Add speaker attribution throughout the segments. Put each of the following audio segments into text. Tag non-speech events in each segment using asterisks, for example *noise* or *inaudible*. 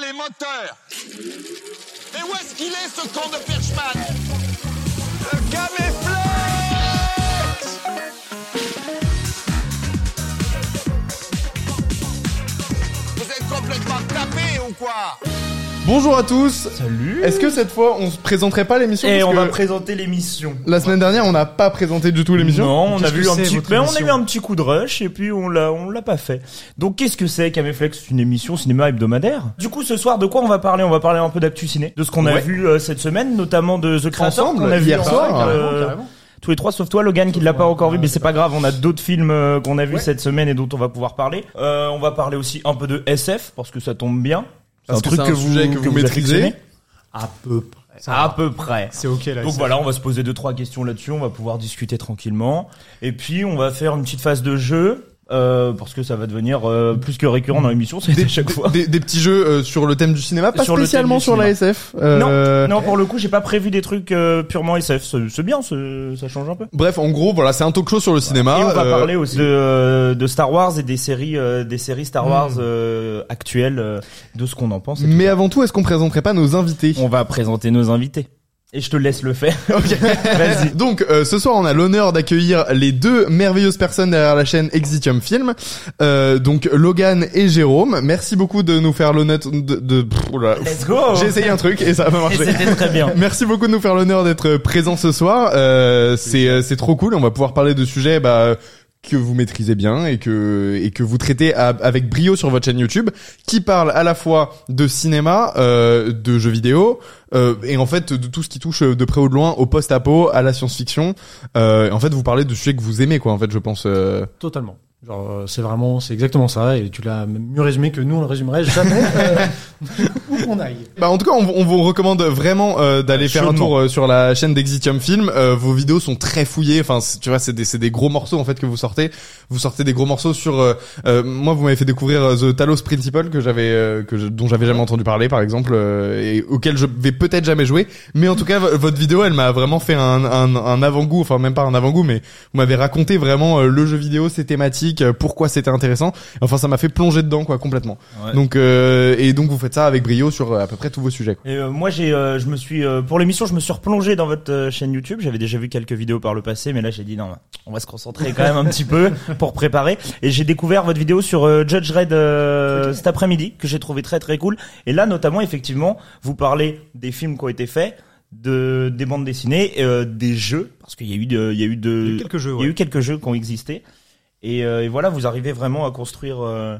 Speaker 1: les moteurs. Mais où est-ce qu'il est, ce con de Perchman Le caméflex Vous êtes complètement tapé ou quoi
Speaker 2: Bonjour à tous.
Speaker 3: Salut.
Speaker 2: Est-ce que cette fois on se présenterait pas l'émission
Speaker 3: Et
Speaker 2: parce
Speaker 3: Eh, on
Speaker 2: que
Speaker 3: va présenter l'émission.
Speaker 2: La semaine dernière, on n'a pas présenté du tout l'émission.
Speaker 3: Non, on a
Speaker 2: Qu'est-ce
Speaker 3: vu
Speaker 2: que
Speaker 3: un
Speaker 2: c'est,
Speaker 3: petit,
Speaker 2: votre
Speaker 3: mais on a
Speaker 2: émission
Speaker 3: eu un petit coup de rush et puis on l'a, on l'a pas fait. Donc qu'est-ce que c'est Caméflex C'est une émission cinéma hebdomadaire. Du coup, ce soir, de quoi on va parler On va parler un peu d'actu ciné, de ce qu'on a
Speaker 2: Ouais.
Speaker 3: vu euh, cette semaine, notamment de The Creator.
Speaker 2: Ensemble,
Speaker 3: qu'on a vu
Speaker 2: hier
Speaker 3: en-
Speaker 2: soir.
Speaker 3: euh, tous les trois, sauf toi, Logan, qui ne l'a pas encore vu, mais c'est pas grave. On a d'autres films euh, qu'on a vus cette semaine et dont on va pouvoir parler. Euh, on va parler aussi un peu de SF parce que ça tombe bien. C'est
Speaker 2: Parce que c'est un sujet que vous maîtrisez.
Speaker 3: affectionnez.
Speaker 4: À peu près.
Speaker 3: À peu près.
Speaker 4: C'est ok là.
Speaker 3: Donc
Speaker 4: ça.
Speaker 3: voilà, on va se poser deux trois questions là-dessus, on va pouvoir discuter tranquillement, et puis on va faire une petite phase de jeu euh, parce que ça va devenir euh, plus que récurrent dans l'émission, c'est à chaque fois.
Speaker 2: Des, des petits jeux euh, sur le thème du cinéma, pas
Speaker 3: Sur le thème
Speaker 2: spécialement
Speaker 3: du
Speaker 2: sur la SF. euh,
Speaker 3: non, non, pour le coup, j'ai pas prévu des trucs euh, purement SF. C'est c'est bien, c'est- ça change un peu.
Speaker 2: Bref, en gros, voilà, c'est un talk show sur le cinéma.
Speaker 3: et on va
Speaker 2: euh,
Speaker 3: parler aussi de, euh, de Star Wars et des séries, euh, des séries Star Wars euh, actuelles, euh, de ce qu'on en pense. et tout.
Speaker 2: Mais avant tout, est-ce qu'on présenterait pas nos invités
Speaker 3: On va présenter nos invités. Et je te laisse le faire.
Speaker 2: *laughs* Ok.
Speaker 3: Vas-y.
Speaker 2: Donc euh, ce soir on a l'honneur d'accueillir les deux merveilleuses personnes derrière la chaîne Exitium Film, Euh, donc Logan et Jérôme. Merci beaucoup de nous faire l'honneur de... de- pff, oh là là.
Speaker 3: *laughs* Let's go.
Speaker 2: J'ai essayé un truc et ça a pas
Speaker 3: Et
Speaker 2: marché.
Speaker 3: c'était très bien.
Speaker 2: Merci beaucoup de nous faire l'honneur d'être présents ce soir. Euh, c'est euh, c'est trop cool. On va pouvoir parler de sujets bah, que vous maîtrisez bien et que et que vous traitez à- avec brio sur votre chaîne YouTube, qui parle à la fois de cinéma, euh, de jeux vidéo euh, et en fait de tout ce qui touche euh, de près ou de loin au post-apo, à la science-fiction. Euh, en fait, vous parlez de sujets que vous aimez, quoi. En fait, je pense. euh.
Speaker 4: Totalement. Genre, euh, c'est vraiment, c'est exactement ça. Et tu l'as même mieux résumé que nous, on le résumerait jamais euh, *laughs* où qu'on aille.
Speaker 2: Bah, en tout cas, on, vous- on vous recommande vraiment euh, d'aller faire un
Speaker 3: Chaudement.
Speaker 2: tour euh, sur la chaîne d'Exitium Film. Euh, vos vidéos sont très fouillées. Enfin, c'est- tu vois, c'est des, c'est des gros morceaux en fait que vous sortez. Vous sortez des gros morceaux sur. euh, euh, moi, vous m'avez fait découvrir euh, The Talos Principle que j'avais, euh, que je- dont j'avais jamais entendu parler, par exemple, euh, et auquel je vais peut-être jamais jouer. Mais en tout cas, v- votre vidéo, elle m'a vraiment fait un, un, un avant-goût. Enfin, même pas un avant-goût, mais vous m'avez raconté vraiment euh, le jeu vidéo, ses thématiques, euh, pourquoi c'était intéressant. Enfin, ça m'a fait plonger dedans, quoi, complètement.
Speaker 3: Ouais.
Speaker 2: Donc euh, et donc vous faites ça avec brio sur euh, à peu près tous vos sujets. Quoi.
Speaker 3: Et euh, moi, j'ai, euh, je me suis, euh, pour l'émission, je me suis replongé dans votre euh, chaîne YouTube. J'avais déjà vu quelques vidéos par le passé, mais là, j'ai dit non, on va se concentrer quand même un petit peu pour préparer. Et j'ai découvert votre vidéo sur euh, Judge Red euh, cet après-midi que j'ai trouvé très très cool. Et là, notamment, effectivement, vous parlez des films qui ont été faits, de des bandes dessinées, euh, des jeux, parce qu'il y a eu, de- il y a eu de,
Speaker 5: Euh,
Speaker 4: Il y a eu quelques jeux,
Speaker 3: il y a eu quelques jeux qui ont existé. Et, euh, et voilà, vous arrivez vraiment à construire euh,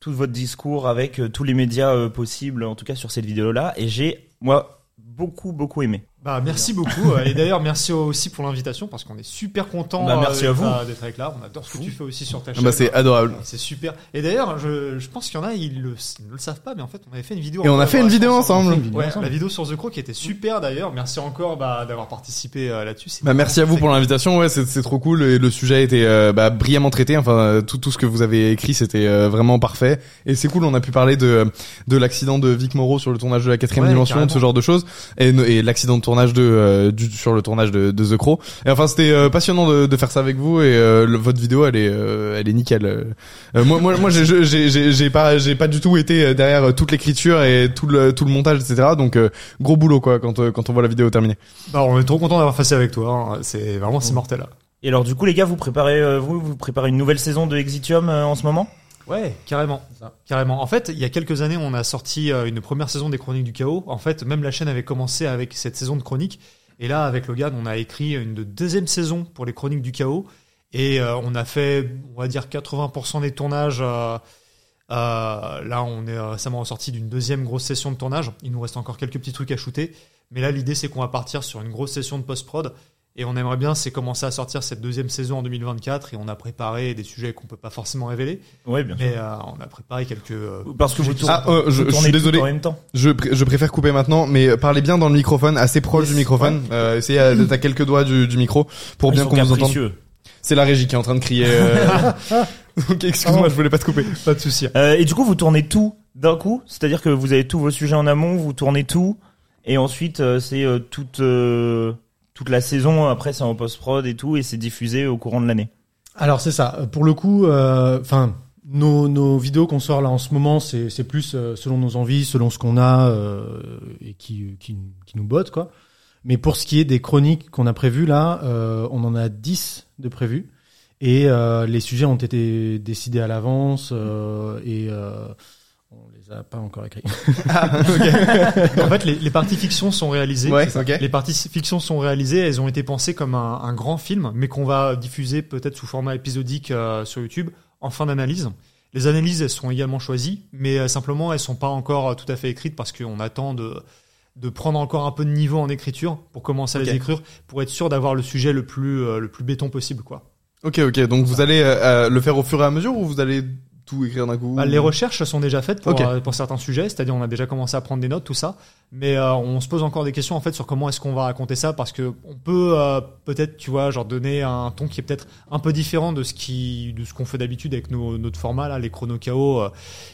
Speaker 3: tout votre discours avec euh, tous les médias euh, possibles, en tout cas sur cette vidéo-là. Et j'ai, moi, beaucoup, beaucoup aimé.
Speaker 5: Bah, merci beaucoup. Euh, Et d'ailleurs, merci aussi pour l'invitation parce qu'on est super content
Speaker 3: Bah, merci à vous.
Speaker 5: d'être avec là. On adore ce que tu fais aussi sur ta
Speaker 2: Ah
Speaker 5: chaîne.
Speaker 2: bah c'est adorable.
Speaker 5: C'est super. Et d'ailleurs, je, je pense qu'il y en a, ils le, ils ne le savent pas, mais en fait, on avait fait une vidéo.
Speaker 2: Et
Speaker 5: en
Speaker 2: on a fait une vidéo
Speaker 5: collaboration
Speaker 2: ensemble.
Speaker 5: Ouais, la vidéo sur The Crow qui était super d'ailleurs. Merci encore bah, d'avoir participé euh, là-dessus. C'est
Speaker 2: Bah merci à vous
Speaker 5: très
Speaker 2: pour l'invitation. Ouais, c'est c'est trop cool et le sujet a été euh, bah, brillamment traité. Enfin euh, tout tout ce que vous avez écrit, c'était euh, vraiment parfait et c'est cool, on a pu parler de de l'accident de Vic Moreau sur le tournage de la quatrième
Speaker 5: Ouais,
Speaker 2: dimension, de ce
Speaker 5: carrément.
Speaker 2: genre de choses et, no- et l'accident de tournage de euh, du, sur le tournage de, de The Crow. Et enfin, c'était euh, passionnant de, de faire ça avec vous et euh, le- votre vidéo, elle est euh, elle est nickel. euh. Euh, moi moi moi j'ai je- j'ai j'ai j'ai pas j'ai pas du tout été euh, derrière euh, toute l'écriture et tout le tout le montage etc. Donc euh, gros boulot quoi quand euh, quand on voit la vidéo terminée.
Speaker 5: Bah, on est trop content d'avoir fait avec toi. hein. C'est vraiment c'est mortel là.
Speaker 3: Et alors, du coup, les gars, vous préparez, euh, vous, vous préparez une nouvelle saison de Exitium euh, en ce moment
Speaker 5: Ouais, carrément. Carrément. En fait, il y a quelques années, on a sorti euh, une première saison des Chroniques du Chaos. En fait, même la chaîne avait commencé avec cette saison de chroniques. Et là, avec Logan, on a écrit une deuxième saison pour les Chroniques du Chaos. Et euh, on a fait, on va dire, 80% des tournages. euh, euh, là, on est euh, récemment ressorti d'une deuxième grosse session de tournage. Il nous reste encore quelques petits trucs à shooter. Mais là, l'idée, c'est qu'on va partir sur une grosse session de post-prod. Et on aimerait bien, c'est commencer à sortir cette deuxième saison en 2024. Et on a préparé des sujets qu'on peut pas forcément révéler.
Speaker 3: Oui, bien
Speaker 5: Mais euh, on a préparé quelques. euh,
Speaker 3: Parce que vous tournez,
Speaker 2: Ah, euh, je- je
Speaker 3: vous tournez
Speaker 2: suis
Speaker 3: tout
Speaker 2: désolé.
Speaker 3: en même temps.
Speaker 2: Je, pr- je préfère couper maintenant, mais euh, parlez bien dans le microphone, assez proche
Speaker 3: Yes,
Speaker 2: du microphone. Euh, essayez à- d'être à quelques doigts du, du micro pour
Speaker 3: Ils
Speaker 2: bien
Speaker 3: sont
Speaker 2: qu'on vous entende.
Speaker 3: capricieux.
Speaker 2: C'est la régie qui est en train de crier. euh, Donc excuse-moi, je voulais pas te couper.
Speaker 5: pas de souci.
Speaker 3: Euh, et du coup, vous tournez tout d'un coup, c'est-à-dire que vous avez tous vos sujets en amont, vous tournez tout, et ensuite euh, c'est euh, toute euh, toute la saison. Après, c'est en post prod et tout, et c'est diffusé au courant de l'année.
Speaker 4: Alors c'est ça. Euh, Pour le coup, enfin, nos, nos vidéos qu'on sort là en ce moment, c'est c'est plus euh, selon nos envies, selon ce qu'on a euh, et qui, qui, qui nous botte, quoi. Mais pour ce qui est des chroniques qu'on a prévues là, euh, on en a 10 de prévues. Et euh, les sujets ont été décidés à l'avance euh, et euh, on les a pas encore écrits.
Speaker 5: En fait, les, les parties fictions sont réalisées.
Speaker 2: Ouais, ok.
Speaker 5: Les parties fictions sont réalisées, elles ont été pensées comme un, un grand film, mais qu'on va diffuser peut-être sous format épisodique euh, sur YouTube en fin d'analyse. Les analyses, elles sont également choisies, mais euh, simplement, elles sont pas encore euh, tout à fait écrites parce qu'on attend de, de prendre encore un peu de niveau en écriture pour commencer à les
Speaker 2: Ok.
Speaker 5: écrire, pour être sûr d'avoir le sujet le plus, euh, le plus béton possible, quoi.
Speaker 2: Ok, ok. Donc vous allez euh, euh, le faire au fur et à mesure ou vous allez tout écrire d'un coup
Speaker 5: Bah, les recherches sont déjà faites pour,
Speaker 2: Ok.
Speaker 5: euh, pour certains sujets, c'est-à-dire on a déjà commencé à prendre des notes, tout ça, mais euh, on se pose encore des questions en fait sur comment est-ce qu'on va raconter ça parce que on peut euh, peut-être tu vois genre donner un ton qui est peut-être un peu différent de ce qui de ce qu'on fait d'habitude avec nos, notre format là, les chrono KO, euh,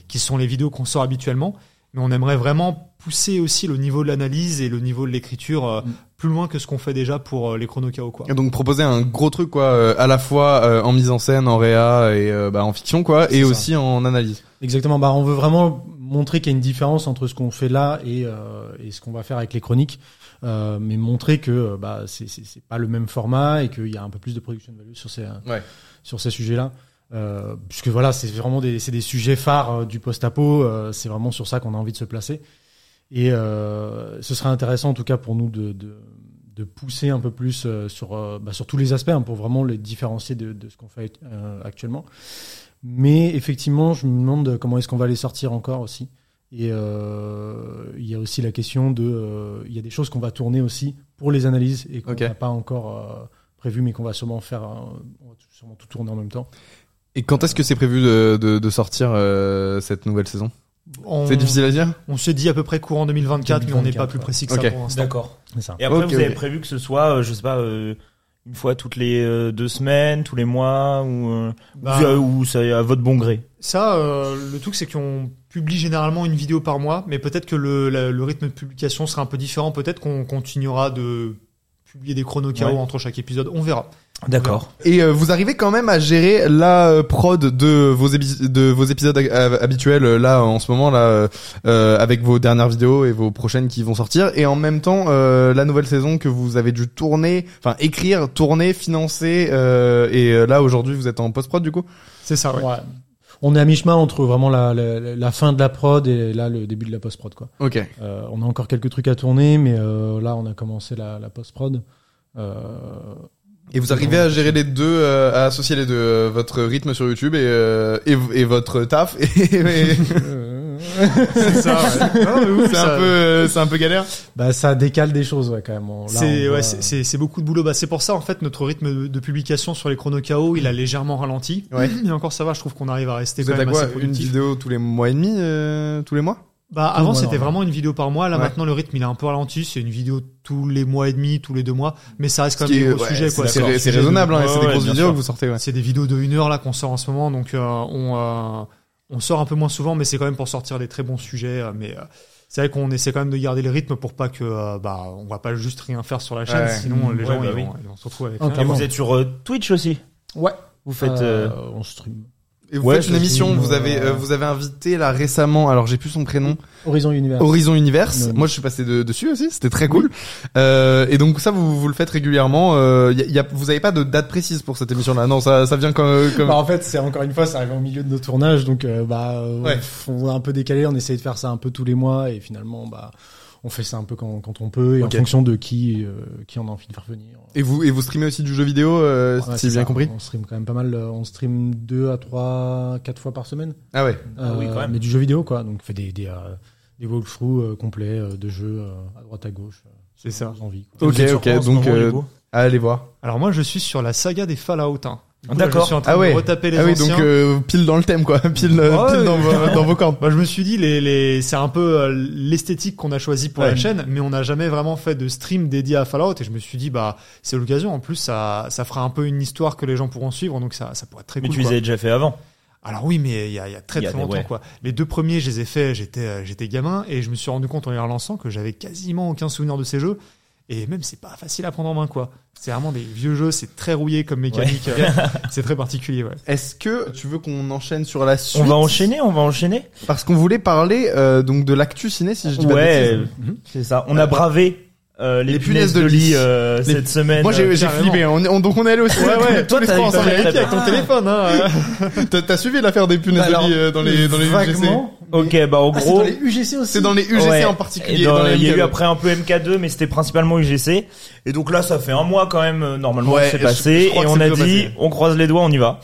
Speaker 5: qui sont les vidéos qu'on sort habituellement, mais on aimerait vraiment pousser aussi le niveau de l'analyse et le niveau de l'écriture euh,
Speaker 4: Mm.
Speaker 5: plus loin que ce qu'on fait déjà pour euh, les chrono KO quoi.
Speaker 2: Et Donc proposer un gros truc quoi, euh, à la fois euh, en mise en scène, en réa et euh, bah, en fiction quoi,
Speaker 4: C'est
Speaker 2: et
Speaker 4: ça.
Speaker 2: aussi en analyse.
Speaker 4: Exactement. Bah, on veut vraiment montrer qu'il y a une différence entre ce qu'on fait là et, euh, et ce qu'on va faire avec les chroniques, euh, mais montrer que euh, bah, c'est, c'est, c'est pas le même format et qu'il y a un peu plus de production value sur ces
Speaker 2: Ouais.
Speaker 4: sur ces sujets-là. Euh, puisque voilà, c'est vraiment des, c'est des sujets phares euh, du post-apo. euh, c'est vraiment sur ça qu'on a envie de se placer. Et euh, ce serait intéressant en tout cas pour nous de, de, de pousser un peu plus euh, sur, euh, bah, sur tous les aspects hein, pour vraiment les différencier de, de ce qu'on fait euh, actuellement. Mais effectivement, je me demande comment est-ce qu'on va les sortir encore aussi. Et euh, il y a aussi la question de, euh, il y a des choses qu'on va tourner aussi pour les analyses et qu'on
Speaker 2: Ok.
Speaker 4: n'a pas encore euh, prévu, mais qu'on va sûrement faire, euh, on va tout- sûrement tout tourner en même temps.
Speaker 2: Et quand est-ce que c'est prévu de, de, de sortir euh, cette nouvelle saison
Speaker 5: On,
Speaker 2: C'est difficile à dire
Speaker 5: on s'est dit à peu près courant 2024, mais on n'est pas
Speaker 4: 2024,
Speaker 5: plus
Speaker 4: ouais.
Speaker 5: précis que
Speaker 2: Ok.
Speaker 5: ça pour l'instant.
Speaker 3: D'accord.
Speaker 4: C'est ça.
Speaker 3: Et après,
Speaker 2: Ok,
Speaker 3: vous avez
Speaker 2: ok.
Speaker 3: prévu que ce soit, euh, je sais pas, euh, une fois toutes les euh, deux semaines, tous les mois, ou, euh,
Speaker 5: Bah,
Speaker 3: ou, euh, ou c'est à votre bon gré.
Speaker 5: Ça, euh, le truc, c'est qu'on publie généralement une vidéo par mois, mais peut-être que le, la- le rythme de publication sera un peu différent. Peut-être qu'on continuera de publier des chronos KO
Speaker 3: Ouais.
Speaker 5: entre chaque épisode. On verra.
Speaker 3: D'accord.
Speaker 2: Et euh, vous arrivez quand même à gérer la euh, prod de vos, épi- de vos épisodes ha- ha- habituels euh, là en ce moment là euh, euh, avec vos dernières vidéos et vos prochaines qui vont sortir et en même temps euh, la nouvelle saison que vous avez dû tourner, enfin écrire, tourner, financer euh, et euh, là aujourd'hui vous êtes en post prod du coup.
Speaker 5: C'est ça,
Speaker 4: Ouais. On est à mi-chemin entre vraiment la, la, la fin de la prod et là le début de la post-prod. Quoi.
Speaker 2: Ok.
Speaker 4: Euh, on a encore quelques trucs à tourner, mais euh, là on a commencé la, la post-prod. Euh, *laughs*
Speaker 2: Et vous arrivez à gérer les deux, euh, à associer les deux, euh, votre rythme sur YouTube et, euh, et, v- et votre taf. *laughs* et- et-
Speaker 5: C'est ça, ouais. *laughs* Non, mais ouf,
Speaker 2: c'est
Speaker 5: ça.
Speaker 2: un peu, euh, c'est un peu galère.
Speaker 4: bah, ça décale des choses ouais, quand même. On- là,
Speaker 5: C'est
Speaker 4: on va-
Speaker 5: ouais, c'est- c'est- c'est beaucoup de boulot. Bah, c'est pour ça, en fait, notre rythme de- de publication sur les chronos KO, il a légèrement ralenti.
Speaker 2: Ouais.
Speaker 5: Mais encore ça va, je trouve qu'on arrive à rester
Speaker 2: Vous
Speaker 5: quand
Speaker 2: êtes à
Speaker 5: même
Speaker 2: quoi
Speaker 5: assez
Speaker 2: Une
Speaker 5: bah, productif.
Speaker 2: vidéo tous les mois et demi, euh, tous les mois
Speaker 5: Bah, avant,
Speaker 4: mois,
Speaker 5: c'était
Speaker 4: normalement.
Speaker 5: vraiment une vidéo par mois. Là,
Speaker 2: Ouais.
Speaker 5: maintenant, le rythme, il a un peu ralenti. C'est une vidéo tous les mois et demi, tous les deux mois. Mais ça reste quand
Speaker 2: Ce qui
Speaker 5: même
Speaker 2: est-
Speaker 5: des gros
Speaker 2: ouais,
Speaker 5: sujets,
Speaker 2: c'est-
Speaker 5: quoi.
Speaker 2: C'est
Speaker 5: Des
Speaker 2: ré- c'est
Speaker 5: sujets de-
Speaker 2: raisonnable, hein,
Speaker 3: Ouais,
Speaker 2: c'est des
Speaker 3: ouais,
Speaker 2: grosses
Speaker 3: bien
Speaker 2: vidéos
Speaker 3: sûr.
Speaker 2: que vous sortez. Ouais.
Speaker 5: C'est des vidéos de une heure là qu'on sort en ce moment, donc euh, on, euh, on sort un peu moins souvent, mais c'est quand même pour sortir des très bons sujets. euh, mais euh, c'est vrai qu'on essaie quand même de garder le rythme pour pas que euh, bah on va pas juste rien faire sur la chaîne,
Speaker 2: Ouais.
Speaker 5: sinon euh, les
Speaker 3: Ouais,
Speaker 5: gens
Speaker 3: bah
Speaker 5: ils,
Speaker 3: oui.
Speaker 5: vont, ils vont se retrouver avec
Speaker 4: Ah,
Speaker 5: rien.
Speaker 3: Et
Speaker 4: clairement.
Speaker 3: vous êtes sur euh, Twitch aussi
Speaker 4: Ouais.
Speaker 3: Vous faites...
Speaker 4: Euh,
Speaker 3: euh,
Speaker 4: on stream.
Speaker 2: Et vous
Speaker 3: Ouais,
Speaker 2: faites une
Speaker 4: je-
Speaker 2: émission, vous
Speaker 4: euh,
Speaker 2: avez, euh, vous avez invité là récemment, alors j'ai plus son prénom,
Speaker 4: Horizon Univers.
Speaker 2: Horizon Universe.
Speaker 4: Non, non.
Speaker 2: Moi je suis passé de- dessus aussi, c'était très cool. Euh, et donc ça vous, vous le faites régulièrement. Euh, y a- y a- vous avez pas de date précise pour cette émission là Non, ça, ça vient comme. comme...
Speaker 4: Bah, en fait, c'est encore une fois, ça arrive au milieu de nos tournages, donc euh, bah euh,
Speaker 2: Ouais.
Speaker 4: on a un peu décalé, on essaye de faire ça un peu tous les mois, et finalement bah on fait ça un peu quand, quand on peut, et
Speaker 2: Ok.
Speaker 4: en fonction de qui euh, qui on a envie de faire venir.
Speaker 2: Et vous, et vous streamez aussi du jeu vidéo, euh,
Speaker 4: Ouais,
Speaker 2: si
Speaker 4: c'est
Speaker 2: j'ai bien
Speaker 4: ça.
Speaker 2: compris
Speaker 4: On stream quand même pas mal, euh, on stream deux à trois, quatre fois par semaine,
Speaker 2: Ah ouais.
Speaker 3: Ah oui,
Speaker 4: Euh,
Speaker 3: quand même.
Speaker 4: mais du jeu vidéo quoi, donc on fait des des, euh, des walkthroughs euh, complets euh, de jeux euh, à droite à gauche. euh,
Speaker 5: C'est ça.
Speaker 4: nos envies, quoi.
Speaker 3: vous
Speaker 2: Ok,
Speaker 3: êtes sur
Speaker 2: ok,
Speaker 3: quoi en ce
Speaker 2: donc,
Speaker 3: moment, du
Speaker 2: euh,
Speaker 3: coup
Speaker 2: Allez voir.
Speaker 5: Alors moi je suis sur la saga des Fallout. hein. Du coup, là,
Speaker 3: D'accord.
Speaker 5: Je suis en train
Speaker 2: Ah ouais.
Speaker 5: de retaper les
Speaker 2: ah oui,
Speaker 5: anciens.
Speaker 2: donc euh, pile dans le thème quoi, *laughs* pile, euh,
Speaker 5: Ouais,
Speaker 2: pile
Speaker 5: ouais,
Speaker 2: dans, vos, dans vos cordes.
Speaker 5: Moi, je me suis dit, les, les, c'est un peu euh, l'esthétique qu'on a choisi pour
Speaker 2: Ouais.
Speaker 5: la chaîne, mais on n'a jamais vraiment fait de stream dédié à Fallout. Et je me suis dit, bah, c'est l'occasion. En plus, ça, ça fera un peu une histoire que les gens pourront suivre, donc ça, ça pourrait être très
Speaker 3: Mais
Speaker 5: cool.
Speaker 3: tu les
Speaker 5: quoi.
Speaker 3: avais déjà fait avant.
Speaker 5: Alors oui, mais il y a, il y a très
Speaker 3: Il y a
Speaker 5: très
Speaker 3: des-
Speaker 5: longtemps,
Speaker 3: ouais.
Speaker 5: quoi. Les deux premiers, je les ai faits, j'étais, euh, j'étais gamin, et je me suis rendu compte en les relançant que j'avais quasiment aucun souvenir de ces jeux. Et même, c'est pas facile à prendre en main, quoi. C'est vraiment des vieux jeux, c'est très rouillé comme mécanique. *laughs* c'est très particulier, ouais.
Speaker 2: Est-ce que tu veux qu'on enchaîne sur la suite
Speaker 3: On va enchaîner, on va enchaîner.
Speaker 2: Parce qu'on voulait parler euh, donc de l'actu ciné, si je dis pas de
Speaker 3: ouais,
Speaker 2: bêtises.
Speaker 3: euh, c'est ça. On a bravé euh, les,
Speaker 2: les
Speaker 3: punaises, de lit euh,
Speaker 2: Les-
Speaker 3: cette semaine.
Speaker 2: Moi j'ai j'ai
Speaker 5: carrément.
Speaker 2: flippé, on, est- on- donc on est allé au cinéma tous les-
Speaker 3: toi,
Speaker 2: tous les
Speaker 3: t'as-
Speaker 2: trois
Speaker 3: t'as-
Speaker 2: ensemble.
Speaker 3: t'as-
Speaker 5: Avec ton téléphone, hein.
Speaker 2: T'as t'as suivi l'affaire des punaises
Speaker 4: Alors,
Speaker 2: de lit euh, dans les dans les UGC
Speaker 4: Vaguement.
Speaker 3: Ok, bah en
Speaker 4: Ah, c'est
Speaker 3: gros.
Speaker 4: dans les UGC aussi.
Speaker 2: C'est dans les UGC
Speaker 3: Ouais.
Speaker 2: en
Speaker 3: Et
Speaker 2: particulier.
Speaker 3: dans-
Speaker 2: dans les
Speaker 3: il y a eu
Speaker 2: MK2.
Speaker 3: après un peu MK2, mais c'était principalement UGC. Et donc là, ça fait un mois quand même, euh, normalement,
Speaker 2: Ouais,
Speaker 3: c'est
Speaker 2: je-
Speaker 3: passé.
Speaker 2: je crois
Speaker 3: et
Speaker 2: que
Speaker 3: on
Speaker 2: c'est
Speaker 3: a
Speaker 2: plutôt
Speaker 3: dit,
Speaker 2: passé.
Speaker 3: on croise les doigts, on y va.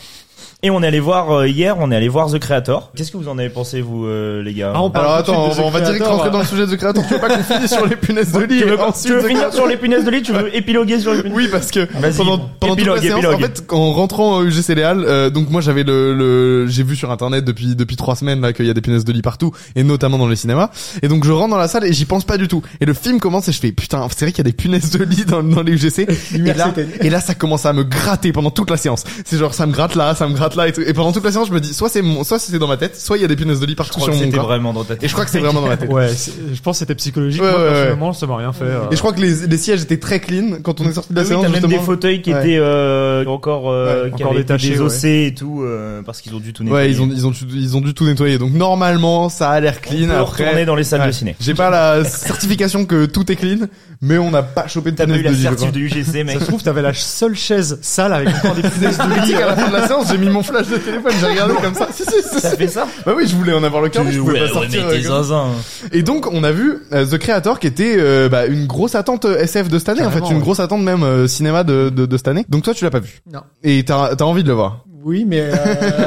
Speaker 3: Et on est allé voir, euh, hier, on est allé voir The Creator. Qu'est-ce que vous en avez pensé, vous, euh, les gars
Speaker 5: Ah, on parle
Speaker 2: Alors
Speaker 5: tout de
Speaker 2: attends, on
Speaker 5: suite de
Speaker 2: va, on va
Speaker 5: The
Speaker 2: direct
Speaker 5: Creator.
Speaker 2: rentrer dans le sujet de The Creator. Tu veux pas qu'on finisse sur les punaises de lit
Speaker 3: Tu veux,
Speaker 2: et ensuite
Speaker 3: tu veux
Speaker 2: The
Speaker 3: finir
Speaker 2: Creator
Speaker 3: sur les punaises de lit Tu veux épiloguer sur les punaises
Speaker 2: Oui, parce que
Speaker 3: Vas-y.
Speaker 2: pendant, pendant toute
Speaker 3: Épilogue,
Speaker 2: la séance,
Speaker 3: épilogue.
Speaker 2: en fait, en rentrant au UG Céréales, euh, donc moi j'avais le, le- j'ai vu sur internet depuis depuis trois semaines là qu'il y a des punaises de lit partout et notamment dans les cinémas. Et donc je rentre dans la salle et j'y pense pas du tout. Et le film commence et je fais putain, c'est vrai qu'il y a des punaises de lit dans, dans les
Speaker 3: *laughs*
Speaker 2: UGC. et là, et là ça commence à me gratter pendant toute la séance. C'est genre ça me gratte là, ça me gratte là et tout. Et pendant toute la séance, je me dis soit c'est mon, soit c'est dans ma tête, soit il y a des punaises de lit
Speaker 3: Je
Speaker 2: partout sur
Speaker 3: crois que
Speaker 2: mon
Speaker 3: c'était
Speaker 2: corps.
Speaker 3: vraiment dans ta
Speaker 2: Et
Speaker 3: tête.
Speaker 2: je
Speaker 3: *laughs*
Speaker 2: crois que c'est vraiment dans ma tête.
Speaker 5: Ouais, c'est- je pense que c'était psychologique.
Speaker 2: Ouais,
Speaker 5: Moi,
Speaker 2: ouais, ouais.
Speaker 5: personnellement, ça m'a rien fait. euh.
Speaker 2: Et je crois que les, les sièges étaient très clean quand on est sorti de la
Speaker 3: Ah Oui,
Speaker 2: séance.
Speaker 3: t'as même des
Speaker 2: justement.
Speaker 3: fauteuils qui
Speaker 2: Ouais.
Speaker 3: étaient euh, encore, euh,
Speaker 5: Ouais,
Speaker 3: qui
Speaker 5: encore
Speaker 3: avaient
Speaker 5: détachés,
Speaker 3: été
Speaker 5: ouais.
Speaker 3: désossés et tout, euh, parce qu'ils ont dû tout nettoyer.
Speaker 2: Ouais, ils ont ils ont ils ont dû tout nettoyer. Donc normalement, ça a l'air
Speaker 3: On
Speaker 2: clean.
Speaker 3: peut retourner
Speaker 2: Après,
Speaker 3: dans les salles
Speaker 2: Ouais.
Speaker 3: de ciné.
Speaker 2: j'ai pas la certification que tout est clean, mais on n'a pas chopé de
Speaker 3: T'as pas eu
Speaker 2: punaise
Speaker 3: la
Speaker 2: de lit. je crois.
Speaker 3: certif de UGC, mec.
Speaker 5: Ça se trouve, t'avais la seule chaise sale avec encore des punaises de
Speaker 2: Tu
Speaker 5: lit.
Speaker 2: sais qu'à la fin de la séance, *laughs* j'ai mis mon flash de téléphone, j'ai regardé comme ça. *laughs* Si, si, si,
Speaker 3: Ça
Speaker 2: si.
Speaker 3: fait ça
Speaker 2: Bah oui, je voulais en avoir le cœur, mais je pouvais pas sortir. euh, comme- Et donc, on a vu euh, The Creator qui était euh, bah, une grosse attente euh, SF de cette année, en
Speaker 5: Carrément,
Speaker 2: fait, une
Speaker 5: ouais.
Speaker 2: grosse attente même euh, cinéma de, de, de cette année. Donc toi, tu l'as pas vu.
Speaker 4: Non.
Speaker 2: Et t'as t'as envie de le voir.
Speaker 4: *laughs* Oui, mais euh,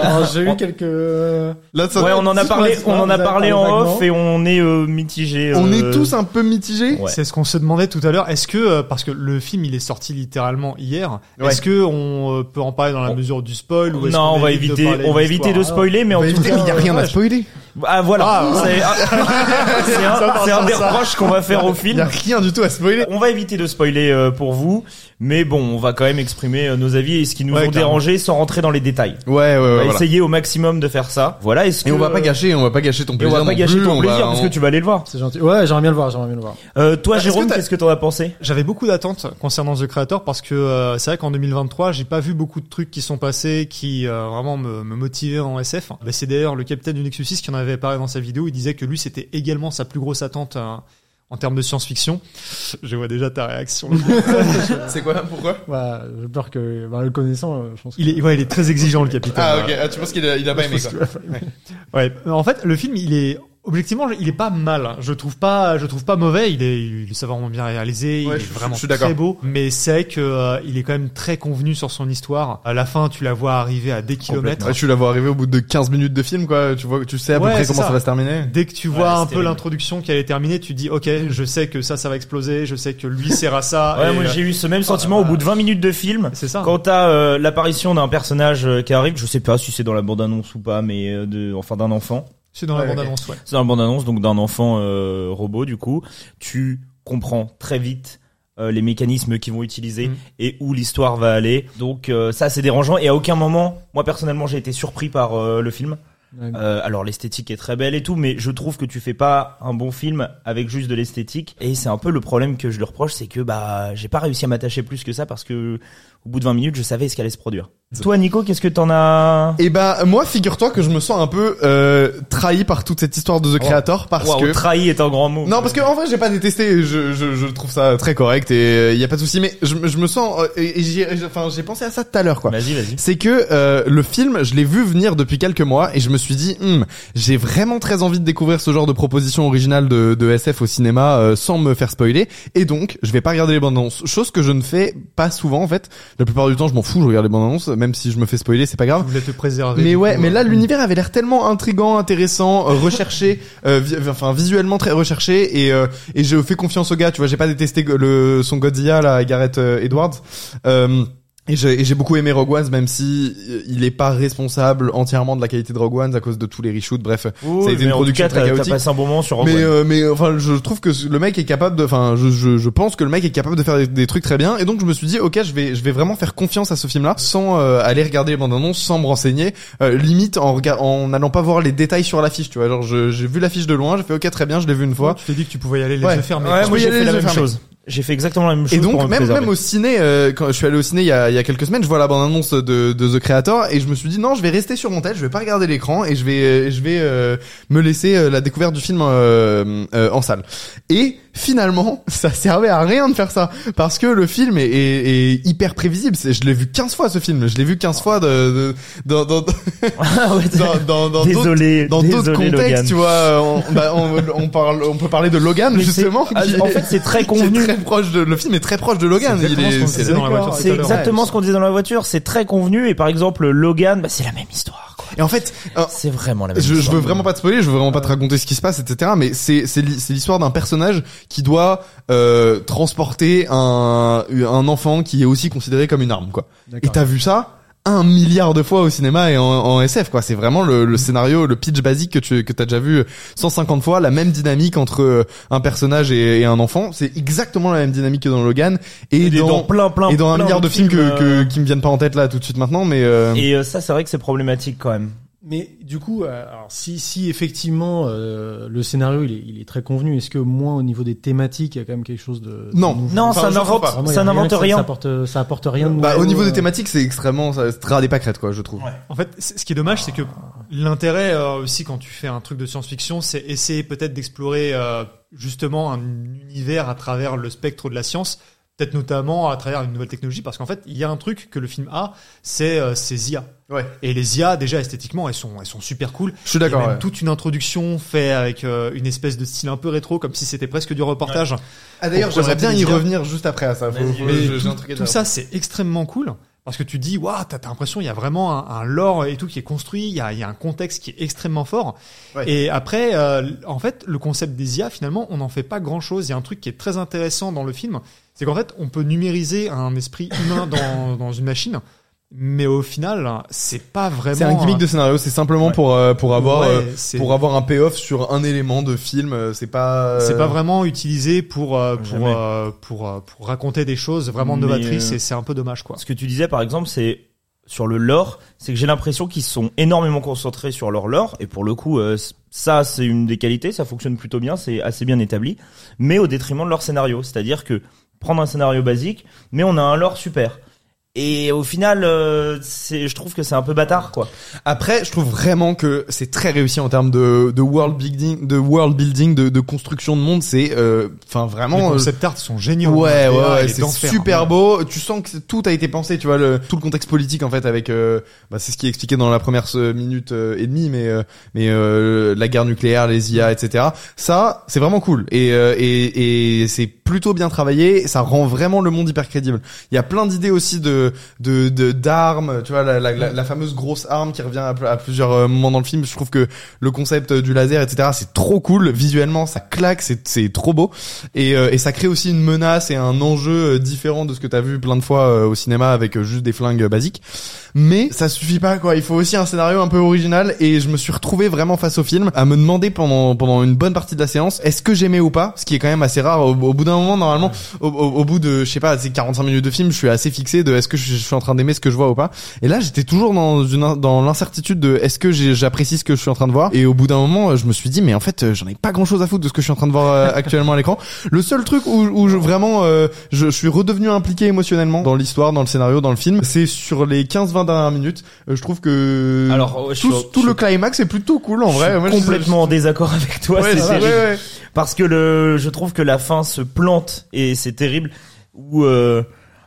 Speaker 4: alors, j'ai eu quelques. Ouais,
Speaker 2: Là, ça-
Speaker 3: Ouais, on en a
Speaker 4: Si,
Speaker 3: parlé,
Speaker 4: on a-
Speaker 3: on en
Speaker 4: on
Speaker 3: a
Speaker 4: a
Speaker 3: parlé
Speaker 4: parlé
Speaker 3: en off
Speaker 4: vaguement.
Speaker 3: et on est euh, mitigé.
Speaker 2: on
Speaker 3: euh,
Speaker 2: est tous un peu mitigés.
Speaker 3: Ouais.
Speaker 5: C'est ce qu'on se demandait tout à l'heure. Est-ce que, euh, parce que le film il est sorti littéralement hier, est-ce que on euh, peut en parler dans la
Speaker 3: On-
Speaker 5: mesure du spoil ou est-ce
Speaker 3: Non,
Speaker 5: qu'on
Speaker 3: on va
Speaker 5: évite de
Speaker 3: éviter,
Speaker 5: parler
Speaker 3: on va
Speaker 5: l'histoire
Speaker 3: éviter de spoiler, mais en
Speaker 2: Bah,
Speaker 3: tout
Speaker 2: écoutez,
Speaker 3: cas,
Speaker 2: mais il y a rien à spoiler.
Speaker 3: ah voilà, c'est un, c'est un- c'est un des reproches qu'on va faire au
Speaker 2: Il y a
Speaker 3: film.
Speaker 2: rien du tout à spoiler.
Speaker 3: On va éviter de spoiler euh, pour vous, mais bon, on va quand même exprimer euh, nos avis et ce qui nous
Speaker 5: Ouais,
Speaker 3: ont
Speaker 5: clairement.
Speaker 3: dérangé sans rentrer dans les détails.
Speaker 2: Ouais, ouais,
Speaker 3: On
Speaker 2: ouais.
Speaker 3: va
Speaker 2: voilà.
Speaker 3: Bah, essayer au maximum de faire ça. Voilà, est-ce
Speaker 2: Et on va pas
Speaker 3: euh,
Speaker 2: gâcher, on va pas gâcher ton
Speaker 3: et on
Speaker 2: plaisir.
Speaker 3: va pas
Speaker 2: non
Speaker 3: gâcher
Speaker 2: plus,
Speaker 3: ton
Speaker 2: on
Speaker 3: plaisir
Speaker 2: va-
Speaker 3: parce que
Speaker 2: on-
Speaker 3: tu vas aller le voir.
Speaker 4: c'est gentil. Ouais, j'aimerais bien le voir, j'aimerais bien le voir.
Speaker 3: Euh, toi,
Speaker 5: Est-ce que
Speaker 3: Jérôme,
Speaker 5: t'as-
Speaker 3: qu'est-ce que t'en as pensé
Speaker 5: J'avais beaucoup d'attentes concernant The Creator parce que euh, c'est vrai qu'en 2023, j'ai pas vu beaucoup de trucs qui sont passés qui euh, vraiment me, me motivaient en SF. Bah, c'est d'ailleurs le capitaine du Nexus 6 qui en avait parlé dans sa vidéo. Il disait que lui, c'était également sa plus grosse attente euh, en termes de science-fiction. Je vois déjà ta réaction.
Speaker 2: C'est quoi Pourquoi
Speaker 4: Bah, j'ai peur que, bah, le connaissant, euh, je pense. que-
Speaker 5: Il est, ouais, il est très exigeant, le capitaine.
Speaker 2: *laughs* Ah ok, ah, tu penses qu'il a, il a pas aimé quoi.
Speaker 5: Ouais. En fait, le film, il est objectivement, il est pas mal. Je trouve pas, je trouve pas mauvais. Il est, il est vraiment bien réalisé.
Speaker 2: Ouais,
Speaker 5: il
Speaker 2: je-
Speaker 5: est vraiment
Speaker 2: je suis d'accord.
Speaker 5: très beau. Mais c'est vrai que euh, il est quand même très convenu sur son histoire. À la fin, tu la vois arriver à des kilomètres. hein.
Speaker 2: Ouais, tu la vois arriver au bout de 15 minutes de film quoi, tu vois tu sais à peu
Speaker 5: Ouais,
Speaker 2: près
Speaker 5: c'est
Speaker 2: comment ça.
Speaker 5: ça.
Speaker 2: va se terminer.
Speaker 5: Dès que tu
Speaker 3: Ouais,
Speaker 5: vois un
Speaker 3: c'est
Speaker 5: peu
Speaker 3: terrible.
Speaker 5: l'introduction qui est terminée, tu dis ok, je sais que ça, ça va exploser. Je sais que lui sert à ça.
Speaker 3: Ouais,
Speaker 5: et,
Speaker 3: moi
Speaker 5: euh,
Speaker 3: j'ai eu ce même sentiment au bout de 20 minutes de film.
Speaker 5: C'est ça.
Speaker 3: Quand t'as euh, l'apparition d'un personnage euh, qui arrive, je sais pas si c'est dans la bande-annonce ou pas, mais euh, de, enfin d'un enfant.
Speaker 5: C'est dans la
Speaker 2: Ouais, ok.
Speaker 5: bande-annonce. Ouais.
Speaker 3: C'est dans la bande-annonce, donc d'un enfant euh, robot du coup. Tu comprends très vite euh, les mécanismes qu'ils vont utiliser
Speaker 5: Mm.
Speaker 3: et où l'histoire va aller. Donc euh, ça c'est dérangeant et à aucun moment, moi personnellement j'ai été surpris par euh, le film.
Speaker 4: Ouais.
Speaker 3: Euh, alors l'esthétique est très belle et tout, mais je trouve que tu fais pas un bon film avec juste de l'esthétique. Et c'est un peu le problème que je leur reproche, c'est que bah j'ai pas réussi à m'attacher plus que ça parce que au bout de 20 minutes, je savais ce qu'allait se produire. Toi, Nico, qu'est-ce que t'en as
Speaker 2: Et bah moi figure-toi que je me sens un peu euh, trahi par toute cette histoire de The Creator parce
Speaker 3: Waouh,
Speaker 2: que
Speaker 3: trahi est un grand mot.
Speaker 2: non parce que en vrai j'ai pas détesté, je, je, je trouve ça très correct et il y a pas de souci mais je, me- je me sens euh, et, et j'y- enfin j'ai pensé à ça tout à l'heure quoi.
Speaker 3: Vas-y, vas-y.
Speaker 2: c'est que euh, le film, je l'ai vu venir depuis quelques mois et je me suis dit, Hmm, j'ai vraiment très envie de découvrir ce genre de proposition originale de, de SF au cinéma euh, sans me faire spoiler. Et donc, je vais pas regarder les bandes annonces, chose que je ne fais pas souvent en fait. La plupart du temps, je m'en fous, je regarde les bandes annonces, même si je me fais spoiler, c'est pas grave.
Speaker 5: Je voulais te préserver.
Speaker 2: Mais
Speaker 5: du
Speaker 2: ouais,
Speaker 5: coup,
Speaker 2: mais là
Speaker 5: euh,
Speaker 2: l'univers avait l'air tellement intrigant, intéressant, euh, recherché, euh, vi- enfin visuellement très recherché et euh, et je fais confiance au gars, tu vois, j'ai pas détesté go- le son Godzilla là, Gareth euh, Edwards. Euh, et j'ai et j'ai beaucoup aimé Rogue One, même si euh, il est pas responsable entièrement de la qualité de Rogue One à cause de tous les reshoots. Bref, ça a été
Speaker 3: mais
Speaker 2: une
Speaker 3: en
Speaker 2: production
Speaker 3: tout
Speaker 2: très
Speaker 3: cas, t'as-
Speaker 2: chaotique.
Speaker 3: T'as passé un bon moment sur Rogue
Speaker 2: Mais
Speaker 3: One.
Speaker 2: euh, mais enfin je trouve que le mec est capable de enfin je, je je pense que le mec est capable de faire des, des trucs très bien et donc je me suis dit OK je vais je vais vraiment faire confiance à ce film là sans euh, aller regarder les bandes annonces sans me renseigner euh, limite en rega- en allant pas voir les détails sur l'affiche tu vois genre je- j'ai vu l'affiche de loin j'ai fait OK très bien je l'ai vu une fois
Speaker 5: Tu t'es dit que tu pouvais y aller les
Speaker 2: Ouais.
Speaker 5: yeux fermés.
Speaker 2: Ouais,
Speaker 5: quoi.
Speaker 2: moi,
Speaker 3: j'ai
Speaker 2: j'ai
Speaker 3: fait
Speaker 2: les
Speaker 3: la
Speaker 2: yeux
Speaker 3: même
Speaker 2: fermés.
Speaker 3: chose. J'ai fait exactement la même chose.
Speaker 2: Et donc
Speaker 3: pour me
Speaker 2: même
Speaker 3: préserver.
Speaker 2: même
Speaker 3: *laughs*
Speaker 2: au ciné, euh, quand je suis allé au ciné il y a, il y a quelques semaines, je vois la bande annonce de, de The Creator et je me suis dit non, je vais rester sur mon tel, je vais pas regarder l'écran et je vais euh, je vais euh, me laisser euh, la découverte du film euh, euh, en salle. Et finalement, *laughs* ça servait à rien de faire ça parce que le film est, est- est hyper prévisible. C'est- Je l'ai vu 15 fois ce film, je l'ai vu 15 fois de, de- dans dans
Speaker 3: *laughs* Ah ouais,
Speaker 2: dans dans dans d'autres-
Speaker 3: désolé,
Speaker 2: dans d'autres
Speaker 3: désolé,
Speaker 2: contextes,
Speaker 3: Logan.
Speaker 2: tu vois, euh, on, bah, on, on parle, on peut parler de Logan
Speaker 3: Mais c'est-
Speaker 2: justement.
Speaker 3: *laughs* ah,
Speaker 2: qui
Speaker 3: en
Speaker 2: est-
Speaker 3: fait, c'est très
Speaker 2: qui est
Speaker 3: convenu.
Speaker 2: très proche de, le film est très proche de Logan.
Speaker 5: C'est
Speaker 2: Il
Speaker 5: exactement ce
Speaker 2: est, c'est-
Speaker 5: qu'on disait dans la voiture tout
Speaker 3: C'est
Speaker 5: à l'heure.
Speaker 3: exactement ce qu'on disait dans la voiture, c'est très convenu. Et par exemple, Logan, bah, c'est la même histoire. quoi.
Speaker 2: Et en fait,
Speaker 5: Ah,
Speaker 2: euh,
Speaker 3: C'est vraiment la même
Speaker 2: je, je
Speaker 3: histoire.
Speaker 2: veux vraiment pas te spoiler, je veux vraiment pas te raconter ce qui se passe, etc. Mais c'est c'est l'hi- c'est l'histoire d'un personnage qui doit euh, transporter un un enfant qui est aussi considéré comme une arme, quoi. Et t'as vu ça un milliard de fois au cinéma et en, en SF, quoi. C'est vraiment le, le scénario, le pitch basique que tu que t'as déjà vu 150 fois, la même dynamique entre euh, un personnage et, et un enfant. C'est exactement la même dynamique que dans Logan et,
Speaker 3: Et dans,
Speaker 2: dans,
Speaker 3: plein, plein,
Speaker 2: et dans un
Speaker 3: plein
Speaker 2: milliard de films, que,
Speaker 3: euh,
Speaker 2: que- qui me viennent pas en tête là tout de suite maintenant, mais euh,
Speaker 3: Et euh, ça, c'est vrai que c'est problématique quand même.
Speaker 4: Mais du coup, euh, alors, si, si effectivement euh, le scénario il est, il est très convenu, est-ce que moins au niveau des thématiques il y a quand même quelque chose de de
Speaker 2: Non.
Speaker 4: nouveau
Speaker 3: Non,
Speaker 2: Enfin,
Speaker 3: ça
Speaker 2: je
Speaker 3: n'invente,
Speaker 2: trouve pas.
Speaker 4: Vraiment, il y a
Speaker 3: ça n'invente
Speaker 4: ça- Ça
Speaker 3: rien.
Speaker 4: apporte, ça apporte rien de
Speaker 2: bah,
Speaker 4: nouveau,
Speaker 2: au niveau
Speaker 4: euh,
Speaker 2: des thématiques, c'est extrêmement ça se trad des pâquerettes quoi, je trouve.
Speaker 5: En fait, c- ce qui est dommage, c'est que l'intérêt euh, aussi quand tu fais un truc de science-fiction, c'est essayer peut-être d'explorer euh, justement un univers à travers le spectre de la science, peut-être notamment à travers une nouvelle technologie, parce qu'en fait, il y a un truc que le film a, c'est euh, ces IA.
Speaker 2: Ouais.
Speaker 5: Et les IA, déjà esthétiquement, elles sont, elles sont super cool.
Speaker 2: Je suis
Speaker 5: Il y a
Speaker 2: d'accord.
Speaker 5: même
Speaker 2: ouais.
Speaker 5: toute une introduction faite avec euh, une espèce de style un peu rétro, comme si c'était presque du reportage.
Speaker 2: Ah d'ailleurs,
Speaker 5: Pourquoi
Speaker 2: j'aimerais bien y
Speaker 5: j'aime bien.
Speaker 2: revenir juste après à ça. Faut-
Speaker 3: Vas-y,
Speaker 2: faut-
Speaker 5: Mais
Speaker 2: je-
Speaker 5: tout,
Speaker 2: j'ai un truc à
Speaker 5: tout
Speaker 2: dire.
Speaker 5: ça, c'est extrêmement cool. Parce que tu dis, waouh, t'as t'as l'impression, il y a vraiment un, un lore et tout qui est construit, il y a, il y a un contexte qui est extrêmement fort.
Speaker 2: Ouais.
Speaker 5: Et après, euh, en fait, le concept des IA, finalement, on n'en fait pas grand chose. Il y a un truc qui est très intéressant dans le film, c'est qu'en fait, on peut numériser un esprit humain
Speaker 2: *laughs*
Speaker 5: dans, dans une machine, mais au final, c'est pas vraiment. hein.
Speaker 2: C'est un gimmick de scénario, c'est simplement pour euh, pour avoir
Speaker 5: Ouais,
Speaker 2: euh,
Speaker 5: c'est-
Speaker 2: pour avoir un payoff sur un élément de film, euh, c'est pas euh,
Speaker 5: C'est pas vraiment utilisé pour euh, pour
Speaker 3: Jamais.
Speaker 5: euh, pour euh, pour raconter des choses vraiment
Speaker 3: Mais,
Speaker 5: novatrices
Speaker 3: euh,
Speaker 5: et c'est un peu dommage quoi.
Speaker 3: Ce que tu disais, par exemple, c'est sur le lore, c'est que j'ai l'impression qu'ils sont énormément concentrés sur leur lore, et pour le coup, euh, c- ça, c'est une des qualités, ça fonctionne plutôt bien, c'est assez bien établi, mais au détriment de leur scénario. C'est-à-dire que prendre un scénario basique, mais on a un lore super. Et au final, euh, c'est, je trouve que c'est un peu bâtard, quoi.
Speaker 2: Après, je trouve vraiment que c'est très réussi en termes de de world building, de world building, de, de construction de monde. C'est euh, enfin
Speaker 5: Les
Speaker 2: vraiment. euh,
Speaker 5: concept art sont géniaux.
Speaker 2: Ouais, ouais,
Speaker 5: Et ah, là,
Speaker 2: ouais,
Speaker 5: il est
Speaker 2: c'est
Speaker 5: d'enfer. hein.
Speaker 2: super beau. Tu sens que tout a été pensé, tu vois, le, tout le contexte politique en fait, avec, euh, bah, c'est ce qui est expliqué dans la première euh, minute euh, et demie, mais euh, mais euh, la guerre nucléaire, les IA, etc. Ça, c'est vraiment cool et euh, et, et c'est plutôt bien travaillé. Ça rend vraiment le monde hyper crédible. Il y a plein d'idées aussi de de de- d'armes, tu vois, la, la, la, la fameuse grosse arme qui revient à, pl- à plusieurs euh, moments dans le film. Je trouve que le concept euh, du laser, etc. C'est trop cool visuellement, ça claque, c'est c'est trop beau et, euh, et ça crée aussi une menace et un enjeu euh, différent de ce que t'as vu plein de fois euh, au cinéma avec euh, juste des flingues euh, basiques. Mais ça suffit pas quoi, il faut aussi un scénario un peu original et je me suis retrouvé vraiment face au film à me demander pendant pendant une bonne partie de la séance est-ce que j'aimais ou pas, ce qui est quand même assez rare au, au bout d'un moment normalement au, au- au bout de je sais pas, c'est 45 minutes de film, je suis assez fixé de est-ce que je, je suis en train d'aimer ce que je vois ou pas. Et là, j'étais toujours dans une dans l'incertitude de est-ce que j'ai- j'apprécie ce que je suis en train de voir et au bout d'un moment, euh, je me suis dit mais en fait, euh, j'en ai pas grand-chose à foutre de ce que je suis en train de voir euh, actuellement à l'écran. Le seul truc où, où je, vraiment euh, je, je suis redevenu impliqué émotionnellement dans l'histoire, dans le scénario, dans le film, c'est sur les 15-20 dernières minutes. Euh, je trouve que
Speaker 3: Alors, ouais, je
Speaker 2: tout,
Speaker 3: suis-
Speaker 2: tout
Speaker 3: je-
Speaker 2: le climax est plutôt cool en vrai.
Speaker 3: je suis
Speaker 2: Moi, je-
Speaker 3: complètement en désaccord avec toi.
Speaker 2: Ouais,
Speaker 3: c'est
Speaker 2: c'est-
Speaker 3: vrai.
Speaker 2: ouais, ouais.
Speaker 3: Parce que le, je trouve que la fin se plante et c'est terrible. Où euh,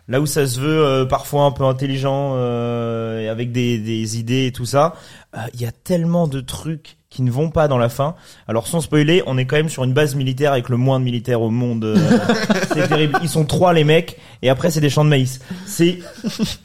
Speaker 3: là où ça se veut euh, parfois un peu intelligent euh, et avec des, des idées et tout ça, euh, il y a tellement de trucs qui ne vont pas dans la fin. Alors sans spoiler, on est quand même sur une base militaire avec le moins de militaires au monde. euh, c'est terrible. Ils sont trois les mecs et après c'est des champs de maïs. C'est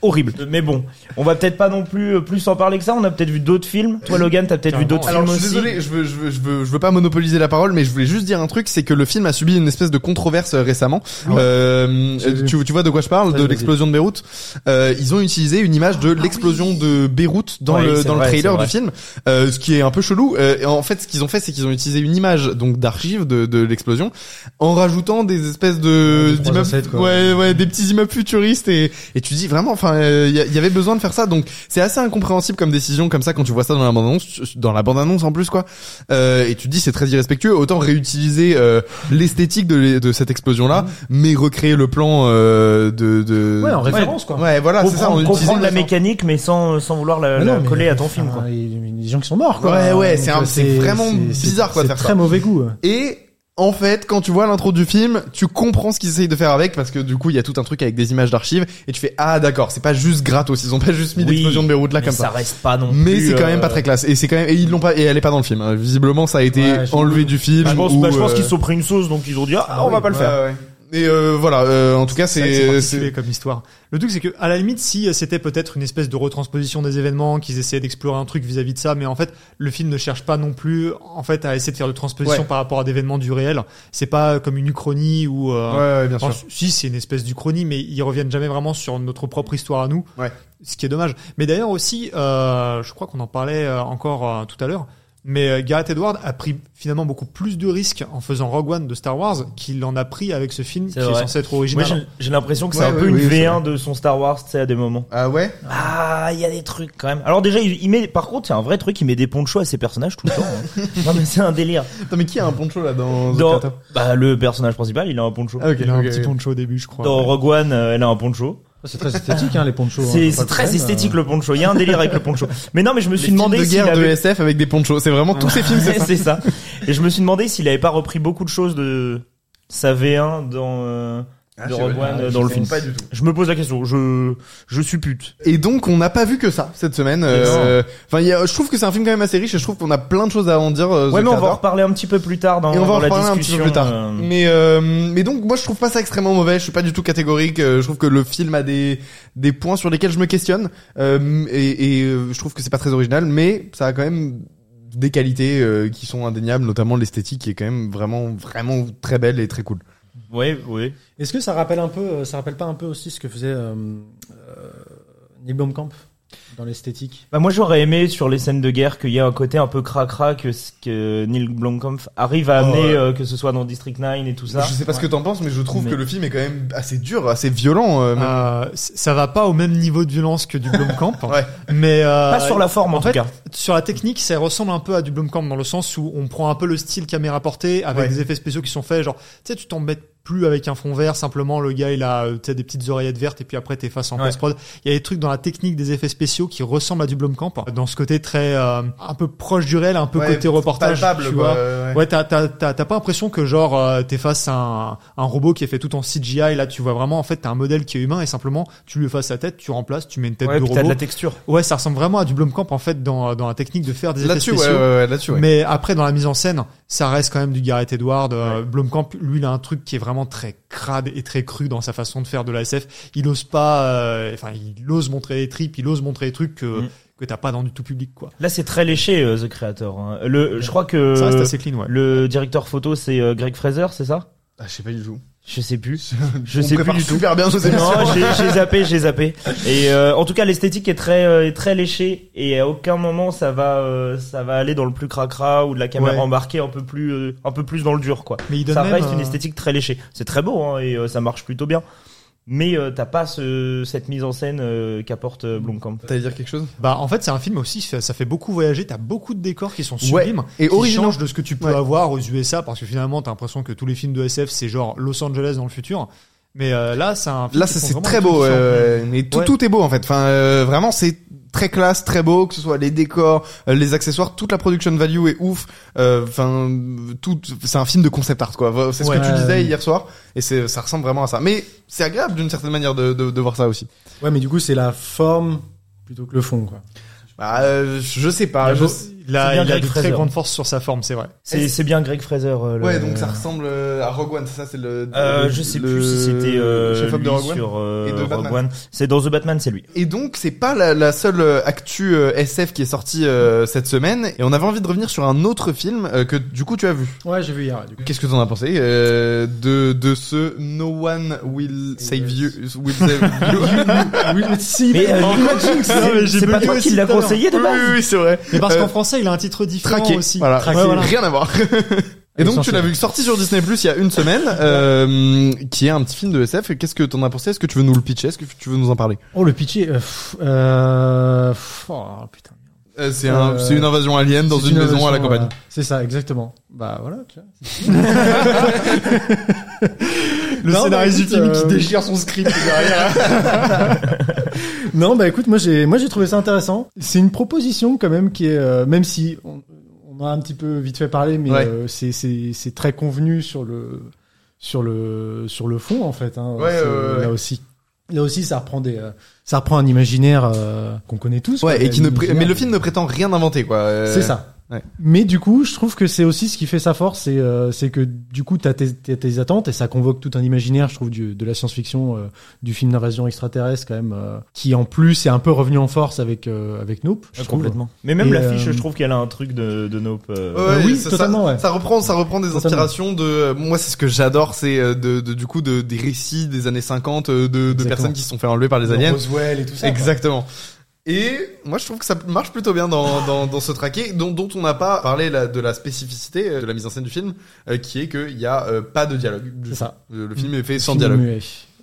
Speaker 3: horrible. Mais bon, on va peut-être pas non plus euh, plus en parler que ça. On a peut-être vu d'autres films. Toi Logan, t'as peut-être vu d'autres films
Speaker 2: Alors, je suis
Speaker 3: aussi.
Speaker 2: désolé, je veux, je, veux, je, veux, je veux pas monopoliser la parole, mais je voulais juste dire un truc, c'est que le film a subi une espèce de controverse euh, récemment. Euh,
Speaker 4: J'ai vu.
Speaker 2: tu, tu vois de quoi je parle
Speaker 4: Ça,
Speaker 2: De
Speaker 4: je
Speaker 2: l'explosion de Beyrouth. Euh, ils ont utilisé une image de l'explosion de Beyrouth dans
Speaker 3: Ah Ouais,
Speaker 2: le
Speaker 3: c'est
Speaker 2: dans
Speaker 3: vrai,
Speaker 2: le trailer
Speaker 3: c'est
Speaker 2: du film, euh, ce qui est un peu chelou. Euh, et en fait, ce qu'ils ont fait, c'est qu'ils ont utilisé une image donc d'archives de, de l'explosion en rajoutant des espèces de
Speaker 4: Des trois
Speaker 2: d'immeubles-
Speaker 4: assets, quoi.
Speaker 2: ouais ouais des petits immeubles futuristes et, et tu dis vraiment, enfin, euh, il y, a- il y avait besoin de faire ça. Donc c'est assez incompréhensible comme décision comme ça quand tu vois ça dans la bande annonce, dans la bande annonce en plus quoi. Euh, et tu te dis c'est très irrespectueux. Autant réutiliser euh, l'esthétique de, de cette explosion
Speaker 4: Mm.
Speaker 2: là, mais recréer le plan euh, de, de
Speaker 4: Ouais, en référence, quoi.
Speaker 2: Ouais, voilà, Ah, c'est ça.
Speaker 3: Comprendre-
Speaker 2: On
Speaker 3: comprendre la mécanique, mais sans, sans vouloir la,
Speaker 4: Mais
Speaker 3: la
Speaker 4: Ah non, mais-
Speaker 3: coller à ton film,
Speaker 4: enfin,
Speaker 3: quoi.
Speaker 4: il y a Des gens qui sont morts, quoi.
Speaker 2: Ouais, ouais, c'est
Speaker 4: Donc,
Speaker 2: un-
Speaker 4: euh,
Speaker 2: c'est vraiment bizarre, quoi, de
Speaker 4: C'est
Speaker 2: faire
Speaker 4: très
Speaker 2: ça.
Speaker 4: mauvais goût. hein. ouais.
Speaker 2: Et en fait, quand tu vois l'intro du film, tu comprends ce qu'ils essayent de faire avec parce que du coup, il y a tout un truc avec des images d'archives et tu fais ah d'accord, c'est pas juste gratos, ils ont pas juste mis
Speaker 3: Oui,
Speaker 2: l'explosion de Beyrouth là
Speaker 3: Mais
Speaker 2: comme
Speaker 3: ça
Speaker 2: ça.
Speaker 3: reste pas non
Speaker 2: Mais
Speaker 3: plus,
Speaker 2: c'est quand
Speaker 3: euh,
Speaker 2: même pas très classe et c'est quand même et ils l'ont pas et elle est pas dans le film. hein. Visiblement, ça a été
Speaker 4: Ouais, je-
Speaker 2: enlevé du film.
Speaker 3: Je pense,
Speaker 2: ou,
Speaker 3: bah, je pense
Speaker 2: euh,
Speaker 3: qu'ils se sont pris une sauce, donc ils ont dit, ah, on va pas le
Speaker 2: ouais,
Speaker 3: faire.
Speaker 2: ouais. Et euh, voilà, euh, en tout cas,
Speaker 5: C'est vrai que c'est
Speaker 2: c'est
Speaker 5: particulier comme histoire. Le truc, c'est que, à la limite, si euh, c'était peut-être une espèce de retransposition des événements, qu'ils essayaient d'explorer un truc vis-à-vis de ça, mais en fait, le film ne cherche pas non plus, en fait, à essayer de faire de transposition
Speaker 2: Ouais.
Speaker 5: par rapport à d'événements du réel. C'est pas comme une uchronie ou, euh,
Speaker 2: ouais, ouais, bien
Speaker 5: enfin,
Speaker 2: sûr.
Speaker 5: si, c'est une espèce d'uchronie, mais ils reviennent jamais vraiment sur notre propre histoire à nous.
Speaker 2: Ouais.
Speaker 5: Ce qui est dommage. Mais d'ailleurs aussi, euh, je crois qu'on en parlait euh, encore euh, tout à l'heure, mais euh, Gareth Edwards a pris finalement beaucoup plus de risques en faisant Rogue One de Star Wars qu'il en a pris avec ce film qui
Speaker 3: C'est vrai.
Speaker 5: est censé être
Speaker 3: Moi,
Speaker 5: original.
Speaker 3: j'ai- j'ai l'impression que c'est
Speaker 2: Ouais,
Speaker 3: un
Speaker 2: ouais,
Speaker 3: peu
Speaker 2: oui,
Speaker 3: une
Speaker 2: c'est
Speaker 3: V1 de son Star Wars, tu sais, à des moments.
Speaker 2: Ah ouais.
Speaker 3: Ah, il y a des trucs quand même. Alors déjà, il, il met, par contre, c'est un vrai truc, il met des ponchos à ses personnages tout le temps.
Speaker 2: *laughs*
Speaker 3: hein. non mais c'est un délire.
Speaker 2: Attends, mais qui a un poncho là dans The
Speaker 3: Dans,
Speaker 2: Cat-Up
Speaker 3: bah, le personnage principal, il a un poncho.
Speaker 2: Ah ok.
Speaker 5: Il a un
Speaker 2: ok,
Speaker 5: petit
Speaker 2: ok.
Speaker 5: poncho au début, je crois.
Speaker 3: Dans Rogue One, euh, elle a un poncho.
Speaker 4: C'est très esthétique, hein, les ponchos.
Speaker 2: euh,
Speaker 4: hein,
Speaker 3: C'est
Speaker 4: faut pas
Speaker 3: c'est
Speaker 4: le
Speaker 3: très
Speaker 4: prendre,
Speaker 3: esthétique
Speaker 4: euh.
Speaker 3: le poncho. Il y a un délire avec
Speaker 2: *laughs*
Speaker 3: le poncho. Mais non, mais je me
Speaker 2: Les
Speaker 3: suis
Speaker 2: films
Speaker 3: demandé
Speaker 2: de
Speaker 3: s'il
Speaker 2: guerre de
Speaker 3: avait...
Speaker 2: SF avec des ponchos, c'est vraiment tous ces films. c'est ça.
Speaker 3: c'est ça. Et je me suis demandé s'il avait pas repris beaucoup de choses de sa V1 dans euh,
Speaker 2: Ah,
Speaker 3: de Rogue One euh, dans le film. Je me pose la question. Je je suppute.
Speaker 2: Et donc on n'a pas vu que ça cette semaine. Euh, Enfin, il y a- je trouve que c'est un film quand même assez riche et je trouve qu'on a plein de choses à en dire. euh, The
Speaker 3: Ouais, mais on va en
Speaker 2: Creator.
Speaker 3: reparler un petit peu plus tard dans,
Speaker 2: Et on va
Speaker 3: dans
Speaker 2: en
Speaker 3: la
Speaker 2: reparler un petit peu
Speaker 3: discussion.
Speaker 2: plus tard.
Speaker 3: euh,
Speaker 2: Mais euh, mais donc moi je trouve pas ça extrêmement mauvais. Je suis pas du tout catégorique. Euh, Je trouve que le film a des des points sur lesquels je me questionne Euh, et, et, euh, je trouve que c'est pas très original, mais ça a quand même des qualités euh, qui sont indéniables, notamment l'esthétique qui est quand même vraiment vraiment très belle et très cool.
Speaker 3: Ouais, ouais.
Speaker 4: Est-ce que ça rappelle un peu, euh, ça rappelle pas un peu aussi ce que faisait euh, euh, Neil Blomkamp dans l'esthétique
Speaker 3: Bah moi j'aurais aimé sur les scènes de guerre qu'il y ait un côté un peu cracra que ce que Neil Blomkamp arrive à amener euh, que ce soit dans District 9 et tout ça.
Speaker 2: Oh, je sais pas ce que t'en penses, mais je trouve
Speaker 3: Mais-
Speaker 2: que le film est quand même assez dur, assez violent. euh, même.
Speaker 5: Euh, c- ça va pas au même niveau de violence que du Blomkamp,
Speaker 2: *laughs* Ouais.
Speaker 5: mais euh,
Speaker 3: Pas sur la forme en,
Speaker 5: en
Speaker 3: tout
Speaker 5: fait,
Speaker 3: cas.
Speaker 5: sur la technique, ça ressemble un peu à du Blomkamp dans le sens où on prend un peu le style caméra portée avec
Speaker 2: Ouais.
Speaker 5: des effets spéciaux qui sont faits. Genre, tu sais, tu t'embêtes plus avec un fond vert. Simplement, le gars, il a euh, tu sais, des petites oreillettes vertes et puis après t'es face en
Speaker 3: Ouais.
Speaker 5: post prod. Il y a des trucs dans la technique des effets spéciaux qui ressemblent à du Blomkamp dans ce côté très euh, un peu proche du réel, un peu
Speaker 2: Ouais,
Speaker 5: côté
Speaker 3: Ah,
Speaker 5: reportage.
Speaker 2: Palpable,
Speaker 5: tu
Speaker 2: quoi,
Speaker 5: vois.
Speaker 2: euh, ouais.
Speaker 5: Ouais, t'as t'as t'as t'as pas l'impression que genre euh, t'es face à un, un robot qui est fait tout en CGI. Là, tu vois vraiment en fait t'as un modèle qui est humain et simplement tu lui fasses la tête, tu remplaces, tu mets une tête
Speaker 3: Ouais,
Speaker 5: de
Speaker 3: puis t'as de
Speaker 5: robot.
Speaker 3: la texture.
Speaker 5: Ouais, ça ressemble vraiment à du Blomkamp en fait dans dans la technique de faire des effets
Speaker 2: Là-dessus, ouais,
Speaker 5: spéciaux.
Speaker 2: ouais, ouais, là-dessus. ouais.
Speaker 5: Mais après, dans la mise en scène, ça reste quand même du Gareth Edward. Euh, Blomkamp, lui, il a un truc qui est vraiment très crade et très cru dans sa façon de faire de la SF. Il ose pas, euh, enfin, il ose montrer les tripes, il ose montrer les trucs que
Speaker 3: Mm.
Speaker 5: que t'as pas dans du tout public, quoi.
Speaker 3: Là c'est très léché euh, The Creator. hein. Le, je crois que
Speaker 5: Ça reste assez clean, ouais.
Speaker 3: le directeur photo c'est euh, Greg Fraser, c'est ça
Speaker 2: Ah, je sais pas du *laughs* tout.
Speaker 3: Je sais plus. Je sais plus
Speaker 2: prépare
Speaker 3: du tout.
Speaker 2: super bien nos émissions.
Speaker 3: *laughs* Non, j'ai j'ai zappé, j'ai zappé. Et euh, en tout cas, l'esthétique est très euh, est très léchée et à aucun moment ça va euh, ça va aller dans le plus cracra ou de la caméra
Speaker 5: Ouais.
Speaker 3: embarquée un peu plus euh, un peu plus dans le dur quoi.
Speaker 5: Mais il donne
Speaker 3: Ça
Speaker 5: même,
Speaker 3: reste une
Speaker 5: euh,
Speaker 3: esthétique très léchée. C'est très beau hein, et euh, ça marche plutôt bien. Mais euh, t'as pas ce, cette mise en scène euh, qu'apporte euh, Blomkamp.
Speaker 2: T'allais dire quelque chose
Speaker 5: Bah en fait c'est un film aussi, ça, ça fait beaucoup voyager, t'as beaucoup de décors qui sont
Speaker 2: Ouais,
Speaker 5: sublimes,
Speaker 2: et
Speaker 5: qui
Speaker 2: originaux.
Speaker 5: changent de ce que tu peux
Speaker 2: Ouais.
Speaker 5: avoir aux USA parce que finalement t'as l'impression que tous les films de SF c'est genre Los Angeles dans le futur, mais euh, là c'est un film
Speaker 2: Là,
Speaker 5: qui
Speaker 2: ça,
Speaker 5: prend
Speaker 2: c'est très
Speaker 5: vraiment des trucs
Speaker 2: beau.
Speaker 5: qui sont-
Speaker 2: euh, mais tout,
Speaker 5: Ouais.
Speaker 2: tout est beau en fait. Enfin, euh, vraiment, c'est très classe, très beau, que ce soit les décors, euh, les accessoires, toute la production value est ouf. Euh, Enfin, tout, c'est un film de concept art quoi. C'est ce
Speaker 5: Ouais.
Speaker 2: que tu disais
Speaker 4: Ouais.
Speaker 2: hier soir, et c'est, ça ressemble vraiment à ça. Mais c'est agréable d'une certaine manière de, de, de voir ça aussi.
Speaker 4: Ouais, mais du coup, c'est la forme plutôt que le fond, quoi.
Speaker 2: Bah, euh, je sais
Speaker 5: Il
Speaker 2: pas.
Speaker 5: a
Speaker 2: Je...
Speaker 5: beau- il a,
Speaker 3: C'est bien
Speaker 5: il a
Speaker 3: Greg
Speaker 5: de très
Speaker 3: Fraser.
Speaker 5: grandes forces sur sa forme, c'est vrai.
Speaker 3: C'est c'est bien Greg Fraser. euh, le-
Speaker 2: Ouais, donc ça ressemble euh, à Rogue One. c'est Ça, c'est le.
Speaker 3: Euh,
Speaker 2: le-
Speaker 3: je sais
Speaker 2: le-
Speaker 3: plus si c'était
Speaker 2: le
Speaker 3: euh,
Speaker 2: chef-op
Speaker 3: lui
Speaker 2: de Rogue One.
Speaker 3: sur euh,
Speaker 2: et de
Speaker 3: Rogue
Speaker 2: Batman.
Speaker 3: One. C'est dans The Batman, c'est lui.
Speaker 2: Et donc, c'est pas la, la seule euh, actu euh, SF qui est sortie euh, cette semaine. Et on avait envie de revenir sur un autre film euh, que du coup tu as vu.
Speaker 4: Ouais, j'ai vu hier. Du coup.
Speaker 2: Qu'est-ce que t'en as pensé euh, de de ce No One Will Save You Will Save You
Speaker 4: oui, si,
Speaker 3: Mais euh, c'est c'est pas
Speaker 5: bugué
Speaker 3: toi qui
Speaker 5: aussi
Speaker 3: l'a
Speaker 5: tout à l'heure.
Speaker 3: conseillé de
Speaker 2: Oui,
Speaker 3: base.
Speaker 2: oui, oui, c'est vrai.
Speaker 5: Mais parce
Speaker 2: Euh,
Speaker 5: qu'en français il a un titre différent
Speaker 2: traqué
Speaker 5: aussi.
Speaker 2: Voilà.
Speaker 4: Traqué.
Speaker 2: Ouais, voilà. Rien à voir. Et donc tu
Speaker 4: Essentiel.
Speaker 2: l'as vu sorti sur Disney Plus il y a une semaine, euh, qui est un petit film de SF. Qu'est-ce que t'en as pensé Est-ce que tu veux nous le pitcher Est-ce que tu veux nous en parler
Speaker 4: Oh, le pitcher. euh, pff, euh, pff, oh, putain.
Speaker 2: Euh, C'est un,
Speaker 4: Euh,
Speaker 2: c'est une invasion alien dans
Speaker 4: C'est
Speaker 2: une, maison à la
Speaker 4: innovation,
Speaker 2: campagne.
Speaker 4: voilà. C'est ça, exactement. Bah voilà. tu vois.
Speaker 5: Le
Speaker 4: Non,
Speaker 5: scénariste
Speaker 4: bah,
Speaker 5: du film
Speaker 4: écoute,
Speaker 5: qui
Speaker 4: euh,
Speaker 5: déchire son script
Speaker 2: *laughs*
Speaker 5: derrière.
Speaker 4: Non, bah écoute, moi j'ai, moi j'ai trouvé ça intéressant. C'est une proposition quand même qui est, euh, même si on, on a un petit peu vite fait parler, mais
Speaker 2: Ouais.
Speaker 4: euh, c'est, c'est, c'est très convenu sur le, sur le, sur le fond en fait. Hein.
Speaker 2: Ouais,
Speaker 4: C'est-
Speaker 2: ouais, ouais,
Speaker 4: Là
Speaker 2: ouais.
Speaker 4: aussi, là aussi, ça reprend des, euh, ça reprend un imaginaire euh, qu'on connaît tous. quoi,
Speaker 2: Ouais, et qui ne pré-
Speaker 4: l'imaginaire.
Speaker 2: mais le film ne prétend rien inventer quoi. Euh,
Speaker 4: C'est ça.
Speaker 2: ouais.
Speaker 4: Mais du coup, je trouve que c'est aussi ce qui fait sa force, c'est euh, c'est que du coup, t'as tes, t'as tes attentes et ça convoque tout un imaginaire, je trouve, du, de la science-fiction, euh, du film d'invasion extraterrestre quand même, euh, qui en plus est un peu revenu en force avec euh, avec Nope. Je trouve.
Speaker 3: complètement. Mais même
Speaker 4: Et,
Speaker 3: l'affiche,
Speaker 4: euh,
Speaker 3: je trouve qu'elle a un truc de, de Nope. euh,
Speaker 2: Ouais,
Speaker 4: oui,
Speaker 2: ça-
Speaker 4: totalement,
Speaker 2: Ça,
Speaker 4: ouais.
Speaker 2: ça reprend, ça reprend des
Speaker 4: Totalement.
Speaker 2: inspirations de. euh, moi, c'est ce que j'adore, c'est euh, de, de- du coup de, des récits des années 50 euh, de, de
Speaker 4: Exactement.
Speaker 2: personnes qui se sont fait enlever par les aliens.
Speaker 4: Roswell et tout ça.
Speaker 2: Exactement. Et moi, je trouve que ça marche plutôt bien dans, dans, dans ce traqué, dont, dont on n'a pas parlé là, de la spécificité euh, de la mise en scène du film, euh, qui est qu'il n'y a euh, pas de dialogue.
Speaker 4: C'est ça.
Speaker 2: Le, le film est fait
Speaker 4: quoi.
Speaker 2: sans
Speaker 4: Film
Speaker 2: dialogue.
Speaker 4: muet.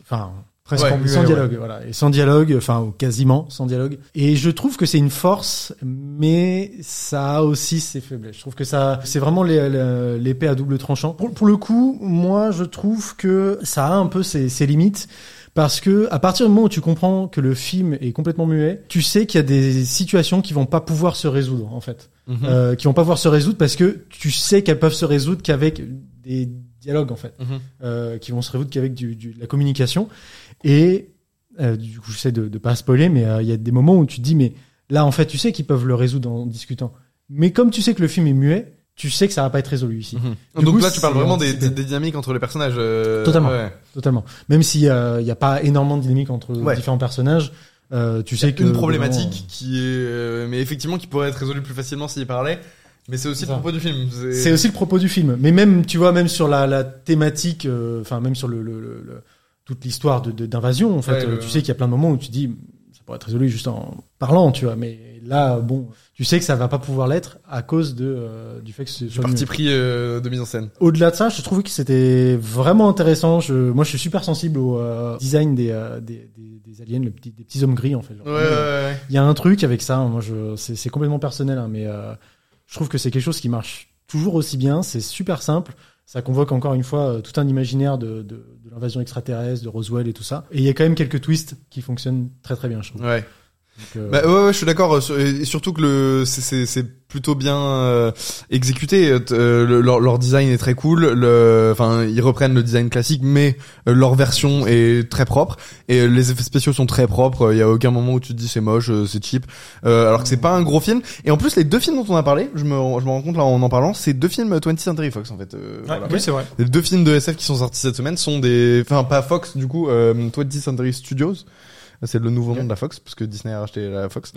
Speaker 4: Enfin,
Speaker 5: Presque
Speaker 2: Ouais,
Speaker 5: en muet,
Speaker 4: sans
Speaker 5: ouais.
Speaker 4: dialogue, voilà. Et sans dialogue, enfin, ou quasiment sans dialogue. Et je trouve que c'est une force, mais ça a aussi ses faiblesses. Je trouve que ça, c'est vraiment les- les- l'épée à double tranchant. Pour, pour le coup, moi, je trouve que ça a un peu ses, ses limites. Parce que à partir du moment où tu comprends que le film est complètement muet, tu sais qu'il y a des situations qui vont pas pouvoir se résoudre en fait,
Speaker 2: Mhm.
Speaker 4: Euh, qui vont pas pouvoir se résoudre parce que tu sais qu'elles peuvent se résoudre qu'avec des dialogues en fait
Speaker 2: Mhm.
Speaker 4: euh, qui vont se résoudre qu'avec du, du- de la communication. Et euh, du coup, j'essaie de ne pas spoiler, mais euh, il y a des moments où tu te dis, mais là, en fait, tu sais qu'ils peuvent le résoudre en discutant. Mais comme tu sais que le film est muet, tu sais que ça va pas être résolu ici, Du
Speaker 2: Mhm. Donc
Speaker 4: coup,
Speaker 2: là, tu parles
Speaker 4: c'est
Speaker 2: vraiment des,
Speaker 4: anticipé.
Speaker 2: des- des dynamiques entre les personnages. euh,
Speaker 4: Totalement.
Speaker 2: ouais.
Speaker 4: totalement. Même s'il n'y a pas énormément de dynamique entre
Speaker 2: Ouais.
Speaker 4: différents personnages, euh, tu sais que...
Speaker 2: une problématique
Speaker 4: vraiment,
Speaker 2: qui est, euh, mais effectivement, qui pourrait être résolue plus facilement s'il parlait. Mais c'est aussi
Speaker 4: C'est
Speaker 2: le
Speaker 4: ça.
Speaker 2: propos du film. C'est-
Speaker 4: euh, C'est aussi le propos du film. Mais même, tu vois, même sur la, la thématique, euh, enfin, même sur le, le- le- le- toute l'histoire de- de- d'invasion, en fait,
Speaker 2: Ouais,
Speaker 4: euh,
Speaker 2: le-
Speaker 4: tu sais qu'il y a plein de moments où tu dis, ça pourrait être résolu juste en parlant, tu vois. Mais là, bon, tu sais que ça va pas pouvoir l'être à cause de euh, du fait que ce
Speaker 2: du
Speaker 4: soit
Speaker 2: parti
Speaker 4: muet.
Speaker 2: pris euh, de mise en scène.
Speaker 4: Au-delà de ça, je trouvais que c'était vraiment intéressant. Je, moi, je suis super sensible au euh, design des, euh, des, des, des aliens, le petit, des petits hommes gris, en fait. Genre,
Speaker 2: Ouais, ouais, ouais.
Speaker 4: il y a un truc avec ça. hein, Moi, je, c'est, c'est complètement personnel, hein, mais euh, je trouve que c'est quelque chose qui marche toujours aussi bien. C'est super simple. Ça convoque encore une fois euh, tout un imaginaire de, de, de l'invasion extraterrestre, de Roswell et tout ça. Et il y a quand même quelques twists qui fonctionnent très très bien, je trouve.
Speaker 2: Ouais.
Speaker 4: Donc, euh,
Speaker 2: Bah ouais, ouais, je suis d'accord. euh, sur- et surtout que le c'est- c'est c'est plutôt bien euh, exécuté. euh, le- leur, leur design est très cool. Le, enfin, ils reprennent le design classique, mais euh, leur version est très propre. Et euh, les effets spéciaux sont très propres. Il y a aucun moment où tu te dis c'est moche, euh, c'est cheap. Euh, alors que c'est pas un gros film. Et en plus, les deux films dont on a parlé, je me je me rends compte là en en parlant, c'est deux films 20 Century Fox en fait. euh, voilà.
Speaker 5: Oui, c'est vrai.
Speaker 2: Les deux films de SF qui sont sortis cette semaine sont des, enfin pas Fox du coup, euh, 20th Century Studios. C'est le nouveau nom de la Fox parce que Disney a racheté la Fox.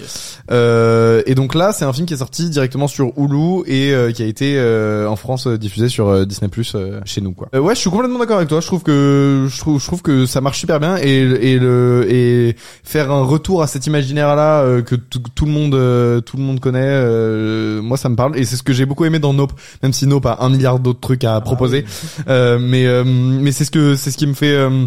Speaker 2: Euh, et donc là, c'est un film qui est sorti directement sur Hulu et euh, qui a été euh, en France euh, diffusé sur euh, Disney Plus chez nous quoi. Euh, ouais, je suis complètement d'accord avec toi. Je trouve que je trouve je trouve que ça marche super bien et et le et faire un retour à cet imaginaire là que tout tout le monde euh, tout le monde connaît. euh, moi, ça me parle et c'est ce que j'ai beaucoup aimé dans Nope, même si Nope a un milliard d'autres trucs à proposer. *laughs* Euh, mais euh, mais c'est ce que c'est ce qui me fait euh,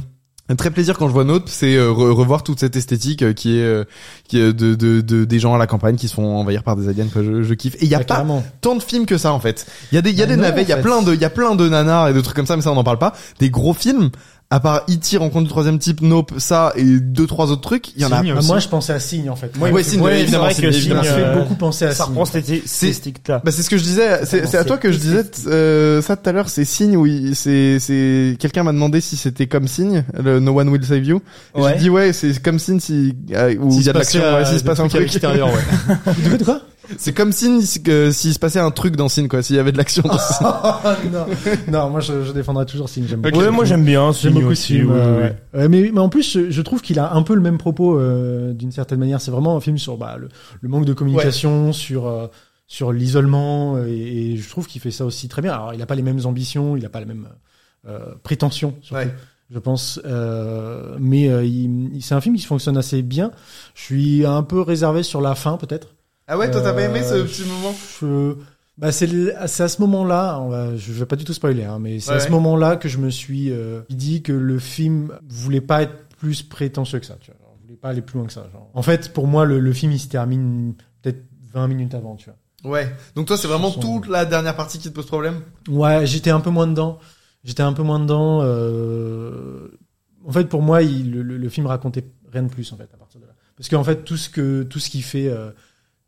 Speaker 2: très plaisir quand je vois Note, c'est euh, re- revoir toute cette esthétique euh, qui est euh, qui est de, de, de- des gens à la campagne qui sont envahis par des aliens. Enfin, je, je kiffe. Et il y a
Speaker 4: ah,
Speaker 2: pas
Speaker 4: carrément.
Speaker 2: tant de films que ça en fait. Il y a des il y a
Speaker 4: Bah
Speaker 2: des
Speaker 4: non,
Speaker 2: navets,
Speaker 4: en
Speaker 2: il y a
Speaker 4: fait.
Speaker 2: plein de il y a plein de nanars et de trucs comme ça, mais ça on n'en parle pas. Des gros films. À part E.T., Rencontre du troisième type, Nope, ça et deux trois autres trucs, il y en a.
Speaker 5: Signe
Speaker 4: Bah,
Speaker 5: aussi.
Speaker 4: moi, je pensais à Signe en fait.
Speaker 2: Ouais,
Speaker 4: Moi, il me
Speaker 2: ouais,
Speaker 4: fait-
Speaker 2: Signe,
Speaker 4: ouais,
Speaker 3: c'est
Speaker 2: évidemment,
Speaker 3: vrai
Speaker 2: Signe,
Speaker 3: que
Speaker 4: il
Speaker 2: évidemment.
Speaker 4: me
Speaker 3: Signe,
Speaker 4: fait
Speaker 3: euh,
Speaker 4: beaucoup penser à
Speaker 3: Ça
Speaker 4: Signe.
Speaker 3: reprend cette
Speaker 2: C'est-
Speaker 3: stick-là.
Speaker 2: Bah c'est ce que je disais, c'est c'est à toi que je disais euh, ça tout à l'heure, c'est signe où il- c'est c'est quelqu'un m'a demandé si c'était comme signe le No One Will Save You. Et
Speaker 3: Ouais.
Speaker 2: J'ai dit ouais, c'est comme signe si euh, où il
Speaker 5: S'il
Speaker 2: y
Speaker 5: se
Speaker 2: a de
Speaker 5: passait,
Speaker 2: l'action,
Speaker 5: euh,
Speaker 2: ouais, s'il se
Speaker 5: des
Speaker 2: passe un
Speaker 5: trucs à
Speaker 2: truc
Speaker 5: l'extérieur, ouais.
Speaker 4: De
Speaker 2: *laughs*
Speaker 4: quoi, de quoi
Speaker 2: C'est comme signe si- que s'il se passait un truc dans signe quoi, s'il y avait de l'action.
Speaker 5: Ah.
Speaker 2: dans Signe.
Speaker 4: *laughs* non. non, moi, je, je défendrai toujours Signe. J'aime beaucoup.
Speaker 3: Ouais, moi j'aime bien.
Speaker 4: J'aime
Speaker 3: Signe
Speaker 4: beaucoup ce
Speaker 3: aussi,
Speaker 4: film.
Speaker 3: oui, oui,
Speaker 4: euh,
Speaker 3: oui.
Speaker 4: ouais. Ouais, mais, mais en plus, je, je trouve qu'il a un peu le même propos euh, d'une certaine manière. C'est vraiment un film sur bah, le, le manque de communication, sur euh, sur l'isolement, et, et je trouve qu'il fait ça aussi très bien. Alors, il n'a pas les mêmes ambitions, il n'a pas les mêmes euh, prétentions, surtout,
Speaker 2: Ouais.
Speaker 4: je pense. Euh, mais euh, il- il- c'est un film qui fonctionne assez bien. Je suis un peu réservé sur la fin, peut-être.
Speaker 2: Ah ouais, toi t'as pas aimé ce
Speaker 4: Euh,
Speaker 2: petit moment
Speaker 4: je- Bah c'est le- c'est à ce moment-là, on va- je vais pas du tout spoiler, hein, mais c'est
Speaker 2: Ouais,
Speaker 4: à ce
Speaker 2: ouais.
Speaker 4: moment-là que je me suis euh, dit que le film voulait pas être plus prétentieux que ça. Tu vois, genre, voulait pas aller plus loin que ça. genre. En fait, pour moi, le, le film il se termine peut-être 20 minutes avant. Tu
Speaker 2: Ouais. Donc toi, c'est vraiment
Speaker 4: Son-
Speaker 2: toute la dernière partie qui te pose problème.
Speaker 4: vois. Ouais, j'étais un peu moins dedans. J'étais un peu moins dedans. euh, En fait, pour moi, il- le, le- le film racontait rien de plus en fait à partir de là. Parce qu'en fait, tout ce que tout ce qui fait euh,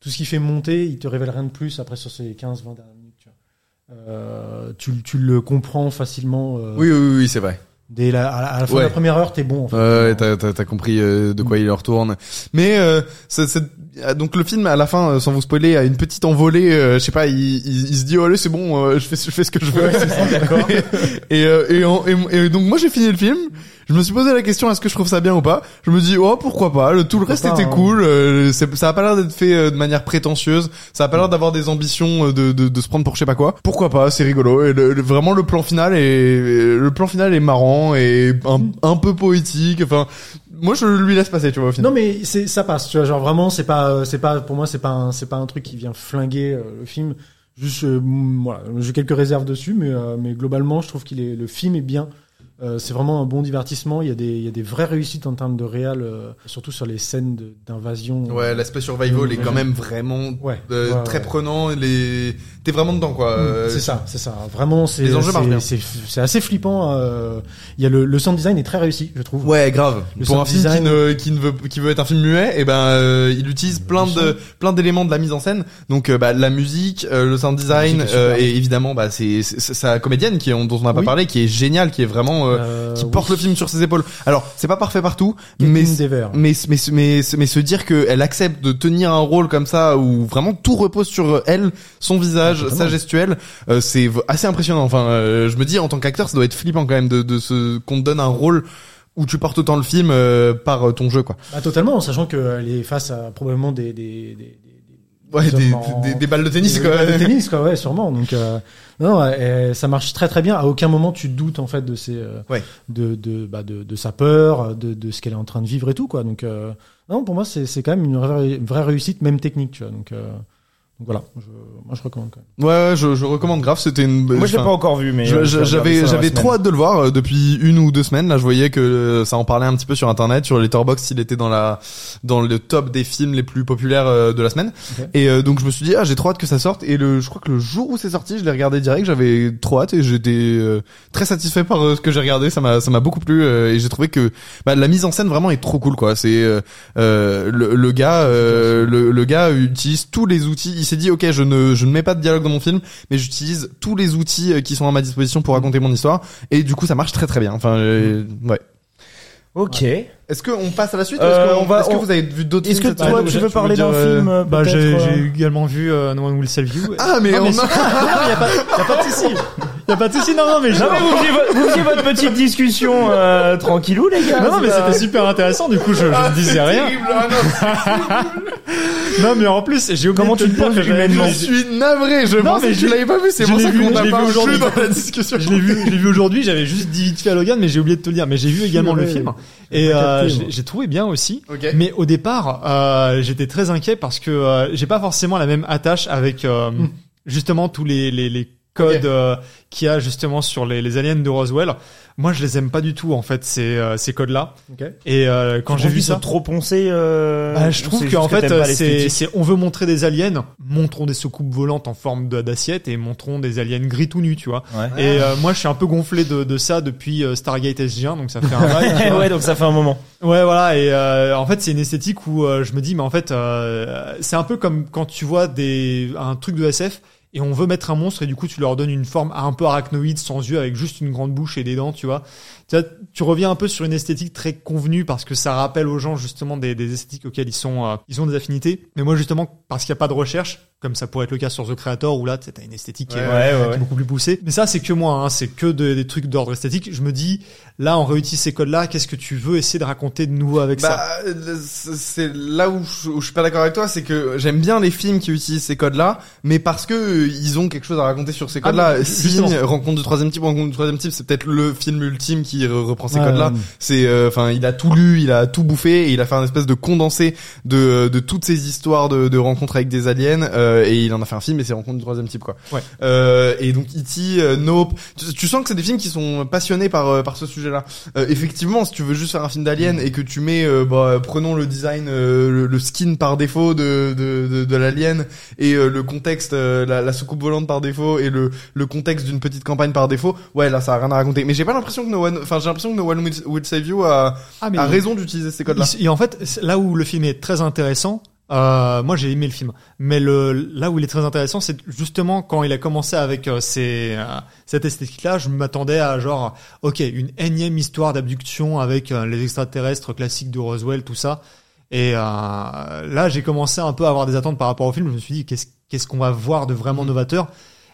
Speaker 4: tout ce qui fait monter, il te révèle rien de plus après sur ces 15-20 dernières minutes. Tu, vois. Euh, tu, tu le comprends facilement. euh,
Speaker 2: Oui, oui, oui, c'est vrai.
Speaker 4: Dès la, à, la, à la fin
Speaker 2: Ouais.
Speaker 4: de la première heure, t'es bon. En fait.
Speaker 2: Ouais, ouais, t'as, t'as- t'as compris euh, de quoi il leur tourne. Mais euh, c'est- c'est- ah, donc le film à la fin, euh, sans vous spoiler, a une petite envolée. euh, je sais pas, il, il, il se dit oh, allez c'est bon, euh, je fais je fais ce que je veux. *laughs* et, euh, et, en- et- et donc moi j'ai fini le film. Je me suis posé la question est-ce que je trouve ça bien ou pas. Je me dis oh pourquoi pas. Le, tout le
Speaker 4: Pourquoi
Speaker 2: reste
Speaker 4: pas,
Speaker 2: était
Speaker 4: hein.
Speaker 2: cool. euh, c'est- ça a pas l'air d'être fait euh, de manière prétentieuse. Ça a pas l'air d'avoir des ambitions euh, de, de, de se prendre pour je sais pas quoi. Pourquoi pas C'est rigolo. Et le- le- vraiment le plan final est euh, le plan final est marrant et un, un peu poétique. Enfin moi je lui laisse passer tu vois au final.
Speaker 4: Non mais c'est ça passe, tu vois, genre vraiment c'est pas euh, c'est pas pour moi c'est pas un, c'est pas un truc qui vient flinguer euh, le film. Juste euh, mm, voilà, j'ai quelques réserves dessus mais euh, mais globalement, je trouve qu'il est le film est bien. Euh, c'est vraiment un bon divertissement, il y a des il y a des vraies réussites en termes de réal euh, surtout sur les scènes de- d'invasion.
Speaker 2: Ouais, l'aspect survival est quand même vraiment
Speaker 4: Ouais.
Speaker 2: euh,
Speaker 4: Ouais,
Speaker 2: très
Speaker 4: ouais.
Speaker 2: prenant. Les... T'es vraiment dedans, quoi. Euh,
Speaker 4: c'est ça, c'est ça. Vraiment, c'est
Speaker 2: les enjeux
Speaker 4: c'est-
Speaker 2: marchent bien.
Speaker 4: c'est c'est assez flippant. euh, Il y a le, le sound design est très réussi, je trouve.
Speaker 2: Ouais, grave.
Speaker 4: Le
Speaker 2: Pour un
Speaker 4: sound
Speaker 2: film qui
Speaker 4: design.
Speaker 2: ne, qui ne veut, qui veut être un film muet, et ben, euh, il utilise plein de, plein d'éléments de la mise en scène. Donc, euh, bah, la musique, euh, le sound design,
Speaker 4: La musique est
Speaker 2: euh,
Speaker 4: super.
Speaker 2: et évidemment, bah, c'est, c'est- c'est sa comédienne qui, est- dont on n'a pas
Speaker 4: Oui.
Speaker 2: parlé, qui est géniale, qui est vraiment, euh,
Speaker 4: Euh,
Speaker 2: qui
Speaker 4: oui.
Speaker 2: porte le film sur ses épaules. Alors, c'est pas parfait partout, mais,
Speaker 4: Kathleen Dever.
Speaker 2: mais, mais, mais, mais se dire qu'elle accepte de tenir un rôle comme ça où vraiment tout repose sur euh, elle, son visage,
Speaker 4: Exactement.
Speaker 2: sa gestuelle, euh, c'est v- assez impressionnant. Enfin, euh, je me dis en tant qu'acteur, ça doit être flippant quand même de, de se qu'on te donne un rôle où tu portes autant le film euh, par euh, ton jeu, quoi.
Speaker 4: Bah, totalement, en sachant qu'elle est face à probablement des, des, des, des-
Speaker 2: Ouais, des,
Speaker 4: Sûrement.
Speaker 2: des, des balles de tennis,
Speaker 4: des-
Speaker 2: quoi.
Speaker 4: des tennis, quoi, ouais, sûrement. Donc, euh, non, euh, ça marche très très bien. À aucun moment tu doutes en fait de ses, euh,
Speaker 2: Ouais.
Speaker 4: de, de, bah, de, de sa peur, de, de ce qu'elle est en train de vivre et tout, quoi. Donc, euh, non, pour moi, c'est c'est quand même une vraie, vraie réussite, même technique, tu vois. Donc, euh, donc voilà, je, moi je recommande. Quand même.
Speaker 2: Ouais, ouais, je, je recommande grave. C'était une.
Speaker 3: Moi, je l'ai
Speaker 2: enfin,
Speaker 3: pas encore vu, mais
Speaker 2: Je-
Speaker 3: euh,
Speaker 2: je-
Speaker 3: je vais regarder ça
Speaker 2: J'avais
Speaker 3: dans la
Speaker 2: j'avais
Speaker 3: semaine.
Speaker 2: trop hâte de le voir euh, depuis une ou deux semaines. Là, je voyais que euh, ça en parlait un petit peu sur Internet, sur Letterboxd, il était dans la dans le top des films les plus populaires euh, de la semaine.
Speaker 4: Ok.
Speaker 2: Et euh, donc je me suis dit ah j'ai trop hâte que ça sorte. Et le je crois que le jour où c'est sorti, je l'ai regardé direct. J'avais trop hâte et j'étais euh, très satisfait par euh, ce que j'ai regardé. Ça m'a ça m'a beaucoup plu euh, et j'ai trouvé que bah, la mise en scène vraiment est trop cool quoi. C'est euh, euh, le, le gars euh, le, le gars utilise tous les outils. Il s'est dit ok je ne je ne mets pas de dialogue dans mon film, mais j'utilise tous les outils euh, qui sont à ma disposition pour raconter mon histoire et du coup ça marche très très bien. Enfin euh, ouais.
Speaker 3: Ok.
Speaker 2: Est-ce qu'on passe à la suite
Speaker 3: Euh,
Speaker 2: ou Est-ce qu'on-
Speaker 3: on va-
Speaker 2: est-ce que
Speaker 3: on-
Speaker 2: vous avez vu d'autres
Speaker 3: Est-ce que
Speaker 2: films cette
Speaker 3: toi,
Speaker 2: semaine
Speaker 3: tu
Speaker 2: Objet,
Speaker 3: veux parler
Speaker 2: dire,
Speaker 3: d'un
Speaker 2: euh,
Speaker 3: film euh,
Speaker 5: Bah, j'ai
Speaker 3: peut-être,
Speaker 5: j'ai
Speaker 3: euh,
Speaker 5: également vu euh, No One Will Save You.
Speaker 2: Ah mais
Speaker 5: *laughs* Non, mais
Speaker 2: on a-
Speaker 5: y a pas, y a pas de souci. Y a pas de souci. Non,
Speaker 2: *laughs*
Speaker 5: non, mais
Speaker 3: Non mais vous faisiez votre, vous faisiez votre petite discussion euh, tranquillou les gars. Euh,
Speaker 5: Non, non, mais
Speaker 3: c'est pas-
Speaker 5: c'était super intéressant. Du coup, je, je ne disais rien.
Speaker 2: Terrible, ah non,
Speaker 5: Non, mais en plus, j'ai oublié
Speaker 3: Comment
Speaker 5: de te
Speaker 3: tu te
Speaker 5: dire
Speaker 3: poses
Speaker 2: hein,
Speaker 5: que j'avais
Speaker 3: humainement
Speaker 5: vu-
Speaker 2: Je suis navré, je
Speaker 5: Non,
Speaker 2: pensais
Speaker 5: mais
Speaker 2: que
Speaker 5: je-
Speaker 2: tu l'avais pas vu, c'est
Speaker 5: je
Speaker 2: pour
Speaker 5: l'ai
Speaker 2: ça
Speaker 5: vu,
Speaker 2: qu'on
Speaker 5: je
Speaker 2: n'a
Speaker 5: l'ai
Speaker 2: pas
Speaker 5: vu
Speaker 2: un jeu
Speaker 5: aujourd'hui.
Speaker 2: dans la discussion.
Speaker 5: Je l'ai vu, je l'ai vu aujourd'hui. J'avais juste dit vite fait à Logan, mais j'ai oublié de te le dire. Mais j'ai vu également le
Speaker 4: Ouais.
Speaker 5: film et
Speaker 4: pas
Speaker 5: euh,
Speaker 4: capté,
Speaker 5: j'ai-
Speaker 4: moi.
Speaker 5: j'ai trouvé bien aussi.
Speaker 2: Ok.
Speaker 5: Mais au départ, euh, j'étais très inquiet parce que euh, j'ai pas forcément la même attache avec euh,
Speaker 2: Hmm.
Speaker 5: justement tous les les, les codes
Speaker 2: Ok.
Speaker 5: euh, qu'il y a justement sur les, les aliens de Roswell. Moi, je les aime pas du tout en fait ces euh, ces codes là.
Speaker 4: Ok.
Speaker 5: Et euh, quand
Speaker 3: Tu
Speaker 5: j'ai
Speaker 3: trouves
Speaker 5: vu
Speaker 3: qu'ils sont
Speaker 5: ça.
Speaker 3: trop poncé. Euh,
Speaker 5: Bah, je
Speaker 3: ou
Speaker 5: trouve
Speaker 3: c'est
Speaker 5: qu'en
Speaker 3: juste
Speaker 5: fait,
Speaker 3: t'aimes pas
Speaker 5: c'est,
Speaker 3: l'esthétique
Speaker 5: c'est- on veut montrer des aliens, montrons des soucoupes volantes en forme de- d'assiette et montrons des aliens gris tout nus, tu vois.
Speaker 3: Ouais.
Speaker 5: *laughs* Et euh, moi, je suis un peu gonflé de, de ça depuis euh, Stargate SG1, donc ça fait
Speaker 3: *laughs*
Speaker 5: un bail. tu vois.
Speaker 3: ouais, donc ça fait un moment.
Speaker 5: Ouais, voilà. Et euh, en fait, c'est une esthétique où euh, je me dis, mais en fait, euh, c'est un peu comme quand tu vois des un truc de SF et on veut mettre un monstre et du coup, tu leur donnes une forme un peu arachnoïde, sans yeux, avec juste une grande bouche et des dents, tu vois. Tu, vois, tu reviens un peu sur une esthétique très convenue parce que ça rappelle aux gens justement des, des esthétiques auxquelles ils sont, euh, ils ont des affinités. Mais moi, justement, parce qu'il n'y a pas de recherche, comme ça pourrait être le cas sur The Creator où là, tu as une esthétique euh, qui est,
Speaker 3: Ouais, ouais, ouais.
Speaker 5: beaucoup plus poussé. Mais ça, c'est que moi, hein, c'est que de- des trucs d'ordre esthétique. Je me dis, là, on réutilise ces codes-là, qu'est-ce que tu veux essayer de raconter de nouveau avec ça
Speaker 2: *laughs* Bah, le- c'est c'est là où je, où je suis pas d'accord avec toi, c'est que j'aime bien les films qui utilisent ces codes-là, mais parce que euh, ils ont quelque chose à raconter sur ces
Speaker 5: Ah,
Speaker 2: codes-là.
Speaker 5: mais
Speaker 2: Signe,
Speaker 5: justement.
Speaker 2: rencontre du troisième type, rencontre du troisième type, c'est peut-être le film ultime qui re- reprend ces
Speaker 4: Ouais,
Speaker 2: codes-là.
Speaker 4: ouais.
Speaker 2: C'est, euh, enfin, il a tout lu, il a tout bouffé, et il a fait un espèce de condensé de, de toutes ces histoires de, de rencontres avec des aliens, euh, euh, et il en a fait un film et c'est Rencontre du troisième type quoi.
Speaker 5: Ouais.
Speaker 2: Euh, et donc E.T., euh, Nope, tu, tu sens que c'est des films qui sont passionnés par euh, par ce sujet-là. Euh, effectivement, si tu veux juste faire un film d'alien et que tu mets euh, bah, prenons le design euh, le, le skin par défaut de de, de, de l'alien et euh, le contexte euh, la, la soucoupe volante par défaut et le le contexte d'une petite campagne par défaut, ouais là ça a rien à raconter. Mais j'ai pas l'impression que No One enfin j'ai l'impression que No One Will, Will Save You a
Speaker 5: Ah, mais
Speaker 2: a
Speaker 5: il-
Speaker 2: raison d'utiliser ces codes-là.
Speaker 5: il- Et en fait, c'est là où le film est très intéressant, euh, moi j'ai aimé le film, mais le, là où il est très intéressant, c'est justement quand il a commencé avec euh, ces, euh, cette esthétique-là, je m'attendais à genre, ok, une énième histoire d'abduction avec euh, les extraterrestres classiques de Roswell, tout ça. Et euh, là, j'ai commencé un peu à avoir des attentes par rapport au film. Je me suis dit, qu'est-ce qu'est-ce qu'on va voir de vraiment novateur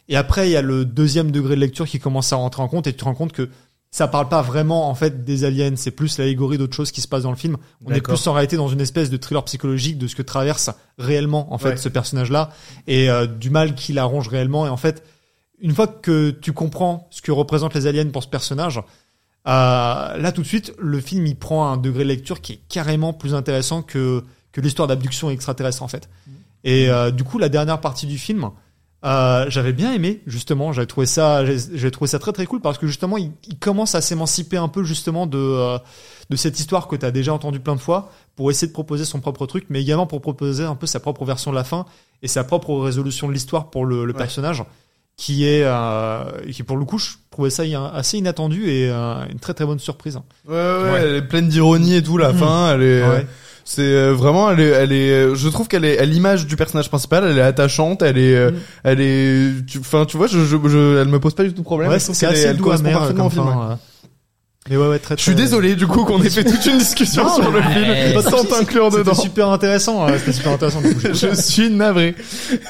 Speaker 5: Et après, il y a le deuxième degré de lecture qui commence à rentrer en compte, et tu te rends compte que ça parle pas vraiment en fait des aliens. C'est plus l'allégorie d'autres choses qui se passent dans le film. On est
Speaker 3: D'accord.
Speaker 5: plus en réalité dans une espèce de thriller psychologique de ce que traverse réellement en fait
Speaker 2: Ouais.
Speaker 5: ce personnage-là et euh, du mal qui la ronge réellement. Et en fait, une fois que tu comprends ce que représentent les aliens pour ce personnage, euh, là tout de suite, le film il prend un degré de lecture qui est carrément plus intéressant que que l'histoire d'abduction extraterrestre en fait. Et euh, du coup, la dernière partie du film, euh, j'avais bien aimé justement. J'avais trouvé ça, j'ai j'ai trouvé ça très très cool parce que justement, il, il commence à s'émanciper un peu justement de euh, de cette histoire que t'as déjà entendue plein de fois pour essayer de proposer son propre truc, mais également pour proposer un peu sa propre version de la fin et sa propre résolution de l'histoire pour le, le
Speaker 2: Ouais.
Speaker 5: personnage qui est euh, qui pour le coup je trouvais ça hein, assez inattendu et euh, une très très bonne surprise.
Speaker 2: Ouais, ouais,
Speaker 5: Ouais.
Speaker 2: elle est pleine d'ironie et tout, la fin, elle est, euh,
Speaker 5: Mmh. Ouais.
Speaker 2: c'est euh, vraiment, elle est, elle est, euh, je trouve qu'elle est, à l'image du personnage principal, elle est attachante, elle est, euh,
Speaker 5: Mm.
Speaker 2: elle est, tu- enfin, tu vois, je, je, je- elle me pose pas du tout de problème.
Speaker 5: Ouais,
Speaker 2: je trouve
Speaker 5: c'est
Speaker 2: qu'elle est-
Speaker 5: assez
Speaker 2: elle
Speaker 5: doux
Speaker 2: correspond
Speaker 5: amer euh,
Speaker 2: parfaitement
Speaker 5: comme
Speaker 2: au film. ouais.
Speaker 5: fin, euh. Mais ouais, ouais, très,
Speaker 2: Je suis
Speaker 5: très-
Speaker 2: désolé, du coup, qu'on ait fait toute une discussion
Speaker 5: Non,
Speaker 2: sur le film, sans t'inclure
Speaker 5: C'était
Speaker 2: dedans.
Speaker 5: super intéressant. euh, C'était super intéressant. du coup.
Speaker 2: *laughs* Je suis navré.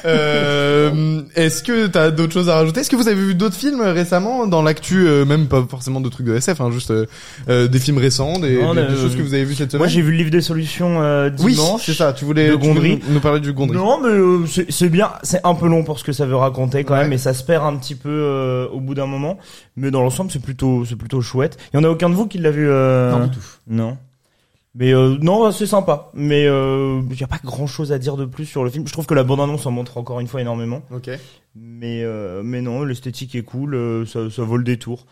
Speaker 2: Euh, Est-ce que t'as d'autres choses à rajouter Est-ce que vous avez vu d'autres films récemment dans l'actu, euh, même pas forcément de trucs de SF, hein, juste euh, euh, des films récents, des,
Speaker 3: Non,
Speaker 2: des-
Speaker 3: mais,
Speaker 2: des choses
Speaker 3: euh,
Speaker 2: que vous avez vues cette semaine
Speaker 3: Moi, j'ai vu le livre des solutions euh,
Speaker 2: Oui,
Speaker 3: dimanche.
Speaker 2: c'est ça. Tu voulais,
Speaker 3: de
Speaker 2: tu voulais
Speaker 3: Gondry.
Speaker 2: nous, nous parler du Gondry.
Speaker 3: Non, mais euh, c'est c'est bien. C'est un peu long pour ce que ça veut raconter quand
Speaker 2: Ouais.
Speaker 3: même, et ça se perd un petit peu euh, au bout d'un moment. Mais dans l'ensemble, c'est plutôt, c'est plutôt chouette. Il y en a aucun de vous qui l'a vu euh,
Speaker 5: Non,
Speaker 3: tout. Non. Mais euh, non, c'est sympa. Mais il euh, y a pas grand-chose à dire de plus sur le film. Je trouve que la bande-annonce en montre encore une fois énormément.
Speaker 2: Ok.
Speaker 3: Mais euh, mais non, l'esthétique est cool. euh, ça, ça vaut le détour.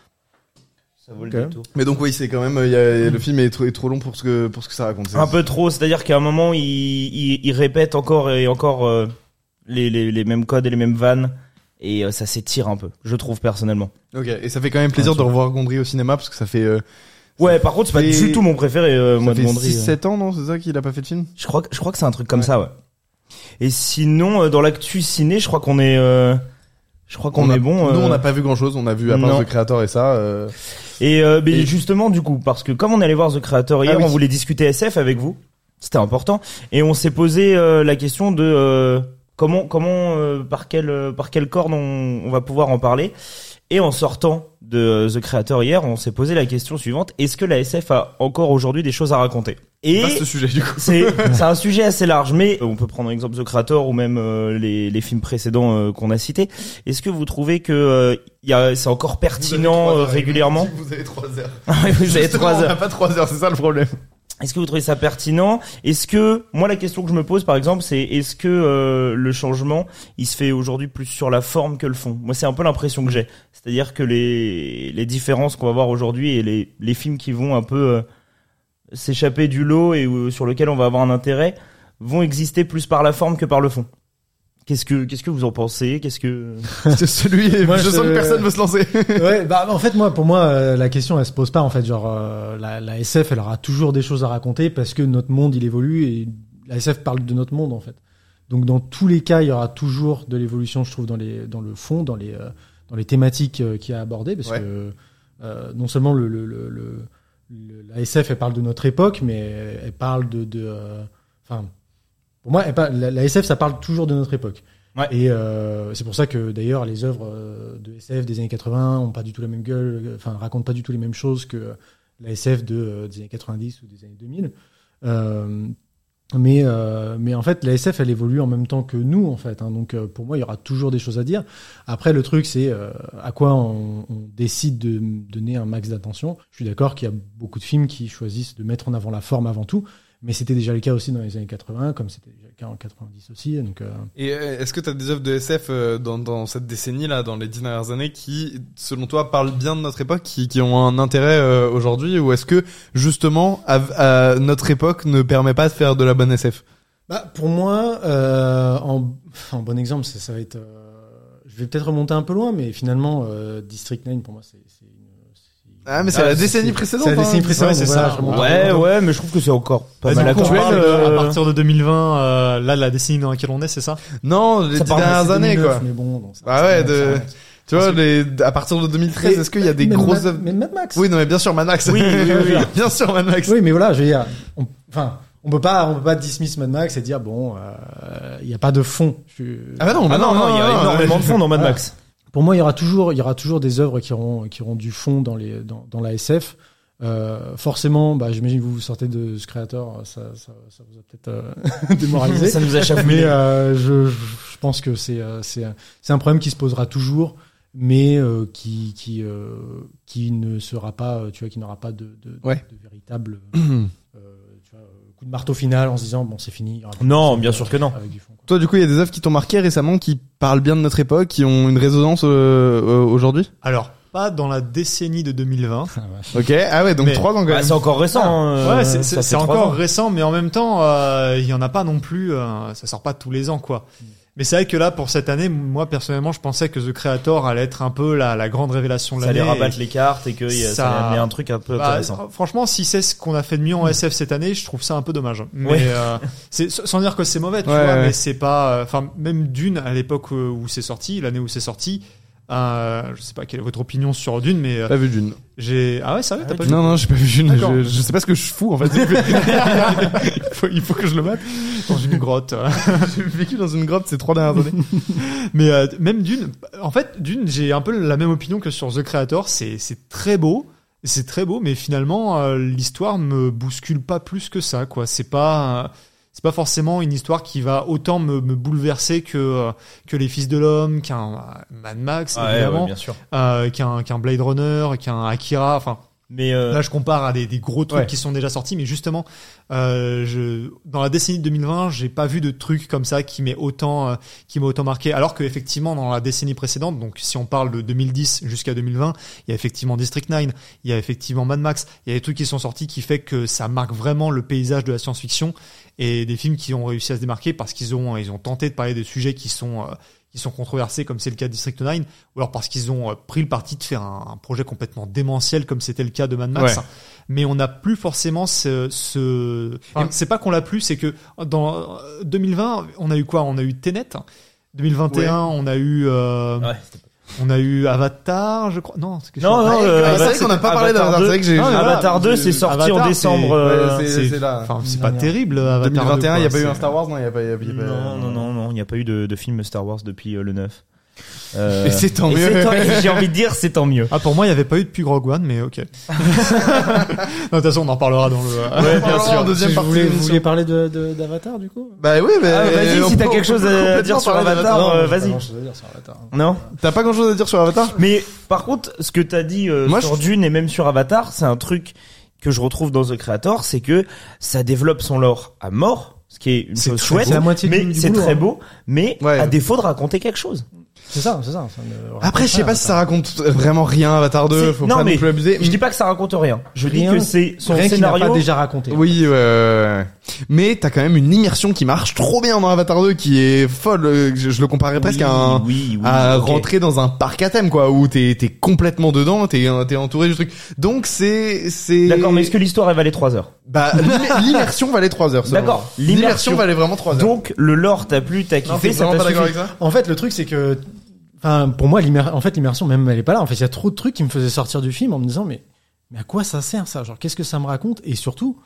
Speaker 3: Ça vaut
Speaker 2: Ok.
Speaker 3: le détour.
Speaker 2: Mais donc oui, c'est quand même euh, il y a- le film est trop, est trop long pour ce que pour ce que ça raconte. c'est-
Speaker 3: Un peu trop, c'est-à-dire qu'à un moment, il, il, il répète encore et encore euh, les, les, les mêmes codes et les mêmes vannes, et euh, ça s'étire un peu, je trouve personnellement.
Speaker 2: Ok. Et ça fait quand même
Speaker 3: Ah,
Speaker 2: plaisir de revoir Gondry au cinéma parce que ça fait euh,
Speaker 3: Ouais, par contre, c'est pas
Speaker 2: fait-
Speaker 3: du tout mon préféré, euh,
Speaker 2: ça
Speaker 3: moi, de
Speaker 2: fait
Speaker 3: Mondry.
Speaker 2: 6 7 ans non, c'est ça qu'il a pas fait de film.
Speaker 3: Je crois, que- je crois que c'est un truc comme ça, ouais. Et sinon, euh, dans l'actu ciné, je crois qu'on est, euh, je crois qu'on
Speaker 2: a-
Speaker 3: est bon.
Speaker 2: Nous
Speaker 3: euh,
Speaker 2: on n'a pas vu grand chose. On a vu à part
Speaker 3: non.
Speaker 2: The Creator et ça. euh,
Speaker 3: Et, euh, mais
Speaker 2: Et- Ah
Speaker 3: justement, du coup, parce que comme on allait voir The Creator hier,
Speaker 2: oui.
Speaker 3: on voulait discuter SF avec vous. C'était important. Et on s'est posé euh, la question de euh, comment, comment, euh, par quel, euh, par quel corne on, on va pouvoir en parler. Et en sortant de euh, The Creator hier, on s'est posé la question suivante est-ce que la SF a encore aujourd'hui des choses à raconter Et
Speaker 2: Pas ce sujet du coup. *laughs*
Speaker 3: c'est c'est un sujet assez large, mais euh, on peut prendre exemple The Creator ou même euh, les, les films précédents euh, qu'on a cités. Est-ce que vous trouvez que euh, y a- c'est encore pertinent euh, régulièrement
Speaker 2: Vous avez 3 heures.
Speaker 3: *laughs* Vous avez
Speaker 2: Justement,
Speaker 3: trois
Speaker 2: On
Speaker 3: heures.
Speaker 2: n'a pas 3 heures, c'est ça le
Speaker 5: *laughs*
Speaker 2: problème.
Speaker 3: Est-ce que vous trouvez ça pertinent Est-ce que moi la question que je me pose par exemple c'est est-ce que euh, le changement il se fait aujourd'hui plus sur la forme que le fond Moi c'est un peu l'impression que j'ai, c'est-à-dire que les les différences qu'on va voir aujourd'hui et les les films qui vont un peu euh, s'échapper du lot et euh, sur lequel on va avoir un intérêt vont exister plus par la forme que par le fond. Qu'est-ce que qu'est-ce que vous en pensez Qu'est-ce que
Speaker 2: Celui
Speaker 4: Moi,
Speaker 2: je
Speaker 4: je-
Speaker 2: sens
Speaker 5: euh,
Speaker 2: que personne veut se lancer.
Speaker 4: ouais, bah en fait moi pour moi euh, la question elle se pose pas en fait genre euh, la, la SF elle aura toujours des choses à raconter parce que notre monde il évolue et la SF parle de notre monde en fait. Donc dans tous les cas il y aura toujours de l'évolution je trouve dans les dans le fond dans les euh, dans les thématiques euh, qu'il y a abordées parce
Speaker 2: Ouais.
Speaker 4: que euh, non seulement le, le, le, le- le- la SF elle parle de notre époque mais elle parle de de euh, enfin pour moi elle parle- la, la SF ça parle toujours de notre époque.
Speaker 3: Ouais.
Speaker 4: Et euh, c'est pour ça que d'ailleurs les œuvres euh, de SF des années 80 ont pas du tout la même gueule, euh, enfin racontent pas du tout les mêmes choses que euh, la SF de, euh, des années 90 ou des années 2000. Euh, mais euh, mais en fait la SF elle évolue en même temps que nous en fait. hein. donc euh, pour moi il y aura toujours des choses à dire. Après le truc c'est euh, à quoi on, on décide de donner un max d'attention. Je suis d'accord qu'il y a beaucoup de films qui choisissent de mettre en avant la forme avant tout. Mais c'était déjà le cas aussi dans les années 80, comme c'était déjà le cas en 90 aussi. Donc, euh,
Speaker 2: Et euh, est-ce que t'as des œuvres de SF euh, dans, dans cette décennie-là, dans les dix dernières années, qui, selon toi, parlent bien de notre époque, qui, qui ont un intérêt euh, aujourd'hui, ou est-ce que, justement, à, à notre époque ne permet pas de faire de la bonne SF
Speaker 4: bah, pour moi, euh, en, en bon exemple, ça, ça va être. euh, je vais peut-être remonter un peu loin, mais finalement, euh, District 9, pour moi, c'est. c'est une-
Speaker 2: Ah, mais c'est
Speaker 4: Ah,
Speaker 2: la
Speaker 4: c'est-
Speaker 2: décennie
Speaker 4: c'est-
Speaker 2: précédente.
Speaker 4: c'est la décennie
Speaker 2: hein.
Speaker 4: précédente,
Speaker 2: Ouais, c'est
Speaker 4: voilà,
Speaker 2: ça.
Speaker 4: je remonte.
Speaker 3: Ouais, ouais, mais je trouve que c'est encore pas
Speaker 5: Vas-y,
Speaker 3: mal
Speaker 5: on
Speaker 3: actuel.
Speaker 5: parle, euh,
Speaker 3: euh,
Speaker 5: à partir de 2020, euh, là, la décennie dans laquelle on est, c'est ça
Speaker 2: Non, les
Speaker 4: Ça
Speaker 2: dix
Speaker 4: parle, mais
Speaker 2: dernières
Speaker 4: c'est
Speaker 2: années,
Speaker 4: 2009,
Speaker 2: quoi.
Speaker 4: Mais bon, bon, ça-
Speaker 2: Bah
Speaker 4: ça-
Speaker 2: ouais,
Speaker 4: ça-
Speaker 2: de-
Speaker 4: ça-
Speaker 2: Tu vois, les, à partir de 2013,
Speaker 4: Mais-
Speaker 2: est-ce qu'il y a des
Speaker 4: mais
Speaker 2: grosses
Speaker 4: Mad-
Speaker 2: œuvres
Speaker 4: Mais Mad Max.
Speaker 2: Oui, non, mais bien sûr, Mad Max.
Speaker 3: Oui, oui, oui.
Speaker 2: *laughs* bien sûr, Mad Max.
Speaker 4: Oui, mais voilà, je veux dire, on, enfin, on peut pas, on peut pas dismiss Mad Max et dire bon, euh, il n'y a pas de fond. Je suis-
Speaker 2: Ah bah non,
Speaker 3: Ah
Speaker 2: bah
Speaker 3: non, non, il y a énormément de fond dans Mad
Speaker 4: Voilà.
Speaker 3: Max.
Speaker 4: Pour moi, il y aura toujours, il y aura toujours des œuvres qui auront, qui auront du fond dans les, dans, dans la SF. Euh, forcément, bah, j'imagine que vous vous sortez de ce créateur, ça, ça, ça vous a peut-être euh, *laughs* démoralisé.
Speaker 3: Ah, Ça *laughs* nous a
Speaker 4: mais
Speaker 3: chafouiné.
Speaker 4: euh, je, je je pense que c'est euh, c'est un- c'est un problème qui se posera toujours, mais euh, qui qui euh, qui ne sera pas, euh, tu vois, qui n'aura pas de de, de-
Speaker 2: Ouais.
Speaker 4: de véritable euh, tu vois, euh, coup de marteau final en se disant bon c'est fini. il y aura plus
Speaker 3: Non,
Speaker 4: personne,
Speaker 3: bien
Speaker 4: euh,
Speaker 3: sûr que non.
Speaker 4: Avec du fond, quoi.
Speaker 2: Toi, du coup, il y a des œuvres qui t'ont marqué récemment, qui parlent bien de notre époque, qui ont une résonance euh, euh, aujourd'hui.
Speaker 5: Alors, pas dans la décennie de 2020.
Speaker 2: Ok. Ah ouais, donc
Speaker 5: Mais-
Speaker 2: trois ans quand
Speaker 3: Bah,
Speaker 2: même.
Speaker 3: c'est encore récent. hein,
Speaker 5: Ah. ouais,
Speaker 3: euh, ça
Speaker 5: c'est- c'est
Speaker 3: fait
Speaker 5: c'est
Speaker 3: trois
Speaker 5: encore
Speaker 3: ans.
Speaker 5: récent, mais en même temps, euh, il y en a pas non plus. euh, ça sort pas tous les ans, quoi. Mais c'est vrai que là, pour cette année, moi personnellement, je pensais que The Creator allait être un peu la, la grande révélation de
Speaker 3: Ça
Speaker 5: l'année.
Speaker 3: les rabattre les cartes et que y a- ça
Speaker 5: Ça-
Speaker 3: a amené un truc un peu
Speaker 5: Bah,
Speaker 3: intéressant.
Speaker 5: fr- franchement, si c'est ce qu'on a fait de mieux en SF cette année, je trouve ça un peu dommage. Mais
Speaker 3: Ouais.
Speaker 5: euh, *laughs* c'est sans dire que c'est mauvais, tu
Speaker 2: Ouais,
Speaker 5: vois,
Speaker 2: ouais.
Speaker 5: mais c'est pas. euh, Enfin, même Dune à l'époque euh, où c'est sorti, l'année où c'est sorti. Euh, je sais pas quelle est votre opinion sur Dune, mais euh,
Speaker 2: Pas vu d'une.
Speaker 5: j'ai. Ah ouais, sérieux, t'as pas vu
Speaker 2: Non, non, j'ai pas vu d'une.
Speaker 5: D'accord.
Speaker 2: Je, je sais pas ce que je fous en fait.
Speaker 5: *laughs* il, faut, il faut que je le mate dans une grotte. *laughs*
Speaker 2: j'ai vécu dans une grotte ces trois dernières années.
Speaker 5: Mais euh, même Dune, en fait, Dune, j'ai un peu la même opinion que sur The Creator. C'est c'est très beau, c'est très beau, mais finalement, euh, l'histoire me bouscule pas plus que ça, quoi. C'est pas. euh, c'est pas forcément une histoire qui va autant me, me bouleverser que euh, que les fils de l'homme, qu'un euh, Mad Max
Speaker 3: Ah Ouais,
Speaker 5: évidemment,
Speaker 3: ouais, bien sûr.
Speaker 5: euh, qu'un qu'un Blade Runner, qu'un Akira, enfin
Speaker 3: Mais euh,
Speaker 5: Là, je compare à des, des gros trucs
Speaker 3: Ouais.
Speaker 5: qui sont déjà sortis, mais justement, euh, je, dans la décennie de 2020, j'ai pas vu de truc comme ça qui m'ait autant, euh, qui m'a autant marqué. Alors que effectivement, dans la décennie précédente, donc si on parle de 2010 jusqu'à 2020, il y a effectivement District 9, il y a effectivement Mad Max, il y a des trucs qui sont sortis qui fait que ça marque vraiment le paysage de la science-fiction et des films qui ont réussi à se démarquer parce qu'ils ont, ils ont tenté de parler de sujets qui sont euh, qui sont controversés comme c'est le cas de District 9 ou alors parce qu'ils ont euh, pris le parti de faire un, un projet complètement démentiel comme c'était le cas de Mad Max
Speaker 2: Ouais.
Speaker 5: mais on n'a plus forcément ce, ce... enfin, c'est pas qu'on l'a plus c'est que dans euh, 2020 on a eu quoi on a eu Tenet 2021 on a eu euh,
Speaker 3: ouais, c'était pas-
Speaker 5: on a eu Avatar je crois non c'est quelque
Speaker 3: Non,
Speaker 5: chose-
Speaker 3: non,
Speaker 5: Ah,
Speaker 3: euh,
Speaker 5: Avatar,
Speaker 2: c'est vrai qu'on n'a pas parlé
Speaker 3: Avatar
Speaker 2: d'Avatar. C'est vrai
Speaker 3: 2.
Speaker 2: que j'ai.
Speaker 5: Non, mais voilà.
Speaker 3: Avatar 2, c'est sorti
Speaker 5: Avatar,
Speaker 3: en décembre.
Speaker 5: c'est-
Speaker 3: euh,
Speaker 2: Ouais, c'est- c'est là.
Speaker 5: enfin c'est pas
Speaker 4: Dernière.
Speaker 5: terrible Avatar
Speaker 2: 2021, il n'y a pas eu un
Speaker 5: Star
Speaker 2: Star Wars, non, il n'y a pas. y a pas- y a
Speaker 5: bah,
Speaker 2: pas-
Speaker 3: Non, non, non, non, il n'y a pas eu de, de film Star Wars depuis euh, le 9. Euh,
Speaker 2: Et c'est tant
Speaker 3: et
Speaker 2: mieux.
Speaker 3: c'est tant- et J'ai envie de dire, c'est tant mieux.
Speaker 5: ah pour moi il n'y avait pas eu depuis Rogue One mais ok *laughs* Non, de toute façon on en parlera dans le
Speaker 2: Ouais, bien
Speaker 4: Parce que
Speaker 2: sûr. En deuxième
Speaker 4: vous
Speaker 2: partie.
Speaker 4: voulez-
Speaker 2: de
Speaker 4: vous
Speaker 2: l'émission.
Speaker 4: voulez parler de- de- d'Avatar du coup
Speaker 2: Bah oui, mais.
Speaker 3: Ah, vas-y,
Speaker 2: on
Speaker 3: si
Speaker 2: peut-
Speaker 3: t'as quelque
Speaker 2: on
Speaker 3: chose
Speaker 2: peut
Speaker 3: à
Speaker 2: complètement
Speaker 3: dire sur
Speaker 2: parler
Speaker 3: Avatar,
Speaker 2: d'Avatar.
Speaker 3: euh,
Speaker 4: j'ai pas
Speaker 3: vas-y.
Speaker 4: grand-chose à dire hein. sur Avatar.
Speaker 3: Non
Speaker 2: T'as pas grand chose à dire sur Avatar
Speaker 3: Mais par contre, ce que t'as dit euh,
Speaker 2: Moi,
Speaker 3: sur Dune et même sur Avatar, c'est un truc que je retrouve dans The Creator, c'est que ça développe son lore à mort, ce qui est une
Speaker 5: C'est
Speaker 3: chose
Speaker 5: très
Speaker 3: chouette,
Speaker 4: C'est la moitié du-
Speaker 3: mais
Speaker 4: du
Speaker 3: c'est
Speaker 4: boulot,
Speaker 3: très
Speaker 4: hein.
Speaker 3: beau, mais
Speaker 2: Ouais.
Speaker 3: à défaut de raconter quelque chose.
Speaker 4: C'est ça, c'est ça. ça ne-
Speaker 2: Après, je sais pas si ça
Speaker 4: Avatar.
Speaker 2: raconte vraiment rien, Avatar 2.
Speaker 3: C'est-
Speaker 2: Faut
Speaker 3: non,
Speaker 2: pas
Speaker 3: mais
Speaker 2: non plus abuser.
Speaker 3: Je dis pas que ça raconte rien. Je
Speaker 4: Rien-
Speaker 3: dis que c'est son
Speaker 4: Rien qu'il n'a
Speaker 3: scénario.
Speaker 4: pas déjà raconté.
Speaker 2: Oui, ouais, ouais, ouais. mais t'as quand même une immersion qui marche trop bien dans Avatar 2, qui est folle. euh, Je, je le comparerais presque à, un-
Speaker 3: oui, oui,
Speaker 2: à
Speaker 3: ok.
Speaker 2: rentrer dans un parc à thème, quoi, où t'es t'es complètement dedans, t'es t'es entouré du truc. Donc c'est c'est.
Speaker 3: D'accord, mais est-ce que l'histoire elle valait 3 heures
Speaker 2: bah l'im- l'immersion valait 3 heures. selon
Speaker 3: D'accord,
Speaker 2: moi.
Speaker 3: l'immersion.
Speaker 2: l'immersion valait vraiment 3 heures.
Speaker 3: Donc le lore t'a plu, t'as
Speaker 2: Non, t'es
Speaker 3: kiffé, ça
Speaker 2: vraiment
Speaker 3: t'a
Speaker 2: pas d'accord avec
Speaker 3: suffi.
Speaker 2: ça
Speaker 4: En fait, le truc, c'est que, enfin, pour moi, l'immer- en fait, l'immersion, même, elle est pas là. En fait, il y a trop de trucs qui me faisaient sortir du film en me disant, mais, mais à quoi ça sert, ça? Genre, qu'est-ce que ça me raconte? Et surtout,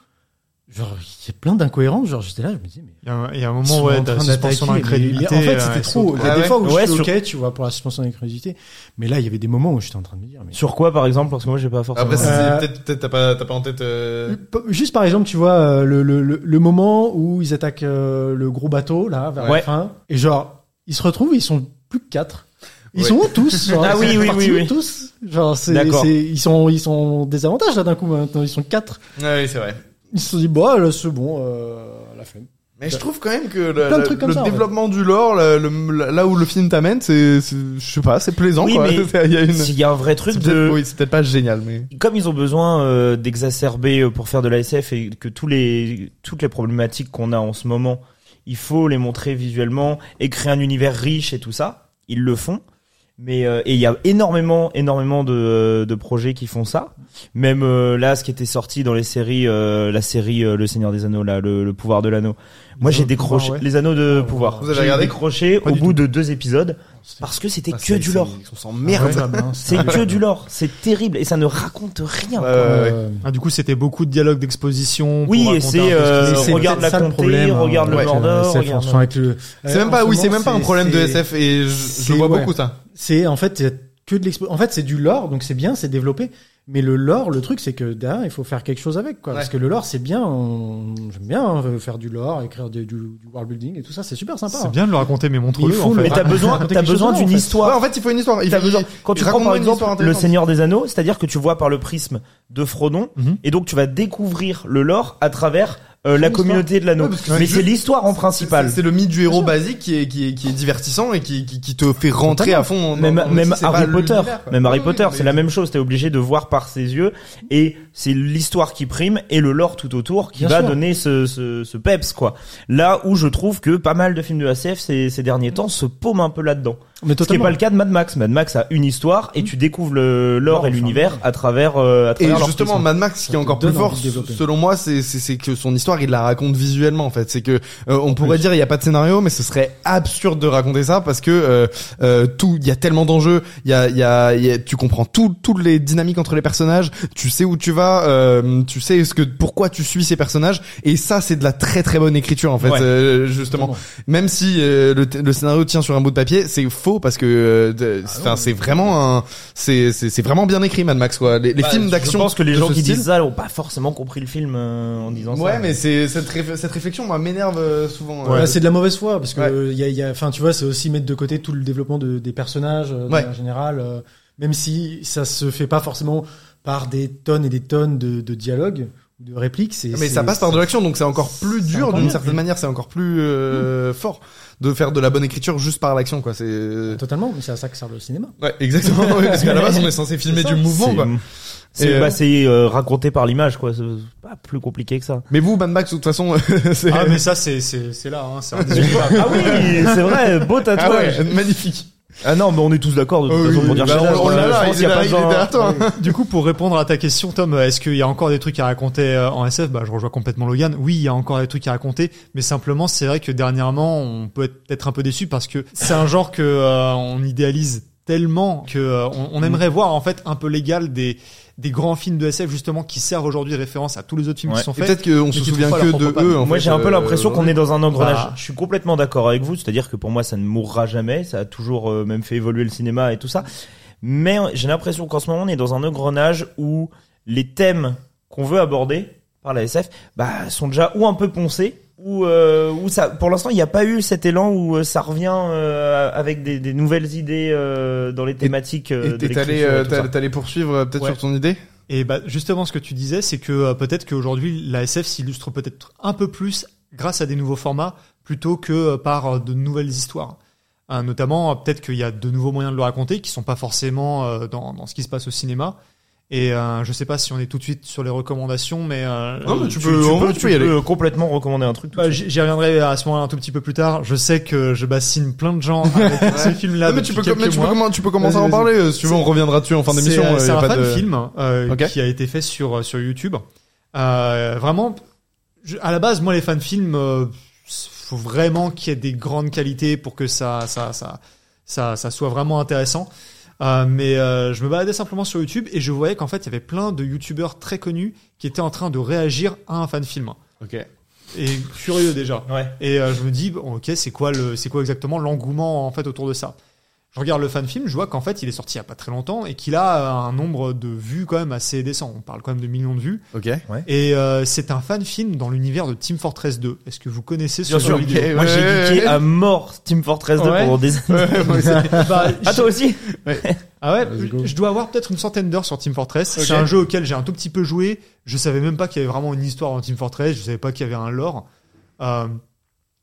Speaker 4: genre, il y a plein d'incohérences. Genre, j'étais là, je me disais, mais.
Speaker 5: il y a un- il y a un
Speaker 4: ils
Speaker 5: moment
Speaker 4: sont
Speaker 5: ouais
Speaker 4: en
Speaker 5: de
Speaker 4: train d'attaquer,
Speaker 5: suspension
Speaker 4: mais- mais
Speaker 5: d'incrédulité
Speaker 4: En fait,
Speaker 5: euh,
Speaker 4: c'était
Speaker 5: et
Speaker 4: trop.
Speaker 5: autres.
Speaker 4: Il y a
Speaker 2: Ah
Speaker 4: des
Speaker 2: ouais
Speaker 4: fois où
Speaker 3: Ouais,
Speaker 4: je suis
Speaker 3: sur-
Speaker 4: ok, tu vois, pour la suspension d'incrédulité. Mais là, il y avait des moments où j'étais en train de me dire, mais.
Speaker 3: Sur quoi par exemple Parce que moi j'ai pas forcément.
Speaker 2: Après, c'est-
Speaker 4: Euh,
Speaker 2: peut-être peut-être t'as pas t'as pas en tête. euh,
Speaker 4: Juste par exemple, tu vois euh, le, le, le, le moment où ils attaquent euh, le gros bateau là vers
Speaker 3: Ouais.
Speaker 4: la fin et genre ils se retrouvent, ils sont plus que quatre. Ils
Speaker 2: Ouais.
Speaker 4: sont où tous genre,
Speaker 3: Ah
Speaker 4: ils
Speaker 3: oui,
Speaker 4: sont
Speaker 3: oui,
Speaker 4: partis
Speaker 3: oui,
Speaker 4: où
Speaker 3: oui.
Speaker 4: tous. Genre c'est
Speaker 3: D'accord.
Speaker 4: c'est- ils sont ils sont en désavantage là d'un coup maintenant, ils sont quatre.
Speaker 2: Ouais, oui, c'est vrai.
Speaker 4: Ils se sont dit, bah, là, c'est bon, euh, la flemme.
Speaker 2: Mais je trouve quand même que le,
Speaker 4: Plein de
Speaker 2: le-
Speaker 4: trucs comme
Speaker 2: le
Speaker 4: ça, en fait.
Speaker 2: développement du lore, le- le- là où le film t'amène, c'est, c'est- je sais pas, *laughs* c'est plaisant.
Speaker 3: Oui,
Speaker 2: quoi.
Speaker 3: mais
Speaker 2: Il y a une-
Speaker 3: S'il y a un vrai truc
Speaker 2: c'est peut-être,
Speaker 3: de,
Speaker 2: oui, c'est peut-être pas génial, mais
Speaker 3: comme ils ont besoin euh, d'exacerber euh, pour faire de la SF et que tous les, toutes les problématiques qu'on a en ce moment, il faut les montrer visuellement et créer un univers riche et tout ça. Ils le font. Mais euh, et il y a énormément, énormément de, de projets qui font ça. Même euh, là, ce qui était sorti dans les séries, euh, la série euh, Le Seigneur des Anneaux, là, le, le pouvoir de l'anneau. Moi,
Speaker 5: Les
Speaker 3: j'ai
Speaker 5: anneaux de
Speaker 3: décroché
Speaker 5: pouvoir, ouais.
Speaker 3: les anneaux de pouvoir.
Speaker 2: Vous avez
Speaker 3: J'ai
Speaker 2: regardé
Speaker 3: décroché
Speaker 2: Pas
Speaker 3: au
Speaker 2: du
Speaker 3: bout de deux épisodes
Speaker 4: C'est-
Speaker 3: parce que c'était
Speaker 2: Bah,
Speaker 3: que
Speaker 2: c'est-
Speaker 3: du
Speaker 2: c'est-
Speaker 3: lord.
Speaker 2: Ils sont merde.
Speaker 4: Incroyable, hein,
Speaker 3: C'est que du lore, c'est terrible et ça ne raconte rien. quoi.
Speaker 2: Euh,
Speaker 4: Euh,
Speaker 5: Ah, du coup, c'était beaucoup de dialogues d'exposition. pour
Speaker 3: Oui,
Speaker 5: raconter
Speaker 3: et c'est
Speaker 5: un peu ce qui se
Speaker 3: euh,
Speaker 5: passe.
Speaker 4: c'est
Speaker 3: regarde
Speaker 4: peut-être
Speaker 3: la
Speaker 4: ça le
Speaker 3: comté,
Speaker 4: problème, hein,
Speaker 3: regarde le
Speaker 4: avec, euh,
Speaker 3: Mordor,
Speaker 4: SF,
Speaker 3: regarde.
Speaker 4: enfin, avec le-
Speaker 2: C'est
Speaker 4: Euh,
Speaker 2: même
Speaker 4: en
Speaker 2: pas,
Speaker 4: ce
Speaker 2: oui, c'est
Speaker 4: moment,
Speaker 2: même pas un
Speaker 4: c'est-
Speaker 2: problème de
Speaker 4: c'est-
Speaker 2: SF et je, je
Speaker 4: c'est-
Speaker 2: le vois
Speaker 4: ouais.
Speaker 2: beaucoup ça.
Speaker 4: C'est en fait il y a que de l'expo. En fait, c'est du lore, donc c'est bien, c'est développé. Mais le lore, le truc, c'est que derrière, il faut faire quelque chose avec, quoi.
Speaker 2: Ouais.
Speaker 4: Parce que le lore, c'est bien. on- J'aime bien hein, faire du lore, écrire des- du, du world building et tout ça, c'est super sympa. hein.
Speaker 5: C'est bien de le raconter, mais
Speaker 4: euh, Il
Speaker 5: montre-le.
Speaker 4: faut
Speaker 5: en
Speaker 4: le-
Speaker 5: fait.
Speaker 3: Mais t'as besoin,
Speaker 4: Raconter
Speaker 3: t'as
Speaker 4: quelque
Speaker 3: besoin
Speaker 4: chose, en
Speaker 3: d'une
Speaker 4: fait.
Speaker 2: Ouais,
Speaker 3: histoire.
Speaker 2: en fait, il faut une histoire. Il
Speaker 3: T'as
Speaker 2: faut-
Speaker 3: besoin.
Speaker 2: il-
Speaker 3: Quand tu prends
Speaker 2: raconte-moi
Speaker 3: par
Speaker 2: une
Speaker 3: exemple
Speaker 2: histoire
Speaker 3: le
Speaker 2: intéressante.
Speaker 3: Seigneur des Anneaux, c'est-à-dire que tu vois par le prisme de Frodon,
Speaker 5: Mhm.
Speaker 3: et donc tu vas découvrir le lore à travers euh, la
Speaker 4: l'histoire.
Speaker 3: communauté de l'anneau.
Speaker 2: Ouais, parce que c'est
Speaker 3: Mais
Speaker 2: juste-
Speaker 3: c'est l'histoire en principal.
Speaker 2: C'est c'est le mythe du héros basique qui est, qui est, qui est divertissant et qui, qui, qui te fait rentrer à fond. dans-
Speaker 3: Même,
Speaker 2: dans le
Speaker 3: même
Speaker 2: récit, c'est
Speaker 3: Harry
Speaker 2: pas
Speaker 3: Potter,
Speaker 2: l'univers, quoi.
Speaker 3: même Harry
Speaker 2: Oui, oui,
Speaker 3: Potter,
Speaker 2: mais-
Speaker 3: c'est la même chose. T'es obligé de voir par ses yeux, et c'est l'histoire qui prime et le lore tout autour qui
Speaker 4: Bien
Speaker 3: va
Speaker 4: sûr.
Speaker 3: donner ce, ce, ce peps quoi. Là où je trouve que pas mal de films de SF ces, ces derniers temps se paument un peu là-dedans. Ce
Speaker 4: Mais
Speaker 3: qui n'est
Speaker 4: totalement.
Speaker 3: pas le cas de Mad Max. Mad Max a une histoire et tu découvres le
Speaker 4: Non,
Speaker 3: lore et
Speaker 4: enfin,
Speaker 3: l'univers à travers euh, à
Speaker 2: Et
Speaker 3: travers leur
Speaker 2: justement,
Speaker 3: prisme.
Speaker 2: Mad Max, ce qui est
Speaker 4: te
Speaker 2: encore plus
Speaker 4: donne
Speaker 2: fort,
Speaker 4: envie de développer.
Speaker 2: selon moi, c'est c'est- c'est que son histoire, il la raconte visuellement, en fait. C'est que euh, on pourrait dire il n'y a pas de scénario, mais ce serait absurde de raconter ça parce que euh, euh, tout, il y a tellement d'enjeux, il y a, il y a, il y a- tu comprends tout, toutes les dynamiques entre les personnages, tu sais où tu vas, euh, tu sais ce que, pourquoi tu suis ces personnages, et ça, c'est de la très très bonne écriture, en fait,
Speaker 3: Ouais.
Speaker 2: euh, justement. Même si euh, le, t- le scénario tient sur un bout de papier, c'est faux parce que, euh, de-
Speaker 3: Ah
Speaker 2: enfin, c'est vraiment un, c'est c'est c'est vraiment bien écrit, Mad Max, quoi. Les, les
Speaker 3: Bah,
Speaker 2: films d'action.
Speaker 3: Je pense que les
Speaker 2: de
Speaker 3: gens
Speaker 2: ce
Speaker 3: qui
Speaker 2: style-
Speaker 3: disent ça n'ont pas forcément compris le film euh, en disant ça.
Speaker 2: Ouais, mais c'est cette, réf- cette réflexion, moi, m'énerve euh, souvent.
Speaker 4: Ouais,
Speaker 2: euh,
Speaker 4: Bah, c'est de la mauvaise foi parce que
Speaker 2: Ouais.
Speaker 4: euh, y a, y a, enfin, tu vois, c'est aussi mettre de côté tout le développement de, des personnages euh, de
Speaker 2: Ouais.
Speaker 4: manière générale, euh, même si ça se fait pas forcément par des tonnes et des tonnes de, de dialogues ou de répliques. c'est-
Speaker 2: mais
Speaker 4: c'est-
Speaker 2: ça passe par de l'action, donc c'est encore plus
Speaker 4: c'est
Speaker 2: dur
Speaker 4: encore
Speaker 2: d'une
Speaker 4: mieux.
Speaker 2: certaine manière. C'est encore plus
Speaker 3: Mm.
Speaker 2: euh, fort de faire de la bonne écriture juste par l'action, quoi. C'est
Speaker 4: Totalement, mais c'est à ça que sert le cinéma.
Speaker 2: ouais, exactement.
Speaker 3: *laughs*
Speaker 2: ouais, parce qu'à la base, on est censé filmer
Speaker 4: ça,
Speaker 2: du mouvement,
Speaker 3: C'est-
Speaker 2: quoi.
Speaker 3: C'est
Speaker 2: Et, euh,
Speaker 3: bah, c'est, euh, raconté par l'image quoi. C'est pas plus compliqué
Speaker 2: *laughs*
Speaker 3: que ça.
Speaker 2: Mais vous, Mad Max, de toute façon, c'est
Speaker 5: Ah, mais ça, c'est c'est- c'est là. Hein, c'est un des-
Speaker 3: Ah oui, c'est vrai, beau
Speaker 2: Ah
Speaker 3: tatouage.
Speaker 2: ouais, magnifique.
Speaker 3: Ah non, mais on est tous d'accord de toute façon pour dire
Speaker 2: Bah,
Speaker 3: que
Speaker 2: on- on l'a
Speaker 3: je
Speaker 2: là,
Speaker 3: pense
Speaker 2: il
Speaker 3: qu'il
Speaker 2: est
Speaker 3: y a pas
Speaker 2: là, il est
Speaker 3: besoin.
Speaker 2: derrière toi. hein.
Speaker 5: Du coup, pour répondre à ta question, Tom, euh, est-ce qu'il y a encore des trucs à raconter euh, en SF Bah, je rejoins complètement Logan. Oui, il y a encore des trucs à raconter, mais simplement, c'est vrai que dernièrement, on peut être peut-être un peu déçu parce que c'est un genre que euh, on idéalise tellement que euh, on, on aimerait voir en fait un peu l'égal des des grands films de SF justement qui servent aujourd'hui de référence à tous les autres films
Speaker 3: Ouais.
Speaker 5: qui sont
Speaker 2: Et
Speaker 5: faits.
Speaker 2: Peut-être qu'on se
Speaker 5: qui
Speaker 2: souvient
Speaker 5: trouvent pas
Speaker 2: que
Speaker 5: leur
Speaker 2: de
Speaker 5: propre
Speaker 2: eux. en
Speaker 3: Moi,
Speaker 2: fait,
Speaker 3: j'ai un peu
Speaker 2: euh,
Speaker 3: l'impression qu'on est dans un engrenage.
Speaker 5: Bah.
Speaker 3: Je suis complètement d'accord avec vous, c'est-à-dire que pour moi, ça ne mourra jamais. Ça a toujours euh, même fait évoluer le cinéma et tout ça. Mais euh, j'ai l'impression qu'en ce moment, on est dans un engrenage où les thèmes qu'on veut aborder par la SF, bah, sont déjà ou un peu poncés. Ou euh, ou ça, pour l'instant, il n'y a pas eu cet élan où euh, ça revient euh, avec des, des nouvelles idées euh, dans les thématiques. euh,
Speaker 2: Et
Speaker 3: de
Speaker 2: t'es allé,
Speaker 3: l'écriture et
Speaker 2: euh,
Speaker 3: tout
Speaker 2: t'as-
Speaker 3: ça.
Speaker 2: t'allais poursuivre euh, peut-être
Speaker 5: Ouais.
Speaker 2: sur ton idée.
Speaker 5: Et bah justement ce que tu disais, c'est que euh, peut-être qu'aujourd'hui la SF s'illustre peut-être un peu plus grâce à des nouveaux formats plutôt que euh, par euh, de nouvelles histoires. Hein, notamment euh, peut-être qu'il y a de nouveaux moyens de le raconter qui sont pas forcément euh, dans, dans ce qui se passe au cinéma. Et euh, je sais pas si on est tout de suite sur les recommandations, mais euh,
Speaker 2: Non, mais tu peux-
Speaker 3: tu
Speaker 2: en vrai,
Speaker 3: peux,
Speaker 2: tu
Speaker 3: tu
Speaker 2: peux y
Speaker 3: peux complètement recommander un truc. tout de
Speaker 5: bah, j'y j'y reviendrai à ce moment-là un tout petit peu plus tard. Je sais que je bassine plein de gens
Speaker 2: *laughs*
Speaker 5: avec ce film-là.
Speaker 2: Ah, mais tu
Speaker 5: depuis
Speaker 2: peux, mais
Speaker 5: quelques
Speaker 2: tu peux,
Speaker 5: mois.
Speaker 2: commen- tu peux commencer à en
Speaker 5: Vas-y, vas-y.
Speaker 2: parler. euh, Si tu veux, on reviendra dessus en fin d'émission.
Speaker 5: C'est-
Speaker 2: euh,
Speaker 5: C'est
Speaker 2: y a
Speaker 5: un
Speaker 2: pas
Speaker 5: fan
Speaker 2: de-
Speaker 5: film euh,
Speaker 2: Ok.
Speaker 5: qui a été fait sur sur YouTube. Euh, vraiment, je- à la base, moi, les fan films, euh, faut vraiment qu'il y ait des grandes qualités pour que ça ça ça ça, ça soit vraiment intéressant. Euh, mais euh, je me baladais simplement sur YouTube et je voyais qu'en fait, il y avait plein de youtubeurs très connus qui étaient en train de réagir à un fan film.
Speaker 2: Ok.
Speaker 5: Et curieux déjà.
Speaker 3: suite. Ouais.
Speaker 5: Et euh, je me dis, bon, ok, c'est quoi le, c'est quoi exactement l'engouement en fait autour de ça Je regarde le fan film, je vois qu'en fait, il est sorti il y a pas très longtemps et qu'il a euh, un nombre de vues quand même assez décent. On parle quand même de millions de vues.
Speaker 2: Ok.
Speaker 5: Et euh, c'est un fan film dans l'univers de Team Fortress 2. Est-ce que vous connaissez ce
Speaker 3: Bien sûr,
Speaker 5: jeu vidéo
Speaker 2: ok,
Speaker 3: moi
Speaker 2: ouais, ouais,
Speaker 3: j'ai
Speaker 2: ouais.
Speaker 3: geeké à mort Team Fortress 2
Speaker 5: Ouais.
Speaker 3: pendant des années. *laughs*
Speaker 5: Bah,
Speaker 3: Ah toi aussi
Speaker 5: Ah ouais,
Speaker 4: Let's go.
Speaker 5: je dois avoir peut-être une centaine d'heures sur Team Fortress. C'est
Speaker 2: Ok.
Speaker 5: un jeu auquel j'ai un tout petit peu joué. Je savais même pas qu'il y avait vraiment une histoire dans Team Fortress. Je savais pas qu'il y avait un lore. Euh,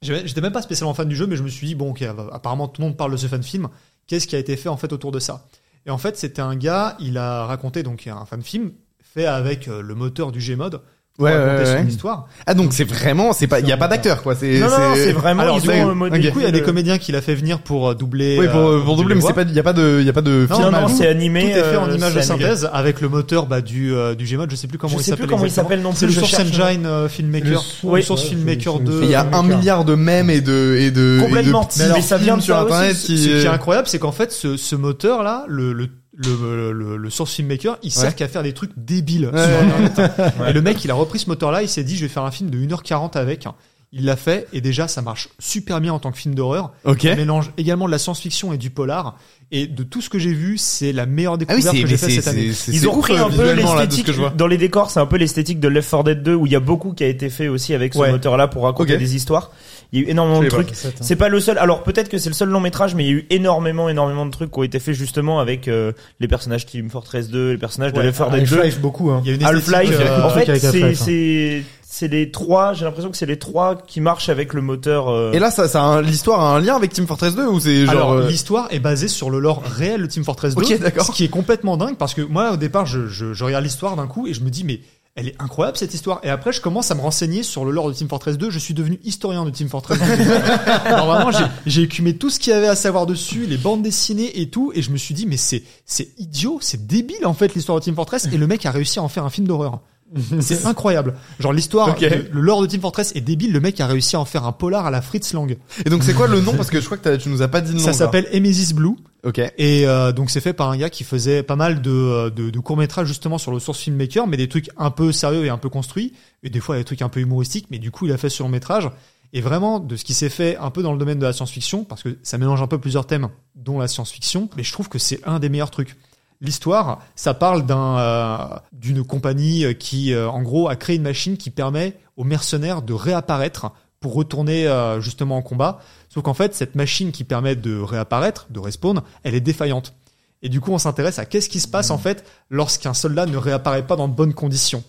Speaker 5: j'avais- J'étais même pas spécialement fan du jeu, mais je me suis dit bon, ok, euh, apparemment tout le monde parle de ce fan film. Qu'est-ce qui a été fait en fait autour de ça Et en fait, c'était un gars. Il a raconté donc un fan film fait avec euh, le moteur du Gmod pour
Speaker 2: Ouais,
Speaker 5: raconter
Speaker 2: ouais,
Speaker 5: son
Speaker 2: ouais.
Speaker 5: histoire.
Speaker 2: Ah donc c'est vraiment, c'est pas, il y a pas d'acteur quoi. C'est
Speaker 3: Non, non, non, c'est vraiment,
Speaker 2: Alors,
Speaker 3: ils
Speaker 2: c'est-
Speaker 3: ont, euh, modé-
Speaker 2: ok.
Speaker 5: Du coup, il y a
Speaker 3: le-
Speaker 5: des comédiens qu'il a fait venir pour euh, doubler.
Speaker 2: Oui, pour,
Speaker 5: euh,
Speaker 2: pour doubler, mais
Speaker 5: les
Speaker 2: c'est
Speaker 5: voix.
Speaker 2: pas, il y a pas de, il y a pas de
Speaker 5: Non,
Speaker 3: Non,
Speaker 2: film.
Speaker 3: non,
Speaker 5: non,
Speaker 3: c'est animé.
Speaker 5: Tout est fait en
Speaker 3: euh,
Speaker 5: image de
Speaker 3: c'est animé.
Speaker 5: synthèse avec le moteur bah, du, euh, du Gmod. Je sais plus comment
Speaker 3: Je
Speaker 5: il
Speaker 3: sais
Speaker 5: s'appelle.
Speaker 3: plus comment il
Speaker 5: exactement.
Speaker 3: s'appelle non plus.
Speaker 5: C'est le
Speaker 3: je
Speaker 5: Source
Speaker 3: cherche-
Speaker 5: Engine euh, Filmmaker.
Speaker 4: Le-
Speaker 5: Le
Speaker 3: oui.
Speaker 5: Source
Speaker 4: Ouais,
Speaker 5: Filmmaker
Speaker 4: c'est- c'est-
Speaker 5: 2.
Speaker 2: Il y a un
Speaker 4: D'accord.
Speaker 2: milliard de mèmes et de et de
Speaker 3: Complètement.
Speaker 2: et de
Speaker 3: Mais
Speaker 2: petits
Speaker 3: ça vient
Speaker 2: films
Speaker 3: de
Speaker 2: sur
Speaker 3: ça aussi,
Speaker 2: internet
Speaker 5: Ce
Speaker 2: qui,
Speaker 5: ce qui est
Speaker 2: euh,
Speaker 5: incroyable, c'est qu'en fait, ce, ce moteur-là, le, le, le, le, le Source Filmmaker, il sert
Speaker 2: Ouais.
Speaker 5: qu'à faire des trucs débiles.
Speaker 2: Ouais.
Speaker 5: sur Internet. hein.
Speaker 3: Ouais.
Speaker 5: Et le mec, il a repris ce moteur-là, il s'est dit, je vais faire un film de 1h40 avec. hein. Il l'a fait, et déjà, ça marche super bien en tant que film d'horreur.
Speaker 2: Ok.
Speaker 5: Il mélange également de la science-fiction et du polar. Et de tout ce que j'ai vu, c'est la meilleure
Speaker 2: Ah oui,
Speaker 5: découverte
Speaker 2: c'est
Speaker 5: que
Speaker 2: mais
Speaker 5: j'ai faite
Speaker 2: c'est
Speaker 5: cette année.
Speaker 2: c'est- c'est-
Speaker 3: Ils
Speaker 2: c'est ouf, euh,
Speaker 3: ont repris
Speaker 5: euh,
Speaker 3: un peu
Speaker 2: visuellement, là, de ce que
Speaker 3: l'esthétique
Speaker 2: je vois.
Speaker 3: dans les décors, c'est un peu l'esthétique de Left 4 Dead 2 où il y a beaucoup qui a été fait aussi avec ce
Speaker 2: Ouais.
Speaker 3: moteur-là pour raconter
Speaker 2: Ok.
Speaker 3: des histoires. Il y a eu énormément de
Speaker 2: Je vais
Speaker 3: trucs. C'est pas le seul. Alors peut-être que c'est le seul long métrage, mais il y a eu énormément, énormément de trucs qui ont été faits justement avec euh, les personnages Team Fortress 2, les personnages de
Speaker 4: Ouais,
Speaker 3: Left 4 Dead 2,
Speaker 4: Half-Life beaucoup. Hein.
Speaker 5: Il y a une esthétique,
Speaker 3: Half-Life.
Speaker 5: euh,
Speaker 3: en
Speaker 4: truc
Speaker 3: fait,
Speaker 4: avec
Speaker 3: c'est
Speaker 4: Half-Life, hein.
Speaker 3: c'est c'est les trois. J'ai l'impression que c'est les trois qui marchent avec le moteur. euh,
Speaker 2: Et là, ça, ça a un- l'histoire a un lien avec Team Fortress 2 ou c'est genre
Speaker 5: Alors
Speaker 2: euh,
Speaker 5: l'histoire est basée sur le lore réel de Team Fortress 2,
Speaker 2: Ok, d'accord.
Speaker 5: ce qui est complètement dingue parce que moi au départ je, je, je regarde l'histoire d'un coup et je me dis mais elle est incroyable cette histoire et après je commence à me renseigner sur le lore de Team Fortress 2, je suis devenu historien de Team Fortress 2.
Speaker 2: *laughs*
Speaker 5: Alors vraiment j'ai- j'ai écumé tout ce qu'il y avait à savoir dessus, les bandes dessinées et tout et je me suis dit mais c'est c'est idiot, c'est débile en fait l'histoire de Team Fortress et le mec a réussi à en faire un film d'horreur.
Speaker 2: *laughs*
Speaker 5: C'est incroyable. Genre l'histoire,
Speaker 2: Ok.
Speaker 5: de- le lore de Team Fortress est débile. Le mec a réussi à en faire un polar à la Fritz Lang.
Speaker 2: Et donc c'est quoi le nom parce que je crois que t'as- tu nous as pas dit le nom.
Speaker 5: Ça
Speaker 2: quoi.
Speaker 5: s'appelle Emesis Blue.
Speaker 2: Ok.
Speaker 5: Et euh, donc c'est fait par un gars qui faisait pas mal de, euh, de, de courts métrages justement sur le source filmmaker, mais des trucs un peu sérieux et un peu construits, et des fois des trucs un peu humoristiques, mais du coup il a fait ce long métrage. Et vraiment de ce qui s'est fait un peu dans le domaine de la science-fiction, parce que ça mélange un peu plusieurs thèmes, dont la science-fiction, mais je trouve que c'est un des meilleurs trucs. L'histoire, ça parle d'un euh, d'une compagnie qui, euh, en gros, a créé une machine qui permet aux mercenaires de réapparaître pour retourner euh, justement en combat. Sauf qu'en fait, cette machine qui permet de réapparaître, de respawn, elle est défaillante. Et du coup, on s'intéresse à qu'est-ce qui se passe en fait lorsqu'un soldat ne réapparaît pas dans de bonnes conditions.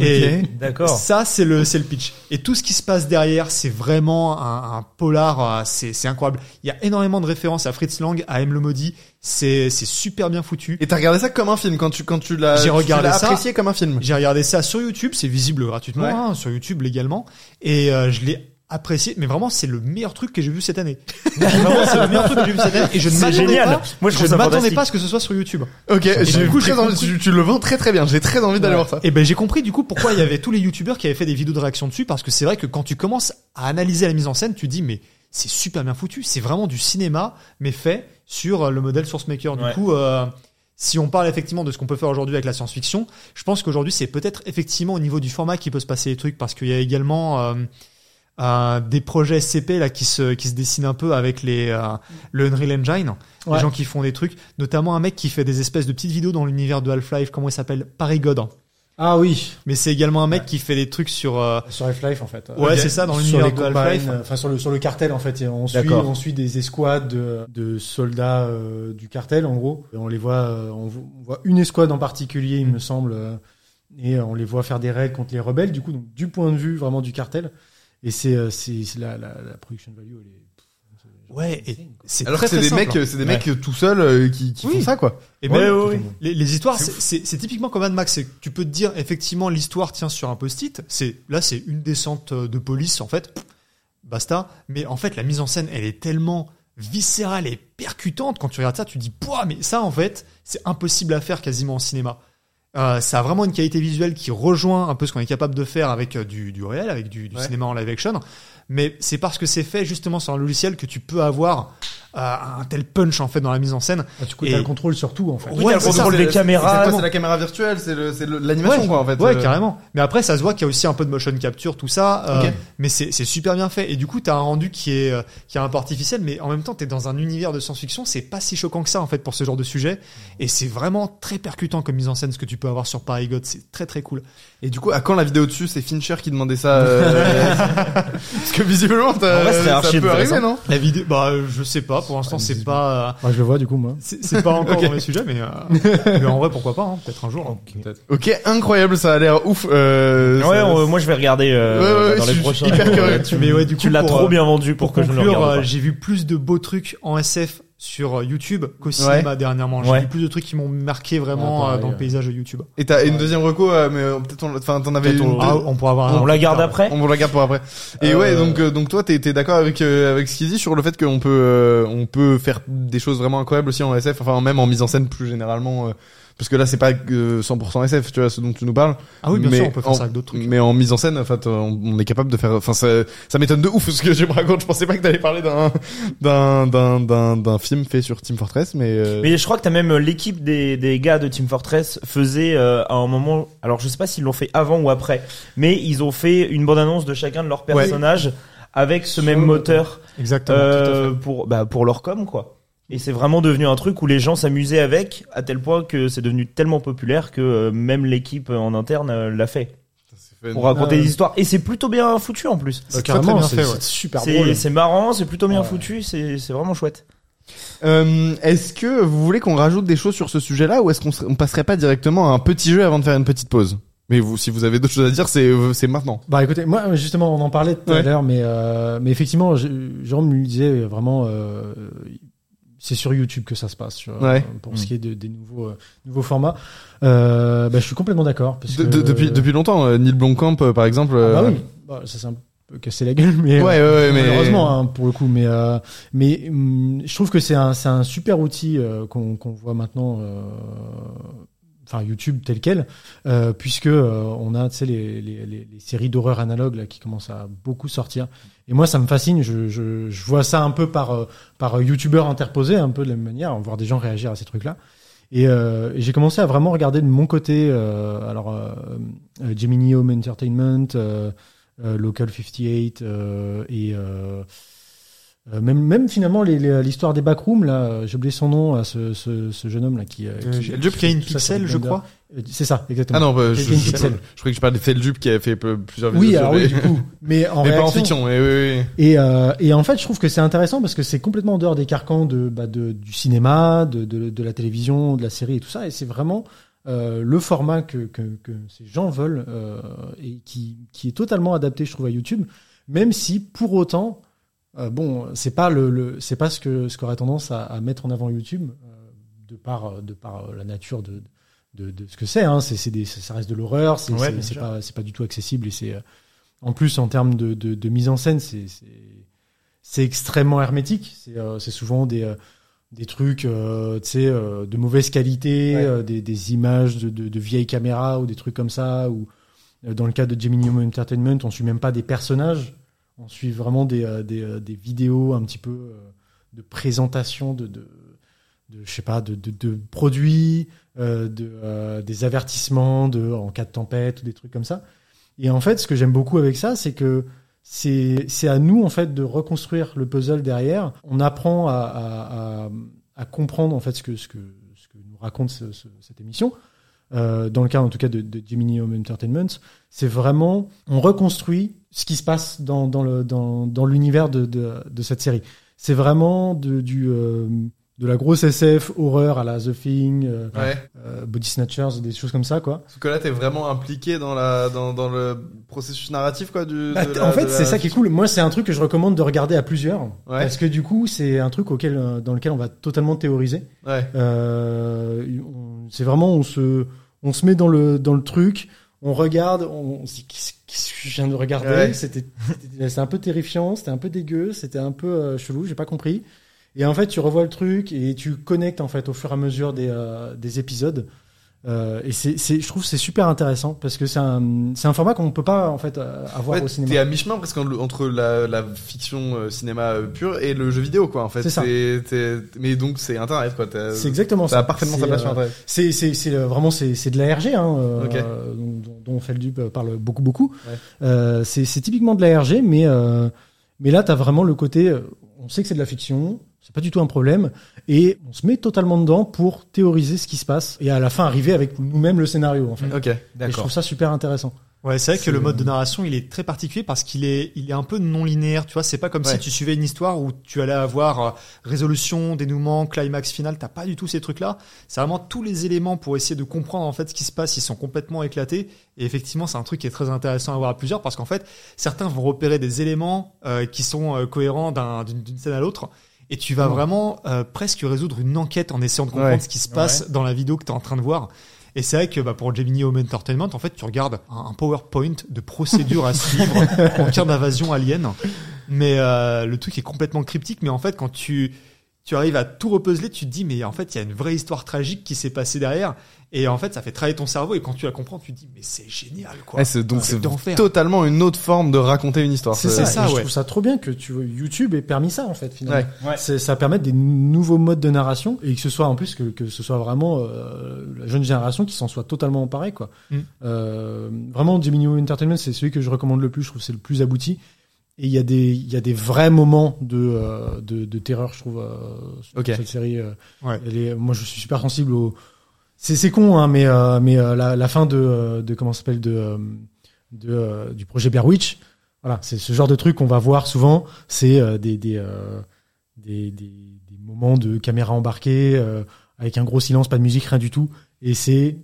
Speaker 5: Et
Speaker 3: D'accord.
Speaker 5: ça, c'est le, c'est le pitch. Et tout ce qui se passe derrière, c'est vraiment un, un polar, euh, c'est c'est incroyable. Il y a énormément de références à Fritz Lang, à M. Le Maudit, c'est c'est super bien foutu.
Speaker 2: Et t'as regardé ça comme un film quand tu quand tu l'as
Speaker 5: J'ai
Speaker 2: tu
Speaker 5: regardé
Speaker 2: l'as
Speaker 5: ça.
Speaker 2: apprécié comme un film.
Speaker 5: J'ai regardé ça sur YouTube, c'est visible gratuitement
Speaker 2: Ouais.
Speaker 5: hein, sur YouTube légalement, et euh, je l'ai apprécié. Mais vraiment, c'est le meilleur truc que j'ai vu cette année. *laughs* vraiment, c'est le meilleur truc que j'ai vu cette année, et je ne
Speaker 3: C'est
Speaker 5: m'attendais
Speaker 3: génial.
Speaker 5: pas.
Speaker 3: Moi, je trouve
Speaker 5: hein. je
Speaker 3: ça
Speaker 5: ne m'attendais
Speaker 3: fantastique.
Speaker 5: pas à ce que ce soit sur YouTube.
Speaker 2: Ok. J'ai
Speaker 5: du coup,
Speaker 2: très
Speaker 5: j'ai
Speaker 2: envie-
Speaker 5: compris-
Speaker 2: tu, tu le vends très très bien. J'ai très envie d'aller voir ça.
Speaker 5: Et ben j'ai compris du coup pourquoi il y avait tous les youtubeurs qui avaient fait des vidéos de réaction dessus parce que c'est vrai que quand tu commences à analyser la mise en scène, tu dis mais c'est super bien foutu, c'est vraiment du cinéma mais fait sur euh, le modèle source maker. Du
Speaker 3: Ouais.
Speaker 5: coup euh, si on parle effectivement de ce qu'on peut faire aujourd'hui avec la science-fiction, je pense qu'aujourd'hui c'est peut-être effectivement au niveau du format qu'il peut se passer les trucs parce qu'il y a également euh, euh, des projets SCP là qui se qui se dessinent un peu avec les euh, le Unreal Engine,
Speaker 4: Ouais.
Speaker 5: les gens qui font des trucs, notamment un mec qui fait des espèces de petites vidéos dans l'univers de Half-Life, comment il s'appelle, Paris God. hein.
Speaker 4: Ah oui,
Speaker 5: Mais c'est également un mec qui fait des trucs sur. euh,
Speaker 4: sur Half-Life en fait.
Speaker 5: Ouais, c'est ça, dans
Speaker 4: Sur
Speaker 5: l'univers
Speaker 4: les
Speaker 5: de Half-Life.
Speaker 4: campagnes, euh, enfin sur le sur le cartel en fait, et on suit
Speaker 3: D'accord.
Speaker 4: on suit des escouades de, de soldats euh, du cartel en gros. Et on les voit, euh, on, vo- on voit une escouade en particulier, il me semble, euh, et euh, on les voit faire des raids contre les rebelles. Du coup, donc du point de vue vraiment du cartel, et c'est euh, c'est c'est la, la la production value. Elle est...
Speaker 5: Ouais, et c'est
Speaker 2: Alors
Speaker 5: très,
Speaker 2: que c'est
Speaker 5: très
Speaker 2: des
Speaker 5: simple.
Speaker 2: mecs euh, c'est des mecs tout seuls euh, qui qui
Speaker 5: Oui.
Speaker 2: font ça quoi.
Speaker 5: Et ben, oh,
Speaker 3: Ouais,
Speaker 5: même,
Speaker 3: ouais, ouais.
Speaker 5: Les, les histoires,
Speaker 2: C'est
Speaker 5: c'est- c'est c'est typiquement comme Mad Max. c'est que Tu peux te dire, effectivement, l'histoire tient sur un post-it. C'est Là, c'est une descente euh, de police, en fait. Pff, Basta. Mais en fait, la mise en scène, elle est tellement viscérale et percutante. Quand tu regardes ça, tu dis, Pouah, mais ça, en fait, c'est impossible à faire quasiment en cinéma. Euh, ça a vraiment une qualité visuelle qui rejoint un peu ce qu'on est capable de faire avec euh, du, du réel, avec du, du
Speaker 2: Ouais.
Speaker 5: cinéma en live action. Mais c'est parce que c'est fait justement sur un logiciel que tu peux avoir euh, un tel punch en fait dans la mise en scène.
Speaker 4: Ah, Du coup,
Speaker 5: Et-
Speaker 4: t'as le contrôle sur tout, en fait.
Speaker 3: Oui, t'as le
Speaker 2: c'est ça,
Speaker 3: contrôle
Speaker 2: c'est-
Speaker 3: des
Speaker 2: c'est-
Speaker 3: caméras,
Speaker 2: C'est quoi,
Speaker 3: non.
Speaker 2: c'est la caméra virtuelle, c'est le- c'est le- l'animation, quoi, en fait.
Speaker 5: Ouais,
Speaker 2: euh.
Speaker 5: carrément. Mais après, ça se voit qu'il y a aussi un peu de motion capture, tout ça. euh,
Speaker 2: Ok.
Speaker 5: mais c'est c'est super bien fait. Et du coup, t'as un rendu qui est, euh, qui est un peu artificiel, mais en même temps, t'es dans un univers de science-fiction. C'est pas si choquant que ça, en fait, pour ce genre de sujet. Et c'est vraiment très percutant comme mise en scène, ce que tu peux avoir sur Paris God. C'est très, très cool.
Speaker 2: Et du coup, à quand la vidéo dessus C'est Fincher qui demandait ça. *laughs* euh, Parce que visiblement, t'as-
Speaker 3: En vrai, c'était
Speaker 2: ça
Speaker 3: archi
Speaker 2: peut arriver,
Speaker 3: intéressant.
Speaker 2: non
Speaker 5: La vidéo, bah, euh, je sais pas. Pour l'instant, c'est pas, euh,
Speaker 4: Moi, je le vois, du coup, moi.
Speaker 5: c'est
Speaker 2: *laughs*
Speaker 5: c'est pas encore
Speaker 2: Ok.
Speaker 5: dans les sujets, mais, euh, mais en vrai, pourquoi pas, hein, peut-être un jour. hein.
Speaker 2: Ok, incroyable, ça a l'air ouf. euh,
Speaker 3: Ouais,
Speaker 2: ça-
Speaker 3: on- moi je vais regarder euh,
Speaker 2: Ouais, ouais, ouais,
Speaker 3: dans
Speaker 2: je
Speaker 3: les
Speaker 2: suis
Speaker 3: prochains.
Speaker 2: hyper curieux.
Speaker 3: *laughs* tu
Speaker 5: Mais ouais, du
Speaker 3: tu
Speaker 5: coup,
Speaker 3: l'as
Speaker 5: pour,
Speaker 3: trop
Speaker 5: euh,
Speaker 3: bien vendu pour,
Speaker 5: Pour
Speaker 3: que je ne le
Speaker 5: conclure,
Speaker 3: regarde
Speaker 5: euh,
Speaker 3: pas.
Speaker 5: j'ai vu plus de beaux trucs en SF sur euh, YouTube qu'au cinéma dernièrement. J'ai
Speaker 3: Ouais.
Speaker 5: vu plus de trucs qui m'ont marqué vraiment
Speaker 4: Ouais, pareil,
Speaker 5: euh, dans le
Speaker 4: ouais.
Speaker 5: paysage de YouTube.
Speaker 2: Et t'as une deuxième reco, euh, mais euh, peut-être on- enfin t'en avais
Speaker 5: Peut-être
Speaker 2: une.
Speaker 5: on, ah,
Speaker 2: deux-
Speaker 5: on pourra avoir un-
Speaker 3: On la garde après
Speaker 2: On vous la garde pour après. Et
Speaker 3: Euh,
Speaker 2: ouais, donc euh, donc toi, t'es t'es d'accord avec euh, avec ce qu'il dit sur le fait qu'on peut euh, on peut faire des choses vraiment incroyables aussi en SF, enfin même en mise en scène plus généralement, euh, parce que là c'est pas euh, 100% SF, tu vois, ce dont tu nous parles.
Speaker 5: Ah oui, bien
Speaker 2: Mais
Speaker 5: sûr, on peut faire
Speaker 2: en-
Speaker 5: ça avec d'autres trucs.
Speaker 2: Mais en mise en scène, en fait, on, on est capable de faire. Enfin, ça, ça m'étonne de ouf ce que je me raconte. Je pensais pas que t'allais parler d'un d'un d'un d'un d'un film fait sur Team Fortress, mais. euh,
Speaker 3: Mais je crois que t'as même euh, l'équipe des, des gars de Team Fortress faisait euh, à un moment, alors je sais pas s'ils l'ont fait avant ou après, mais ils ont fait une bande annonce de chacun de leurs personnages avec ce même moteur
Speaker 5: Exactement.
Speaker 3: euh, pour bah, pour leur com quoi. Et c'est vraiment devenu un truc où les gens s'amusaient avec à tel point que c'est devenu tellement populaire que euh, même l'équipe en interne euh, l'a fait
Speaker 2: c'est fun.
Speaker 3: pour raconter
Speaker 4: Ah,
Speaker 3: des
Speaker 4: ouais.
Speaker 3: histoires et c'est plutôt bien foutu en plus.
Speaker 5: C'est
Speaker 4: Carrément,
Speaker 5: très, très
Speaker 4: c'est
Speaker 5: bien fait, ouais.
Speaker 4: c'est super drôle.
Speaker 3: C'est c'est marrant, c'est plutôt bien
Speaker 4: Ouais.
Speaker 3: foutu, c'est c'est vraiment chouette.
Speaker 2: Euh, est-ce que vous voulez qu'on rajoute des choses sur ce sujet-là ou est-ce qu'on se- on passerait pas directement à un petit jeu avant de faire une petite pause Mais vous, si vous avez d'autres choses à dire, c'est c'est maintenant.
Speaker 4: Bah écoutez, moi justement, on en parlait tout
Speaker 2: Ouais.
Speaker 4: à l'heure, mais euh, mais effectivement, je- Jérôme me disait vraiment, euh, c'est sur YouTube que ça se passe tu vois,
Speaker 2: Ouais. Mm.
Speaker 4: pour ce qui est de- des nouveaux euh, nouveaux formats. Euh, bah, je suis complètement d'accord parce
Speaker 2: De-
Speaker 4: que
Speaker 2: de- depuis depuis longtemps, euh, Neil Blomkamp euh, par exemple.
Speaker 4: Ah bah
Speaker 2: euh,
Speaker 4: oui, Bah, ça c'est un peu cassé la gueule, mais euh,
Speaker 2: Ouais, ouais, ouais, mais
Speaker 4: malheureusement hein, pour le coup, mais euh, mais hum, je trouve que c'est un c'est un super outil euh, qu'on qu'on voit maintenant. euh, Enfin, YouTube tel quel, euh, puisque euh, on a tu sais les, les, les, les séries d'horreur analogues là qui commencent à beaucoup sortir. Et moi, ça me fascine. Je, je, je vois ça un peu par euh, par youtubeur interposé, un peu de la même manière, voir des gens réagir à ces trucs-là. Et euh, j'ai commencé à vraiment regarder de mon côté. euh, alors, euh, euh, Gemini Home Entertainment, euh, euh, Local 58 euh, et euh, euh, même même finalement les- les- l'histoire des backrooms là. euh, J'ai oublié son nom, à ce, ce, ce jeune homme là qui. euh, qui-
Speaker 5: J'ai Kane
Speaker 4: tout ça sur
Speaker 5: Pixel, je
Speaker 4: Blender.
Speaker 5: crois.
Speaker 4: Euh, C'est ça, exactement.
Speaker 2: Ah non, bah, je, je,
Speaker 4: Quelqu'un
Speaker 2: je,
Speaker 4: qui s'appelle.
Speaker 2: je croyais que je parlais de Feldup qui a fait peu- plusieurs vidéos.
Speaker 4: oui,
Speaker 2: sur
Speaker 4: alors
Speaker 2: les-
Speaker 4: oui, du coup. Mais en
Speaker 2: mais pas en
Speaker 4: réaction-
Speaker 2: fiction. Oui, oui, oui.
Speaker 4: Et, euh, et en fait, je trouve que c'est intéressant parce que c'est complètement en dehors des carcans de, bah, de- du cinéma, de, de, de la télévision, de la série et tout ça. Et c'est vraiment euh, le format que, que, que ces gens veulent euh, et qui, qui est totalement adapté, je trouve, à YouTube. Même si, pour autant, euh, bon, c'est pas le, le c'est pas ce que ce qu'aurait tendance à, à mettre en avant YouTube euh, de par euh, de par euh, la nature de de, de ce que c'est. Hein. C'est c'est des- ça reste de l'horreur. C'est
Speaker 3: Ouais,
Speaker 4: c'est-
Speaker 3: bien
Speaker 4: c'est
Speaker 3: sûr.
Speaker 4: pas c'est pas du tout accessible et c'est euh, en plus en termes de, de, de mise en scène, c'est c'est- c'est extrêmement hermétique. C'est euh, c'est souvent des euh, des trucs, euh, tu sais, euh, de mauvaise qualité, euh, des, des images de, de, de vieilles caméras ou des trucs comme ça. Ou euh, dans le cas de Gemini Home Entertainment, on suit même pas des personnages. On suit vraiment des, euh, des, euh, des vidéos un petit peu euh, de présentation de, de, de je sais pas, de, de, de produits, euh, de, euh, des avertissements de, en cas de tempête ou des trucs comme ça. Et en fait, ce que j'aime beaucoup avec ça, c'est que c'est c'est à nous en fait de reconstruire le puzzle derrière. On apprend à, à, à, à comprendre en fait ce que ce que ce que nous raconte ce- ce- cette émission. Euh, dans le cas en tout cas de, de Gemini Home Entertainment, c'est vraiment on reconstruit ce qui se passe dans dans le dans dans l'univers de, de de cette série. C'est vraiment de du euh, de la grosse SF horreur à la The Thing, euh,
Speaker 2: Ouais.
Speaker 4: euh, Body Snatchers, des choses comme ça quoi.
Speaker 2: Parce que là, t'es vraiment impliqué dans la dans dans le processus narratif quoi du.
Speaker 4: Bah,
Speaker 2: de
Speaker 4: t-
Speaker 2: la-
Speaker 4: en fait,
Speaker 2: de
Speaker 4: c'est
Speaker 2: la-
Speaker 4: ça qui est cool. Moi, c'est un truc que je recommande de regarder à plusieurs. Parce que du coup, c'est un truc auquel, euh, dans lequel on va totalement théoriser.
Speaker 2: Ouais.
Speaker 4: Euh, on- c'est vraiment, on se, on se met dans le, dans le truc, on regarde, on, on se dit, qu'est-ce qu'est-ce que je viens de regarder
Speaker 2: Ouais.
Speaker 4: C'était c'était- c'était un peu terrifiant, c'était un peu dégueu, c'était un peu euh, chelou, j'ai pas compris. Et en fait, tu revois le truc et tu connectes en fait au fur et à mesure des, euh, des épisodes. Euh, et c'est, c'est, je trouve que c'est super intéressant parce que c'est un, c'est un format qu'on ne peut pas en fait euh, avoir
Speaker 2: Ouais,
Speaker 4: au cinéma.
Speaker 2: T'es à mi-chemin presque en- entre la, la fiction euh, cinéma euh, pure et le jeu vidéo, quoi, en fait.
Speaker 4: C'est ça.
Speaker 2: t'es- mais donc, c'est Internet, quoi. t'as-
Speaker 4: C'est exactement
Speaker 2: Ça
Speaker 4: ça.
Speaker 2: a parfaitement sa
Speaker 4: C'est,
Speaker 2: place sur
Speaker 4: euh,
Speaker 2: Internet.
Speaker 4: C'est c'est c'est euh, vraiment c'est c'est de la RG hein, euh,
Speaker 2: Ok.
Speaker 4: euh, dont, dont- dont Feldup euh, parle beaucoup beaucoup.
Speaker 2: Ouais.
Speaker 4: Euh, c'est c'est typiquement de la RG, mais euh, mais là t'as vraiment le côté. euh, On sait que c'est de la fiction, c'est pas du tout un problème, et on se met totalement dedans pour théoriser ce qui se passe et à la fin arriver avec nous-mêmes le scénario. En fait.
Speaker 2: Ok.
Speaker 4: Et je trouve ça super intéressant.
Speaker 5: Ouais, c'est vrai que
Speaker 4: C'est-
Speaker 5: le mode de narration, il est très particulier parce qu'il est, il est un peu non linéaire. Tu vois, c'est pas comme
Speaker 2: Ouais.
Speaker 5: si tu suivais une histoire où tu allais avoir euh, résolution, dénouement, climax final. T'as pas du tout ces trucs-là. C'est vraiment tous les éléments pour essayer de comprendre en fait ce qui se passe. Ils sont complètement éclatés. Et effectivement, c'est un truc qui est très intéressant à voir à plusieurs parce qu'en fait, certains vont repérer des éléments euh, qui sont euh, cohérents d'un- d'une d'une scène à l'autre. Et tu vas vraiment euh, presque résoudre une enquête en essayant de comprendre
Speaker 2: Mm. Ouais.
Speaker 5: ce qui se passe dans la vidéo que tu es en train de voir. Et c'est vrai que bah, pour Gemini Home Entertainment, en fait, tu regardes un, un PowerPoint de procédure
Speaker 2: *laughs*
Speaker 5: à suivre en cas d'invasion alien. Mais euh, le truc est complètement cryptique. Mais en fait, quand tu tu arrives à tout repuzzler, tu te dis mais en fait, il y a une vraie histoire tragique qui s'est passée derrière. Et en fait, ça fait travailler ton cerveau. Et quand tu la comprends, tu te dis mais c'est génial quoi.
Speaker 2: Ouais, Eh, c'est- donc,
Speaker 5: C'est
Speaker 2: c'est
Speaker 5: d'enfer.
Speaker 2: totalement une autre forme de raconter une histoire.
Speaker 4: C'est
Speaker 5: c'est
Speaker 4: ça.
Speaker 5: ça,
Speaker 4: et Je
Speaker 5: ouais.
Speaker 4: trouve ça trop bien que tu vois, YouTube ait permis ça en fait finalement.
Speaker 3: Ouais. Ouais.
Speaker 4: C'est- Ça permet des n- nouveaux modes de narration et que ce soit en plus que, que ce soit vraiment euh, la jeune génération qui s'en soit totalement emparée quoi.
Speaker 5: Mm.
Speaker 4: Euh, vraiment, Gemini Entertainment c'est celui que je recommande le plus. Je trouve que c'est le plus abouti. Et il y a des il y a des vrais moments de euh, de, de terreur je trouve euh, sur
Speaker 2: Ok.
Speaker 4: cette série. euh,
Speaker 5: Ouais.
Speaker 4: elle est- moi je suis super sensible au c'est c'est con hein mais euh, mais euh, la, la fin de euh, de comment ça s'appelle de euh, de euh, du projet Blair Witch voilà c'est ce genre de truc qu'on va voir souvent c'est euh, des des, euh, des des des moments de caméra embarquée euh, avec un gros silence pas de musique rien du tout et c'est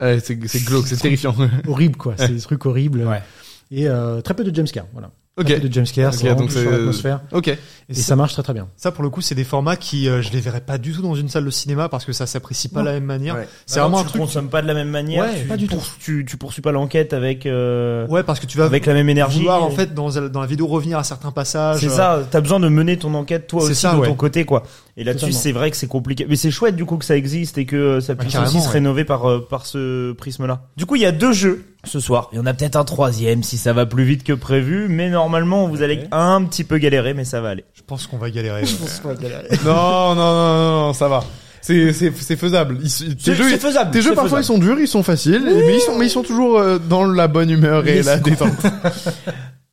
Speaker 2: Ouais, c'est c'est glauque, c'est terrifiant. *laughs*
Speaker 4: horrible quoi c'est des trucs horribles
Speaker 3: Ouais.
Speaker 4: et euh, très peu de jumpscare voilà
Speaker 2: ok.
Speaker 4: très peu de jumpscare
Speaker 2: Ok,
Speaker 4: c'est vraiment
Speaker 2: donc
Speaker 4: plus sur
Speaker 2: c'est- euh,
Speaker 4: l'atmosphère
Speaker 2: Ok.
Speaker 4: et ça marche très très bien
Speaker 5: Ça, pour le coup, c'est des formats qui, euh, je les verrais pas du tout dans une salle de cinéma parce que ça s'apprécie pas de la même manière.
Speaker 2: Ouais.
Speaker 5: C'est vraiment un
Speaker 3: Tu
Speaker 5: truc.
Speaker 3: consommes pas de la même manière.
Speaker 4: Ouais,
Speaker 3: tu,
Speaker 4: pas du tout.
Speaker 3: poursu- Tu, tu poursuis pas l'enquête avec euh,
Speaker 5: Ouais, parce que tu vas
Speaker 3: avec la même énergie.
Speaker 5: vouloir, en fait, dans, dans la vidéo, revenir à certains passages. euh,
Speaker 3: C'est ça, t'as besoin de mener ton enquête toi
Speaker 5: C'est
Speaker 3: aussi
Speaker 5: ça,
Speaker 3: de
Speaker 5: ouais.
Speaker 3: ton côté quoi. Et là-dessus,
Speaker 4: Totalement.
Speaker 3: c'est vrai que c'est compliqué, mais c'est chouette du coup que ça existe et que euh, ça puisse aussi
Speaker 5: carrément,
Speaker 3: se
Speaker 5: ouais.
Speaker 3: rénover par euh, par ce prisme-là. Du coup, il y a deux jeux ce soir. Il y en a peut-être un troisième si ça va plus vite que prévu, mais normalement vous allez un petit peu galérer, mais ça va aller.
Speaker 5: Je pense qu'on va galérer. ouais. *laughs*
Speaker 2: non, non, non, non, non, ça va. C'est c'est c'est faisable. Ils- tes
Speaker 3: C'est-
Speaker 2: jeux,
Speaker 3: c'est faisable,
Speaker 2: Tes jeux
Speaker 3: c'est
Speaker 2: parfois
Speaker 3: faisable.
Speaker 2: ils sont durs, ils sont faciles, mais ils sont mais ils sont toujours euh, dans la bonne humeur et
Speaker 3: Les
Speaker 2: la détente.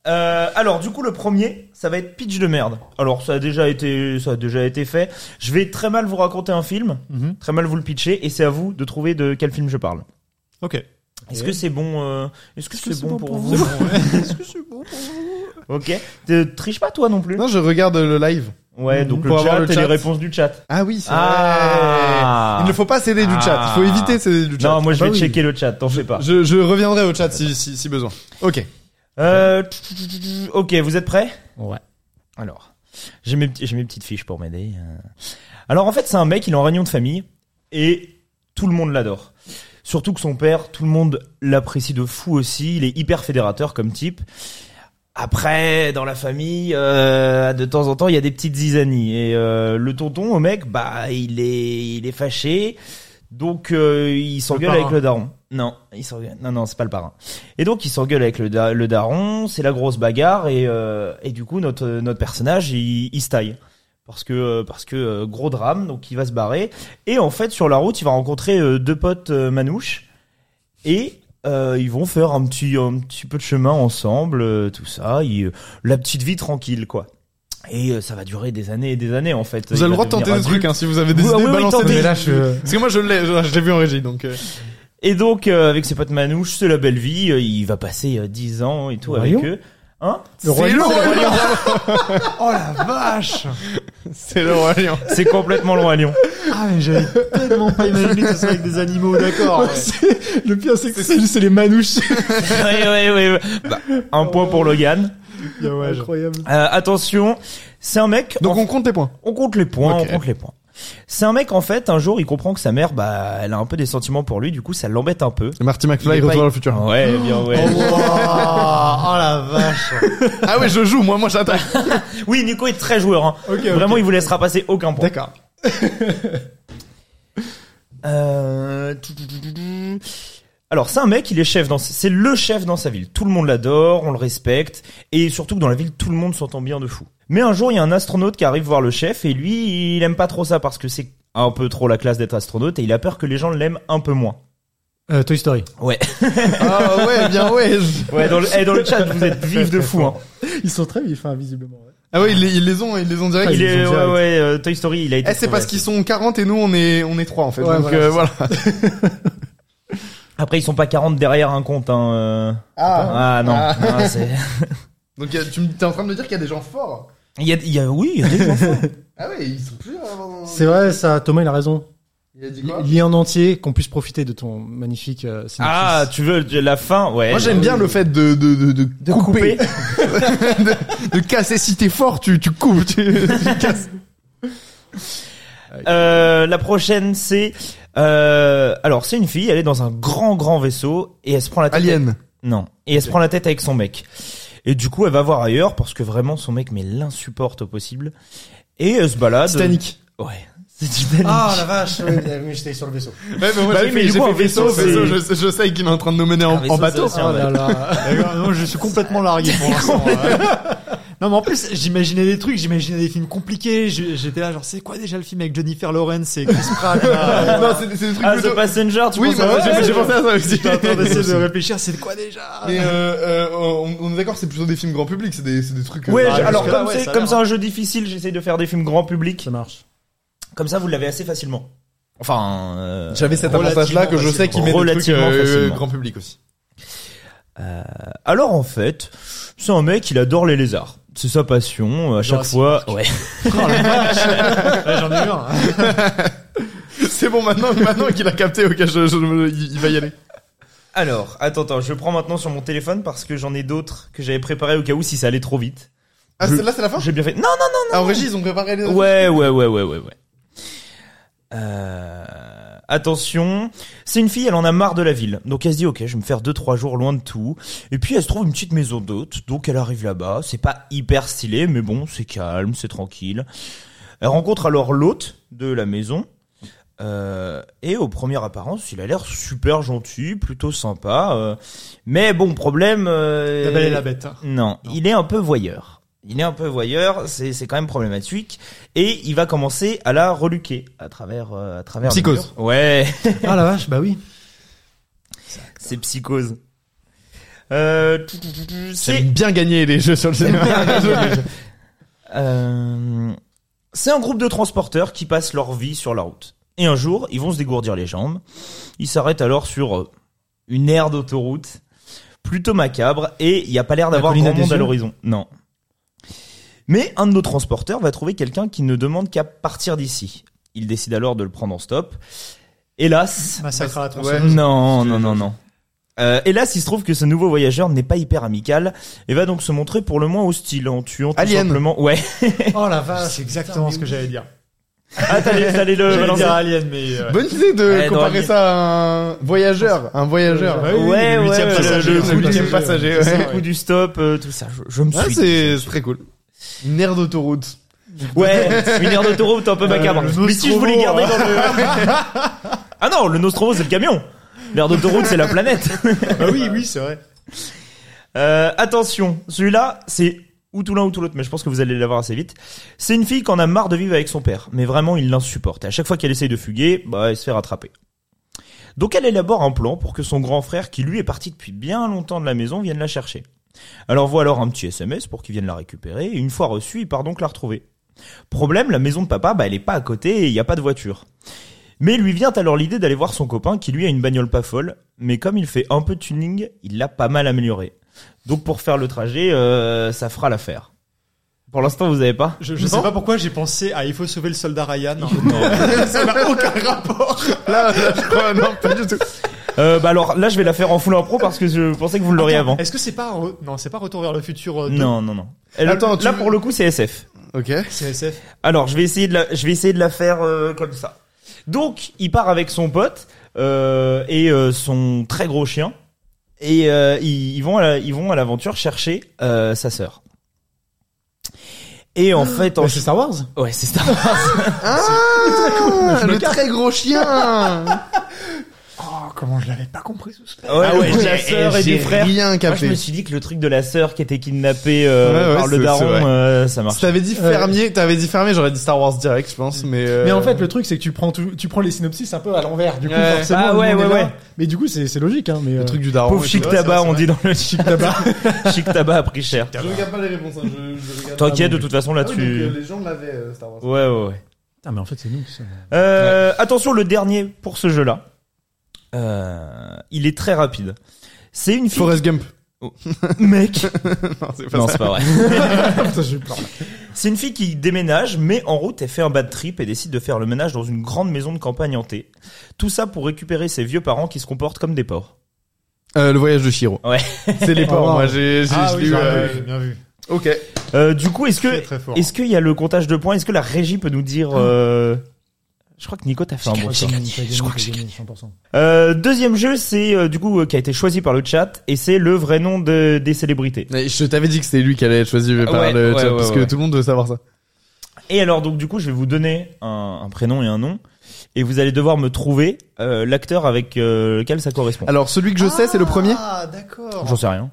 Speaker 3: Euh, alors du coup le premier, ça va être pitch de merde. Alors ça a déjà été ça a déjà été fait. Je vais très mal vous raconter un film,
Speaker 5: Mhm.
Speaker 3: très mal vous le pitcher et c'est à vous de trouver de quel film je parle.
Speaker 5: Ok.
Speaker 3: Est-ce que c'est bon euh, Est-ce que c'est bon, pour vous, *laughs*
Speaker 5: Est-ce que c'est bon
Speaker 3: OK. Te- Triche pas toi non plus.
Speaker 2: Non, je regarde euh, le live.
Speaker 3: Ouais,
Speaker 2: Mhm.
Speaker 3: donc
Speaker 2: Pour
Speaker 3: le
Speaker 2: avoir
Speaker 3: chat
Speaker 2: le
Speaker 3: et
Speaker 2: chat.
Speaker 3: les réponses du chat.
Speaker 2: Ah oui, c'est
Speaker 3: Ah.
Speaker 2: vrai. Il ne faut pas céder du chat. Il faut
Speaker 3: Ah.
Speaker 2: éviter céder du chat.
Speaker 3: Non, moi je vais
Speaker 2: Ah oui.
Speaker 3: checker le chat, t'en fais pas.
Speaker 2: Je, je reviendrai au chat si, si, si besoin. Ok.
Speaker 3: Euh, tch, tch, tch, tch, ok, vous êtes prêts
Speaker 4: Ouais.
Speaker 3: Alors, j'ai mes, petits- j'ai mes petites fiches pour m'aider. euh. Alors en fait, c'est un mec, il est en réunion de famille et tout le monde l'adore. Surtout que son père, tout le monde l'apprécie de fou aussi. Il est hyper fédérateur comme type. Après, dans la famille, euh, de temps en temps, il y a des petites zizanies. Et euh, le tonton, au mec, bah, il est, il est fâché. Donc, euh, il s'engueule
Speaker 5: parrain.
Speaker 3: avec le daron. Non, il s'engueule. Non, non, c'est pas le parrain. Et donc, il s'engueule avec le, da- le daron. C'est la grosse bagarre. Et, euh, et du coup, notre, notre personnage, il, il se taille. Parce que, euh, parce que euh, gros drame, donc il va se barrer. Et en fait, sur la route, il va rencontrer euh, deux potes euh, manouches et euh, ils vont faire un petit un petit peu de chemin ensemble, euh, tout ça, Ils, euh, la petite vie tranquille quoi. Et euh, ça va durer des années et des années en fait.
Speaker 2: Vous
Speaker 3: Il
Speaker 2: avez le
Speaker 3: va
Speaker 2: droit de tenter
Speaker 3: devenir
Speaker 2: des trucs
Speaker 3: adulte.
Speaker 2: hein, si vous avez des
Speaker 3: Oui,
Speaker 2: idées,
Speaker 3: oui, oui,
Speaker 2: balancez
Speaker 3: tentez.
Speaker 2: des
Speaker 4: Mais là Ah, je
Speaker 2: Parce que moi je l'ai, je, je l'ai vu en régie donc. euh.
Speaker 3: Et donc euh, avec ses potes manouches, c'est la belle vie. euh, il va passer euh, 10 ans et tout
Speaker 4: Le
Speaker 3: avec
Speaker 4: royaume
Speaker 3: eux. Hein
Speaker 4: le roi
Speaker 2: C'est
Speaker 4: lion,
Speaker 2: le roi lion.
Speaker 5: Oh la vache
Speaker 2: C'est le roi lion.
Speaker 3: C'est complètement loin
Speaker 2: *laughs*
Speaker 3: à Lyon.
Speaker 5: Ah mais j'avais tellement pas imaginé que ce serait avec des animaux, d'accord. ouais.
Speaker 4: le pire c'est que c'est c'est les manouches
Speaker 3: oui, oui, oui. oui. Bah, un point pour Logan.
Speaker 4: incroyable
Speaker 3: Euh, attention, c'est un mec.
Speaker 2: Donc on compte les points.
Speaker 3: On compte les points,
Speaker 2: Ok.
Speaker 3: on compte les points. C'est un mec en fait, un jour il comprend que sa mère, bah, elle a un peu des sentiments pour lui, du coup ça l'embête un peu.
Speaker 2: Marty
Speaker 3: Il est
Speaker 2: McFly
Speaker 3: pas-
Speaker 2: retourne dans le futur. hein.
Speaker 3: Ouais, bien ouais.
Speaker 5: Oh la vache
Speaker 2: Ah ouais, je joue moi, moi j'attaque.
Speaker 3: Oui, Nico est très joueur. Hein. Vraiment, il vous laissera passer aucun point.
Speaker 2: D'accord.
Speaker 3: *laughs* Euh, tout, tout, tout, tout, tout. Alors c'est un mec, il est chef dans, c'est le chef dans sa ville. Tout le monde l'adore, on le respecte, et surtout que dans la ville, tout le monde s'entend bien de fou. Mais un jour, il y a un astronaute qui arrive voir le chef, et lui, il aime pas trop ça parce que c'est un peu trop la classe d'être astronaute, et il a peur que les gens l'aiment un peu moins.
Speaker 4: Euh, Toy Story.
Speaker 3: Ouais.
Speaker 2: Ah ouais, bien ouais.
Speaker 3: Ouais. Dans le, *laughs* eh, dans le chat, vous êtes vifs de fou. Hein.
Speaker 4: Ils sont très vifs, hein, visiblement. ouais.
Speaker 2: Ah ouais, ils, les- ils les ont, ils les ont direct.
Speaker 3: Il est,
Speaker 4: Ah, ont
Speaker 3: ouais,
Speaker 4: direct.
Speaker 3: ouais, euh, Toy Story, il a été.
Speaker 2: Eh, c'est parce qu'ils sont 40 et nous on est on est 3 en fait.
Speaker 4: Ouais,
Speaker 2: Donc
Speaker 4: voilà,
Speaker 2: euh,
Speaker 4: c'est
Speaker 2: voilà.
Speaker 3: Après, ils sont pas 40 derrière un compte. Hein. euh. Ah, non.
Speaker 2: Ah.
Speaker 3: Ah, c'est-
Speaker 2: Donc y a- tu me- t'es en train de me dire qu'il y a des gens forts.
Speaker 3: *laughs* il y a, il y a, oui, il y a des gens.
Speaker 2: Ah ouais, ils sont plus. euh,
Speaker 4: C'est vrai, ça, Thomas, il a raison.
Speaker 2: Il a dit quoi
Speaker 4: Lié en entier, qu'on puisse profiter de ton magnifique euh, synopsis.
Speaker 3: *laughs* Ah, tu veux de la fin Ouais.
Speaker 2: Moi j'aime bien le fait de de de de,
Speaker 3: de couper.
Speaker 2: de, de casser si t'es fort, tu tu coupes. Tu, tu casses.
Speaker 3: Euh, la prochaine, c'est euh, alors c'est une fille. Elle est dans un grand grand vaisseau et elle se prend la tête.
Speaker 2: Alien.
Speaker 3: Non. Et elle se prend la tête avec son mec. Et du coup, elle va voir ailleurs parce que vraiment son mec mais l'insupporte au possible. Et elle se balade.
Speaker 2: Titanic.
Speaker 3: Ouais. *laughs* C'est Titanic.
Speaker 4: Ah,
Speaker 3: Ah,
Speaker 4: vache, mais j'étais sur le vaisseau.
Speaker 2: Ouais, mais moi
Speaker 3: Bah
Speaker 2: j'ai
Speaker 3: oui,
Speaker 2: fait-
Speaker 3: mais du
Speaker 2: j'ai
Speaker 3: coup,
Speaker 2: fait
Speaker 3: un vaisseau,
Speaker 2: vaisseau,
Speaker 3: c'est-
Speaker 2: vaisseau, je, je sais qu'il est en train de nous mener en,
Speaker 3: Un vaisseau,
Speaker 2: en bateau.
Speaker 3: c'est aussi un
Speaker 4: là là.
Speaker 5: D'accord, non, je suis complètement largué pour l'instant. hein. Non mais en plus j'imaginais des trucs, j'imaginais des films compliqués, je- j'étais là genre c'est quoi déjà le film avec Jennifer Lawrence et Chris Pratt là
Speaker 2: *laughs* non, c'est c'est des trucs
Speaker 3: Ah,
Speaker 2: plutôt-
Speaker 3: The Passenger, tu
Speaker 2: Oui,
Speaker 3: penses
Speaker 2: bah,
Speaker 3: à-
Speaker 2: j'ai j'ai pensé à ça aussi.
Speaker 5: J'étais en train d'essayer de réfléchir c'est quoi déjà
Speaker 2: Mais euh, euh, on, on est d'accord, c'est plutôt des films grand public, c'est des, c'est des trucs. euh,
Speaker 3: Ouais,
Speaker 2: bah,
Speaker 3: j'ai- alors
Speaker 5: parce que là,
Speaker 3: comme
Speaker 5: ouais,
Speaker 3: c'est
Speaker 5: ça a
Speaker 3: comme
Speaker 5: l'air. hein.
Speaker 3: c'est un jeu difficile, j'essaie de faire des films grand public.
Speaker 4: Ça marche.
Speaker 3: Comme ça, vous l'avez assez facilement. Enfin, euh,
Speaker 2: J'avais cet
Speaker 5: Relativement
Speaker 2: avantage-là que je sais qu'il met des trucs
Speaker 3: facilement.
Speaker 2: euh,
Speaker 3: Relativement
Speaker 2: grand public aussi.
Speaker 3: alors en fait, c'est un mec, il adore les lézards. C'est sa passion. euh, À chaque
Speaker 5: Jurassic
Speaker 3: fois, ouais.
Speaker 4: Ah, *laughs*
Speaker 5: Ouais, J'en ai eu un.
Speaker 2: *laughs* C'est bon, maintenant, maintenant qu'il a capté, ok, je, je- je- il il va y aller.
Speaker 3: *laughs* Alors, attends, attends, je prends maintenant sur mon téléphone parce que j'en ai d'autres que j'avais préparé au cas où si ça allait trop vite.
Speaker 2: Ah,
Speaker 3: Je-
Speaker 2: c'est- là, c'est la fin
Speaker 3: J'ai bien fait. Non, Oh, non,
Speaker 2: Ah, En régie, ils ont préparé les.
Speaker 3: non. Ouais, ouais, ouais, ouais, ouais, ouais. Euh, attention, c'est une fille, elle en a marre de la ville. Donc elle se dit, ok, je vais me faire deux trois jours loin de tout. Et puis elle se trouve une petite maison d'hôte. Donc elle arrive là-bas. C'est pas hyper stylé, mais bon, c'est calme, c'est tranquille. Elle rencontre alors l'hôte de la maison. Euh, et aux premières apparences, il a l'air super gentil, plutôt sympa. euh, mais bon, problème. euh,
Speaker 5: La belle et la bête. hein.
Speaker 3: non,
Speaker 5: Non.
Speaker 3: il est un peu voyeur. Il est un peu voyeur, c'est c'est quand même problématique, et il va commencer à la reluquer à travers euh, à travers. le
Speaker 2: Psychose.
Speaker 3: mur. Ouais, *laughs*
Speaker 4: Ah la vache, bah oui.
Speaker 3: c'est psychose. Euh, tout, tout, tout, tout,
Speaker 2: C'est
Speaker 3: c'est
Speaker 2: bien gagné les jeux sur le cinéma.
Speaker 3: Euh, c'est un groupe de transporteurs qui passent leur vie sur la route. Et un jour, ils vont se dégourdir les jambes. Ils s'arrêtent alors sur euh, une aire d'autoroute plutôt macabre et il n'y a pas l'air d'avoir
Speaker 4: colline
Speaker 3: grand
Speaker 4: a des
Speaker 3: monde à
Speaker 4: yeux
Speaker 3: l'horizon. Non. Mais un de nos transporteurs va trouver quelqu'un qui ne demande qu'à partir d'ici. Il décide alors de le prendre en stop. Hélas,
Speaker 5: Massacre à la
Speaker 2: Bah, Ouais.
Speaker 5: tronçonneuse.
Speaker 3: non, non, non, non. Euh, hélas, il se trouve que ce nouveau voyageur n'est pas hyper amical et va donc se montrer pour le moins hostile en tuant tout
Speaker 2: Alien.
Speaker 3: simplement. Ouais.
Speaker 5: Oh la vache, c'est exactement ce que j'allais dire.
Speaker 3: Ah, t'allais, t'allais le
Speaker 5: J'allais
Speaker 3: balancer.
Speaker 5: dire Alien mais euh, ouais.
Speaker 2: Bonne idée de
Speaker 3: Ouais,
Speaker 2: comparer
Speaker 3: drôle.
Speaker 2: ça à un voyageur, un voyageur.
Speaker 5: Bah
Speaker 3: Ouais,
Speaker 5: oui,
Speaker 3: ouais,
Speaker 5: le huitième
Speaker 3: ouais,
Speaker 5: passager,
Speaker 2: le
Speaker 5: le
Speaker 2: huitième
Speaker 5: huitième
Speaker 2: passager,
Speaker 5: ouais.
Speaker 2: ouais.
Speaker 5: C'est
Speaker 3: Le coup du stop, euh, tout ça. Je, je me
Speaker 2: Ah,
Speaker 3: suis.
Speaker 2: c'est c'est très *laughs* cool. Une aire d'autoroute.
Speaker 3: Ouais, une aire d'autoroute
Speaker 2: Euh,
Speaker 3: un peu macabre.
Speaker 5: le
Speaker 3: Mais si je voulais
Speaker 5: Nostromo,
Speaker 3: garder dans le.
Speaker 2: hein.
Speaker 3: ah non, le Nostromo c'est le camion. L'aire d'autoroute c'est la planète.
Speaker 5: Bah oui, oui, c'est vrai.
Speaker 3: Euh, attention, celui-là c'est ou tout l'un ou tout l'autre, mais je pense que vous allez l'avoir assez vite. C'est une fille qui en a marre de vivre avec son père, mais vraiment il l'insupporte. Et à chaque fois qu'elle essaye de fuguer, bah elle se fait rattraper. Donc elle élabore un plan pour que son grand frère, qui lui est parti depuis bien longtemps de la maison, vienne la chercher. Elle envoie alors un petit SMS pour qu'il vienne la récupérer, et une fois reçue, il part donc la retrouver. Problème, la maison de papa, bah, elle est pas à côté et il n'y a pas de voiture. Mais lui vient alors l'idée d'aller voir son copain qui lui a une bagnole pas folle, mais comme il fait un peu de tuning, il l'a pas mal améliorée. Donc pour faire le trajet, euh, ça fera l'affaire. Pour l'instant, vous avez pas
Speaker 5: Je, je sais
Speaker 2: Non.
Speaker 5: pas pourquoi j'ai pensé à Il faut sauver le soldat Ryan. *laughs*
Speaker 2: Là, là, je crois, Oh, non, pas du tout.
Speaker 3: euh, Bah alors là, je vais la faire en full impro parce que je pensais que vous l'auriez
Speaker 5: Attends,
Speaker 3: avant.
Speaker 5: Est-ce que c'est pas re- non, c'est pas Retour vers le futur euh, deux
Speaker 3: Non, non, non. Elle-
Speaker 2: Attends, tu
Speaker 3: là
Speaker 2: veux-
Speaker 3: pour le coup, c'est SF.
Speaker 2: Ok.
Speaker 5: c'est SF.
Speaker 3: Alors, je vais essayer de la, je vais essayer de la faire euh, comme ça. Donc, il part avec son pote euh, et euh, son très gros chien, et euh, ils, ils vont, à la- ils vont à l'aventure chercher euh, sa sœur. Et en fait, en...
Speaker 4: Bah, c'est Star Wars
Speaker 3: ouais, c'est Star *laughs* Wars.
Speaker 2: Ah, le très gros
Speaker 5: *laughs*
Speaker 2: chien
Speaker 5: Oh, comment je l'avais pas compris ce spell.
Speaker 3: Ah Ouais, ouais,
Speaker 2: Ah ouais,
Speaker 3: de la
Speaker 2: j'ai-
Speaker 3: sœur et
Speaker 2: j'ai
Speaker 3: du frère.
Speaker 2: rien
Speaker 3: Moi, je
Speaker 2: capté.
Speaker 3: me suis dit que le truc de la sœur qui était kidnappée euh,
Speaker 2: Ouais, ouais,
Speaker 3: par le
Speaker 2: c'est- c'est vrai.
Speaker 3: daron, euh, ça
Speaker 2: Si
Speaker 3: marche.
Speaker 2: t'avais dit fermier, t'avais dit fermier, j'aurais dit Star Wars direct, je pense, mais. euh,
Speaker 4: Mais en fait, le truc, c'est que tu prends, tout- tu prends les synopsis un peu à l'envers. Du coup,
Speaker 2: Ouais.
Speaker 4: forcément,
Speaker 3: Ah
Speaker 4: nous,
Speaker 3: ouais,
Speaker 4: on est
Speaker 3: ouais,
Speaker 4: là.
Speaker 3: ouais.
Speaker 4: Mais du coup, c'est c'est logique. Hein, mais
Speaker 2: le
Speaker 4: euh,
Speaker 2: truc du daron.
Speaker 3: Pauvre
Speaker 2: et
Speaker 3: chic
Speaker 2: tout, ouais,
Speaker 3: tabac,
Speaker 2: c'est vrai,
Speaker 3: on dit dans
Speaker 2: *laughs*
Speaker 3: le chic tabac. chic tabac a pris cher.
Speaker 2: c'est vrai. Je regarde pas les réponses, hein, je, je regarde.
Speaker 3: T'inquiète, de toute façon, là,
Speaker 2: Ah oui, donc, euh,
Speaker 3: tu...
Speaker 2: les gens l'avaient, euh, Star Wars.
Speaker 3: Ouais, ouais, ouais.
Speaker 4: Putain, mais en fait, c'est nous. ça.
Speaker 3: Euh, Attention, le dernier pour ce jeu-là. Euh, il est très rapide. C'est une fille...
Speaker 2: Forrest Gump.
Speaker 3: Mec
Speaker 2: *laughs* Non, c'est pas
Speaker 3: *laughs* Non,
Speaker 2: ça.
Speaker 3: c'est pas vrai.
Speaker 4: Ah, Putain, j'ai eu peur.
Speaker 3: C'est une fille qui déménage, mais en route, elle fait un bad trip et décide de faire le ménage dans une grande maison de campagne hantée. Tout ça pour récupérer ses vieux parents qui se comportent comme des porcs.
Speaker 2: Euh, le voyage de Chiro.
Speaker 3: Ouais.
Speaker 2: C'est les porcs,
Speaker 4: Oh.
Speaker 2: moi, j'ai, j'ai,
Speaker 5: Ah
Speaker 2: je
Speaker 5: oui,
Speaker 2: l'ai eu,
Speaker 5: j'ai
Speaker 2: euh,
Speaker 5: vu, bien vu.
Speaker 2: Ok.
Speaker 3: Euh, du coup, est-ce
Speaker 5: Très,
Speaker 3: que
Speaker 5: très fort.
Speaker 3: est-ce qu'il y a le comptage de points Est-ce que la régie peut nous dire
Speaker 2: Ah.
Speaker 3: euh, Je crois que Nico t'a fait un bon tir.
Speaker 4: Je crois que j'ai gagné 100%.
Speaker 3: Euh, deuxième jeu, c'est euh, du coup euh, qui a été choisi par le chat et c'est le vrai nom de, des célébrités.
Speaker 2: Mais Je t'avais dit que c'était lui qui allait être choisi par
Speaker 3: Ouais,
Speaker 2: le
Speaker 3: ouais,
Speaker 2: chat,
Speaker 3: ouais,
Speaker 2: parce
Speaker 3: ouais.
Speaker 2: que tout le monde doit savoir ça.
Speaker 3: Et alors donc du coup, je vais vous donner un, un prénom et un nom et vous allez devoir me trouver euh, l'acteur avec euh, lequel ça correspond.
Speaker 2: Alors, celui que je sais, c'est le premier?
Speaker 5: Ah, d'accord.
Speaker 3: J'en sais rien.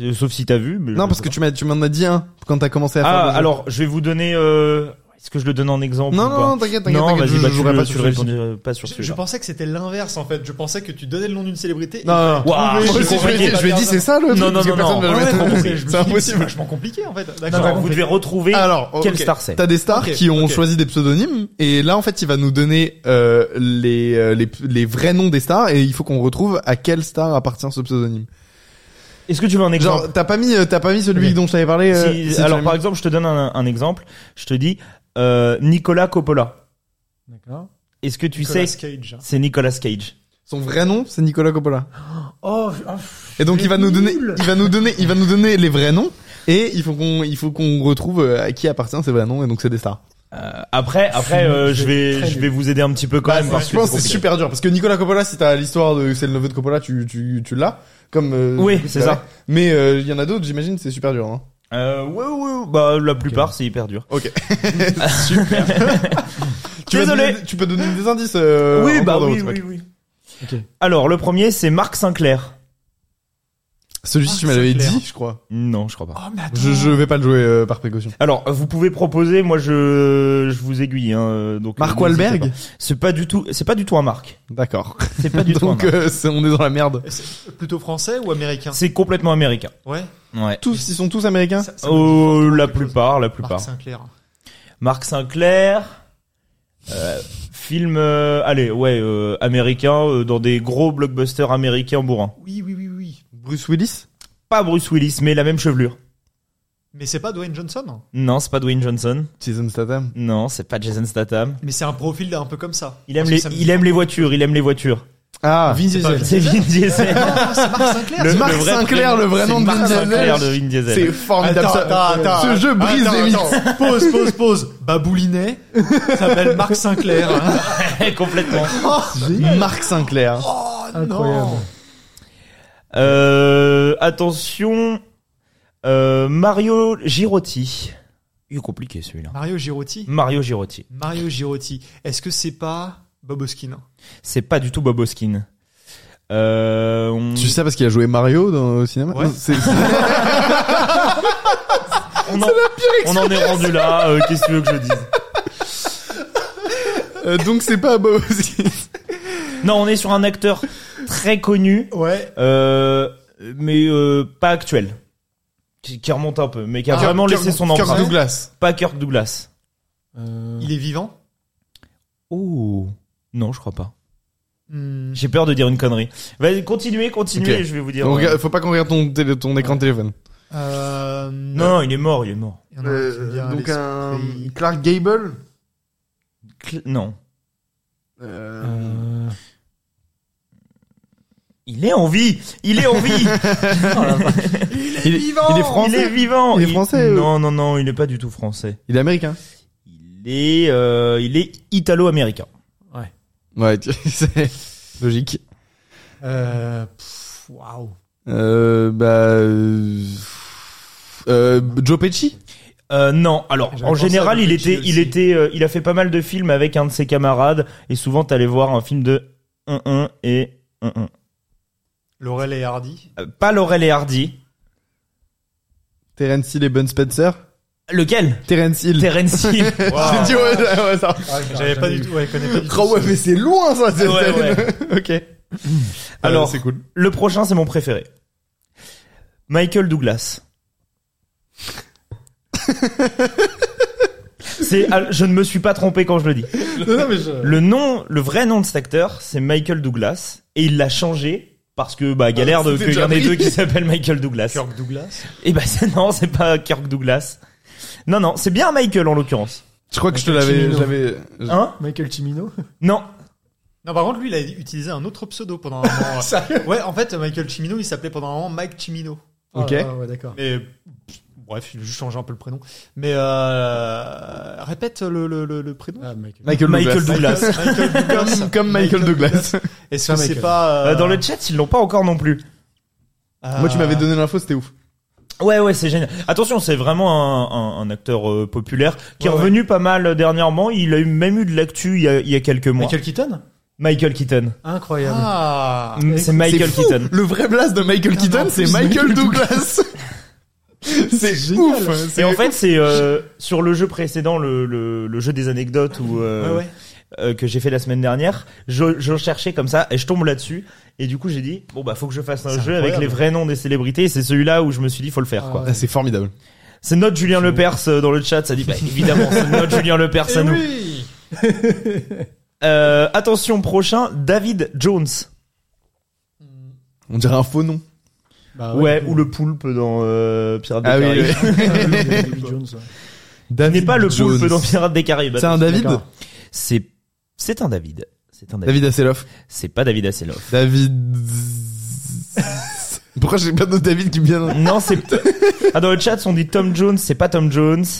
Speaker 3: Euh, Sauf si t'as vu. Mais
Speaker 2: Non, parce que tu m'as, tu m'en as dit un quand t'as commencé à faire.
Speaker 3: Ah
Speaker 2: le jeu.
Speaker 3: alors je vais vous donner. euh, Est-ce que je le donne en exemple
Speaker 2: Non,
Speaker 3: ou
Speaker 2: non,
Speaker 3: pas
Speaker 2: non, t'inquiète, t'inquiète,
Speaker 3: non,
Speaker 2: t'inquiète,
Speaker 3: vas-y, bah,
Speaker 2: je
Speaker 3: tu
Speaker 2: jouerai
Speaker 3: le-
Speaker 2: pas
Speaker 3: tu
Speaker 2: sur
Speaker 3: le
Speaker 2: celui-ci.
Speaker 3: répondrais pas sur
Speaker 5: Je, je
Speaker 3: celui-là.
Speaker 5: pensais que c'était l'inverse en fait. Je pensais que tu donnais le nom d'une célébrité. et
Speaker 2: Non, non, non.
Speaker 3: Waouh,
Speaker 2: Je
Speaker 3: c'est
Speaker 2: je lui ai dit-
Speaker 3: compliqué.
Speaker 2: je lui ai dit, c'est ça le
Speaker 3: Non,
Speaker 2: truc,
Speaker 3: non,
Speaker 2: parce que
Speaker 3: non,
Speaker 2: personne
Speaker 3: non.
Speaker 2: va jamais
Speaker 3: Ouais,
Speaker 2: trouver.
Speaker 3: ouais,
Speaker 5: je me suis dit,
Speaker 2: C'est
Speaker 5: *laughs* C'est
Speaker 2: impossible.
Speaker 5: vachement compliqué en fait.
Speaker 3: Non,
Speaker 5: D'accord.
Speaker 3: vous devez retrouver
Speaker 2: Alors,
Speaker 3: quelle
Speaker 2: ok.
Speaker 3: star c'est.
Speaker 2: T'as des stars
Speaker 5: Ok,
Speaker 2: qui ont
Speaker 5: ok.
Speaker 2: choisi des pseudonymes et là en fait il va nous donner euh, les, euh, les les vrais noms des stars et il faut qu'on retrouve à quelle star appartient ce pseudonyme.
Speaker 3: Est-ce que tu veux un exemple
Speaker 2: Genre t'as pas mis euh, t'as pas mis celui
Speaker 4: Ok.
Speaker 2: dont je t'avais parlé. euh,
Speaker 3: Si-
Speaker 2: si tu
Speaker 3: alors
Speaker 2: l'as
Speaker 3: par
Speaker 2: mis.
Speaker 3: exemple, je te donne un, un exemple. Je te dis euh, Nicolas Coppola.
Speaker 4: D'accord.
Speaker 3: Est-ce que tu
Speaker 5: Nicolas
Speaker 3: sais
Speaker 5: Cage.
Speaker 3: c'est Nicolas Cage
Speaker 2: son vrai nom c'est Nicolas Coppola.
Speaker 4: Oh,
Speaker 2: Et donc il va nous donner
Speaker 4: Nul.
Speaker 2: il va nous donner il va nous donner les vrais noms et il faut qu'on il faut qu'on retrouve euh, à qui appartient ces vrais noms et donc c'est des stars.
Speaker 3: Euh, Après, après, euh, je vais, je vais vous aider un petit peu quand même parce
Speaker 2: je
Speaker 3: que
Speaker 2: pense
Speaker 3: c'est
Speaker 2: que Bah, c'est
Speaker 3: compliqué.
Speaker 2: super dur parce que Nicolas Coppola si t'as l'histoire de c'est le neveu de Coppola tu tu tu l'as comme euh,
Speaker 3: Oui,
Speaker 2: tu
Speaker 3: c'est
Speaker 2: l'avais.
Speaker 3: ça.
Speaker 2: Mais euh, il y en a d'autres j'imagine c'est super dur hein.
Speaker 3: Euh, ouais, ouais, ouais, bah la plupart c'est hyper dur. *laughs*
Speaker 2: Ok. Super. tu
Speaker 3: Désolé.
Speaker 2: Peux donner, tu peux donner des indices. euh,
Speaker 3: oui,
Speaker 2: en
Speaker 3: bah
Speaker 2: cours de
Speaker 3: oui,
Speaker 2: route,
Speaker 3: oui,
Speaker 2: ok.
Speaker 3: oui.
Speaker 4: Ok.
Speaker 3: Alors le premier c'est Marc Sinclair.
Speaker 2: Celui-ci,
Speaker 5: Ah,
Speaker 2: tu m'avais
Speaker 5: Sinclair.
Speaker 2: dit, je crois.
Speaker 3: Non, je crois pas.
Speaker 5: Oh, mais attends.
Speaker 2: Je, je vais pas le jouer euh, par précaution.
Speaker 3: Alors vous pouvez proposer, moi je, je vous aiguille. Hein, donc
Speaker 2: Mark
Speaker 3: euh, n'hésitez
Speaker 2: Wahlberg
Speaker 3: pas. C'est pas du tout, c'est pas du tout un Marc.
Speaker 2: D'accord.
Speaker 3: C'est pas du tout.
Speaker 2: *laughs*
Speaker 3: un
Speaker 2: Donc
Speaker 3: Marc.
Speaker 2: euh, c'est- on est dans la merde.
Speaker 5: C'est Plutôt français ou américain
Speaker 3: C'est complètement américain.
Speaker 5: Ouais.
Speaker 3: Ouais.
Speaker 2: Tous, ils sont tous américains.
Speaker 5: Ça- ça me dit
Speaker 3: Oh,
Speaker 5: fortement
Speaker 3: la
Speaker 5: quelque chose.
Speaker 3: plupart, la
Speaker 5: Marc
Speaker 3: plupart.
Speaker 5: Sinclair.
Speaker 3: Marc Sinclair. euh, film, euh, allez, ouais, euh, américain, euh, dans des gros blockbusters américains bourrins.
Speaker 5: Oui, oui, oui, oui.
Speaker 2: Bruce Willis.
Speaker 3: Pas Bruce Willis, mais la même chevelure.
Speaker 5: Mais c'est pas Dwayne Johnson
Speaker 3: Non, c'est pas Dwayne Johnson.
Speaker 2: Jason Statham.
Speaker 3: Non, c'est pas Jason Statham.
Speaker 5: Mais c'est un profil un peu comme ça.
Speaker 3: Il aime
Speaker 5: Parce que
Speaker 3: les,
Speaker 5: ça me dit-
Speaker 3: il aime les voitures, il aime les voitures.
Speaker 2: Ah.
Speaker 4: Vin Diesel.
Speaker 3: C'est Vin Diesel.
Speaker 5: *laughs* Ah, c'est Marc Sinclair.
Speaker 2: Le-
Speaker 5: c'est-
Speaker 2: Marc Sinclair,
Speaker 3: prénom,
Speaker 2: le vrai
Speaker 3: c'est
Speaker 2: nom de
Speaker 3: Marc
Speaker 2: Vin Diesel.
Speaker 3: Sinclair de Vin Diesel.
Speaker 2: C'est formidable. ça. Ce jeu brise
Speaker 5: attends,
Speaker 2: les mythes.
Speaker 5: attends. Pause, pause, pause. Baboulinet s'appelle Marc Sinclair. hein.
Speaker 3: *laughs* complètement.
Speaker 2: Marc Sinclair.
Speaker 5: Oh
Speaker 4: Incroyable.
Speaker 5: non.
Speaker 3: Euh, attention, euh, Mario Girotti. Il est compliqué celui-là.
Speaker 5: Mario Girotti.
Speaker 3: Mario Girotti.
Speaker 5: Mario Girotti. Est-ce que c'est pas Bob Hoskin
Speaker 3: C'est pas du tout Bob Hoskin. Euh, on-
Speaker 2: Tu sais parce qu'il a joué Mario dans, au cinéma
Speaker 5: Ouais.
Speaker 2: Non, c'est-
Speaker 3: on, en, on en est rendu là. euh, Qu'est-ce que tu veux que je dise
Speaker 2: euh, Donc c'est pas Bob Hoskins.
Speaker 3: Non, on est sur un acteur très connu,
Speaker 5: Ouais.
Speaker 3: euh, mais euh, pas actuel, qui, qui remonte un peu, mais qui a
Speaker 5: Ah,
Speaker 3: vraiment
Speaker 5: Kirk-
Speaker 3: laissé son
Speaker 5: Kirk
Speaker 3: empreinte.
Speaker 2: Douglas.
Speaker 3: Pas Kirk Douglas.
Speaker 4: Euh,
Speaker 5: Il est vivant
Speaker 3: Oh non, je crois pas.
Speaker 5: Hmm.
Speaker 3: J'ai peur de dire une connerie. Vas-y, continuez, continuez,
Speaker 2: Ok.
Speaker 3: je vais vous dire.
Speaker 2: On
Speaker 3: euh,
Speaker 2: regarde- Faut pas qu'on regarde ton, télé- ton écran de téléphone.
Speaker 5: Euh,
Speaker 3: Non, non, il est mort, il est mort.
Speaker 5: Il y en a un qui aime bien les- les-
Speaker 2: Clark Gable.
Speaker 3: Cl- non.
Speaker 4: euh,
Speaker 3: Il est en vie Il est en
Speaker 2: *laughs*
Speaker 3: vie
Speaker 2: Il est, il est
Speaker 3: Il
Speaker 2: français.
Speaker 3: est vivant
Speaker 2: Il est français, euh.
Speaker 3: Non, non, non, il est pas du tout français.
Speaker 2: Il est américain.
Speaker 3: Il est, euh, il est italo-américain.
Speaker 2: Ouais, tu- *laughs* c'est logique.
Speaker 4: euh, pff, Waouh.
Speaker 2: Euh, bah, euh, euh, Joe Pesci.
Speaker 3: Euh, non, alors
Speaker 5: J'avais
Speaker 3: en
Speaker 5: pensé à
Speaker 3: général, il
Speaker 5: Luigi
Speaker 3: était, il
Speaker 5: aussi.
Speaker 3: était, euh, il a fait pas mal de films avec un de ses camarades et souvent t'allais voir un film de 1-1 et 1-1.
Speaker 5: Laurel et Hardy.
Speaker 3: Euh, Pas Laurel et Hardy.
Speaker 2: Terence Hill et Ben Spencer
Speaker 3: Lequel
Speaker 2: Terence Hill. *laughs*
Speaker 3: Terence Hill.
Speaker 2: J'ai dit, ouais, ouais, ouais, ça.
Speaker 4: Ah,
Speaker 5: J'avais pas du tout, ouais, je connais pas du tout.
Speaker 2: Oh ouais,
Speaker 5: ce-
Speaker 2: mais c'est loin ça. c'est-
Speaker 3: Ouais, ouais.
Speaker 2: *laughs* ok. Euh,
Speaker 3: Alors,
Speaker 2: c'est cool.
Speaker 3: Le prochain, c'est mon préféré.
Speaker 2: *laughs*
Speaker 3: Michael Douglas. c'est, ah, je ne me suis pas trompé quand je le dis. Le nom, le vrai nom de cet acteur, c'est Michael Douglas, et il l'a changé parce que bah galère de
Speaker 2: Ah, c'était
Speaker 3: qu'il y en
Speaker 2: déjà
Speaker 3: ait deux
Speaker 2: pris.
Speaker 3: qui s'appellent Michael Douglas.
Speaker 5: Kirk Douglas.
Speaker 3: Et bah c'est- non, c'est pas Kirk Douglas. Non non, c'est bien Michael en l'occurrence.
Speaker 2: Je crois que je te
Speaker 4: Michael
Speaker 2: l'avais,
Speaker 4: Cimino.
Speaker 2: j'avais. euh,
Speaker 3: Hein
Speaker 4: Michael Cimino.
Speaker 3: Non.
Speaker 5: Non, par contre, lui, il a utilisé un autre pseudo pendant un *laughs* moment. euh. ouais, en fait, Michael Cimino, il s'appelait pendant un moment Mike Cimino.
Speaker 2: Ok.
Speaker 4: Ah, ouais, d'accord.
Speaker 5: Mais pff, bref, il a juste changé un peu le prénom. Mais euh, répète le, le, le, le prénom.
Speaker 4: Ah, Michael.
Speaker 2: Michael,
Speaker 3: Michael
Speaker 2: Douglas. *laughs*
Speaker 3: Douglas.
Speaker 5: Euh, Michael Douglas.
Speaker 2: Comme, comme Michael, Douglas.
Speaker 5: Est-ce que
Speaker 4: Pas
Speaker 5: c'est
Speaker 4: Michael.
Speaker 5: pas euh,
Speaker 3: Euh, dans le chat, ils l'ont pas encore non plus.
Speaker 2: Ah. Moi, tu m'avais donné l'info, c'était ouf.
Speaker 3: Ouais, ouais, c'est génial. Attention, c'est vraiment un, un- un acteur euh, populaire qui est
Speaker 5: Ouais,
Speaker 3: revenu pas mal euh, dernièrement. Il a eu même eu de l'actu il, y a- il y a quelques mois. Michael,
Speaker 4: Michael Keaton
Speaker 3: Keaton.
Speaker 2: euh,
Speaker 4: Incroyable.
Speaker 5: Ah.
Speaker 3: Mm, C'est Michael
Speaker 2: fou.
Speaker 5: *laughs*
Speaker 3: Keaton.
Speaker 2: Le vrai blast de Michael Keaton,
Speaker 4: en
Speaker 2: Ah c'est
Speaker 4: plus,
Speaker 2: Michael
Speaker 4: Michael
Speaker 2: Douglas. c'est
Speaker 4: génial.
Speaker 2: ouf.
Speaker 3: Et
Speaker 2: c'est-
Speaker 3: en fait, c'est euh, sur le jeu précédent, le, le, le jeu des anecdotes ou euh,
Speaker 5: Ouais, ouais.
Speaker 3: euh, que j'ai fait la semaine dernière, je, je cherchais comme ça et je tombe là-dessus. Et du coup, j'ai dit bon bah faut que je fasse un
Speaker 5: C'est
Speaker 3: jeu avec
Speaker 5: incroyable.
Speaker 3: les vrais noms des célébrités. Et c'est celui-là où je me suis dit faut le faire
Speaker 4: Ah
Speaker 3: quoi.
Speaker 2: *laughs*
Speaker 4: ouais.
Speaker 2: Ah, c'est formidable.
Speaker 3: C'est notre Julien Lepers euh, dans le chat. Ça dit bah
Speaker 2: *laughs*
Speaker 3: évidemment c'est notre Julien Lepers
Speaker 2: Eh
Speaker 3: à nous.
Speaker 5: oui.
Speaker 3: *laughs* Euh, attention prochain, David Jones.
Speaker 2: On dirait un faux nom.
Speaker 4: Bah
Speaker 3: Ouais, ou le poulpe dans euh, Pirates des
Speaker 2: Ah oui,
Speaker 3: Caraïbes.
Speaker 2: *laughs* oui.
Speaker 4: David Jones. ouais.
Speaker 3: Il n'est
Speaker 2: David
Speaker 3: pas le
Speaker 2: Jones.
Speaker 3: poulpe dans Pirates des Caraïbes.
Speaker 2: C'est un David.
Speaker 4: D'accord.
Speaker 3: C'est c'est un David. C'est un David.
Speaker 2: David Asseloff.
Speaker 3: C'est pas David Hasselhoff.
Speaker 2: David. *laughs* Pourquoi j'ai pas d'autres David qui me viennent
Speaker 3: Non,
Speaker 2: *laughs*
Speaker 3: c'est ah, dans le chat on dit Tom Jones, c'est pas Tom Jones.
Speaker 2: *laughs*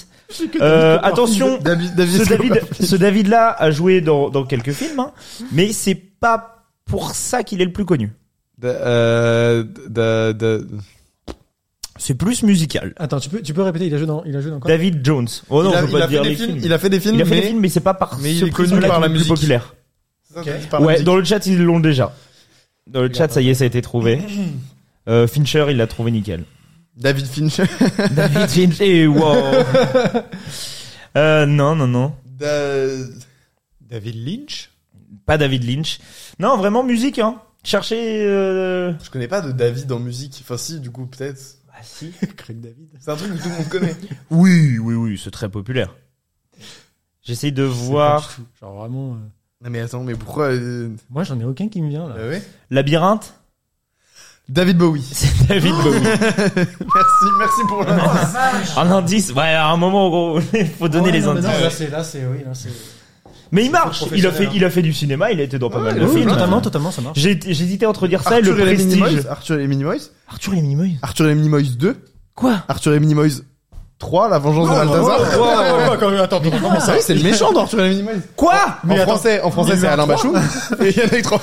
Speaker 3: Euh, attention,
Speaker 2: David, David,
Speaker 3: ce David ce David là a joué dans dans quelques films, hein, mais c'est pas pour ça qu'il est le plus connu.
Speaker 2: Da- euh, da- da-
Speaker 3: C'est plus musical.
Speaker 4: Attends, tu peux, tu peux répéter, il a joué dans, il a joué dans quoi
Speaker 3: David Jones. Oh non,
Speaker 2: il, a,
Speaker 3: je veux
Speaker 2: il
Speaker 3: pas
Speaker 2: a
Speaker 3: dire
Speaker 2: fait
Speaker 3: les
Speaker 2: des
Speaker 3: films.
Speaker 2: films, il a fait des films,
Speaker 3: Il a fait
Speaker 2: mais...
Speaker 3: des films, mais c'est pas par
Speaker 2: mais il est
Speaker 3: ce
Speaker 2: connu
Speaker 3: prisme-là
Speaker 2: par la
Speaker 3: qu'il est le plus
Speaker 2: musique.
Speaker 3: populaire.
Speaker 2: C'est par
Speaker 3: ouais,
Speaker 2: musique.
Speaker 3: dans le chat, ils l'ont déjà. Dans le chat, ça y est, ça a
Speaker 2: *clears throat*
Speaker 3: été trouvé. Euh, Fincher, il l'a
Speaker 2: *laughs*
Speaker 3: trouvé nickel.
Speaker 2: David Fincher.
Speaker 3: David Fincher, wow.
Speaker 2: *laughs*
Speaker 3: Euh, non, non, non.
Speaker 2: Da-
Speaker 5: David Lynch.
Speaker 3: Pas David Lynch. Non, vraiment musique, hein. Cherchez... Euh...
Speaker 2: Je connais pas de David en musique. Enfin si, du coup, peut-être.
Speaker 3: Ah si
Speaker 4: Craig David.
Speaker 2: C'est un truc que tout le monde connaît.
Speaker 3: Oui, oui, oui, c'est très populaire. J'essaye de voir...
Speaker 4: Pas du tout. Genre vraiment. euh,
Speaker 2: Non mais attends, mais pourquoi... euh,
Speaker 4: Moi, j'en ai aucun qui me vient là.
Speaker 2: bah ouais.
Speaker 3: Labyrinthe *laughs*
Speaker 2: David Bowie.
Speaker 3: C'est David Bowie.
Speaker 2: *laughs*
Speaker 4: *laughs*
Speaker 2: Merci, merci pour l'indice.
Speaker 3: Un indice Ouais, à un moment, gros, *laughs* faut donner
Speaker 4: Ouais,
Speaker 3: les
Speaker 4: non, mais
Speaker 3: indices.
Speaker 4: non,
Speaker 3: Mais,
Speaker 4: Là, c'est, là, c'est, oui, là, c'est.
Speaker 3: il marche il a, fait,
Speaker 2: hein.
Speaker 3: il a fait du cinéma, il a été dans pas mal de
Speaker 2: oui,
Speaker 3: films.
Speaker 4: totalement, totalement, ça marche.
Speaker 3: J'ai- J'hésitais entre dire ça et le
Speaker 2: Arthur et les
Speaker 3: prestige.
Speaker 2: Minimoys. Arthur et les Minimoys.
Speaker 3: Arthur et les Minimoys.
Speaker 2: Arthur et les Minimoys 2.
Speaker 3: Quoi
Speaker 2: Arthur et les Minimoys 3. La vengeance de
Speaker 5: Oh,
Speaker 2: Balthazar. Comment ça C'est le méchant d'Arthur et les Minimoys.
Speaker 3: Quoi
Speaker 2: en français, en français, c'est Alain Bachung. Et *laughs* il y en a eu trois.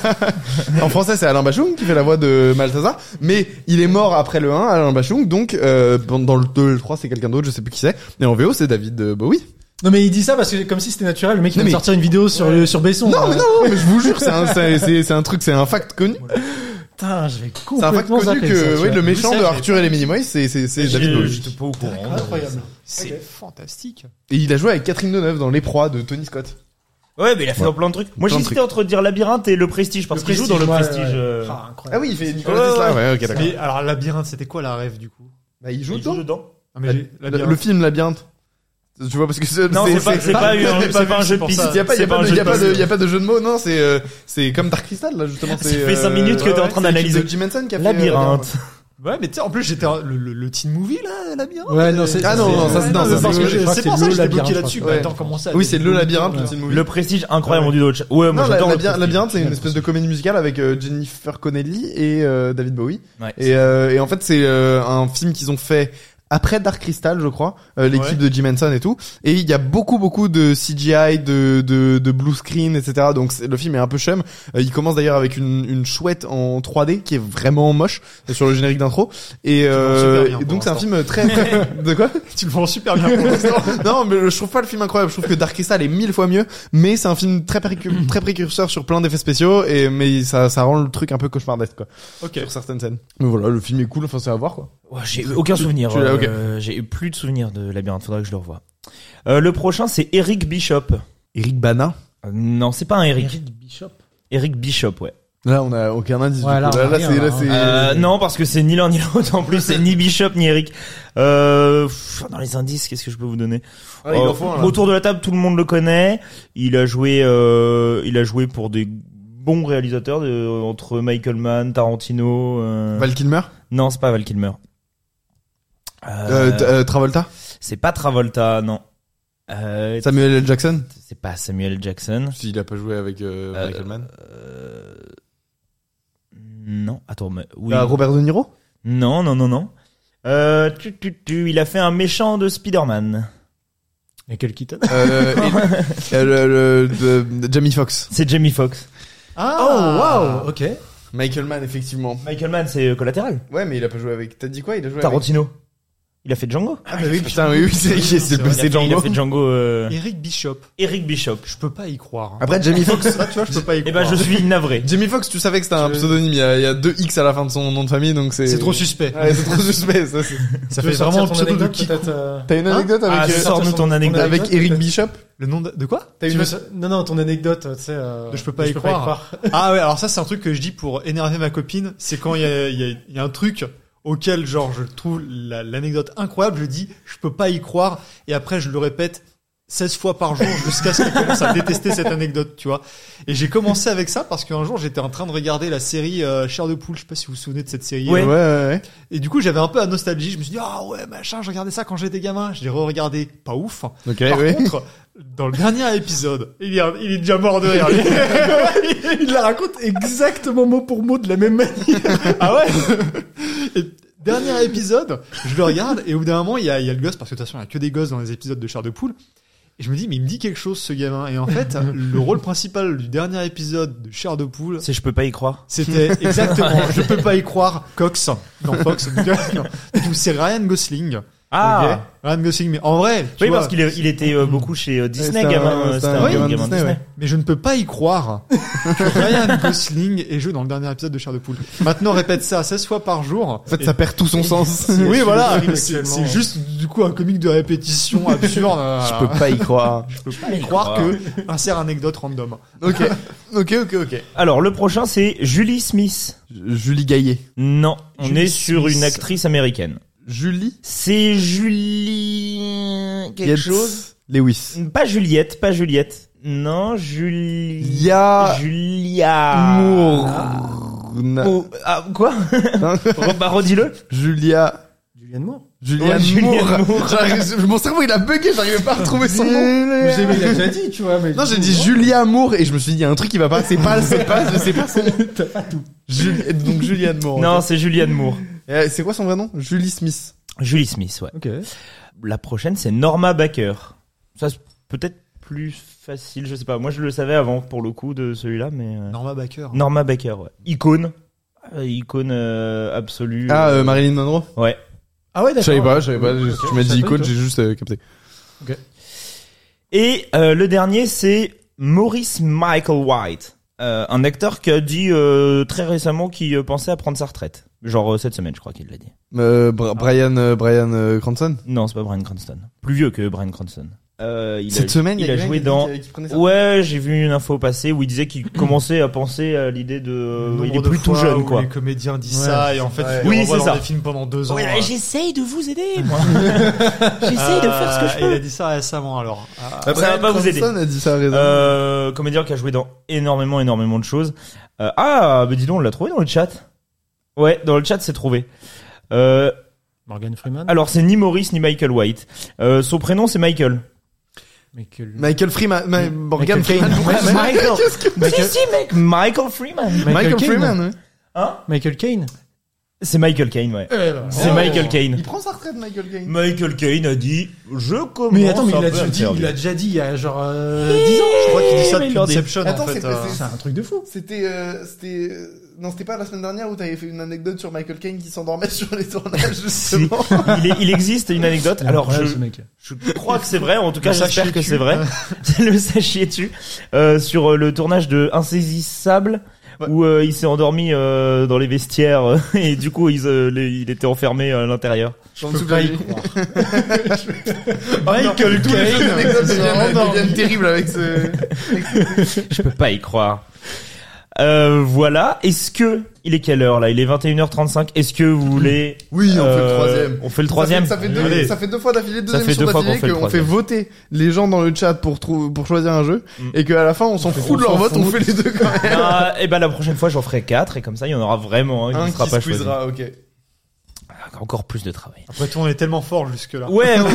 Speaker 2: en français, c'est Alain Bachung qui fait la voix de Malthazar. Mais il est mort après le 1, Alain Bachung. Donc, euh, dans le 2 et le 3, c'est quelqu'un d'autre, je sais plus qui c'est. Et en VO, c'est David euh, Bowie.
Speaker 4: Non, mais il dit ça parce que comme si c'était naturel, le mec il
Speaker 2: Non,
Speaker 4: vient de
Speaker 2: mais-
Speaker 4: sortir une vidéo sur, le- sur Besson.
Speaker 2: Non,
Speaker 4: là.
Speaker 2: mais non, non, mais je vous jure, c'est un, c'est- c'est- c'est un truc, c'est un fact connu.
Speaker 4: Putain, je vais
Speaker 2: C'est un fact
Speaker 4: complètement
Speaker 2: connu
Speaker 4: zapper
Speaker 2: que,
Speaker 4: ça, tu
Speaker 2: oui,
Speaker 4: vois.
Speaker 2: le méchant
Speaker 5: Oui,
Speaker 2: de
Speaker 5: ça,
Speaker 2: Arthur et les Minimoys, c'est, c'est, c'est David Bowie.
Speaker 3: J'étais pas au courant.
Speaker 4: Incroyable.
Speaker 5: *laughs* C'est fantastique.
Speaker 2: Et il a joué avec Catherine Deneuve dans Les Proies de Tony Scott.
Speaker 3: Ouais, mais il a fait plein de trucs. Moi,
Speaker 2: Plein de
Speaker 3: j'hésitais entre dire labyrinthe et le prestige parce qu'il joue dans le
Speaker 4: ouais,
Speaker 3: prestige.
Speaker 4: ouais.
Speaker 3: euh,
Speaker 4: Ah, incroyable.
Speaker 2: Ah oui, il fait Nicolas
Speaker 3: Ouais,
Speaker 2: Tesla.
Speaker 3: ouais.
Speaker 2: Ouais, ok, d'accord.
Speaker 5: Mais alors, Labyrinthe, c'était quoi la rêve du coup
Speaker 2: Bah, il joue
Speaker 3: il joue
Speaker 2: dedans.
Speaker 3: dedans.
Speaker 5: Ah, mais j'ai-
Speaker 2: Bah, Le
Speaker 5: Labyrinthe.
Speaker 2: le film Labyrinthe. Tu vois, parce que c'est,
Speaker 3: Non, c'est pas, c'est pas, eu un-
Speaker 2: c'est
Speaker 3: c'est pas un jeu de
Speaker 5: pour
Speaker 3: piste.
Speaker 5: ça.
Speaker 2: Il y a pas, il y a
Speaker 3: C'est
Speaker 2: pas, de, il y a pas de,
Speaker 3: piste.
Speaker 2: il y a pas de jeu de mots, non, c'est, euh, c'est comme Dark Crystal, là, justement.
Speaker 3: Ça
Speaker 2: c'est, euh,
Speaker 3: fait cinq minutes que t'es en train
Speaker 2: c'est
Speaker 3: d'analyser.
Speaker 2: l'équipe de Jim Henson qui a fait, euh,
Speaker 3: Labyrinthe.
Speaker 5: Ouais, mais tu sais, en plus, j'étais en- le, le, le teen movie là, Labyrinthe.
Speaker 4: Ouais, non, c'est.
Speaker 2: Ah non, non, ça, c'est-
Speaker 5: Ouais,
Speaker 2: non,
Speaker 5: non,
Speaker 2: ça,
Speaker 5: mais
Speaker 2: c'est-
Speaker 5: parce que
Speaker 2: je
Speaker 5: j'ai-
Speaker 4: crois que
Speaker 5: C'est
Speaker 4: c'est
Speaker 5: pour ça
Speaker 4: le
Speaker 5: que j'étais
Speaker 4: labyrinthe,
Speaker 5: bloqué
Speaker 4: je crois.
Speaker 5: là-dessus.
Speaker 2: Ouais.
Speaker 5: Mais Attends, comment ça
Speaker 2: Oui, c'est le labyrinthe, le
Speaker 4: Ouais.
Speaker 2: teen movie.
Speaker 3: Le prestige, incroyable, on dit d'autres. Ouais, moi,
Speaker 2: non, la,
Speaker 3: j'adore le
Speaker 2: labyrinthe,
Speaker 3: prestige.
Speaker 2: labyrinthe, c'est une
Speaker 4: Labyrinthe.
Speaker 2: espèce de comédie musicale avec euh, Jennifer Connelly et euh, David Bowie.
Speaker 3: Ouais.
Speaker 2: Et, euh, et en fait, c'est euh, un film qu'ils ont fait après Dark Crystal, je crois, euh, l'équipe
Speaker 5: Ouais.
Speaker 2: de Jim Henson et tout. Et il y a beaucoup, beaucoup de CGI, de, de, de blue screen, etc. Donc c'est- le film est un peu chum. Euh, il commence d'ailleurs avec une, une chouette en 3D qui est vraiment moche euh, sur le générique d'intro. Et, euh,
Speaker 5: super bien
Speaker 2: et donc
Speaker 5: pour
Speaker 2: c'est un film très... très- de quoi
Speaker 5: Tu le vends super bien *laughs* pour l'instant.
Speaker 2: *laughs* non, mais je trouve pas le film incroyable. Je trouve que Dark Crystal est mille fois mieux, mais c'est un film très, précu- très précurseur sur plein d'effets spéciaux et mais ça, ça rend le truc un peu cauchemardesque quoi.
Speaker 5: Ok.
Speaker 2: Sur certaines scènes. Mais voilà, le film est cool. Enfin, c'est à voir quoi.
Speaker 3: Ouais, j'ai aucun souvenir.
Speaker 2: tu l'as, ok.
Speaker 3: euh, j'ai plus de souvenir de Labyrinthe. Faudra que je le revoie. Euh, le prochain, c'est Eric Bishop.
Speaker 2: Eric Bana.
Speaker 3: Euh, Non, c'est pas un Eric.
Speaker 4: Bishop.
Speaker 3: Eric Bishop, ouais.
Speaker 2: Là, on a aucun indice. du
Speaker 4: Ouais, là,
Speaker 2: coup.
Speaker 4: on a
Speaker 2: là,
Speaker 4: rien,
Speaker 2: c'est
Speaker 4: là,
Speaker 2: là,
Speaker 4: hein.
Speaker 2: c'est.
Speaker 3: Euh, non, parce que c'est ni l'un ni l'autre. En plus, c'est ni Bishop ni Eric. Euh, pff, dans les indices, qu'est-ce que je peux vous donner
Speaker 2: Ah, il en
Speaker 3: Euh,
Speaker 2: faut un, là.
Speaker 3: Autour de la table, tout le monde le connaît. Il a joué, euh, il a joué pour des bons réalisateurs de- entre Michael Mann, Tarantino. euh,
Speaker 2: Val Kilmer,
Speaker 3: Non, c'est pas Val Kilmer. Euh,
Speaker 2: euh, t- euh, Travolta,
Speaker 3: c'est pas Travolta, non. Euh,
Speaker 2: Samuel L. Jackson.
Speaker 3: c'est pas Samuel Jackson.
Speaker 2: S'il a pas joué avec euh,
Speaker 3: Euh,
Speaker 2: Michael Mann.
Speaker 3: Euh, Non, attends, mais oui.
Speaker 2: Bah, Robert De Niro.
Speaker 3: Non, non, non, non. Euh, tu, tu, tu, il a fait un méchant de Spider-Man.
Speaker 4: Et quel Keaton
Speaker 2: Euh, et- euh, le, le- de- de Jamie Foxx.
Speaker 3: C'est Jamie Foxx.
Speaker 4: Ah, oh, wow, ok.
Speaker 2: Michael Mann, effectivement.
Speaker 3: Michael Mann, c'est euh, collatéral.
Speaker 2: Ouais, mais il a pas joué avec. T'as dit quoi Il a joué avec.
Speaker 3: Tarantino. Il a fait Django.
Speaker 2: Ah bah oui, putain, oui, oui, c'est c'est-
Speaker 3: Il
Speaker 5: Il a
Speaker 3: a
Speaker 2: c'est
Speaker 3: fait- Il a
Speaker 2: Django.
Speaker 3: fait Django. euh,
Speaker 5: Eric Bishop.
Speaker 3: Eric Bishop.
Speaker 5: Je peux pas y croire. hein.
Speaker 2: Après, Jamie Foxx.
Speaker 5: Là, tu vois, je peux pas y
Speaker 3: Eh
Speaker 5: croire.
Speaker 3: ben, je suis
Speaker 2: *laughs*
Speaker 3: navré.
Speaker 2: Jamie Foxx, tu savais que c'était un pseudonyme. Il y, a, il y a deux X à la fin de son nom de famille, donc c'est.
Speaker 5: C'est trop suspect.
Speaker 2: Ouais, c'est trop *laughs* suspect. ça, c'est-
Speaker 5: Ça fait vraiment le pseudo de qui
Speaker 4: peut-être euh,
Speaker 2: T'as une
Speaker 5: Hein
Speaker 2: anecdote
Speaker 3: Ah,
Speaker 2: avec euh,
Speaker 3: sors-nous ton anecdote.
Speaker 2: avec
Speaker 4: anecdote,
Speaker 2: Eric
Speaker 4: peut-être
Speaker 2: Bishop
Speaker 5: Le nom de, de quoi
Speaker 2: T'as
Speaker 4: Tu
Speaker 2: une
Speaker 4: veux ça- Non, non, ton anecdote, tu sais. euh,
Speaker 5: Je peux pas y croire. Ah ouais, alors ça c'est un truc que je dis pour énerver ma copine, c'est quand il y a, il y a- il y a un truc auquel genre je trouve la- l'anecdote incroyable, je dis je peux pas y croire et après je le répète 16 fois par jour jusqu'à ce qu'elle commence à détester cette anecdote, tu vois. Et j'ai commencé avec ça parce qu'un jour j'étais en train de regarder la série euh, Chair de poule, je sais pas si vous vous souvenez de cette série. euh.
Speaker 3: Ouais.
Speaker 2: Ouais, ouais, ouais.
Speaker 5: Et du coup j'avais un peu la nostalgie, je me suis dit ah ouais machin, je regardais ça quand j'étais gamin, je l'ai re-regardé, pas ouf.
Speaker 2: Ok,
Speaker 5: Par
Speaker 2: Eh ouais.
Speaker 5: contre, dans le dernier épisode, il est, il est déjà mort de rire.
Speaker 4: *laughs*
Speaker 5: Il- il la raconte exactement mot pour mot de la même manière. Ah ouais Et Dernier épisode, je le regarde et au bout d'un moment, il y a, il y a le gosse, parce que de toute façon, il n'y a que des gosses dans les épisodes de Char de Poule. Et je me dis, mais il me dit quelque chose ce gamin. Et en fait, le rôle principal du dernier épisode de Char de Poule,
Speaker 3: C'est je peux pas y croire.
Speaker 5: c'était
Speaker 3: *laughs*
Speaker 5: exactement, je peux pas y croire, Cox. Non, Fox. *laughs* non. Du coup, c'est Ryan Gosling.
Speaker 3: Ah.
Speaker 5: Ok Ryan Gosling, mais en vrai. tu
Speaker 3: Oui,
Speaker 5: vois,
Speaker 3: parce qu'il est- il était euh, beaucoup chez euh, Disney,
Speaker 2: c'est un-
Speaker 3: gamin. euh,
Speaker 2: c'est
Speaker 3: C'était
Speaker 2: un
Speaker 3: un
Speaker 2: gamin de
Speaker 3: gamin de
Speaker 2: Disney,
Speaker 3: Disney.
Speaker 2: ouais.
Speaker 5: mais je ne peux pas y croire que Ryan Gosling est joué dans le dernier épisode de Chair de Poule. Maintenant, répète ça 16 fois par jour.
Speaker 2: En fait, ça perd tout son
Speaker 5: *laughs*
Speaker 2: sens.
Speaker 5: Oui, voilà,
Speaker 4: actuellement.
Speaker 5: c'est c'est juste du coup un comique de répétition absurde.
Speaker 2: Je peux pas y croire.
Speaker 5: je peux pas y croire que insère anecdote random.
Speaker 2: Ok, ok, ok, ok.
Speaker 3: Alors, le prochain, c'est Julie Smith.
Speaker 2: Julie Gaillet.
Speaker 3: Non, on
Speaker 2: Julie
Speaker 3: est sur
Speaker 2: Smith.
Speaker 3: une actrice américaine.
Speaker 2: Julie
Speaker 3: C'est Julie quelque
Speaker 2: Gates
Speaker 3: chose.
Speaker 2: Lewis.
Speaker 3: Pas Juliette, pas Juliette. Non, Julie.
Speaker 2: Ya
Speaker 3: Julia.
Speaker 2: Moore.
Speaker 3: Oh, ah,
Speaker 2: *laughs*
Speaker 3: quoi Re- Bah redis-le.
Speaker 2: Julia.
Speaker 4: Julian Moore.
Speaker 2: Julia
Speaker 3: Julian
Speaker 2: Moore.
Speaker 3: Moore.
Speaker 2: J'arrive- Mon cerveau il a bugué, j'arrivais pas à retrouver son nom.
Speaker 4: J'ai mais il a déjà dit, tu vois. Mais
Speaker 2: Non, j'ai dit Julia Moore et je me suis dit, il y a un truc qui va pas, c'est pas, c'est pas, c'est pas son nom. Jul- donc Julianne Moore.
Speaker 3: Non, c'est Julianne Moore.
Speaker 2: Euh, c'est quoi son vrai nom Julie Smith.
Speaker 3: Julie Smith, ouais.
Speaker 4: Ok.
Speaker 3: La prochaine, c'est Norma Baker. Ça, c'est peut-être plus facile, je sais pas. Moi, je le savais avant, pour le coup, de celui-là, mais... euh,
Speaker 5: Norma Baker.
Speaker 3: Norma Baker, ouais. Icône. Euh, icône euh, absolue.
Speaker 2: Ah, euh, Marilyn Monroe
Speaker 3: Ouais.
Speaker 4: Ah ouais,
Speaker 2: Je
Speaker 4: d'accord.
Speaker 2: savais pas, je savais pas. je-
Speaker 4: Ok,
Speaker 2: tu m'as
Speaker 4: je
Speaker 2: dit
Speaker 4: savais pas
Speaker 2: icône,
Speaker 4: du
Speaker 2: j'ai juste euh, capté.
Speaker 3: Et euh, le dernier, c'est Maurice Michael White. Euh, un acteur qui a dit euh, très récemment qu'il euh, pensait à prendre sa retraite. Genre euh, cette semaine, je crois qu'il l'a dit.
Speaker 2: Euh, Bra- Brian, euh, Brian euh, Cranston
Speaker 3: Non, c'est pas Brian Cranston. Plus vieux que Brian Cranston. Euh, il
Speaker 2: Cette
Speaker 3: a,
Speaker 2: semaine,
Speaker 3: il
Speaker 2: y
Speaker 3: a
Speaker 2: quelqu'un
Speaker 3: joué
Speaker 2: qui-
Speaker 3: dans.
Speaker 2: qui- qui prenait ça
Speaker 3: Ouais, j'ai vu une info passer où il disait qu'il commençait à penser à l'idée de.
Speaker 5: Nombre
Speaker 3: Euh, il est
Speaker 5: de
Speaker 3: plus tout
Speaker 5: fois
Speaker 3: jeune,
Speaker 5: où
Speaker 3: quoi.
Speaker 5: Les comédiens disent
Speaker 4: Ouais,
Speaker 5: ça et en fait,
Speaker 3: Oui,
Speaker 5: oui,
Speaker 3: c'est
Speaker 5: dans
Speaker 3: ça.
Speaker 5: des films pendant deux ans.
Speaker 3: Ouais,
Speaker 5: euh,
Speaker 3: j'essaye de vous aider, moi. j'essaye de faire ce que je
Speaker 5: euh, Il a
Speaker 3: peux.
Speaker 5: dit ça récemment alors. Ah,
Speaker 3: Ça va pas vous aider.
Speaker 2: Cranston a dit ça raison.
Speaker 3: Euh, comédien qui a joué dans énormément, énormément de choses. Euh, ah, mais dis donc, on l'a trouvé dans le chat. Ouais, dans le chat, c'est trouvé. Euh,
Speaker 4: Morgan Freeman.
Speaker 3: alors, c'est ni Maurice ni Michael White. Euh, son prénom, c'est Michael.
Speaker 4: Michael.
Speaker 2: Michael Freeman, Ma- Morgan
Speaker 4: Michael
Speaker 2: Freeman.
Speaker 4: Caine.
Speaker 2: Freeman.
Speaker 3: *laughs* Michael.
Speaker 2: Qu'est-ce que-
Speaker 3: Si, si, mec, Michael Freeman.
Speaker 2: Michael
Speaker 4: Caine.
Speaker 2: Freeman. ouais.
Speaker 3: Hein
Speaker 4: Michael Caine.
Speaker 3: C'est Michael Caine, ouais. C'est
Speaker 2: Oh.
Speaker 3: Michael Caine.
Speaker 2: Il prend sa retraite, Michael Caine.
Speaker 3: Michael Caine a dit Je commence.
Speaker 4: Mais attends, mais
Speaker 3: un
Speaker 4: il
Speaker 3: peu
Speaker 4: a
Speaker 3: à
Speaker 4: déjà
Speaker 3: me
Speaker 4: dit,
Speaker 3: faire
Speaker 4: il
Speaker 3: vieux.
Speaker 4: a déjà dit il y a genre euh, 10 ans.
Speaker 5: Je crois qu'il dit ça
Speaker 3: Mais
Speaker 5: depuis
Speaker 3: Lord
Speaker 5: Inception
Speaker 2: Attends,
Speaker 5: en fait.
Speaker 2: c'est-
Speaker 5: euh.
Speaker 2: c'est-
Speaker 4: C'est un truc de fou.
Speaker 2: C'était, euh, c'était, euh, non, c'était pas la semaine dernière où t'avais fait une anecdote sur Michael Caine qui s'endormait *laughs* sur les tournages,
Speaker 3: Si.
Speaker 2: justement.
Speaker 3: il, est- il existe une anecdote. Alors, je,
Speaker 4: Incroyable, ce mec.
Speaker 3: je crois que c'est vrai. En tout cas,
Speaker 5: Le
Speaker 3: j'espère
Speaker 5: sachet
Speaker 3: que
Speaker 5: tu-
Speaker 3: c'est vrai. *laughs* le sachet tu euh, sur euh, le tournage de Insaisissable
Speaker 2: Ouais.
Speaker 3: où euh, il s'est endormi euh, dans les vestiaires *laughs* euh, et du coup ils, euh, les- il était enfermé euh, à l'intérieur.
Speaker 2: Je
Speaker 4: peux pas y croire.
Speaker 5: *laughs*
Speaker 4: Michael
Speaker 2: Tous les jeux
Speaker 4: Caine.
Speaker 2: d'anecdotes
Speaker 4: c'est
Speaker 2: deviennent,
Speaker 4: vraiment
Speaker 2: deviennent terribles avec ce.
Speaker 3: Je peux pas y croire. Euh, voilà. Est-ce que il est quelle heure là Il est 21h35. Est-ce que vous voulez
Speaker 2: Oui, on fait le
Speaker 3: euh,
Speaker 2: troisième.
Speaker 3: On fait le troisième.
Speaker 2: Ça fait, ça fait deux,
Speaker 5: Allez.
Speaker 2: ça fait deux fois d'affilée, deux
Speaker 3: Ça fait
Speaker 2: émissions
Speaker 3: deux fois qu'on
Speaker 2: d'affilée
Speaker 3: fait le
Speaker 2: qu'on fait
Speaker 3: troisième.
Speaker 2: voter les gens dans le chat pour trou- pour choisir un jeu
Speaker 3: Mm.
Speaker 2: et qu'à la fin on s'en
Speaker 4: fait-
Speaker 2: fout de
Speaker 4: on
Speaker 2: leur
Speaker 4: s'en
Speaker 2: vote, on
Speaker 4: fout.
Speaker 2: fait les deux quand même.
Speaker 3: Ah, et ben la prochaine fois j'en ferai quatre et comme ça il y en aura vraiment un qui ne
Speaker 2: Un
Speaker 3: sera
Speaker 2: qui
Speaker 3: pas choisi.
Speaker 2: squeezera, ok.
Speaker 3: Encore plus de travail.
Speaker 5: Après tout, on est tellement fort jusque là.
Speaker 3: Ouais. ouais.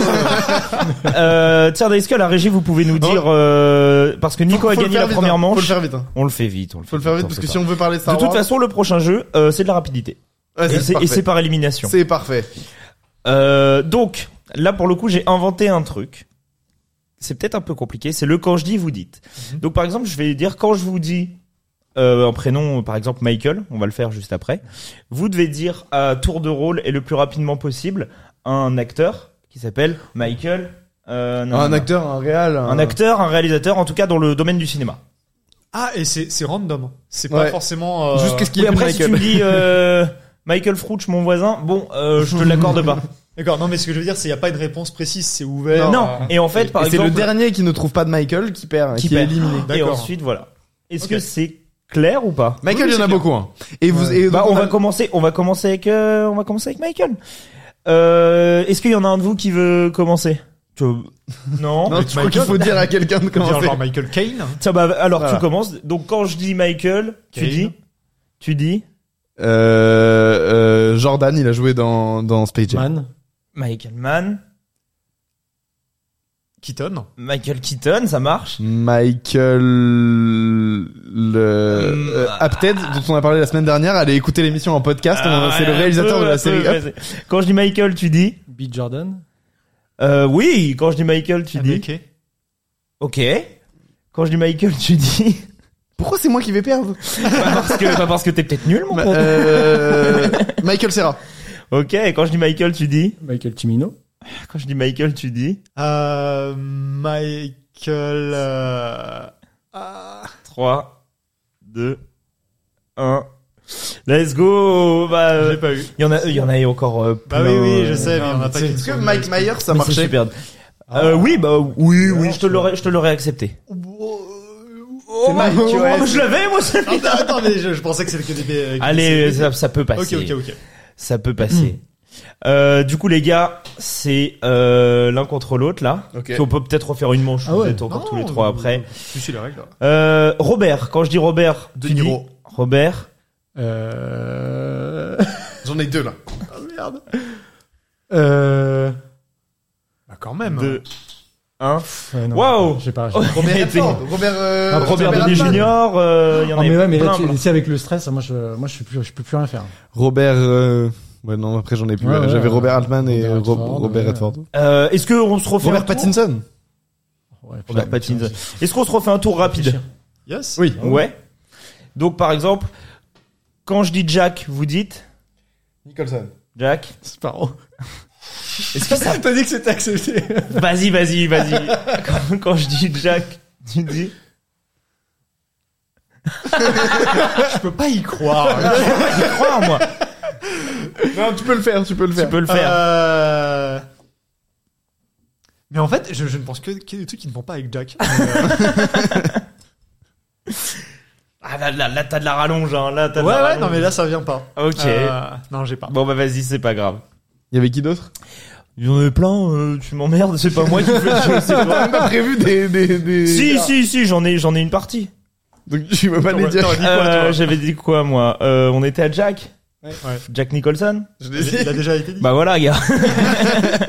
Speaker 3: euh, tiens, est-ce que à la régie vous pouvez nous dire euh, parce que Nico
Speaker 2: Faut-
Speaker 3: a
Speaker 2: faut le
Speaker 3: gagné
Speaker 2: faire
Speaker 3: la
Speaker 2: vite,
Speaker 3: première
Speaker 2: hein. Faut le
Speaker 3: manche.
Speaker 2: faire vite. hein.
Speaker 3: On le fait vite. On le fait
Speaker 2: Faut le faire vite
Speaker 3: on
Speaker 2: parce
Speaker 3: sait
Speaker 2: que
Speaker 3: pas.
Speaker 2: si on veut parler de Star
Speaker 3: de toute
Speaker 2: Wars-
Speaker 3: façon, le prochain jeu, euh, c'est de la rapidité.
Speaker 2: Ouais,
Speaker 3: Et
Speaker 2: c'est
Speaker 3: c'est- et c'est
Speaker 2: parfait.
Speaker 3: par élimination.
Speaker 2: C'est parfait.
Speaker 3: Euh, donc, là pour le coup, j'ai inventé un truc. C'est peut-être un peu compliqué. C'est le quand je dis, vous dites. Donc par exemple, je vais dire quand je vous dis euh, un prénom, par exemple Michael, on va le faire juste après. Vous devez dire à tour de rôle et le plus rapidement possible un acteur qui s'appelle Michael. euh, non, non,
Speaker 2: Un
Speaker 3: non.
Speaker 2: acteur, un réal,
Speaker 3: Un acteur, un réalisateur, en tout cas dans le domaine du cinéma.
Speaker 5: Ah, et c'est c'est random. C'est
Speaker 2: Ouais.
Speaker 5: pas forcément. euh,
Speaker 2: Juste qu'est-ce qu'il
Speaker 3: Oui,
Speaker 2: y a
Speaker 3: après, si
Speaker 2: Michael.
Speaker 3: tu
Speaker 2: *laughs*
Speaker 3: me dis euh, Michael Frouch, mon voisin, bon, euh, je te
Speaker 2: *laughs*
Speaker 3: l'accorde pas.
Speaker 5: D'accord, non, mais ce que je veux dire, c'est qu'il n'y a pas une réponse précise, c'est
Speaker 3: Non.
Speaker 5: ouvert. euh,
Speaker 3: Et en fait, par
Speaker 2: Et c'est
Speaker 3: exemple,
Speaker 2: le dernier qui ne trouve pas de Michael qui perd,
Speaker 3: qui
Speaker 2: qui,
Speaker 3: perd.
Speaker 2: est éliminé.
Speaker 3: Et
Speaker 5: D'accord.
Speaker 3: ensuite, voilà. Est-ce
Speaker 5: Ok.
Speaker 3: que c'est clair ou pas
Speaker 2: Michael, il y en a beaucoup. hein. Et vous, et
Speaker 3: Bah,
Speaker 2: donc,
Speaker 3: on
Speaker 2: a-
Speaker 3: va commencer. On va commencer avec. euh, on va commencer avec Michael. Euh, Est-ce qu'il y en a un de vous qui veut commencer Tu veux- Non.
Speaker 2: Non,
Speaker 5: Avec
Speaker 2: je crois qu'il
Speaker 5: Michael.
Speaker 2: faut dire à
Speaker 3: *laughs*
Speaker 2: quelqu'un de
Speaker 5: on peut dire
Speaker 2: commencer.
Speaker 5: genre Michael Caine.
Speaker 3: Tiens, bah, alors
Speaker 2: Voilà.
Speaker 3: tu commences. Donc quand je dis Michael, tu
Speaker 5: Kane.
Speaker 3: dis, tu dis
Speaker 2: Euh, euh, Jordan, il a joué dans dans Space Jam.
Speaker 4: Man.
Speaker 3: Michael Mann,
Speaker 5: Keaton.
Speaker 3: Michael Keaton, ça marche.
Speaker 2: Michael le euh, Apted dont on a parlé la semaine dernière, allez écouter l'émission en podcast, on-
Speaker 3: Ah,
Speaker 2: c'est le réalisateur
Speaker 3: peu,
Speaker 2: de la
Speaker 3: peu,
Speaker 2: série.
Speaker 3: ouais,
Speaker 2: Up.
Speaker 3: c'est- Quand je dis Michael, tu dis
Speaker 4: Beat Jordan.
Speaker 3: euh, oui. Quand je dis Michael, tu dis
Speaker 5: Haneke.
Speaker 3: ok. Quand je dis Michael, tu dis
Speaker 2: Pourquoi c'est moi qui vais perdre
Speaker 3: pas parce que pas parce que t'es peut-être nul, mon
Speaker 2: Ma-
Speaker 3: pote.
Speaker 2: euh, Michael Serra.
Speaker 3: Ok, et quand je dis Michael, tu dis
Speaker 4: Michael Cimino.
Speaker 3: Quand je dis Michael, tu dis
Speaker 5: Euh, Michael. euh, ah,
Speaker 3: 3, 2, 1. Let's go Bah,
Speaker 5: je
Speaker 3: euh,
Speaker 5: l'ai pas eu.
Speaker 3: il y en a, il y en a eu encore euh,
Speaker 5: Bah
Speaker 3: plein,
Speaker 5: oui, oui, je
Speaker 3: euh,
Speaker 5: sais, Ah. mais
Speaker 4: non,
Speaker 5: on n'a pas
Speaker 4: c'est-
Speaker 5: qu'une
Speaker 2: Est-ce que
Speaker 5: seule.
Speaker 2: Mike Myers ça
Speaker 3: mais c'est
Speaker 2: marchait
Speaker 3: super. Euh, oui, bah oui, oui,
Speaker 5: Ah.
Speaker 4: alors,
Speaker 3: je te l'aurais, je te l'aurais accepté.
Speaker 2: C'est Mike,
Speaker 3: Oh,
Speaker 2: ouais,
Speaker 3: je l'avais, moi. ça-
Speaker 5: Ah, bah, Attends, mais je, je pensais que c'était que des. euh, que
Speaker 3: Allez,
Speaker 5: des-
Speaker 3: ça, ça peut passer.
Speaker 5: euh, Ok, ok, ok.
Speaker 3: Ça peut
Speaker 5: Hmm.
Speaker 3: passer. Euh, du coup, les gars, c'est euh, l'un contre l'autre là.
Speaker 2: Ok.
Speaker 3: Puis On peut peut-être refaire une manche.
Speaker 4: Ah
Speaker 3: vous
Speaker 4: ouais.
Speaker 3: êtes encore
Speaker 5: Non,
Speaker 3: tous les trois
Speaker 5: euh,
Speaker 3: après.
Speaker 5: Tu suis les règles. là.
Speaker 3: Euh, Robert, quand je dis Robert,
Speaker 2: De
Speaker 3: tu dis
Speaker 2: Niro.
Speaker 3: Robert.
Speaker 4: Euh...
Speaker 5: *laughs*
Speaker 2: J'en ai deux là.
Speaker 5: Oh,
Speaker 4: euh...
Speaker 5: Bah quand même.
Speaker 3: Deux. Un.
Speaker 4: ouais, non,
Speaker 3: Waouh.
Speaker 4: Je sais pas.
Speaker 3: *laughs*
Speaker 4: je-
Speaker 2: Robert
Speaker 3: T'es-
Speaker 2: Redford, Robert euh,
Speaker 4: Ah,
Speaker 3: Robert Downey
Speaker 2: Redford.
Speaker 3: Junior, euh, il y en
Speaker 4: Ah,
Speaker 3: a
Speaker 4: mais ouais, mais là,
Speaker 3: plein,
Speaker 4: tu,
Speaker 3: plein.
Speaker 4: tu sais, avec le stress, moi, je, moi, je suis plus, je peux plus rien faire.
Speaker 2: Robert euh, ouais non, après j'en ai plus.
Speaker 4: Ouais,
Speaker 2: euh,
Speaker 4: ouais,
Speaker 2: J'avais
Speaker 4: euh,
Speaker 2: Robert Altman et
Speaker 4: Robert
Speaker 2: euh, Rob-
Speaker 4: Redford,
Speaker 2: Robert
Speaker 4: ouais.
Speaker 2: Redford.
Speaker 3: Euh, Est-ce qu'on se refait un
Speaker 2: Robert
Speaker 3: tour
Speaker 2: Pattinson.
Speaker 4: Ouais, putain,
Speaker 3: Robert
Speaker 4: mais
Speaker 3: Pattinson.
Speaker 4: tiens, j'ai-
Speaker 3: Est-ce qu'on se refait un tour rapide
Speaker 5: Yes.
Speaker 2: Oui.
Speaker 3: Ouais. Donc par exemple, quand je dis Jack, vous dites
Speaker 2: Nicholson.
Speaker 3: Jack.
Speaker 4: C'est pas oh.
Speaker 3: Est-ce que ça
Speaker 4: T'as dit que c'était accepté.
Speaker 3: Vas-y, vas-y, vas-y. quand, quand je dis Jack, tu dis
Speaker 5: Je peux pas y croire.
Speaker 3: crois en moi.
Speaker 2: Non, tu peux le faire, tu peux le
Speaker 3: Tu
Speaker 2: faire.
Speaker 3: peux le faire.
Speaker 5: Euh, Mais en fait, je, je ne pense que, que des trucs qui ne vont pas avec Jack. euh,
Speaker 3: *laughs* Ah là là, là t'as de la rallonge hein. Là t'as
Speaker 5: ouais,
Speaker 3: de la
Speaker 5: ouais,
Speaker 3: rallonge.
Speaker 5: non, mais là, ça vient pas.
Speaker 3: Ok.
Speaker 5: Euh, non, j'ai pas.
Speaker 3: Bon bah vas-y, c'est pas grave.
Speaker 2: Il y avait qui d'autre
Speaker 3: Il y en avait plein, euh, tu m'emmerdes, c'est pas moi qui fais le jeu, c'est
Speaker 2: T'as
Speaker 3: toi.
Speaker 2: même pas prévu des des des
Speaker 3: Si, si, si, j'en ai, j'en ai une partie.
Speaker 2: Donc tu peux pas les dire.
Speaker 3: Euh, J'avais dit quoi, moi euh, On était à Jack
Speaker 5: Ouais.
Speaker 3: Jack Nicholson
Speaker 2: Je
Speaker 5: Il il a déjà été dit.
Speaker 3: Bah voilà, gars.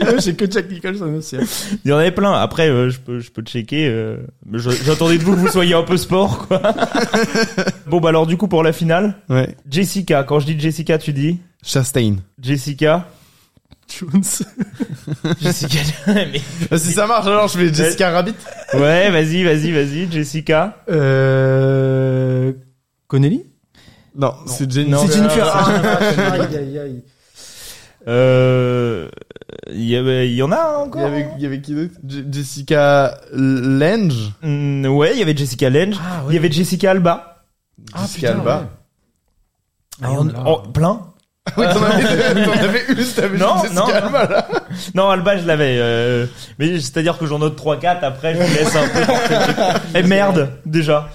Speaker 4: Bah, J'ai que Jack Nicholson
Speaker 5: *laughs*
Speaker 4: aussi.
Speaker 3: Il y en avait plein. Après, euh, je peux, je peux checker. euh, mais je- J'attendais de vous que vous soyez un peu sport,
Speaker 4: *laughs*
Speaker 3: quoi. bon, bah alors, du coup, pour la finale,
Speaker 2: Ouais.
Speaker 3: Jessica. Quand je dis Jessica, tu dis
Speaker 2: Chastain.
Speaker 3: Jessica
Speaker 4: Jones.
Speaker 3: *laughs* Jessica. mais-
Speaker 2: Ah, si ça marche, alors je vais Jessica Rabbit.
Speaker 3: Ouais, vas-y, vas-y, vas-y, Jessica.
Speaker 4: Euh... Connelly
Speaker 2: Non, c'est Jennifer.
Speaker 3: Non,
Speaker 4: C'est Jennifer.
Speaker 3: euh,
Speaker 4: Ah, Aïe, aïe, aïe.
Speaker 3: Euh, il y, avait- il y en a
Speaker 2: Il y
Speaker 3: encore. hein.
Speaker 2: avait, il y avait qui d'autre Je- Jessica Lange
Speaker 3: Hmm, ouais, il y avait Jessica Lange.
Speaker 4: Ah,
Speaker 3: Il y avait Jessica Alba.
Speaker 4: Ah,
Speaker 2: Jessica
Speaker 4: putain,
Speaker 2: Alba.
Speaker 4: ouais.
Speaker 3: Ah, on-
Speaker 4: là.
Speaker 3: oh, plein
Speaker 2: Oui, t'en *laughs* avais, t'en avais une, t'avais
Speaker 3: Non,
Speaker 2: juste Jessica
Speaker 3: non.
Speaker 2: Alba là.
Speaker 3: *laughs* Non, Alba, je l'avais. euh, mais c'est-à-dire que j'en note 3-4, après je vous laisse un
Speaker 2: *laughs*
Speaker 3: peu. porter. Eh merde, déjà.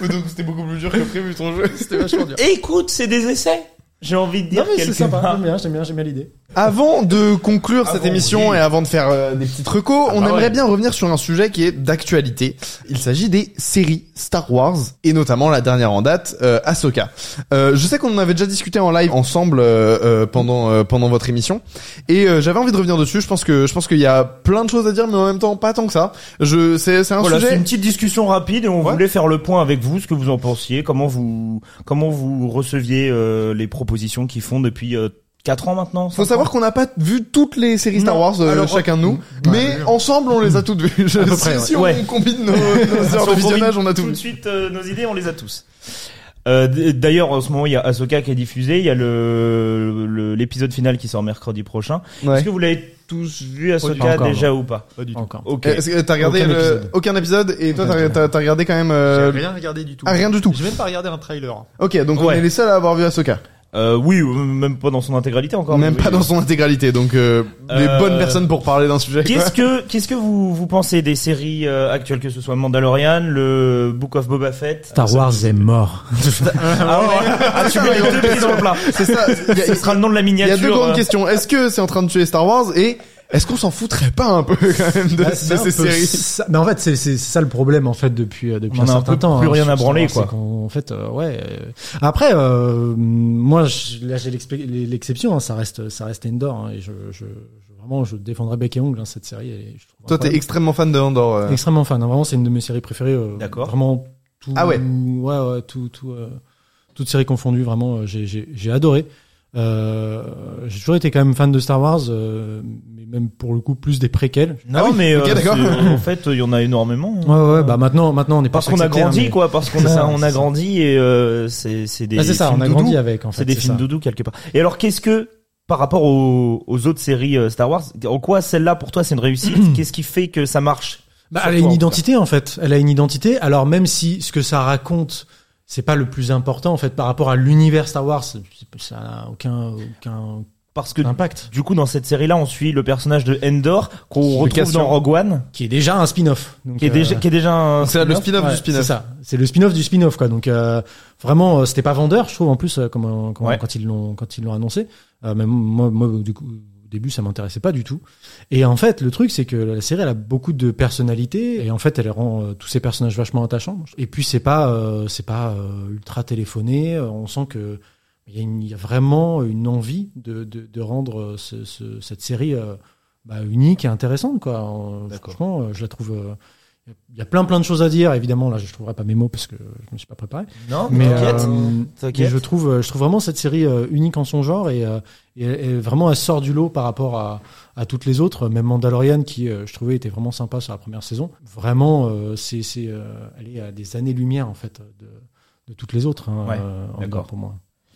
Speaker 2: Oui, Donc c'était beaucoup plus dur que prévu ton jeu.
Speaker 4: C'était vachement dur.
Speaker 3: Eh, Écoute, c'est des essais. J'ai envie de dire
Speaker 4: Non, mais c'est
Speaker 3: quelque
Speaker 4: sympa.
Speaker 3: part.
Speaker 4: J'aime bien, j'aime bien, j'aime bien l'idée.
Speaker 2: Avant de conclure cette
Speaker 3: Avant,
Speaker 2: émission
Speaker 3: oui.
Speaker 2: et avant de faire euh, des petites recos, on
Speaker 3: bah
Speaker 2: aimerait
Speaker 3: ouais.
Speaker 2: bien revenir sur un sujet qui est d'actualité. Il s'agit des séries Star Wars et notamment la dernière en date, euh, Ahsoka. Euh, je sais qu'on en avait déjà discuté en live ensemble euh, euh, pendant euh, pendant votre émission et euh, j'avais envie de revenir dessus. Je pense que je pense qu'il y a plein de choses à dire, mais en même temps pas tant que ça. Je c'est c'est un
Speaker 3: Voilà, c'est
Speaker 2: sujet.
Speaker 3: une petite discussion rapide et on
Speaker 2: Ouais.
Speaker 3: voulait faire le point avec vous, ce que vous en pensiez, comment vous comment vous receviez euh, les propositions qu'ils font depuis 4 ans maintenant.
Speaker 2: Faut
Speaker 3: cinq ans.
Speaker 2: savoir qu'on n'a pas vu toutes les séries Star
Speaker 3: Non.
Speaker 2: Wars euh,
Speaker 3: Alors,
Speaker 2: chacun de nous, mais ensemble on les a toutes
Speaker 3: *laughs*
Speaker 2: vues. Je-
Speaker 4: peu
Speaker 2: si
Speaker 4: près,
Speaker 2: si on
Speaker 3: ouais.
Speaker 2: combine nos, nos heures de
Speaker 3: Si on
Speaker 2: visionnage, on
Speaker 3: combine
Speaker 2: a tout.
Speaker 3: tout de suite euh, nos idées, on les a tous. Euh, d- D'ailleurs, en ce moment, il y a Ahsoka qui est diffusé, il y a le le- l'épisode final qui sort mercredi prochain.
Speaker 2: Ouais.
Speaker 3: Est-ce que vous l'avez tous vu Ahsoka
Speaker 4: Pas encore,
Speaker 3: déjà ou pas
Speaker 5: Pas du tout.
Speaker 4: Encore.
Speaker 3: Ok.
Speaker 2: Est-ce Euh, que T'as regardé
Speaker 4: Aucun
Speaker 2: le-
Speaker 4: épisode.
Speaker 2: aucun épisode et toi
Speaker 4: Aucun
Speaker 2: t'as-
Speaker 4: épisode.
Speaker 2: t'as t'as regardé quand même. euh,
Speaker 5: J'ai rien regardé du tout.
Speaker 2: ah, rien du tout.
Speaker 5: J'ai même pas regardé un trailer.
Speaker 2: Ok, donc on
Speaker 3: Ouais.
Speaker 2: est les seuls à avoir vu Ahsoka.
Speaker 3: Euh, oui, ou même pas dans son intégralité encore.
Speaker 2: Même
Speaker 3: mais
Speaker 2: pas
Speaker 3: oui.
Speaker 2: dans son intégralité, donc euh, les
Speaker 3: Euh,
Speaker 2: bonnes personnes pour parler d'un sujet. quoi.
Speaker 3: Qu'est-ce que qu'est-ce que vous vous pensez des séries euh, actuelles que ce soit Mandalorian, le Book of
Speaker 2: *laughs*
Speaker 3: Boba Fett
Speaker 4: Star Wars est mort. *laughs*
Speaker 3: Ah, ouais. Ah, tu mets les deux pieds dans le plat.
Speaker 2: C'est ça. Il y a-
Speaker 3: Ce sera le nom de la
Speaker 2: il y,
Speaker 3: miniature.
Speaker 2: a deux grandes
Speaker 3: euh,
Speaker 2: questions. Est-ce que c'est en train de tuer Star Wars et est-ce qu'on s'en foutrait pas un peu quand même de,
Speaker 5: Ah,
Speaker 4: Bah,
Speaker 2: de
Speaker 4: c'est un
Speaker 2: ces
Speaker 4: peu
Speaker 2: séries
Speaker 4: ça. Mais en fait, c'est c'est ça le problème en fait depuis euh, depuis
Speaker 3: On
Speaker 4: un
Speaker 3: en a un
Speaker 4: certain
Speaker 3: peu
Speaker 4: temps.
Speaker 3: plus
Speaker 4: hein,
Speaker 3: rien à
Speaker 4: justement,
Speaker 3: branler,
Speaker 4: c'est
Speaker 3: quoi.
Speaker 4: qu'en- En fait, euh, ouais. euh, Après, euh, moi, je- là, j'ai l'expé- l'exception. hein, ça reste ça reste Endor. hein, et je, je, je- vraiment, je défendrai bec et ongle hein, cette série. et je trouve
Speaker 2: Toi t'es
Speaker 4: incroyable.
Speaker 2: extrêmement fan de Andor. euh.
Speaker 4: extrêmement fan. hein, vraiment, c'est une de mes séries préférées. euh,
Speaker 3: D'accord.
Speaker 4: Vraiment tout.
Speaker 2: Ah ouais.
Speaker 4: Ouais, ouais, tout tout. euh, toutes séries confondues, vraiment, euh, j'ai- j'ai j'ai adoré. Euh, j'ai toujours été quand même fan de Star Wars, euh, mais même pour le coup plus des préquels.
Speaker 3: Non,
Speaker 2: Ah oui,
Speaker 3: mais
Speaker 2: ok,
Speaker 3: euh,
Speaker 2: d'accord.
Speaker 3: c'est- en fait, il y en a énormément. hein.
Speaker 4: Ouais, ouais, bah maintenant, maintenant on est
Speaker 3: parce
Speaker 4: pas
Speaker 3: qu'on a
Speaker 4: sectaire,
Speaker 3: grandi,
Speaker 4: mais-
Speaker 3: quoi. Parce qu'on
Speaker 4: C'est
Speaker 3: a
Speaker 4: ça,
Speaker 3: on a
Speaker 4: c'est ça.
Speaker 3: grandi et euh, c'est c'est des.
Speaker 4: Ah, c'est ça, on
Speaker 3: films
Speaker 4: a grandi
Speaker 3: doudous.
Speaker 4: avec en fait.
Speaker 3: C'est des films
Speaker 4: ça.
Speaker 3: doudou quelque part. Et alors, qu'est-ce que par rapport aux, aux autres séries euh, Star Wars, en quoi celle-là pour toi c'est une
Speaker 4: *clears throat*
Speaker 3: réussite Qu'est-ce qui fait que ça marche
Speaker 4: Bah,
Speaker 3: Sur
Speaker 4: elle a
Speaker 3: toi, en
Speaker 4: une
Speaker 3: tout
Speaker 4: identité en fait. Elle a une identité. Alors même si ce que ça raconte, c'est pas le plus important en fait par rapport à l'univers Star Wars, c'est- c'est- ça n'a aucun aucun
Speaker 3: Parce que
Speaker 4: impact.
Speaker 3: du coup, dans cette série-là, on suit le personnage de Endor qu'on
Speaker 2: De
Speaker 3: retrouve
Speaker 2: Cassian.
Speaker 3: dans Rogue One,
Speaker 4: Qui est déjà un spin-off. Donc,
Speaker 3: qui est
Speaker 4: euh,
Speaker 3: déjà qui est déjà un
Speaker 2: C'est le spin-off
Speaker 4: ouais,
Speaker 2: du spin-off.
Speaker 4: C'est ça. C'est le spin-off du spin-off quoi. Donc euh, vraiment, euh, c'était pas vendeur, je trouve en plus euh, comment- comment-
Speaker 3: Ouais.
Speaker 4: quand ils l'ont quand ils l'ont annoncé. Euh, même moi, moi du coup. Au début, ça m'intéressait pas du tout. Et en fait, le truc, c'est que la série, elle a beaucoup de personnalité, et en fait, elle rend euh, tous ces personnages vachement attachants. Et puis, c'est pas, euh, c'est pas euh, ultra téléphoné. Euh, On sent que il y, a une- il y a vraiment une envie de, de, de rendre euh, ce- ce- cette série euh, bah, unique et intéressante, quoi. En- Franchement, euh, je la trouve. euh, Il y a plein plein de choses à dire. Évidemment, là, je trouverai pas mes mots parce que je me suis pas préparé.
Speaker 3: Non,
Speaker 4: Mais,
Speaker 3: t'inquiète.
Speaker 4: euh,
Speaker 3: T'inquiète.
Speaker 4: mais je trouve, euh, je trouve vraiment cette série euh, unique en son genre et, euh, et- et vraiment elle sort du lot par rapport à, à toutes les autres. Même Mandalorian qui, euh, je trouvais, était vraiment sympa sur la première saison. Vraiment, euh, c'est, c'est, euh, elle est à des années-lumière en fait de, de toutes les autres. hein,
Speaker 3: Ouais,
Speaker 4: euh, en
Speaker 3: d'accord.
Speaker 4: dehors pour moi.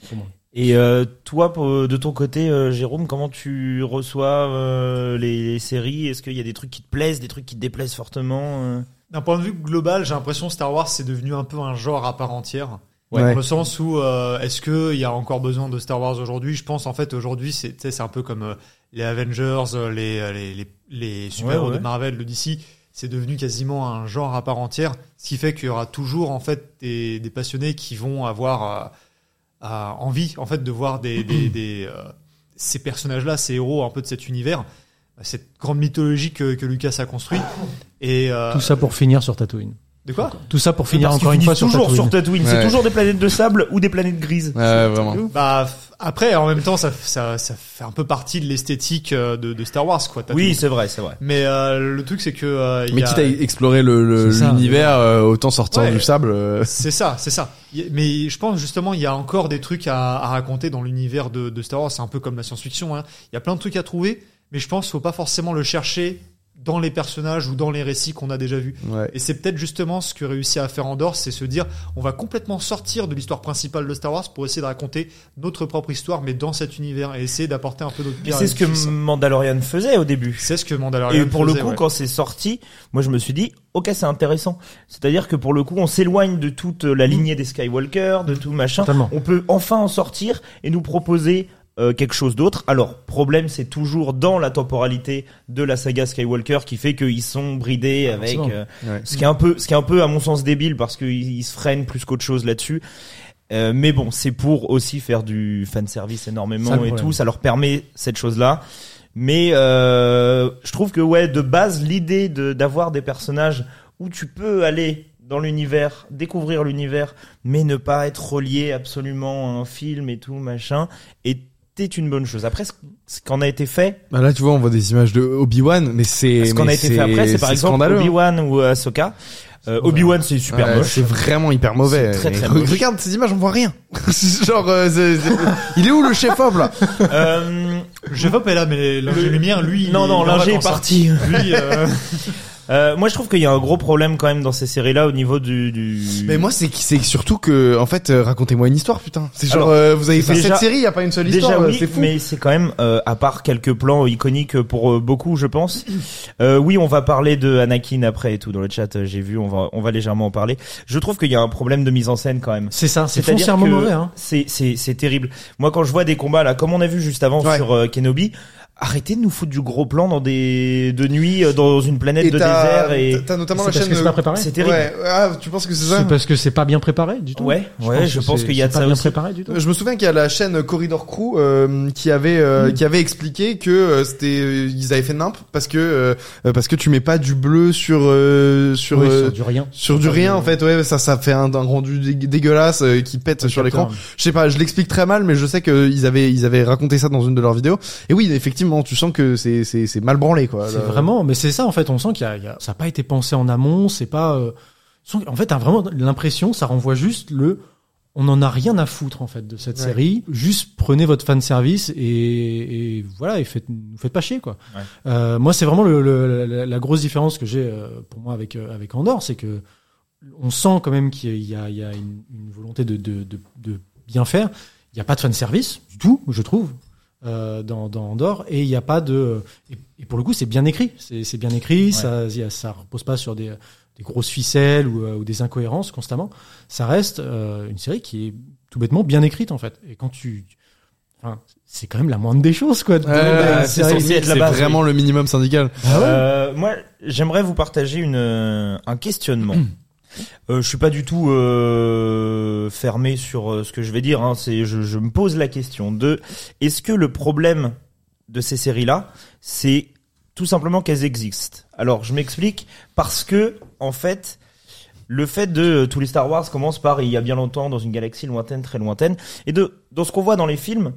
Speaker 4: Pour moi.
Speaker 3: Et euh, toi, pour- de ton côté, euh, Jérôme, comment tu reçois euh, les, les séries Est-ce qu'il y a des trucs qui te plaisent, des trucs qui te déplaisent fortement euh
Speaker 5: D'un point de vue global, j'ai l'impression que Star Wars c'est devenu un peu un genre à part entière.
Speaker 2: Ouais.
Speaker 5: Dans le sens où euh, est-ce que il y a encore besoin de Star Wars aujourd'hui Je pense en fait aujourd'hui c'est tu sais, c'est un peu comme euh, les Avengers, euh, les euh, les les, les super-héros
Speaker 3: Ouais, ouais.
Speaker 5: de Marvel, le DC, c'est devenu quasiment un genre à part entière, ce qui fait qu'il y aura toujours en fait des, des passionnés qui vont avoir euh, euh, envie en fait de voir
Speaker 3: *clears throat*
Speaker 5: des des, des, euh, ces personnages-là, ces héros un peu de cet univers, cette grande mythologie que, que Lucas a construit. Et euh,
Speaker 4: Tout ça pour finir sur Tatooine.
Speaker 5: De quoi
Speaker 4: Tout ça pour finir
Speaker 3: Parce
Speaker 4: encore
Speaker 3: qu'ils
Speaker 4: une fois
Speaker 3: finissent
Speaker 4: sur
Speaker 3: toujours sur
Speaker 4: Tatooine.
Speaker 3: Tatooine.
Speaker 2: Ouais.
Speaker 3: C'est toujours des planètes de sable ou des planètes grises.
Speaker 2: Ouais, vraiment.
Speaker 5: Bah f- après, en même temps, ça, ça, ça fait un peu partie de l'esthétique euh, de, de Star Wars, quoi. t'as
Speaker 3: Oui,
Speaker 5: tout.
Speaker 3: c'est vrai, c'est vrai.
Speaker 5: Mais euh, le truc, c'est que euh, il
Speaker 2: Mais
Speaker 5: y a-
Speaker 2: quitte à explorer le- le-
Speaker 5: C'est ça.
Speaker 2: l'univers, euh, autant sortir
Speaker 5: Ouais.
Speaker 2: du sable. euh,
Speaker 5: *laughs* C'est ça, c'est ça. Y- Mais je pense justement, il y a encore des trucs à, à raconter dans l'univers de, de Star Wars. C'est un peu comme la science-fiction. hein. Il y a plein de trucs à trouver, mais je pense qu'il faut pas forcément le chercher dans les personnages ou dans les récits qu'on a déjà vus.
Speaker 2: ouais.
Speaker 5: Et c'est peut-être justement ce que réussit à faire Andorre, c'est se dire on va complètement sortir de l'histoire principale de Star Wars pour essayer de raconter notre propre histoire, mais dans cet univers et essayer d'apporter un peu notre
Speaker 3: Mais
Speaker 5: pierre. à
Speaker 3: c'est ce que
Speaker 5: l'édifice.
Speaker 3: Mandalorian faisait au début.
Speaker 5: c'est ce que Mandalorian
Speaker 3: Et pour le
Speaker 5: faisait,
Speaker 3: coup,
Speaker 5: ouais.
Speaker 3: quand c'est sorti, moi je me suis dit, ok, c'est intéressant. C'est-à-dire que pour le coup, on s'éloigne de toute la lignée des Skywalker, de tout machin.
Speaker 4: Totalement.
Speaker 3: On peut enfin en sortir et nous proposer euh, quelque chose d'autre. Alors, problème, c'est toujours dans la temporalité de la saga Skywalker qui fait qu'ils sont bridés avec
Speaker 4: Ah, forcément.
Speaker 3: euh,
Speaker 2: Ouais.
Speaker 3: ce qui est un peu, ce qui est un peu à mon sens débile parce qu'ils ils se freinent plus qu'autre chose là-dessus. Euh, mais bon, c'est pour aussi faire du fan service
Speaker 4: Ça,
Speaker 3: énormément
Speaker 4: le
Speaker 3: et
Speaker 4: problème.
Speaker 3: tout. Ça leur permet cette chose-là. Mais euh, je trouve que ouais, de base, l'idée de d'avoir des personnages où tu peux aller dans l'univers, découvrir l'univers, mais ne pas être relié absolument à un film et tout machin, était une bonne chose. Après, ce, ce qu'en a été fait,
Speaker 2: Bah là, tu vois, on voit des images de Obi-Wan, mais c'est.
Speaker 3: ce qu'on
Speaker 2: mais
Speaker 3: a été fait après, c'est par exemple
Speaker 2: scandaleux, hein.
Speaker 3: Obi-Wan ou Ahsoka. Euh, Obi-Wan, c'est super
Speaker 2: Ouais,
Speaker 3: moche.
Speaker 2: C'est vraiment hyper mauvais.
Speaker 3: C'est très, très
Speaker 2: Re-
Speaker 3: moche.
Speaker 2: Regarde ces images, on voit rien. *laughs* Genre, euh, c'est- c'est- il est où le chef op là
Speaker 3: Euh,
Speaker 5: Je vais pas là, mais l'ingé
Speaker 3: Le-
Speaker 5: lumière, lui,
Speaker 3: non, non,
Speaker 5: il est en
Speaker 3: l'ingé est
Speaker 5: vacances, hein.
Speaker 3: parti.
Speaker 5: Lui, euh,
Speaker 3: *laughs* Euh, moi, je trouve qu'il y a un gros problème quand même dans ces séries-là au niveau du. du...
Speaker 2: Mais moi, c'est c'est surtout que, en fait, euh, racontez-moi une histoire, putain. C'est genre,
Speaker 3: Alors,
Speaker 2: euh, vous avez fait
Speaker 3: déjà-
Speaker 2: cette série, y a pas une seule
Speaker 3: Déjà
Speaker 2: histoire, euh,
Speaker 3: oui,
Speaker 2: c'est fou.
Speaker 3: mais c'est quand même, euh, à part quelques plans iconiques pour euh, beaucoup, je pense. Euh, oui, on va parler de Anakin après et tout dans le chat. euh, J'ai vu, on va, on va légèrement en parler. Je trouve qu'il y a un problème de mise en scène quand même.
Speaker 4: C'est ça, c'est
Speaker 3: C'est-à-dire
Speaker 4: foncièrement
Speaker 3: que
Speaker 4: mauvais. Hein.
Speaker 3: C'est, c'est, c'est terrible. Moi, quand je vois des combats là, comme on a vu juste avant
Speaker 2: Ouais.
Speaker 3: sur euh, Kenobi, arrêtez de nous foutre du gros plan dans des de nuit euh, dans une planète
Speaker 2: Et
Speaker 3: de
Speaker 2: t'as
Speaker 3: désert et
Speaker 2: t'as notamment la
Speaker 4: C'est parce
Speaker 2: chaîne. euh,
Speaker 4: que c'est pas préparé.
Speaker 3: c'est terrible.
Speaker 2: Ouais, ah, tu penses que c'est ça
Speaker 4: C'est parce que c'est pas bien préparé du tout.
Speaker 3: Ouais, ouais, je pense
Speaker 4: c'est-
Speaker 3: qu'il y a
Speaker 4: c'est
Speaker 3: de
Speaker 4: pas
Speaker 3: ça
Speaker 4: bien
Speaker 3: aussi.
Speaker 4: préparé du tout.
Speaker 2: Je me souviens qu'il y a la chaîne Corridor Crew euh, qui avait euh, qui avait expliqué que euh, c'était euh, ils avaient fait nimp parce que euh, parce que tu mets pas du bleu sur euh, sur
Speaker 4: Oui,
Speaker 2: euh,
Speaker 4: sur du rien.
Speaker 2: sur du rien en fait ouais ça ça fait un, un rendu dégue- dégueulasse euh, qui pète sur l'écran. Je sais pas, je l'explique très mal mais je sais que ils avaient ils avaient raconté ça dans une de leurs vidéos et oui effectivement tu sens que c'est c'est c'est mal branlé quoi.
Speaker 4: C'est
Speaker 2: Là.
Speaker 4: vraiment, mais c'est ça en fait. On sent qu'il y a, il y a- ça n'a pas été pensé en amont. C'est pas, euh, on sent- en fait, t'as vraiment l'impression, ça renvoie juste le, on en a rien à foutre en fait de cette
Speaker 2: Ouais.
Speaker 4: série. Juste prenez votre fan service et, et voilà et faites, nous faites pas chier quoi.
Speaker 3: Ouais.
Speaker 4: Euh, moi, c'est vraiment le, le- la, la grosse différence que j'ai euh, pour moi avec euh, avec Andorre, c'est que on sent quand même qu'il y a, il y a une, une volonté de, de, de, de bien faire. Il n'y a pas de fan service du tout, je trouve, euh, dans, dans Andorre, et il n'y a pas de. Et, et pour le coup, c'est bien écrit. C'est c'est bien écrit. Ça, il y a- ça repose pas sur des, des grosses ficelles ou, euh, ou des incohérences constamment. Ça reste euh, une série qui est tout bêtement bien écrite en fait. Et quand tu, enfin, c'est quand même la moindre des Ah choses quoi. de
Speaker 2: Ouais,
Speaker 4: demander à une
Speaker 2: ouais, c'est
Speaker 4: série-
Speaker 3: censé être la
Speaker 2: c'est
Speaker 3: base,
Speaker 2: vraiment le minimum syndical.
Speaker 3: Euh, moi, j'aimerais vous partager une, euh, un questionnement. Euh, je suis pas du tout euh, fermé sur euh, ce que je vais dire. Hein. C'est, je, je me pose la question de est-ce que le problème de ces séries-là, c'est tout simplement qu'elles existent. Alors, je m'explique parce que en fait, le fait de euh, tous les Star Wars commencent par il y a bien longtemps dans une galaxie lointaine, très lointaine, et de dans ce qu'on voit dans les films,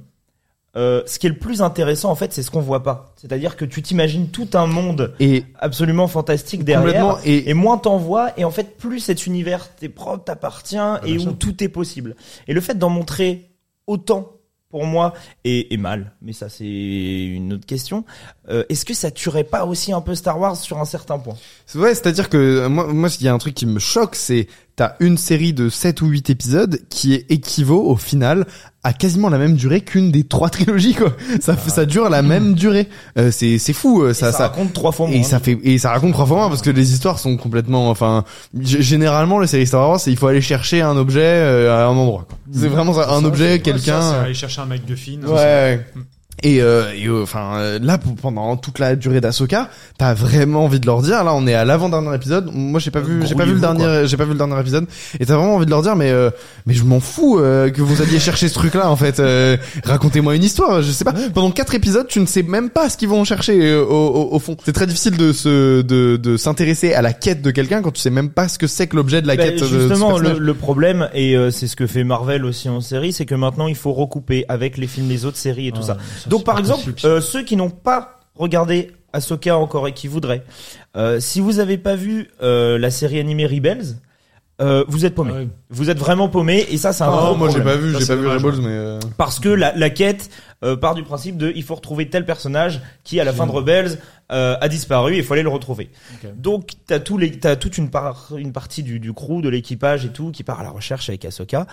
Speaker 3: euh, ce qui est le plus intéressant en fait, c'est ce qu'on voit pas. C'est-à-dire que tu t'imagines tout un monde
Speaker 2: Et
Speaker 3: absolument fantastique
Speaker 2: complètement
Speaker 3: derrière.
Speaker 2: et
Speaker 3: Et moins t'en vois, et en fait, plus cet univers t'es propre, t'appartient,
Speaker 2: Ah,
Speaker 3: et où tout est possible. Et le fait d'en montrer autant, pour moi, et, et mal, mais ça c'est une autre question, euh, est-ce que ça tuerait pas aussi un peu Star Wars sur un certain point
Speaker 2: C'est- Ouais, c'est-à-dire que euh, moi, moi, il y a un truc qui me choque, c'est t'as une série de 7 ou 8 épisodes qui est équivaut au final à quasiment la même durée qu'une des trois trilogies quoi. Ça f- ça dure la même durée. Euh, c'est c'est fou euh,
Speaker 3: et ça,
Speaker 2: ça ça
Speaker 3: raconte trois fois moins.
Speaker 2: et ça fait et ça raconte trois fois moins parce que les histoires sont complètement enfin g- généralement les séries Star Wars, c'est il faut aller chercher un objet euh, à un endroit quoi. C'est vraiment ça, un objet,
Speaker 5: Ouais, ça, c'est
Speaker 2: quelqu'un.
Speaker 5: aller chercher un MacGuffin.
Speaker 2: Ouais. Et, euh, et, euh, enfin euh, là pour- pendant toute la durée d'Asoka, t'as vraiment envie de leur dire là on est à l'avant dernier épisode. Moi j'ai pas vu j'ai pas vu le
Speaker 3: Grouillez-vous,
Speaker 2: dernier j'ai pas vu le dernier épisode et t'as vraiment envie de leur dire mais euh, mais je m'en fous euh, que vous alliez chercher ce truc là en fait. Euh, Racontez-moi une histoire je sais pas. Pendant quatre épisodes tu ne sais même pas ce qu'ils vont chercher euh, au, au- au fond. C'est très difficile de se de, de s'intéresser à la quête de quelqu'un quand tu sais même pas ce que c'est que l'objet de la
Speaker 3: Bah,
Speaker 2: quête. de- de ce
Speaker 3: justement, le,
Speaker 2: personnage.
Speaker 3: le problème, et euh, c'est ce que fait Marvel aussi en série, c'est que maintenant il faut recouper avec les films des autres séries et tout
Speaker 4: Ah,
Speaker 3: ça.
Speaker 4: ça,
Speaker 3: Donc
Speaker 4: c'est
Speaker 3: par
Speaker 4: pas
Speaker 3: exemple,
Speaker 4: possible, ça.
Speaker 3: euh, ceux qui n'ont pas regardé Ahsoka encore et qui voudraient, euh, si vous avez pas vu euh, la série animée Rebels, euh, vous êtes paumé.
Speaker 4: Ah oui.
Speaker 3: Vous êtes vraiment paumé et ça, c'est un
Speaker 2: Ah,
Speaker 3: gros
Speaker 2: moi j'ai
Speaker 3: problème.
Speaker 2: pas vu
Speaker 5: Ça,
Speaker 2: j'ai
Speaker 5: c'est
Speaker 2: pas vu
Speaker 5: dommage,
Speaker 2: Rebels mais euh,
Speaker 3: Parce que la, la quête euh, part du principe de il faut retrouver tel personnage qui à la fin de Rebels euh, a disparu et il faut aller le retrouver.
Speaker 4: Ok.
Speaker 3: Donc t'as tous les t'as toute une part une partie du, du crew de l'équipage et tout qui part à la recherche avec Ahsoka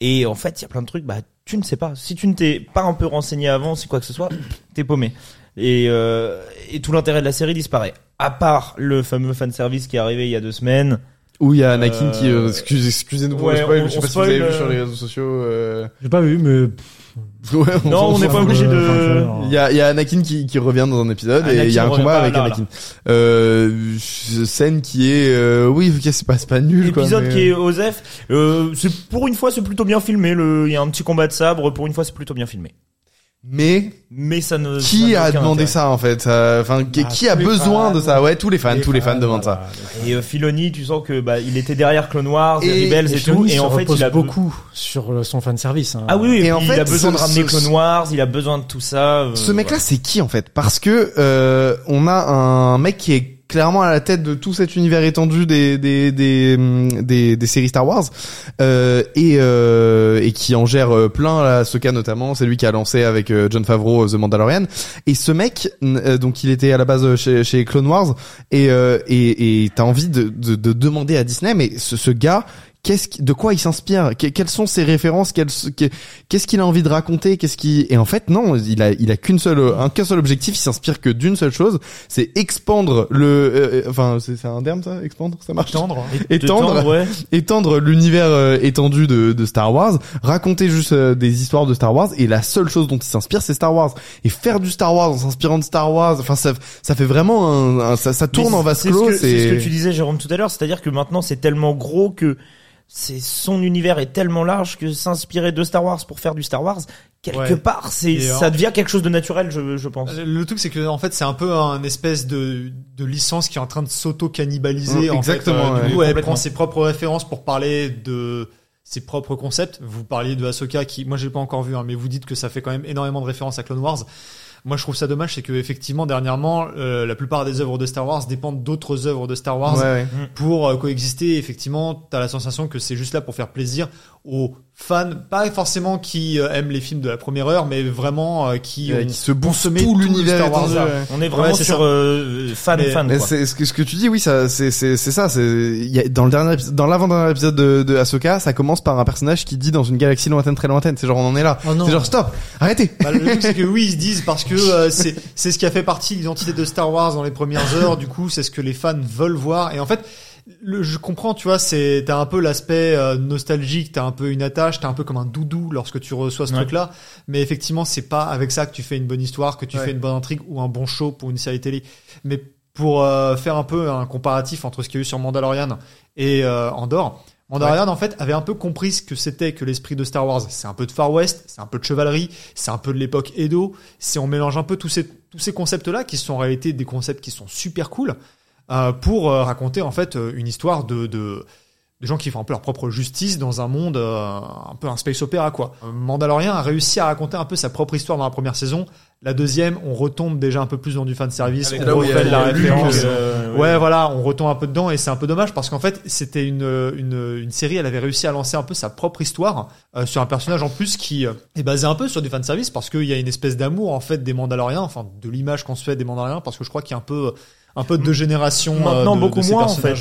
Speaker 3: et en fait il y a plein de trucs bah tu ne sais pas si tu ne t'es pas un peu renseigné avant c'est quoi que ce soit *clears throat* t'es paumé et euh, et tout l'intérêt de la série disparaît à part le fameux fan service qui est arrivé il y a deux semaines
Speaker 2: où il y a Anakin
Speaker 3: Euh,
Speaker 2: qui euh, excuse- excusez-nous pour
Speaker 3: ouais,
Speaker 2: le spoil
Speaker 3: on-
Speaker 2: je sais
Speaker 3: on
Speaker 2: pas
Speaker 3: spoil,
Speaker 2: si vous avez vu
Speaker 3: euh,
Speaker 2: sur les réseaux sociaux. Euh... *laughs*
Speaker 4: J'ai pas vu, mais.
Speaker 2: Ouais, on
Speaker 3: Non,
Speaker 2: s'en
Speaker 3: Oh, on n'est
Speaker 2: fout.
Speaker 3: pas obligé de-
Speaker 2: Il y a, il y a Anakin qui, qui revient dans un épisode et il y a un
Speaker 3: Anakin
Speaker 2: combat avec
Speaker 3: revient- ah, là,
Speaker 2: Anakin. Euh, scène qui est euh, oui ok, c'est pas c'est pas nul quoi.
Speaker 3: L'épisode
Speaker 2: mais-
Speaker 3: qui est Osef, euh, c'est pour une fois c'est plutôt bien filmé. Le, il y a un petit combat de sabre. Pour une fois c'est plutôt bien filmé.
Speaker 2: Mais
Speaker 3: Mais ça ne.
Speaker 2: qui
Speaker 3: Euh, ça n'a
Speaker 2: a
Speaker 3: aucun
Speaker 2: demandé
Speaker 3: intérêt.
Speaker 2: ça en fait euh, Enfin qui,
Speaker 4: Bah,
Speaker 2: qui a
Speaker 4: tous les
Speaker 2: besoin
Speaker 4: fans.
Speaker 2: de ça Ouais tous les fans tous les fans demandent ça.
Speaker 3: Et euh, Filoni, tu sens que bah il était derrière Clone Wars,
Speaker 2: Et-
Speaker 3: et Rebels et, tout, et en fait il a be-
Speaker 4: beaucoup sur le- son hein. fan service.
Speaker 3: Ah oui, oui,
Speaker 2: Et
Speaker 3: et
Speaker 2: en
Speaker 3: puis,
Speaker 2: fait,
Speaker 3: il a besoin
Speaker 2: ce-
Speaker 3: de ramener
Speaker 2: ce-
Speaker 3: Clone Wars, il a besoin de tout ça. euh,
Speaker 2: Ce mec-là,
Speaker 3: voilà.
Speaker 2: c'est qui en fait Parce que euh, on a un mec qui est clairement à la tête de tout cet univers étendu des des des hum, des, des séries Star Wars euh, et euh, et qui en gère euh, plein là, ce cas notamment. C'est lui qui a lancé avec euh, John Favreau euh, The Mandalorian. Et ce mec, n- euh, donc il était à la base euh, chez, chez Clone Wars et euh, et et t'as envie de, de de demander à Disney mais ce, ce gars Qu'est-ce qui- de quoi il s'inspire Que- Quelles sont ses références Quelles- que- Qu'est-ce qu'il a envie de raconter Qu'est-ce qui et en fait non, il a il a qu'une seule un qu'un seul objectif. Il s'inspire que d'une seule chose, c'est expandre le euh, euh, enfin c'est c'est un terme ça expandre ça marche
Speaker 5: Tendre.
Speaker 3: De tendre, ouais.
Speaker 2: étendre l'univers euh, étendu de, de Star Wars, raconter juste euh, des histoires de Star Wars et la seule chose dont il s'inspire c'est Star Wars et faire du Star Wars en s'inspirant de Star Wars. Enfin ça ça fait vraiment un, un- ça, ça *laughs* tourne
Speaker 3: Mais
Speaker 2: en vase
Speaker 3: c'est- c'est ce
Speaker 2: clos.
Speaker 3: que- C'est ce que tu disais, Jérôme, tout à l'heure. C'est-à-dire que maintenant, c'est tellement gros que c'est son univers est tellement large que s'inspirer de Star Wars pour faire du Star Wars, quelque
Speaker 5: Ouais.
Speaker 3: part, c'est
Speaker 5: Et
Speaker 3: ça
Speaker 5: en-
Speaker 3: devient quelque chose de naturel, je, je pense.
Speaker 5: Euh, Le truc, c'est que en fait, c'est un peu un espèce de, de licence qui est en train de s'auto-cannibaliser.
Speaker 2: Mmh,
Speaker 5: en fait.
Speaker 2: exactement,
Speaker 5: Euh,
Speaker 2: ouais.
Speaker 5: Du coup, elle
Speaker 3: Complètement.
Speaker 5: prend ses propres références pour parler de ses propres concepts. Vous parliez de Ahsoka, qui moi j'ai pas encore vu, hein, mais vous dites que ça fait quand même énormément de références à Clone Wars. Moi, je trouve ça dommage, c'est que effectivement, dernièrement, euh, la plupart des œuvres de Star Wars dépendent d'autres œuvres de Star Wars
Speaker 2: Ouais, ouais.
Speaker 5: pour euh, coexister. Effectivement, t'as la sensation que c'est juste là pour faire plaisir aux fans, pas forcément qui euh, aiment les films de la première heure, mais vraiment euh, qui,
Speaker 2: Euh,
Speaker 5: ont
Speaker 2: qui se bouffe
Speaker 5: consommé
Speaker 2: tout
Speaker 5: tout
Speaker 2: l'univers
Speaker 5: Star Wars,
Speaker 2: étendu.
Speaker 5: là.
Speaker 2: ouais.
Speaker 3: On est vraiment
Speaker 5: Ouais, c'est
Speaker 3: sur
Speaker 5: ça.
Speaker 3: euh, fan,
Speaker 5: Mais-
Speaker 3: fan.
Speaker 2: Mais
Speaker 3: quoi.
Speaker 2: c'est ce que, ce que tu dis, oui, ça, c'est, c'est, c'est ça. C'est il y a, dans le dernier, épisode- dans l'avant-dernier épisode de, de Ahsoka, ça commence par un personnage qui dit dans une galaxie lointaine, très lointaine. C'est genre on en est là.
Speaker 4: Oh non.
Speaker 2: c'est genre stop, arrêtez.
Speaker 5: Bah, le truc c'est que oui ils se disent parce que euh, c'est c'est ce qui a fait partie de l'identité de Star Wars dans les premières heures du coup c'est ce que les fans veulent voir et en fait le, je comprends tu vois c'est t'as un peu l'aspect euh, nostalgique t'as un peu une attache t'es un peu comme un doudou lorsque tu reçois ce
Speaker 3: Ouais.
Speaker 5: truc là mais effectivement c'est pas avec ça que tu fais une bonne histoire que tu fais une bonne intrigue ou un bon show pour une série télé mais pour euh, faire un peu un comparatif entre ce qu'il y a eu sur Mandalorian et euh, Andorre Mandalorian en fait avait un peu compris ce que c'était que l'esprit de Star Wars. C'est un peu de Far West, c'est un peu de chevalerie, c'est un peu de l'époque Edo. Si on mélange un peu tous ces tous ces concepts là qui sont en réalité des concepts qui sont super cool euh, pour euh, raconter en fait euh, une histoire de, de de gens qui font un peu leur propre justice dans un monde euh, un peu un space opéra quoi. Euh, Mandalorian a réussi à raconter un peu sa propre histoire dans la première saison. La deuxième, on retombe déjà un peu plus dans du fan service.
Speaker 3: Avec
Speaker 5: on
Speaker 3: là où il y a
Speaker 5: refait la
Speaker 3: Luke,
Speaker 5: référence.
Speaker 3: euh,
Speaker 5: Ouais, voilà, on retombe un peu dedans et c'est un peu dommage parce qu'en fait, c'était une, une, une série, elle avait réussi à lancer un peu sa propre histoire euh, sur un personnage en plus qui euh, est basé un peu sur du fanservice parce qu'il y a une espèce d'amour en fait des Mandaloriens, enfin de l'image qu'on se fait des Mandaloriens parce que je crois qu'il y a un peu un peu euh, de génération
Speaker 3: Maintenant, beaucoup moins, en fait.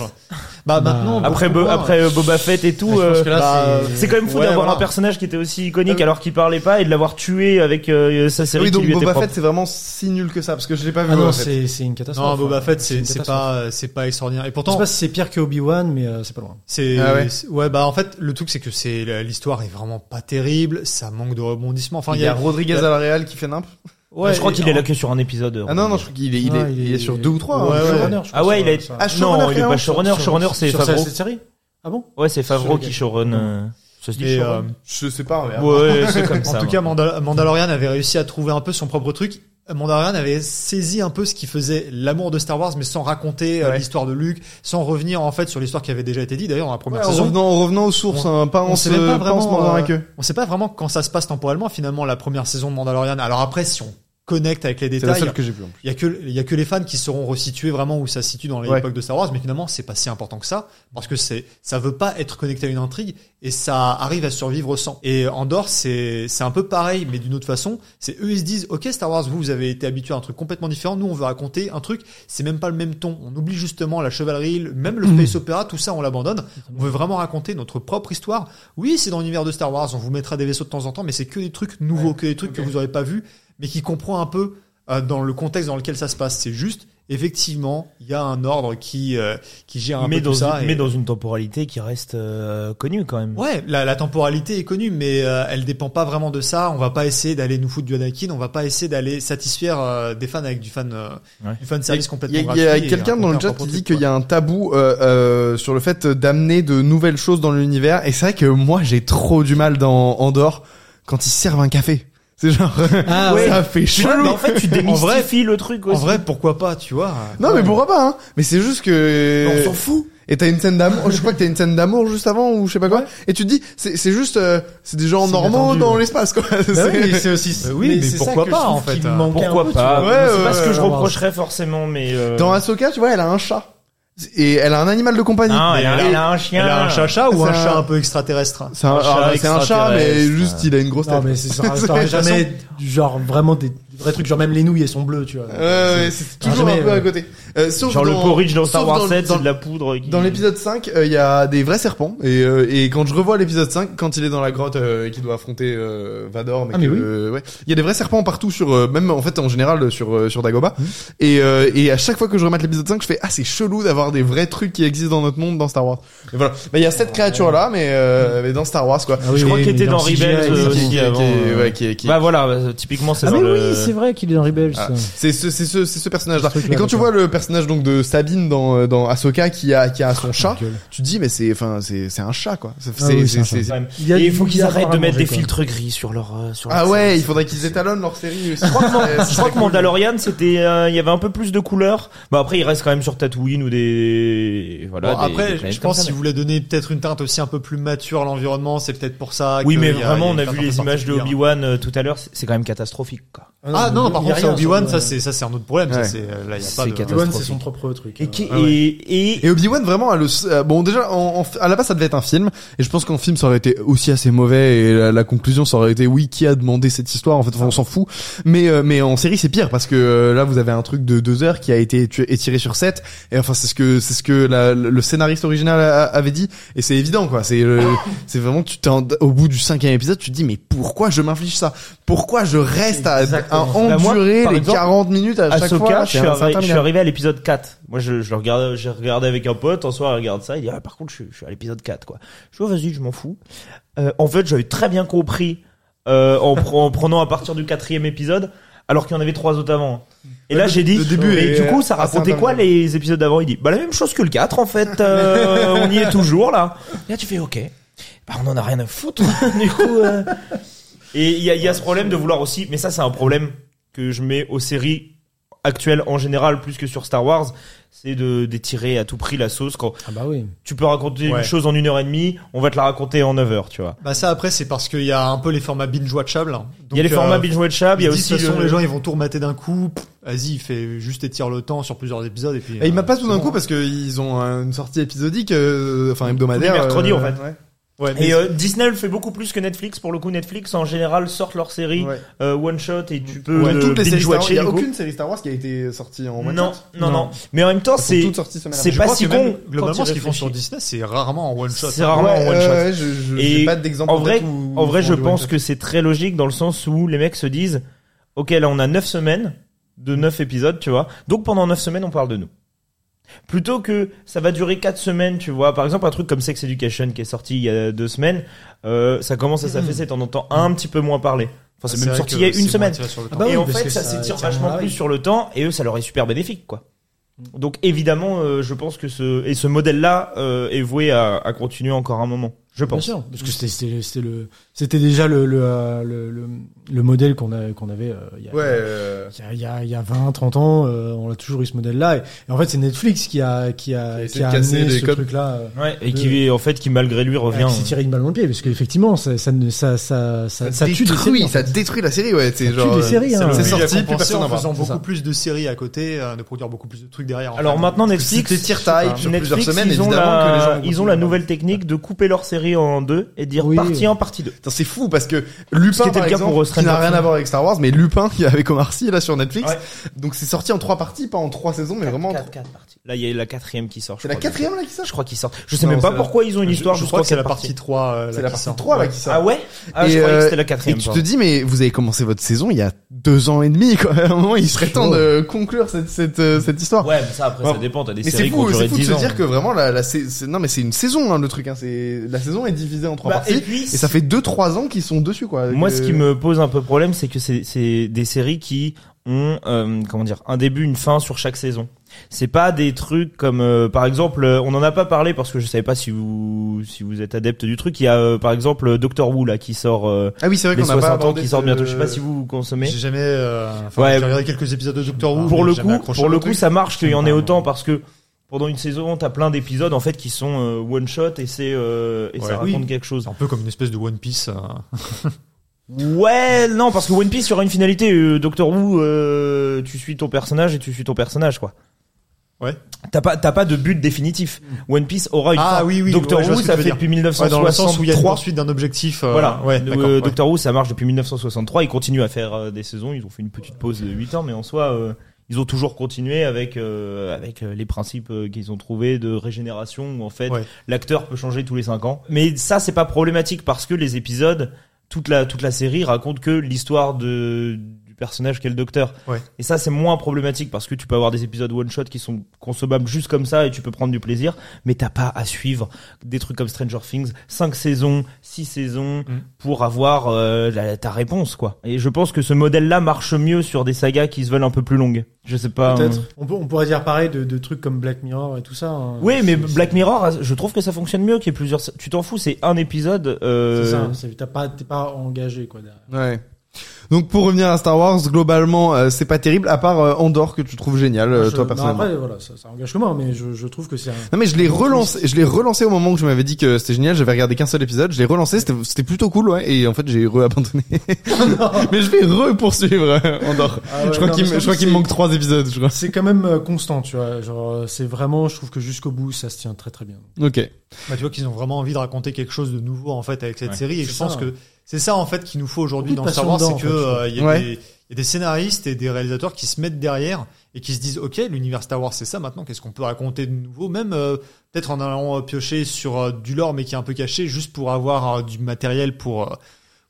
Speaker 5: Bah
Speaker 4: Bah,
Speaker 5: maintenant
Speaker 3: Après,
Speaker 5: beaucoup
Speaker 3: Bo-
Speaker 5: moins.
Speaker 3: après euh, Boba Fett et tout. euh,
Speaker 5: bah,
Speaker 3: c'est quand même fou
Speaker 5: ouais,
Speaker 3: d'avoir
Speaker 5: voilà.
Speaker 3: un personnage qui était aussi iconique alors qu'il parlait pas et de l'avoir tué avec euh, sa série
Speaker 2: Ah Oui,
Speaker 3: qui
Speaker 2: donc
Speaker 3: lui était
Speaker 2: Boba
Speaker 3: propre.
Speaker 2: Fett, c'est vraiment si nul que ça parce que je l'ai pas vu.
Speaker 4: Ah non,
Speaker 2: Boba Fett.
Speaker 4: c'est c'est une
Speaker 5: non,
Speaker 4: catastrophe. hein.
Speaker 5: Boba Fett, c'est
Speaker 4: une
Speaker 5: c'est
Speaker 4: catastrophe.
Speaker 5: pas, euh, c'est pas extraordinaire. Et
Speaker 4: Je sais
Speaker 5: pourtant,
Speaker 4: pas si c'est pire que Obi-Wan, mais euh, c'est pas loin.
Speaker 5: C'est
Speaker 2: Ah ouais.
Speaker 5: c'est- ouais. bah en fait le truc c'est que c'est l'histoire est vraiment pas terrible, ça manque de rebondissement. Enfin
Speaker 2: Il y a Rodriguez à la Real qui fait nimp.
Speaker 3: Ouais, je crois
Speaker 2: et-
Speaker 3: qu'il est là que sur un épisode.
Speaker 2: Ah non, non, je crois qu'il est, il est,
Speaker 4: Ouais,
Speaker 2: il est sur deux ou trois.
Speaker 4: Ouais,
Speaker 2: hein,
Speaker 4: ouais.
Speaker 2: je crois.
Speaker 4: Showrunner, je
Speaker 3: Ah
Speaker 4: crois,
Speaker 3: ouais, il
Speaker 4: ça-
Speaker 3: est.
Speaker 4: ça-
Speaker 2: Ah,
Speaker 3: non,
Speaker 2: showrunner,
Speaker 3: il est pas
Speaker 2: carrément.
Speaker 3: showrunner.
Speaker 4: sur-
Speaker 3: Showrunner, c'est
Speaker 4: sur sa-
Speaker 3: Favreau.
Speaker 4: cette série Ah bon
Speaker 3: Ouais, c'est Favreau
Speaker 4: sur-
Speaker 3: qui showrun. euh, Ça se dit
Speaker 5: Mais,
Speaker 3: showrun
Speaker 2: Je sais pas. mais-
Speaker 5: *laughs*
Speaker 3: Ouais, euh, c'est comme
Speaker 5: En
Speaker 3: ça.
Speaker 5: tout cas, Mandal- Mandalorian avait réussi à trouver un peu son propre truc. Mandalorian avait saisi un peu ce qui faisait l'amour de Star Wars, mais sans raconter euh,
Speaker 3: Ouais.
Speaker 5: l'histoire de Luke, sans revenir en fait sur l'histoire qui avait déjà été dite d'ailleurs dans la
Speaker 2: Ouais,
Speaker 5: première
Speaker 3: Ah
Speaker 2: en,
Speaker 5: saison.
Speaker 2: revenant, en revenant aux sources, hein, pas en
Speaker 5: on
Speaker 2: se
Speaker 5: sait même pas
Speaker 2: pas en se
Speaker 5: vraiment,
Speaker 2: mordant la
Speaker 5: euh,
Speaker 2: queue.
Speaker 5: On sait pas vraiment quand ça se passe temporellement finalement la première saison de Mandalorian. Alors après, si on connecte avec les
Speaker 2: C'est la
Speaker 5: détails,
Speaker 2: seule que j'ai plus. en plus.
Speaker 5: il y a que il y a que les fans qui sauront resituer vraiment où ça se situe dans l'époque de Star Wars, mais finalement c'est pas si important que ça parce que c'est ça veut pas être connecté à une intrigue et ça arrive à survivre sans. Et Andorre c'est c'est un peu pareil mais d'une autre façon. C'est eux ils se disent ok Star Wars vous vous avez été habitué à un truc complètement différent, nous on veut raconter un truc c'est même pas le même ton. On oublie justement la chevalerie, le- même
Speaker 3: Mm.
Speaker 5: le space opéra, tout ça on l'abandonne. On veut vraiment raconter notre propre histoire. Oui c'est dans l'univers de Star Wars, on vous mettra des vaisseaux de temps en temps, mais c'est que des trucs nouveaux, que des trucs que vous aurez pas vu, mais qui comprend un peu euh, dans le contexte dans lequel ça se passe. C'est juste, effectivement, il y a un ordre qui euh, qui gère un
Speaker 3: mais,
Speaker 5: peu
Speaker 3: dans,
Speaker 5: tout ça.
Speaker 3: une-
Speaker 5: et-
Speaker 3: mais dans une temporalité qui reste euh, connue quand même.
Speaker 5: Ouais, la, la temporalité est connue, mais euh, elle dépend pas vraiment de ça. On va pas essayer d'aller nous foutre du Anakin, on va pas essayer d'aller satisfaire euh, des fans avec du fan euh,
Speaker 3: Ouais.
Speaker 5: du fan
Speaker 2: Il
Speaker 5: service
Speaker 2: y
Speaker 5: complètement
Speaker 2: a, il y a
Speaker 5: gratuit et
Speaker 2: quelqu'un dans le
Speaker 5: raconter un
Speaker 2: chat
Speaker 5: propre
Speaker 2: qui dit
Speaker 5: truc,
Speaker 2: qu'il y a un tabou euh, euh, sur le fait d'amener de nouvelles choses dans l'univers. Et c'est vrai que moi, j'ai trop du mal dans Andorre quand ils servent un café. C'est genre, *laughs*
Speaker 4: Ah
Speaker 3: ouais.
Speaker 2: ça fait chelou.
Speaker 3: Mais en fait, tu démystifies
Speaker 5: vrai-
Speaker 3: le truc
Speaker 5: quoi. En
Speaker 3: aussi.
Speaker 5: vrai, pourquoi pas, tu vois Euh,
Speaker 2: Non mais pourquoi pas hein Mais c'est juste que
Speaker 4: Euh,
Speaker 3: Mais on s'en fout.
Speaker 2: Et t'as une scène d'amour, je crois que t'as une scène d'amour juste avant ou je sais pas quoi. Et tu te dis c'est c'est juste euh, c'est des gens
Speaker 4: C'est
Speaker 2: normands
Speaker 4: inattendu,
Speaker 2: dans
Speaker 4: ouais.
Speaker 2: l'espace quoi.
Speaker 4: Bah
Speaker 2: *laughs* C'est-
Speaker 4: oui, mais c'est aussi.
Speaker 5: Bah oui, mais
Speaker 4: c'est ça
Speaker 5: pourquoi
Speaker 4: que
Speaker 5: pas,
Speaker 4: je trouve
Speaker 5: en fait,
Speaker 4: qu'il
Speaker 5: hein.
Speaker 4: manquait un
Speaker 3: Pourquoi
Speaker 4: peu, tu
Speaker 3: pas
Speaker 4: vois.
Speaker 2: Ouais,
Speaker 3: C'est pas
Speaker 2: ouais,
Speaker 3: ce que je
Speaker 4: Euh,
Speaker 2: ouais, ouais.
Speaker 3: reprocherais forcément, mais. euh,
Speaker 2: Dans Ahsoka, tu vois, elle a un chat et elle a un animal de compagnie.
Speaker 3: Non, elle a,
Speaker 2: Et-
Speaker 3: elle a un chien.
Speaker 5: Elle a un chat-chat Ah, ou
Speaker 2: C'est
Speaker 5: un
Speaker 2: un-
Speaker 5: chat un peu extraterrestre
Speaker 2: C'est un,
Speaker 3: Un
Speaker 2: alors,
Speaker 3: chat
Speaker 2: c'est un chat, mais
Speaker 3: extraterrestre.
Speaker 2: juste il a une grosse tête.
Speaker 4: Non, mais *laughs*
Speaker 2: *laughs*
Speaker 4: c'est- ça restera
Speaker 2: C'est-
Speaker 4: jamais du genre vraiment des des vrais trucs. Genre même les nouilles, elles sont bleues, tu vois.
Speaker 2: Ouais, ouais, c'est
Speaker 4: Ah,
Speaker 2: toujours
Speaker 4: jamais,
Speaker 2: un peu à
Speaker 4: ouais.
Speaker 2: côté. Euh, sauf
Speaker 3: Genre le
Speaker 2: dans-
Speaker 3: porridge dans Star
Speaker 2: sauf
Speaker 3: Wars
Speaker 2: dans-
Speaker 3: 7,
Speaker 2: dans-
Speaker 3: c'est de la poudre. qui-
Speaker 2: Dans l'épisode 5, il y a des vrais serpents et, euh, et quand je revois l'épisode 5, quand il est dans la grotte euh, et qu'il doit affronter euh, Vador, mais
Speaker 4: Ah, mais
Speaker 2: que,
Speaker 4: oui.
Speaker 2: euh, ouais, il y a des vrais serpents partout sur, euh, même en fait en général sur euh, sur Dagobah.
Speaker 4: Mmh.
Speaker 2: Et, euh, et à chaque fois que je remate l'épisode 5, je fais ah c'est chelou d'avoir des vrais trucs qui existent dans notre monde dans Star Wars. Et voilà, mais il y a cette créature là, mais, euh, mais dans Star Wars quoi.
Speaker 4: Ah oui, Ah,
Speaker 3: Je crois
Speaker 4: mais-
Speaker 3: qu'il
Speaker 4: mais
Speaker 3: était dans
Speaker 4: CGI,
Speaker 3: Rebels
Speaker 4: il-
Speaker 3: euh,
Speaker 2: Qui- qui-
Speaker 3: aussi
Speaker 2: qui-
Speaker 3: avant. euh.
Speaker 2: ouais, qui- qui-
Speaker 3: Bah voilà, bah, typiquement c'est
Speaker 4: Ah
Speaker 3: dans
Speaker 4: mais
Speaker 3: le-
Speaker 4: oui, c'est vrai qu'il est dans Rebels.
Speaker 2: Ah, c'est ce, c'est ce, c'est ce personnage-là.
Speaker 4: Ce truc-là,
Speaker 2: Et quand tu vois
Speaker 4: d'accord.
Speaker 2: le personnage donc de Sabine dans euh, dans Ahsoka qui a qui a son chat,
Speaker 4: Ah, gueule.
Speaker 2: tu te dis mais c'est enfin c'est c'est un chat quoi. C'est
Speaker 4: Ah oui,
Speaker 2: c'est-
Speaker 4: c'est un
Speaker 2: c'est-
Speaker 4: chat.
Speaker 2: c'est-
Speaker 3: quand même.
Speaker 4: Il y a
Speaker 3: Et
Speaker 4: du
Speaker 3: il faut qu'ils
Speaker 4: milliard
Speaker 3: arrêtent
Speaker 4: à
Speaker 3: de mettre
Speaker 4: manger,
Speaker 3: des
Speaker 4: quoi.
Speaker 3: filtres gris sur leur. euh, sur
Speaker 2: Ah
Speaker 3: leur
Speaker 2: ouais,
Speaker 3: série.
Speaker 2: il faudrait qu'ils étalonnent leur série aussi.
Speaker 3: Je crois que Mandalorian, c'était, euh, il y avait un peu plus de couleurs. Bah après, il reste quand même sur Tatooine ou des, voilà.
Speaker 5: Bon,
Speaker 3: des- des
Speaker 5: après,
Speaker 3: planètes
Speaker 5: je
Speaker 3: comme
Speaker 5: pense
Speaker 3: ça,
Speaker 5: qu'il voulait donner peut-être une teinte aussi un peu plus mature à l'environnement, c'est peut-être pour ça.
Speaker 3: Oui,
Speaker 5: que
Speaker 3: mais
Speaker 5: il y a-
Speaker 3: vraiment,
Speaker 5: il
Speaker 3: on
Speaker 5: y
Speaker 3: a
Speaker 5: une
Speaker 3: vu
Speaker 5: teinte
Speaker 3: les images de
Speaker 5: particulière.
Speaker 3: Obi-Wan euh, tout à l'heure, c'est c'est quand même catastrophique. Quoi.
Speaker 5: Ah non, par
Speaker 4: il y a
Speaker 5: contre, c'est
Speaker 4: rien,
Speaker 5: Obi-Wan, ça
Speaker 4: ouais.
Speaker 5: c'est ça c'est un autre problème. Ça
Speaker 2: Ouais.
Speaker 5: c'est euh, là, il y a
Speaker 3: C'est
Speaker 5: pas de.
Speaker 3: catastrophique.
Speaker 4: Obi-Wan, c'est son propre truc.
Speaker 3: Et,
Speaker 4: hein.
Speaker 3: qui-
Speaker 5: Ah ouais.
Speaker 3: et, et-
Speaker 2: Et Obi-Wan vraiment a le euh, bon déjà en, en- à la base ça devait être un film et je pense qu'en film ça aurait été aussi assez mauvais et la, la conclusion ça aurait été oui qui a demandé cette histoire en fait enfin, on s'en fout mais euh, mais en série c'est pire parce que euh, là vous avez un truc de deux heures qui a été tu- étiré sur sept et enfin c'est ce que c'est ce que la- le scénariste original a- avait dit et c'est évident quoi c'est euh, *laughs* c'est vraiment tu t'es en- au bout du cinquième épisode tu te dis mais pourquoi je m'inflige ça pourquoi je reste à, à
Speaker 4: Exactement.
Speaker 2: endurer
Speaker 3: Bah, moi, par
Speaker 2: les
Speaker 3: exemple,
Speaker 2: 40 minutes à chaque
Speaker 3: Ahsoka,
Speaker 2: fois
Speaker 3: je, suis
Speaker 2: c'est
Speaker 3: arri- je suis
Speaker 2: interminable.
Speaker 3: arrivé à l'épisode 4. Moi, je, je le regarde, j'ai regardé avec un pote, en soir, il regarde ça, il dit, ah, par contre, je, suis- je suis à l'épisode 4, quoi. Je vois, vas-y, je m'en fous. Euh, en fait, j'avais très bien compris, euh, en, pre- en prenant à partir du quatrième épisode, alors qu'il y en avait trois autres avant. Et là, j'ai dit,
Speaker 2: le début
Speaker 3: et
Speaker 2: est
Speaker 3: du coup, ça
Speaker 2: assez
Speaker 3: racontait quoi
Speaker 2: interminable.
Speaker 3: les épisodes d'avant? Il dit, bah, la même chose que le 4, en
Speaker 2: *laughs*
Speaker 3: fait, euh, on y est toujours, là. Et là, tu fais, ok. Bah, on en a rien à foutre, *laughs* du coup, euh, et il y a, il y a ce problème de vouloir aussi, mais ça c'est un problème que je mets aux séries actuelles en général plus que sur Star Wars, c'est de d'étirer à tout prix la sauce quand
Speaker 4: Ah bah oui.
Speaker 3: tu peux raconter
Speaker 5: Ouais.
Speaker 3: une chose en une heure et demie, on va te la raconter en 9 heures, tu vois.
Speaker 5: Bah ça après c'est parce qu'il y a un peu les formats binge watchables.
Speaker 3: Il y a les
Speaker 2: euh,
Speaker 3: formats binge watchable, il y a aussi
Speaker 5: De toute façon,
Speaker 3: le-
Speaker 5: les gens ils vont tout remater d'un coup. Pff, Vas-y, il fait juste étire le temps sur plusieurs épisodes et puis.
Speaker 2: Et il m'a
Speaker 5: euh,
Speaker 2: pas tout
Speaker 5: c'est
Speaker 2: d'un
Speaker 5: bon.
Speaker 2: coup parce qu'ils ont euh, une sortie épisodique, euh, enfin hebdomadaire.
Speaker 3: Tous les mercredis,
Speaker 2: euh,
Speaker 3: en fait.
Speaker 2: ouais.
Speaker 5: Ouais, mais
Speaker 3: Et euh, Disney le fait beaucoup plus que Netflix. Pour le coup, Netflix en général sort leurs séries
Speaker 2: Ouais.
Speaker 3: euh, one shot et tu peux
Speaker 2: Ouais,
Speaker 3: le
Speaker 2: toutes les séries
Speaker 3: binge
Speaker 2: Star Wars,
Speaker 3: watcher.
Speaker 2: il y a
Speaker 3: du coup.
Speaker 2: aucune série Star Wars qui a été sortie en
Speaker 3: Non,
Speaker 2: one
Speaker 3: non,
Speaker 2: shot.
Speaker 3: non,
Speaker 4: Non.
Speaker 3: Mais en même temps,
Speaker 2: Elles sont
Speaker 3: c'est
Speaker 2: toutes sorties semaine
Speaker 3: c'est
Speaker 2: après.
Speaker 5: je
Speaker 3: pas
Speaker 5: crois
Speaker 3: si
Speaker 5: que même
Speaker 3: con quand
Speaker 5: Globalement,
Speaker 3: tu
Speaker 5: ce qu'ils font sur
Speaker 3: réfléchis.
Speaker 5: Disney, c'est rarement en one shot.
Speaker 3: c'est rarement
Speaker 2: Ouais, euh,
Speaker 3: en one shot.
Speaker 2: ouais, ouais, je, je,
Speaker 3: Et
Speaker 2: j'ai pas d'exemple.
Speaker 3: En
Speaker 2: tête
Speaker 3: vrai,
Speaker 2: où
Speaker 3: en
Speaker 2: ils
Speaker 3: vrai,
Speaker 2: font
Speaker 3: je
Speaker 2: du
Speaker 3: pense
Speaker 2: one-shot.
Speaker 3: que c'est très logique dans le sens où les mecs se disent, ok, là on a 9 semaines de 9 épisodes, tu vois. Donc pendant 9 semaines, on parle de nous. Plutôt que ça va durer 4 semaines, tu vois. Par exemple, un truc comme Sex
Speaker 4: Mm-hmm.
Speaker 3: Education qui est sorti il y a 2 semaines, euh, ça commence à s'affaisser, t'en entends un petit peu moins parler. Enfin, c'est
Speaker 5: Ah, C'est
Speaker 3: même
Speaker 5: vrai
Speaker 3: sorti
Speaker 5: que
Speaker 3: il y a
Speaker 5: c'est
Speaker 3: une
Speaker 5: moins
Speaker 3: semaine.
Speaker 5: tiré sur le
Speaker 4: Ah
Speaker 5: temps.
Speaker 4: bah
Speaker 3: et
Speaker 4: oui,
Speaker 3: en
Speaker 4: parce
Speaker 3: fait,
Speaker 4: que
Speaker 3: ça
Speaker 4: ça
Speaker 3: s'étire
Speaker 4: tire
Speaker 3: vachement
Speaker 4: moins,
Speaker 3: plus
Speaker 4: oui.
Speaker 3: sur le temps, et eux, ça leur est super bénéfique, quoi. Donc évidemment, euh, je pense que ce et ce modèle-là euh, est voué à, à continuer encore un moment. Je
Speaker 4: Bien
Speaker 3: pense.
Speaker 4: sûr, parce que c'était- c'était c'était le c'était déjà le le, euh, le, le- le modèle qu'on a qu'on avait euh, il y a
Speaker 2: Ouais. euh,
Speaker 4: il y a, il y a- il y a 20 30 ans, euh, on a toujours eu ce modèle là et, et en fait c'est Netflix qui a qui
Speaker 2: Qui a
Speaker 4: a
Speaker 2: essayé
Speaker 4: qui a
Speaker 2: de casser
Speaker 4: amené
Speaker 2: les
Speaker 4: ce
Speaker 2: codes.
Speaker 4: truc là euh,
Speaker 3: Ouais, et qui en fait, qui malgré lui revient.
Speaker 4: qui s'est tiré une balle dans le pied parce qu'effectivement ça ça ne- ça ça ça, ça tue des séries, en
Speaker 2: ça
Speaker 4: fait.
Speaker 2: détruit la série, ouais.
Speaker 4: Ça
Speaker 2: C'est
Speaker 4: tue
Speaker 2: genre.
Speaker 4: des
Speaker 2: euh,
Speaker 4: séries,
Speaker 5: Ça
Speaker 4: hein.
Speaker 2: c'est
Speaker 5: l'oblige à
Speaker 2: sorti, plus
Speaker 5: compenser
Speaker 2: personne n'en
Speaker 5: en
Speaker 2: voit.
Speaker 5: faisant
Speaker 4: C'est ça.
Speaker 5: beaucoup plus de séries à côté, euh, de produire beaucoup plus de trucs derrière. en
Speaker 3: Alors
Speaker 5: fait.
Speaker 3: maintenant
Speaker 2: Si
Speaker 3: Netflix,
Speaker 2: t'es tire-type sur plusieurs
Speaker 3: Netflix,
Speaker 2: semaines,
Speaker 3: ils ont
Speaker 2: évidemment que les gens
Speaker 3: la,
Speaker 2: vont
Speaker 3: ils ont
Speaker 2: continuer.
Speaker 3: la nouvelle technique de couper leur série en deux et de dire
Speaker 4: Oui.
Speaker 3: partie 1, partie 2.
Speaker 2: Putain, c'est fou parce que Lupin,
Speaker 3: était
Speaker 2: par
Speaker 3: le cas
Speaker 2: exemple,
Speaker 3: pour, euh,
Speaker 2: qui n'a
Speaker 3: Stranger
Speaker 2: rien
Speaker 3: Things.
Speaker 2: à voir avec Star Wars, mais Lupin qui est avec Omar Sy là sur Netflix,
Speaker 3: Ouais.
Speaker 2: donc c'est sorti en trois parties, pas en trois saisons, mais vraiment. en trois-
Speaker 3: Là, il y a la quatrième qui sort. je
Speaker 2: C'est la
Speaker 3: crois.
Speaker 2: quatrième là qui sort.
Speaker 3: Je crois qu'il sort. Je sais
Speaker 2: Non,
Speaker 3: même pas
Speaker 2: c'est la-
Speaker 3: pourquoi ils ont une
Speaker 5: Je-
Speaker 3: histoire.
Speaker 5: je,
Speaker 3: jusqu'en
Speaker 5: crois que c'est la
Speaker 3: cette
Speaker 5: partie 3. euh,
Speaker 2: C'est
Speaker 5: là
Speaker 2: la
Speaker 5: qui
Speaker 2: partie
Speaker 5: sort.
Speaker 2: 3 là
Speaker 5: Ouais.
Speaker 2: qui sort.
Speaker 3: Ah ouais Ah, je
Speaker 2: Et,
Speaker 3: croyais que
Speaker 2: euh,
Speaker 3: c'était la quatrième.
Speaker 2: Et tu te
Speaker 3: pardon.
Speaker 2: dis, mais vous avez commencé votre saison il y a deux ans et demi, quand même. *laughs* À un moment, il serait temps de conclure cette, cette, euh, cette histoire.
Speaker 3: Ouais, mais ça après
Speaker 2: Ouais.
Speaker 3: ça dépend, t'as des
Speaker 2: mais c'est
Speaker 3: séries qui ont
Speaker 2: fou,
Speaker 3: duré
Speaker 2: c'est fou de
Speaker 3: 10
Speaker 2: se
Speaker 3: ans.
Speaker 2: dire que vraiment, la, la, c'est- c'est- non mais c'est une saison hein, le truc. Hein, c'est la saison est divisée en trois
Speaker 3: Bah,
Speaker 2: parties
Speaker 3: et puis,
Speaker 2: ça fait deux trois ans qu'ils sont dessus quoi.
Speaker 3: Moi
Speaker 2: Que-
Speaker 3: ce qui me pose un peu problème, c'est que c'est c'est des séries qui ont euh, comment dire un début, une fin sur chaque saison. C'est pas des trucs comme euh, par exemple, euh, on en a pas parlé parce que je savais pas si vous si vous êtes adepte du truc, il y a euh, par exemple euh, Doctor Who là qui sort euh,
Speaker 2: ah oui c'est vrai
Speaker 3: les
Speaker 2: qu'on a pas
Speaker 3: 60 ans
Speaker 2: abordé
Speaker 3: qui sort
Speaker 2: de-
Speaker 3: bientôt, je sais pas si vous consommez.
Speaker 5: J'ai jamais. euh, enfin,
Speaker 3: Ouais.
Speaker 5: J'ai regardé quelques épisodes de Doctor Who.
Speaker 3: pour
Speaker 5: Ah, mais
Speaker 3: le
Speaker 5: j'ai jamais
Speaker 3: coup,
Speaker 5: accroché
Speaker 3: pour
Speaker 5: au
Speaker 3: le coup,
Speaker 5: truc.
Speaker 3: ça marche qu'il y en
Speaker 5: pas
Speaker 3: ait
Speaker 5: un-
Speaker 3: autant parce que pendant une saison, t'as plein d'épisodes en fait qui sont euh, one shot et c'est euh, et
Speaker 5: Ouais.
Speaker 3: ça
Speaker 5: Oui.
Speaker 3: raconte quelque chose.
Speaker 5: C'est un peu comme une espèce de One Piece. euh.
Speaker 3: Ouais, non parce que One Piece il y aura une finalité. euh, Doctor Who, euh, tu suis ton personnage et tu suis ton personnage quoi.
Speaker 5: Ouais.
Speaker 3: T'as pas t'as pas de but définitif. One Piece aura une
Speaker 5: Ah
Speaker 3: fin.
Speaker 5: oui, oui,
Speaker 3: Doctor
Speaker 5: ouais, je vois
Speaker 3: Who
Speaker 5: ce
Speaker 3: ça
Speaker 5: que tu veux
Speaker 3: fait
Speaker 5: dire.
Speaker 3: depuis
Speaker 5: Ouais, dans le sens où il y a une
Speaker 3: 1963.
Speaker 5: poursuite d'un objectif. euh,
Speaker 3: Voilà,
Speaker 5: Ouais,
Speaker 3: Le-
Speaker 5: d'accord,
Speaker 3: euh,
Speaker 5: ouais.
Speaker 3: Doctor Who ça marche depuis 1963, ils continuent à faire euh, des saisons, ils ont fait une petite pause de 8 ans, mais en soi, euh, ils ont toujours continué avec, euh, avec euh, les principes euh, qu'ils ont trouvés de régénération, où en fait
Speaker 5: Ouais.
Speaker 3: l'acteur peut changer tous les 5 ans. Mais ça c'est pas problématique parce que les épisodes, toute la, toute la série raconte que l'histoire de du personnage qu'est le docteur.
Speaker 5: Ouais.
Speaker 3: Et ça c'est moins problématique parce que tu peux avoir des épisodes one shot qui sont consommables juste comme ça et tu peux prendre du plaisir, mais t'as pas à suivre des trucs comme Stranger Things, 5 saisons, 6 saisons,
Speaker 5: Mm.
Speaker 3: pour avoir euh, la- ta réponse, quoi. Et je pense que ce modèle-là marche mieux sur des sagas qui se veulent un peu plus longues. Je sais pas.
Speaker 4: Peut-être.
Speaker 3: hein.
Speaker 4: On, peut- on pourrait dire pareil de, de trucs comme Black Mirror et tout ça. hein.
Speaker 3: Oui, mais
Speaker 4: C'est-
Speaker 3: Black Mirror, je trouve que ça fonctionne mieux qu'il y ait plusieurs. sa- Tu t'en fous, c'est un épisode.
Speaker 4: c'est
Speaker 3: Euh...
Speaker 4: ça, c'est- t'as pas t'es pas engagé quoi. derrière.
Speaker 2: Ouais. Donc pour revenir à Star Wars, globalement euh, c'est pas terrible à part euh, Andorre que tu trouves génial euh,
Speaker 4: Moi, je-
Speaker 2: toi
Speaker 4: non,
Speaker 2: personnellement.
Speaker 4: après, voilà, ça, ça engage que moi, mais je, je trouve que c'est un,
Speaker 2: *laughs* Non mais je l'ai relancé, je l'ai relancé au moment où je m'avais dit que c'était génial, j'avais regardé qu'un seul épisode, je l'ai relancé, c'était c'était plutôt cool ouais et en fait j'ai re-abandonné. *laughs* mais je vais re-poursuivre euh, Andorre.
Speaker 4: Ah ouais,
Speaker 2: je crois
Speaker 4: non,
Speaker 2: qu'il
Speaker 4: mais
Speaker 2: me- je crois
Speaker 4: surtout,
Speaker 2: qu'il me
Speaker 4: c'est-
Speaker 2: manque trois épisodes, je crois.
Speaker 4: C'est quand même euh, constant, tu vois. Genre, euh, c'est vraiment, je trouve que jusqu'au bout, ça se tient très très bien.
Speaker 2: OK.
Speaker 3: Eh
Speaker 5: Bah, tu vois qu'ils ont vraiment envie de raconter quelque chose de nouveau en fait avec cette
Speaker 3: Ouais,
Speaker 5: série et je
Speaker 4: c'est
Speaker 5: pense
Speaker 4: ça.
Speaker 5: que c'est ça en fait qu'il nous faut aujourd'hui
Speaker 4: Beaucoup
Speaker 5: dans
Speaker 4: de
Speaker 5: Star
Speaker 4: passion
Speaker 5: Wars, c'est
Speaker 4: dedans,
Speaker 5: que
Speaker 4: en fait,
Speaker 5: euh, il y, a
Speaker 2: Ouais.
Speaker 5: des- il y a des scénaristes et des réalisateurs qui se mettent derrière et qui se disent ok l'univers Star Wars c'est ça maintenant qu'est-ce qu'on peut raconter de nouveau même euh, peut-être en allant euh, piocher sur euh, du lore mais qui est un peu caché juste pour avoir euh, du matériel pour euh,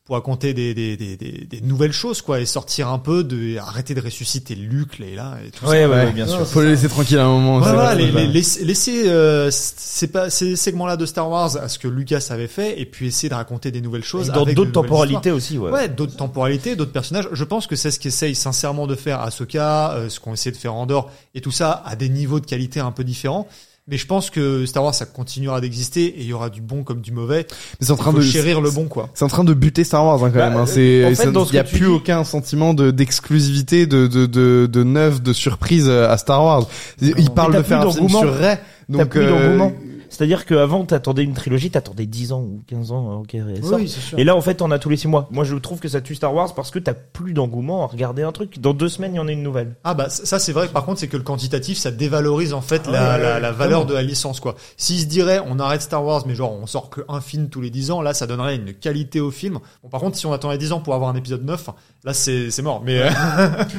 Speaker 5: pour raconter des, des, des, des, des nouvelles choses quoi et sortir un peu de arrêter de ressusciter Luke Leila et tout ça.
Speaker 3: Ouais, ouais,
Speaker 2: Ouais.
Speaker 3: ouais, bien sûr.
Speaker 2: Faut le laisser tranquille à un moment.
Speaker 5: Voilà,
Speaker 2: c'est
Speaker 5: voilà,
Speaker 2: vrai,
Speaker 5: les,
Speaker 2: c'est
Speaker 5: les-
Speaker 2: pas-
Speaker 5: laissez- laissez euh, c'est pas- ces segments-là de Star Wars à ce que Lucas avait fait et puis essayer de raconter des nouvelles choses.
Speaker 3: Et Dans
Speaker 5: avec
Speaker 3: d'autres
Speaker 5: de nouvelles
Speaker 3: temporalités aussi, ouais.
Speaker 5: histoires. Ouais, d'autres temporalités, d'autres personnages. Je pense que c'est ce qu'essayent sincèrement de faire Ahsoka, euh, ce qu'ont essayé de faire Andorre et tout ça à des niveaux de qualité un peu différents. Mais je pense que Star Wars, ça continuera d'exister et il y aura du bon comme du mauvais.
Speaker 2: Mais c'est en train
Speaker 5: Faut
Speaker 2: de
Speaker 5: chérir le bon, quoi.
Speaker 2: C'est en train de buter Star Wars hein, quand
Speaker 3: Bah,
Speaker 2: même. Hein.
Speaker 3: euh,
Speaker 2: C'est
Speaker 3: en fait,
Speaker 2: ça-
Speaker 3: dans ce
Speaker 2: il y a
Speaker 3: que tu
Speaker 2: plus
Speaker 3: dis-
Speaker 2: aucun sentiment de d'exclusivité, de de de de neuf, de surprise euh, à Star Wars. Ils
Speaker 4: Mais
Speaker 2: parlent
Speaker 3: Ah. t'as
Speaker 2: de faire
Speaker 3: plus
Speaker 2: un film
Speaker 3: d'engouement.
Speaker 2: sur Ray,
Speaker 3: T'as
Speaker 2: donc
Speaker 3: plus
Speaker 2: euh,
Speaker 3: d'engouement. C'est-à-dire qu'avant, t'attendais une trilogie, t'attendais 10 ans ou 15 ans, euh, ok, elle sort.
Speaker 4: c'est sûr.
Speaker 3: Et là, en fait, on a tous les 6 mois. Moi, je trouve que ça tue Star Wars parce que t'as plus d'engouement à regarder un truc. Dans deux semaines, il y en a une nouvelle.
Speaker 5: Ah bah c- ça c'est vrai que par contre c'est que le quantitatif ça dévalorise en fait
Speaker 4: Ah
Speaker 5: la,
Speaker 4: ouais, ouais,
Speaker 5: la,
Speaker 4: ouais,
Speaker 5: la valeur de la licence quoi. S'il se dirait on arrête Star Wars mais genre on sort que un film tous les 10 ans là ça donnerait une qualité au film. Bon par contre si on attendait 10 ans pour avoir un épisode 9 là c'est c'est mort mais euh,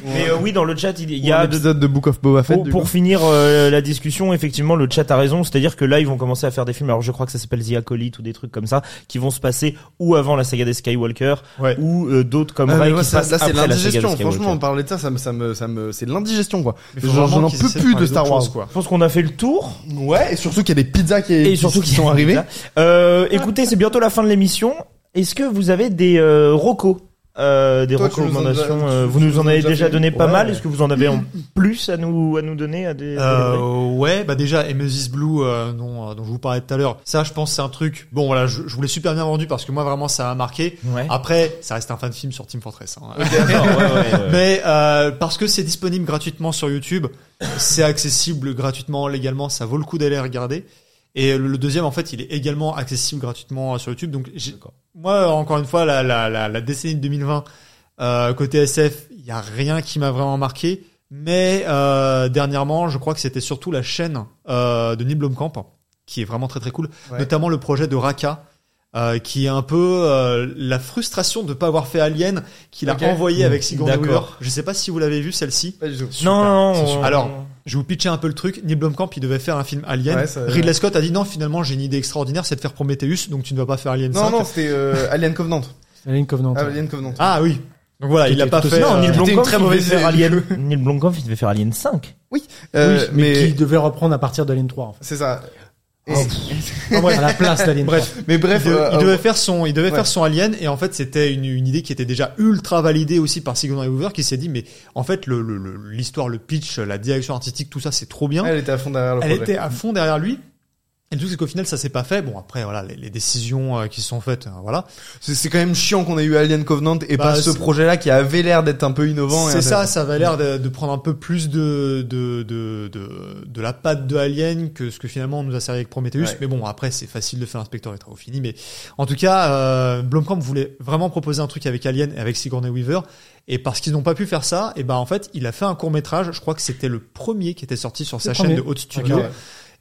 Speaker 3: Mais euh, oui, dans le chat, il
Speaker 2: Il
Speaker 3: y a de
Speaker 2: de Book of Boba Fett.
Speaker 3: Pour,
Speaker 2: du
Speaker 3: pour
Speaker 2: coup.
Speaker 3: finir euh, la discussion, effectivement, le chat a raison, c'est-à-dire que là, ils vont commencer à faire des films. Alors, je crois que ça s'appelle The Acolyte ou des trucs comme ça, qui vont se passer ou avant la saga des Skywalker,
Speaker 5: Ouais.
Speaker 3: ou euh, d'autres comme
Speaker 2: Ah, mais
Speaker 3: Rey
Speaker 2: moi,
Speaker 3: qui se
Speaker 2: ça-
Speaker 3: passent
Speaker 2: là, c'est
Speaker 3: après la saga des
Speaker 2: l'indigestion.
Speaker 3: Skywalker.
Speaker 2: Franchement, on parlait de ça, ça me, ça me, ça me, c'est de l'indigestion, quoi.
Speaker 5: mais faut
Speaker 2: Genre,
Speaker 5: vraiment
Speaker 2: je n'en
Speaker 5: qu'ils
Speaker 2: peux
Speaker 5: essaient de
Speaker 2: plus de
Speaker 5: parler
Speaker 2: Star
Speaker 5: d'autre
Speaker 2: Wars.
Speaker 5: chose, quoi.
Speaker 3: Je pense qu'on a fait le tour.
Speaker 2: Ouais, et surtout qu'il y a des pizzas qui,
Speaker 3: Et
Speaker 2: qui-
Speaker 3: surtout
Speaker 2: qui sont arrivées.
Speaker 3: Euh, écoutez, c'est bientôt la fin de l'émission. Est-ce que vous avez des euh, rocos euh, des
Speaker 2: Toi, tu nous en as-
Speaker 3: recommandations.
Speaker 2: tu-
Speaker 3: euh,
Speaker 2: tu
Speaker 3: vous nous en avez déjà
Speaker 2: fait-
Speaker 3: donné pas
Speaker 2: Ouais. Mm.
Speaker 3: mal. Est-ce que vous en avez en plus à nous à nous donner à des
Speaker 5: Euh, ouais, bah déjà, Emesis Blue, euh, dont, euh, dont je vous parlais tout à l'heure, ça, je pense, c'est un truc. Bon, voilà, je, je vous l'ai super bien vendu parce que moi, vraiment, ça a marqué.
Speaker 3: Ouais.
Speaker 5: Après, ça reste un fan film sur Team Fortress. hein.
Speaker 3: D'accord, Ah, ouais, ouais, ouais.
Speaker 5: Mais euh, parce que c'est disponible gratuitement sur YouTube, c'est accessible gratuitement légalement, ça vaut le coup d'aller regarder. Et le, le deuxième, en fait, il est également accessible gratuitement euh, sur YouTube. Donc, j'ai- moi, encore une fois, la, la, la, la décennie de 2020, euh, côté SF, il n'y a rien qui m'a vraiment marqué. Mais euh, dernièrement, je crois que c'était surtout la chaîne euh, de Neil Blomkamp, qui est vraiment très très cool.
Speaker 2: Ouais.
Speaker 5: Notamment le projet de Raka, euh, qui est un peu euh, la frustration de ne pas avoir fait Alien, qu'il a
Speaker 2: Ok. Mm.
Speaker 5: envoyé avec Sigourney
Speaker 3: D'accord.
Speaker 5: Weaver. Je sais pas si vous l'avez vu celle-ci.
Speaker 2: Pas du tout.
Speaker 3: Non, non,
Speaker 5: c'est
Speaker 3: non,
Speaker 5: super.
Speaker 3: on-
Speaker 5: Alors,
Speaker 2: euh,
Speaker 5: Je vais vous pitcher un peu le truc. Neil Blomkamp, il devait faire un film Alien.
Speaker 2: Ouais, ça-
Speaker 5: Ridley Scott a dit non, finalement, j'ai une idée extraordinaire, c'est de faire Prometheus, donc tu ne vas pas faire Alien
Speaker 2: Non,
Speaker 5: 5.
Speaker 2: non, c'était euh, Alien Covenant.
Speaker 4: C'est Alien Covenant.
Speaker 2: Ah, Alien Covenant.
Speaker 5: Ah oui. Donc voilà, il l'a
Speaker 4: Tout
Speaker 5: pas
Speaker 4: aussi-
Speaker 5: fait.
Speaker 4: non,
Speaker 5: euh,
Speaker 3: Neil
Speaker 2: c'était une
Speaker 3: Blomkamp,
Speaker 2: très
Speaker 3: il devait
Speaker 2: mauvaise
Speaker 3: faire
Speaker 2: série,
Speaker 3: Alien. Neil Blomkamp, il devait faire Alien 5.
Speaker 2: Euh,
Speaker 4: Oui, mais,
Speaker 2: mais
Speaker 4: qui devait reprendre à partir d'Alien 3 en fait.
Speaker 2: c'est ça. Et-
Speaker 4: Oh, à la place d'Alien 3.
Speaker 2: Bref, mais bref,
Speaker 5: il, de-
Speaker 2: euh,
Speaker 5: il
Speaker 2: euh,
Speaker 5: devait faire son, il devait
Speaker 2: ouais.
Speaker 5: faire son Alien et en fait c'était une, une idée qui était déjà ultra validée aussi par Sigourney Weaver qui s'est dit mais en fait le- le- le- l'histoire, le, pitch, la direction artistique, tout ça c'est trop bien.
Speaker 2: elle était à fond derrière le
Speaker 5: Elle,
Speaker 2: projet.
Speaker 5: était à fond derrière lui. Et le truc c'est qu'au final ça s'est pas fait. Bon après voilà les, les décisions euh, qui sont faites, euh, voilà.
Speaker 2: C'est c'est quand même chiant qu'on ait eu Alien Covenant et
Speaker 5: Bah,
Speaker 2: pas ce
Speaker 5: c'est-
Speaker 2: projet-là qui avait l'air d'être un peu innovant. Mm. et
Speaker 5: C'est ça,
Speaker 2: intéressant.
Speaker 5: ça avait l'air de, de prendre un peu plus de, de, de, de, de la patte de Alien que ce que finalement on nous a servi avec Prometheus.
Speaker 2: Ouais.
Speaker 5: Mais bon, après, c'est facile de faire Inspector et fini. Mais en tout cas, euh, Blomkamp voulait vraiment proposer un truc avec Alien et avec Sigourney Weaver. Et parce qu'ils n'ont pas pu faire ça, et ben en fait, il a fait un court métrage. Je crois que c'était le premier qui était sorti sur sa
Speaker 4: Le
Speaker 5: chaîne de
Speaker 4: premier.
Speaker 5: Haute Studio.
Speaker 2: Ouais.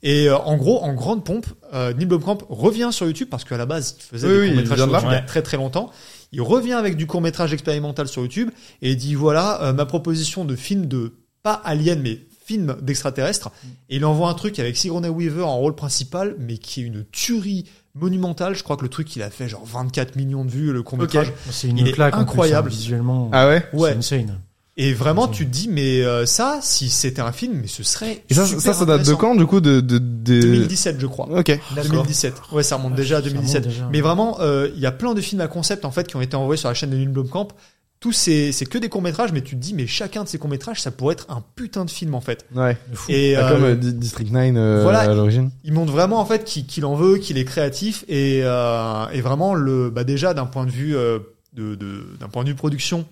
Speaker 5: Et euh, en gros, en grande pompe, euh, Neil Blomkamp revient sur YouTube parce qu'à la base, il faisait
Speaker 2: Oui,
Speaker 5: des
Speaker 2: oui, il
Speaker 5: courts-métrages
Speaker 2: vient
Speaker 5: sur
Speaker 2: de
Speaker 5: YouTube
Speaker 2: là.
Speaker 5: il y a très très longtemps. Il revient avec du court-métrage expérimental sur YouTube et il dit voilà, euh, ma proposition de film de pas alien mais film d'extraterrestre. Et il envoie un truc avec Sigourney Weaver en rôle principal, mais qui est une tuerie monumentale. Je crois que le truc, il a fait genre 24 millions de vues, le court-métrage.
Speaker 4: Oh, C'est une
Speaker 5: Il est
Speaker 4: claque en plus,
Speaker 5: incroyable.
Speaker 4: hein, visuellement.
Speaker 2: Ah ouais.
Speaker 4: c'est
Speaker 5: Ouais.
Speaker 4: insane.
Speaker 5: Et vraiment, tu te dis, mais euh, ça, si c'était un film, mais ce serait.
Speaker 2: Et ça,
Speaker 5: super
Speaker 2: ça, ça date de
Speaker 5: intéressant.
Speaker 2: quand du coup de, de, de...
Speaker 5: 2017, je crois.
Speaker 2: Ok.
Speaker 5: 2017. Ouais, ça remonte
Speaker 4: Ouais,
Speaker 5: déjà à
Speaker 4: ça
Speaker 5: 2017.
Speaker 4: remonte Ah, déjà.
Speaker 5: Mais vraiment, euh, il y a plein de films à concept en fait qui ont été envoyés sur la chaîne de Neil Blomkamp. Tous ces, c'est que des courts métrages, mais tu te dis, mais chacun de ces courts métrages, ça pourrait être un putain de film en fait.
Speaker 2: Ouais.
Speaker 5: Et
Speaker 2: Ah,
Speaker 5: euh,
Speaker 2: Comme euh, Di- District 9 euh,
Speaker 5: voilà.
Speaker 2: à l'origine.
Speaker 5: il montre vraiment en fait qu'il qu'il en veut, qu'il est créatif et, euh, et vraiment le, bah déjà d'un point de vue euh, de, de- d'un point de vue production,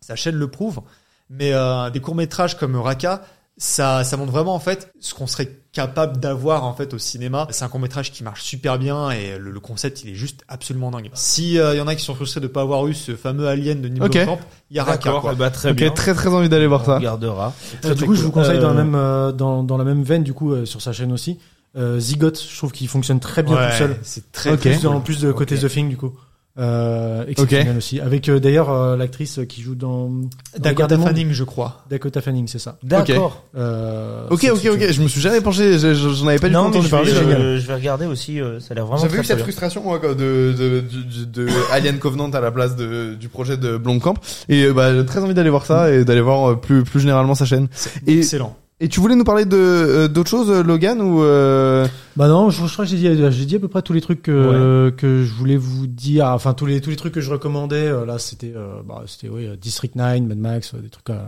Speaker 5: sa chaîne le prouve. Mais euh, des courts métrages comme Raka, ça, ça montre vraiment en fait ce qu'on serait capable d'avoir en fait au cinéma. C'est un court métrage qui marche super bien et le, le concept il est juste absolument dingue. Si euh, il y en a qui sont frustrés de pas avoir eu ce fameux Alien de Neil
Speaker 2: Ok.
Speaker 5: Blomkamp, il y a Raka.
Speaker 3: D'accord,
Speaker 5: quoi.
Speaker 3: eh ben, très
Speaker 2: Ok,
Speaker 3: bien.
Speaker 2: très très envie d'aller voir
Speaker 3: on
Speaker 2: ça.
Speaker 3: regardera.
Speaker 4: Euh, du coup, je vous conseille dans,
Speaker 3: Euh,
Speaker 4: la même, euh, dans, dans la même veine, du coup, euh, sur sa chaîne aussi, euh, Zigot, je trouve qu'il fonctionne
Speaker 3: ben,
Speaker 4: très bien
Speaker 5: Ouais,
Speaker 4: tout seul.
Speaker 5: C'est très
Speaker 2: Ok.
Speaker 5: très
Speaker 4: Plus,
Speaker 5: cool.
Speaker 4: En plus de côté The Thing, du coup. Euh, exceptionnel aussi. Avec euh, d'ailleurs euh, l'actrice qui joue dans, dans
Speaker 5: Dakota
Speaker 4: Garden Monde.
Speaker 5: Fanning, je crois.
Speaker 4: Dakota Fanning, c'est ça.
Speaker 3: D'accord.
Speaker 4: Euh,
Speaker 2: Ok,
Speaker 4: c'est-
Speaker 2: ok,
Speaker 4: c'est-
Speaker 2: ok. Je me suis jamais penché. je- je- J'en avais pas du tout
Speaker 3: Non, mais
Speaker 2: entendu
Speaker 3: je vais,
Speaker 2: parler.
Speaker 4: c'est
Speaker 3: euh,
Speaker 4: génial.
Speaker 3: je vais regarder aussi. euh, ça a l'air vraiment
Speaker 2: J'avais
Speaker 3: très,
Speaker 2: eu cette
Speaker 3: très bien.
Speaker 2: frustration moi, quoi, de, de, du- de, Alien Covenant à la place de, du projet de Blomkamp et euh, bah, j'ai très envie d'aller voir ça et d'aller voir euh, plus plus généralement sa chaîne. Et-
Speaker 5: Excellent.
Speaker 2: Et tu voulais nous parler de euh, d'autres choses, euh, Logan ou euh...
Speaker 4: Bah non, je, je crois que j'ai dit, j'ai dit à peu près tous les trucs que, que je voulais vous dire. Enfin, tous les tous les trucs que je recommandais. euh, Là, c'était euh, bah, c'était oui, euh, District 9, Mad Max, euh, des trucs euh,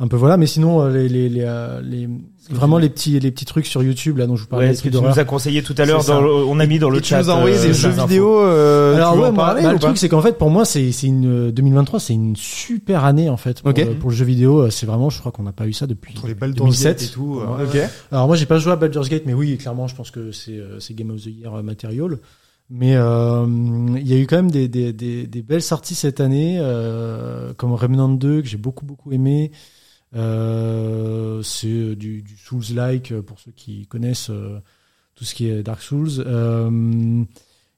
Speaker 4: un peu voilà. Mais sinon, euh, les les les, euh, les- vraiment les petits les petits trucs sur YouTube là dont je vous parlais.
Speaker 3: Ouais,
Speaker 4: les
Speaker 3: ce que
Speaker 4: trucs
Speaker 3: tu
Speaker 4: d'horreur.
Speaker 3: nous as conseillé tout à l'heure,
Speaker 4: C'est ça.
Speaker 3: dans le- on a mis dans le
Speaker 2: et tu
Speaker 3: chat.
Speaker 2: nous as envoyé
Speaker 3: euh,
Speaker 2: des
Speaker 3: les
Speaker 2: jeux
Speaker 3: infos.
Speaker 2: vidéo. Euh,
Speaker 4: Alors
Speaker 2: tu veux
Speaker 4: ouais,
Speaker 2: en
Speaker 4: moi,
Speaker 2: parler
Speaker 4: bah,
Speaker 2: ou
Speaker 4: le
Speaker 2: pas
Speaker 4: truc c'est qu'en fait pour moi c'est c'est une euh, 2023 c'est une super année en fait pour,
Speaker 2: Ok.
Speaker 4: le, pour le jeu vidéo euh, c'est vraiment je crois qu'on n'a pas eu ça depuis
Speaker 5: Entre les balles
Speaker 4: 2007
Speaker 5: et tout. euh,
Speaker 4: Ouais.
Speaker 2: Ok.
Speaker 4: Alors moi j'ai pas joué à Baldur's Gate, mais oui clairement je pense que c'est euh, c'est Game of the Year euh, Material. Mais euh, il y a eu quand même des, des, des, des belles sorties cette année, euh, comme Remnant 2 que j'ai beaucoup beaucoup aimé. Euh, c'est euh, du, du Souls-like euh, pour ceux qui connaissent euh, tout ce qui est Dark Souls. Euh,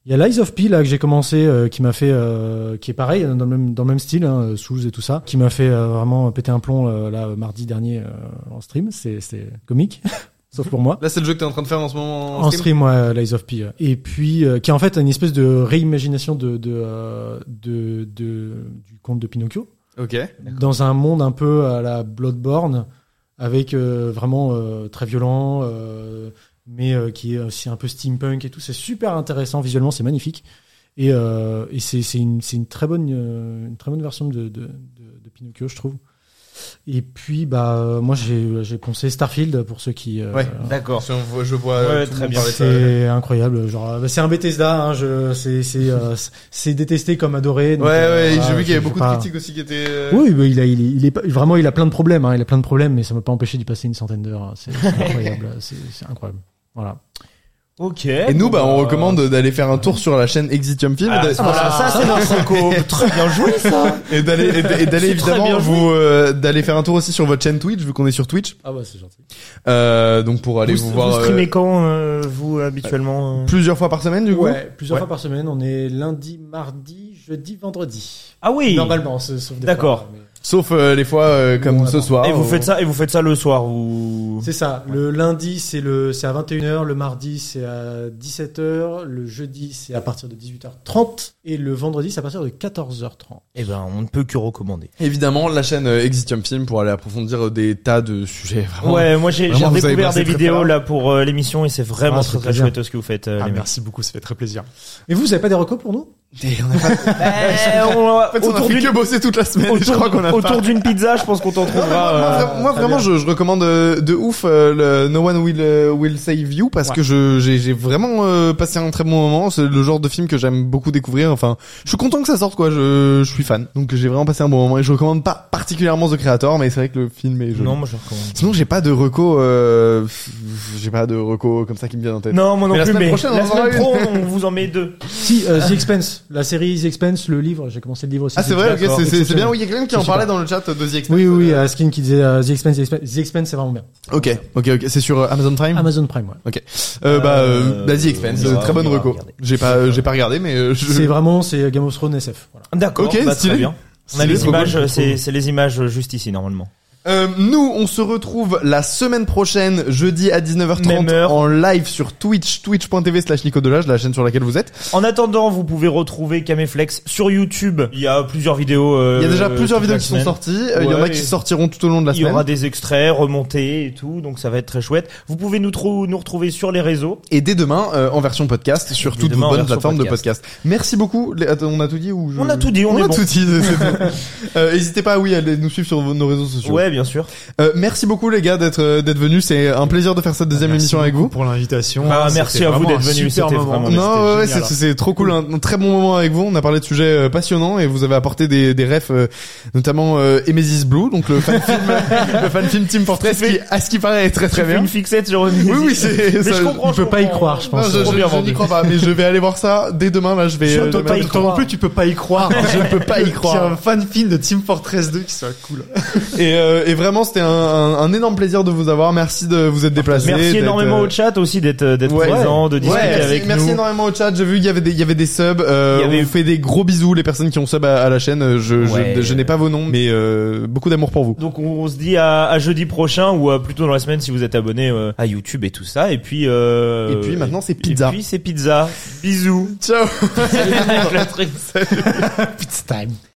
Speaker 4: il y a Lies of P là que j'ai commencé, euh, qui m'a fait, euh, qui est pareil dans le même dans le même style, hein, euh, Souls et tout ça, qui m'a fait euh, vraiment péter un plomb euh, là euh, mardi dernier euh, en stream. C'est c'est comique, sauf pour moi.
Speaker 2: Là, c'est le jeu que t'es en train de faire en ce moment.
Speaker 4: *laughs* En stream, ouais, Lies of P. ouais. Et puis, euh, qui est en fait une espèce de réimagination de, de, euh, de, de, du conte de Pinocchio
Speaker 2: Ok.
Speaker 4: dans un monde un peu à la Bloodborne, avec euh, vraiment euh, très violent, euh, mais euh, qui est aussi un peu steampunk et tout. C'est super intéressant visuellement, c'est magnifique. Et, euh, et c'est c'est une, c'est une très bonne euh, une très bonne version de, de, de- de Pinocchio, je trouve. Et puis bah euh, moi j'ai j'ai conseillé Starfield pour ceux qui euh,
Speaker 2: Ouais.
Speaker 3: D'accord.
Speaker 2: Si on voit- je vois.
Speaker 3: Ouais,
Speaker 2: tout le
Speaker 3: très
Speaker 2: monde
Speaker 3: bien.
Speaker 2: parler de ça.
Speaker 4: C'est incroyable, genre euh, bah, c'est un Bethesda, hein, je c'est c'est euh, c'est détesté comme adoré. donc,
Speaker 2: Ouais,
Speaker 4: euh,
Speaker 2: ouais,
Speaker 4: voilà,
Speaker 2: j'ai vu qu'il y
Speaker 4: je-
Speaker 2: avait
Speaker 4: je
Speaker 2: beaucoup
Speaker 4: sais
Speaker 2: de
Speaker 4: pas.
Speaker 2: critiques aussi qui étaient. euh,
Speaker 4: Oui, bah, il a il est, il est pas- vraiment il a plein de problèmes, hein, il a plein de problèmes, mais ça m'a pas empêché d'y passer une centaine d'heures. hein, C'est
Speaker 2: *laughs*
Speaker 4: c'est incroyable, c'est c'est incroyable. Voilà.
Speaker 3: Ok.
Speaker 2: Et nous, bah, on
Speaker 3: Euh,
Speaker 2: recommande d'aller faire un tour sur la chaîne Exitium Film. et
Speaker 3: Ah,
Speaker 2: d'aller-
Speaker 3: voilà, ça
Speaker 2: *laughs*
Speaker 3: c'est notre co. Très bien joué ça.
Speaker 2: Et d'aller et d- et d'aller
Speaker 3: *laughs* C'est très
Speaker 2: évidemment
Speaker 3: bien joué.
Speaker 2: vous euh, d'aller faire un tour aussi sur votre chaîne Twitch vu qu'on est sur Twitch
Speaker 4: Ah bah c'est gentil.
Speaker 2: euh, donc pour aller vous,
Speaker 3: vous,
Speaker 2: voir
Speaker 3: vous
Speaker 2: euh,
Speaker 3: streamez quand euh, vous habituellement euh
Speaker 2: plusieurs fois par semaine du coup
Speaker 4: Ouais, plusieurs
Speaker 2: Ouais.
Speaker 4: fois par semaine, on est lundi, mardi, jeudi, vendredi.
Speaker 3: Ah oui.
Speaker 4: Normalement, sa- sauf des
Speaker 3: D'accord.
Speaker 4: fois, mais-
Speaker 2: sauf euh, les fois euh, comme
Speaker 4: Bon,
Speaker 2: ce
Speaker 4: attends.
Speaker 2: soir
Speaker 3: Et Eh, vous
Speaker 2: où-
Speaker 3: faites ça et vous faites ça le soir ou
Speaker 4: C'est ça. Le lundi, c'est le, c'est à 21h. Le mardi, c'est à 17h. Le jeudi, c'est à partir de 18h30. Et le vendredi, c'est à partir de 14h30.
Speaker 3: Eh ben on ne peut que recommander.
Speaker 2: évidemment la chaîne euh, Exitium Film pour aller approfondir euh, des tas de sujets vraiment
Speaker 3: Ouais, moi j'ai
Speaker 2: Vraiment,
Speaker 3: j'ai
Speaker 2: vous avez
Speaker 3: découvert
Speaker 2: passé
Speaker 3: des
Speaker 2: très, très
Speaker 3: vidéos
Speaker 2: loin.
Speaker 3: là pour euh, l'émission et c'est vraiment
Speaker 4: Ah, c'est
Speaker 3: très très
Speaker 4: plaisir.
Speaker 3: chouette ce que vous faites. euh,
Speaker 5: Ah,
Speaker 3: les mecs. *laughs*
Speaker 5: merci beaucoup, ça fait très plaisir.
Speaker 4: Et vous, vous avez pas des recos pour nous?
Speaker 2: Et on a pas-
Speaker 3: Eh, on-
Speaker 2: en fait, on a
Speaker 3: autour
Speaker 2: fait
Speaker 3: d'une
Speaker 2: que bosser toute la semaine et je
Speaker 3: *laughs* autour-
Speaker 2: crois qu'on a pas-
Speaker 3: autour d'une pizza, je pense qu'on
Speaker 2: *laughs*
Speaker 3: t'en trouvera.
Speaker 2: Moi,
Speaker 3: euh,
Speaker 4: Ah,
Speaker 2: vra- moi, vraiment, je, je recommande euh, de ouf euh, le No One Will euh, Will Save You parce que je j'ai j'ai vraiment euh, passé un très bon moment. C'est le genre de film que j'aime beaucoup découvrir. Enfin, je suis content que ça sorte quoi. Je, je suis fan, donc j'ai vraiment passé un bon moment et je recommande pas particulièrement The Creator, mais c'est vrai que le film est joli.
Speaker 3: Non, moi je recommande.
Speaker 2: Sinon, j'ai pas de reco, euh, j'ai pas de reco comme ça qui me vient en tête.
Speaker 3: Non, moi non
Speaker 2: Mais la
Speaker 3: plus,
Speaker 2: semaine
Speaker 3: mais
Speaker 2: prochaine, on
Speaker 3: la
Speaker 2: en aura
Speaker 3: semaine
Speaker 2: une.
Speaker 3: pro, on vous en met deux.
Speaker 4: Si, euh, The Expense. La série The Expense, le livre. J'ai commencé le livre aussi.
Speaker 2: Ah, c'est vrai, ok,
Speaker 4: d'accord.
Speaker 2: c'est- c'est c'est bien.
Speaker 4: Exceptionnel.
Speaker 2: Oui, il y a quelqu'un qui en
Speaker 4: Je sais
Speaker 2: parlait
Speaker 4: pas.
Speaker 2: dans le chat euh, de The Expanse.
Speaker 4: Oui, oui, oui, Askin qui disait euh, The Expense, The Expense, The Expense, c'est vraiment bien.
Speaker 2: Ok, ok, ok. C'est sur euh, Amazon Prime.
Speaker 4: Amazon Prime, ouais.
Speaker 2: Euh, bah,
Speaker 3: Euh,
Speaker 2: euh, bah, The Expanse,
Speaker 3: on ira-
Speaker 2: très bonne
Speaker 3: on ira
Speaker 2: reco.
Speaker 3: regarder.
Speaker 2: J'ai pas, euh, j'ai pas regardé, mais euh, je.
Speaker 4: C'est vraiment, c'est Game of Thrones SF. Voilà.
Speaker 3: D'accord,
Speaker 2: Ok,
Speaker 3: bah,
Speaker 2: stylé.
Speaker 3: très bien. On a
Speaker 2: Stylé,
Speaker 3: les
Speaker 2: trop
Speaker 3: images,
Speaker 2: cool.
Speaker 3: c'est c'est les images euh, juste ici normalement.
Speaker 2: Euh, nous, on se retrouve la semaine prochaine, jeudi à 19h30,
Speaker 3: Même heure.
Speaker 2: en live sur Twitch, twitch.tv slash nicodelage, la chaîne sur laquelle vous êtes.
Speaker 3: En attendant, vous pouvez retrouver Caméflex sur YouTube. Il y a plusieurs vidéos. euh,
Speaker 2: Il y a déjà plusieurs
Speaker 3: toute la
Speaker 2: vidéos qui sont
Speaker 3: semaine.
Speaker 2: sorties, euh, il y en
Speaker 3: Ouais,
Speaker 2: a qui
Speaker 3: et-
Speaker 2: sortiront tout au long de la
Speaker 3: Il y
Speaker 2: semaine.
Speaker 3: aura des extraits remontés et tout, donc ça va être très chouette. Vous pouvez nous, trou- nous retrouver sur les réseaux.
Speaker 2: Et dès demain, euh, en version podcast, sur
Speaker 3: dès
Speaker 2: toutes
Speaker 3: demain,
Speaker 2: vos
Speaker 3: en
Speaker 2: bonnes
Speaker 3: version
Speaker 2: plateformes de podcast. Merci beaucoup. Les- attends, on a tout dit ou je-
Speaker 3: On a tout dit, on est
Speaker 2: a
Speaker 3: bon.
Speaker 2: tout dit. c'est tout.
Speaker 3: *laughs*
Speaker 2: Euh, N'hésitez pas, oui, à aller nous suivre sur vos- nos réseaux sociaux.
Speaker 3: Ouais, bien sûr.
Speaker 2: Euh, merci beaucoup les gars d'être euh, d'être venus. C'est un plaisir de faire cette deuxième
Speaker 5: Merci
Speaker 2: émission avec
Speaker 5: beaucoup
Speaker 2: vous.
Speaker 5: Pour l'invitation.
Speaker 3: Bah,
Speaker 5: C'était
Speaker 3: merci à vous
Speaker 5: vraiment
Speaker 3: d'être
Speaker 5: un
Speaker 3: venus,
Speaker 5: super
Speaker 3: c'était
Speaker 5: moment.
Speaker 3: vraiment-
Speaker 2: Non, ouais, ouais,
Speaker 5: génial.
Speaker 2: c'est c'est trop hein. cool, un, un très bon moment avec vous. On a parlé de sujets euh, passionnants et vous avez apporté des, des refs, euh, notamment euh, Emesis Blue, donc le fan film, *laughs* le fan film Team Fortress, qui, à ce qui paraît, est très très
Speaker 3: Tu fais
Speaker 2: bien.
Speaker 3: une fixette sur une
Speaker 2: Oui, oui, c'est.
Speaker 3: Mais
Speaker 2: ça-
Speaker 3: je comprends.
Speaker 4: On peut pas y
Speaker 3: comprends.
Speaker 4: croire, je
Speaker 2: Non,
Speaker 4: pense.
Speaker 2: je, je-
Speaker 3: Trop bien
Speaker 2: je n'y
Speaker 3: vendu.
Speaker 2: crois pas, mais je vais aller voir ça dès demain. Là, je vais. euh,
Speaker 5: Toi,
Speaker 2: demain-
Speaker 5: toi, toi non plus, tu peux pas y croire.
Speaker 2: Je ne peux pas y croire.
Speaker 5: Qu'il y a un fan film de Team Fortress 2 qui soit cool.
Speaker 2: Et, euh, et vraiment, c'était un, un, un énorme plaisir de vous avoir. Merci de vous être déplacé.
Speaker 3: Merci
Speaker 2: d'être,
Speaker 3: énormément
Speaker 2: euh,
Speaker 3: au chat aussi d'être d'être
Speaker 2: Ouais.
Speaker 3: présent, de
Speaker 2: Ouais,
Speaker 3: discuter
Speaker 2: merci,
Speaker 3: avec
Speaker 2: merci
Speaker 3: nous.
Speaker 2: énormément au chat. J'ai vu il y avait des, il y avait des subs. Euh,
Speaker 3: Il y avait-
Speaker 2: On vous fait des gros bisous les personnes qui ont sub à, à la chaîne. euh, Je, je-
Speaker 3: Ouais.
Speaker 2: je, n'ai pas vos noms, mais euh, beaucoup d'amour pour vous.
Speaker 3: Donc on, on se dit à, à jeudi prochain ou à plutôt dans la semaine si vous êtes abonné euh, à YouTube et tout ça. Et puis euh,
Speaker 2: Et puis maintenant, c'est pizza.
Speaker 3: Et
Speaker 2: *laughs*
Speaker 3: puis c'est pizza. Bisous.
Speaker 2: Ciao.
Speaker 3: Avec la tripe.
Speaker 4: It's time.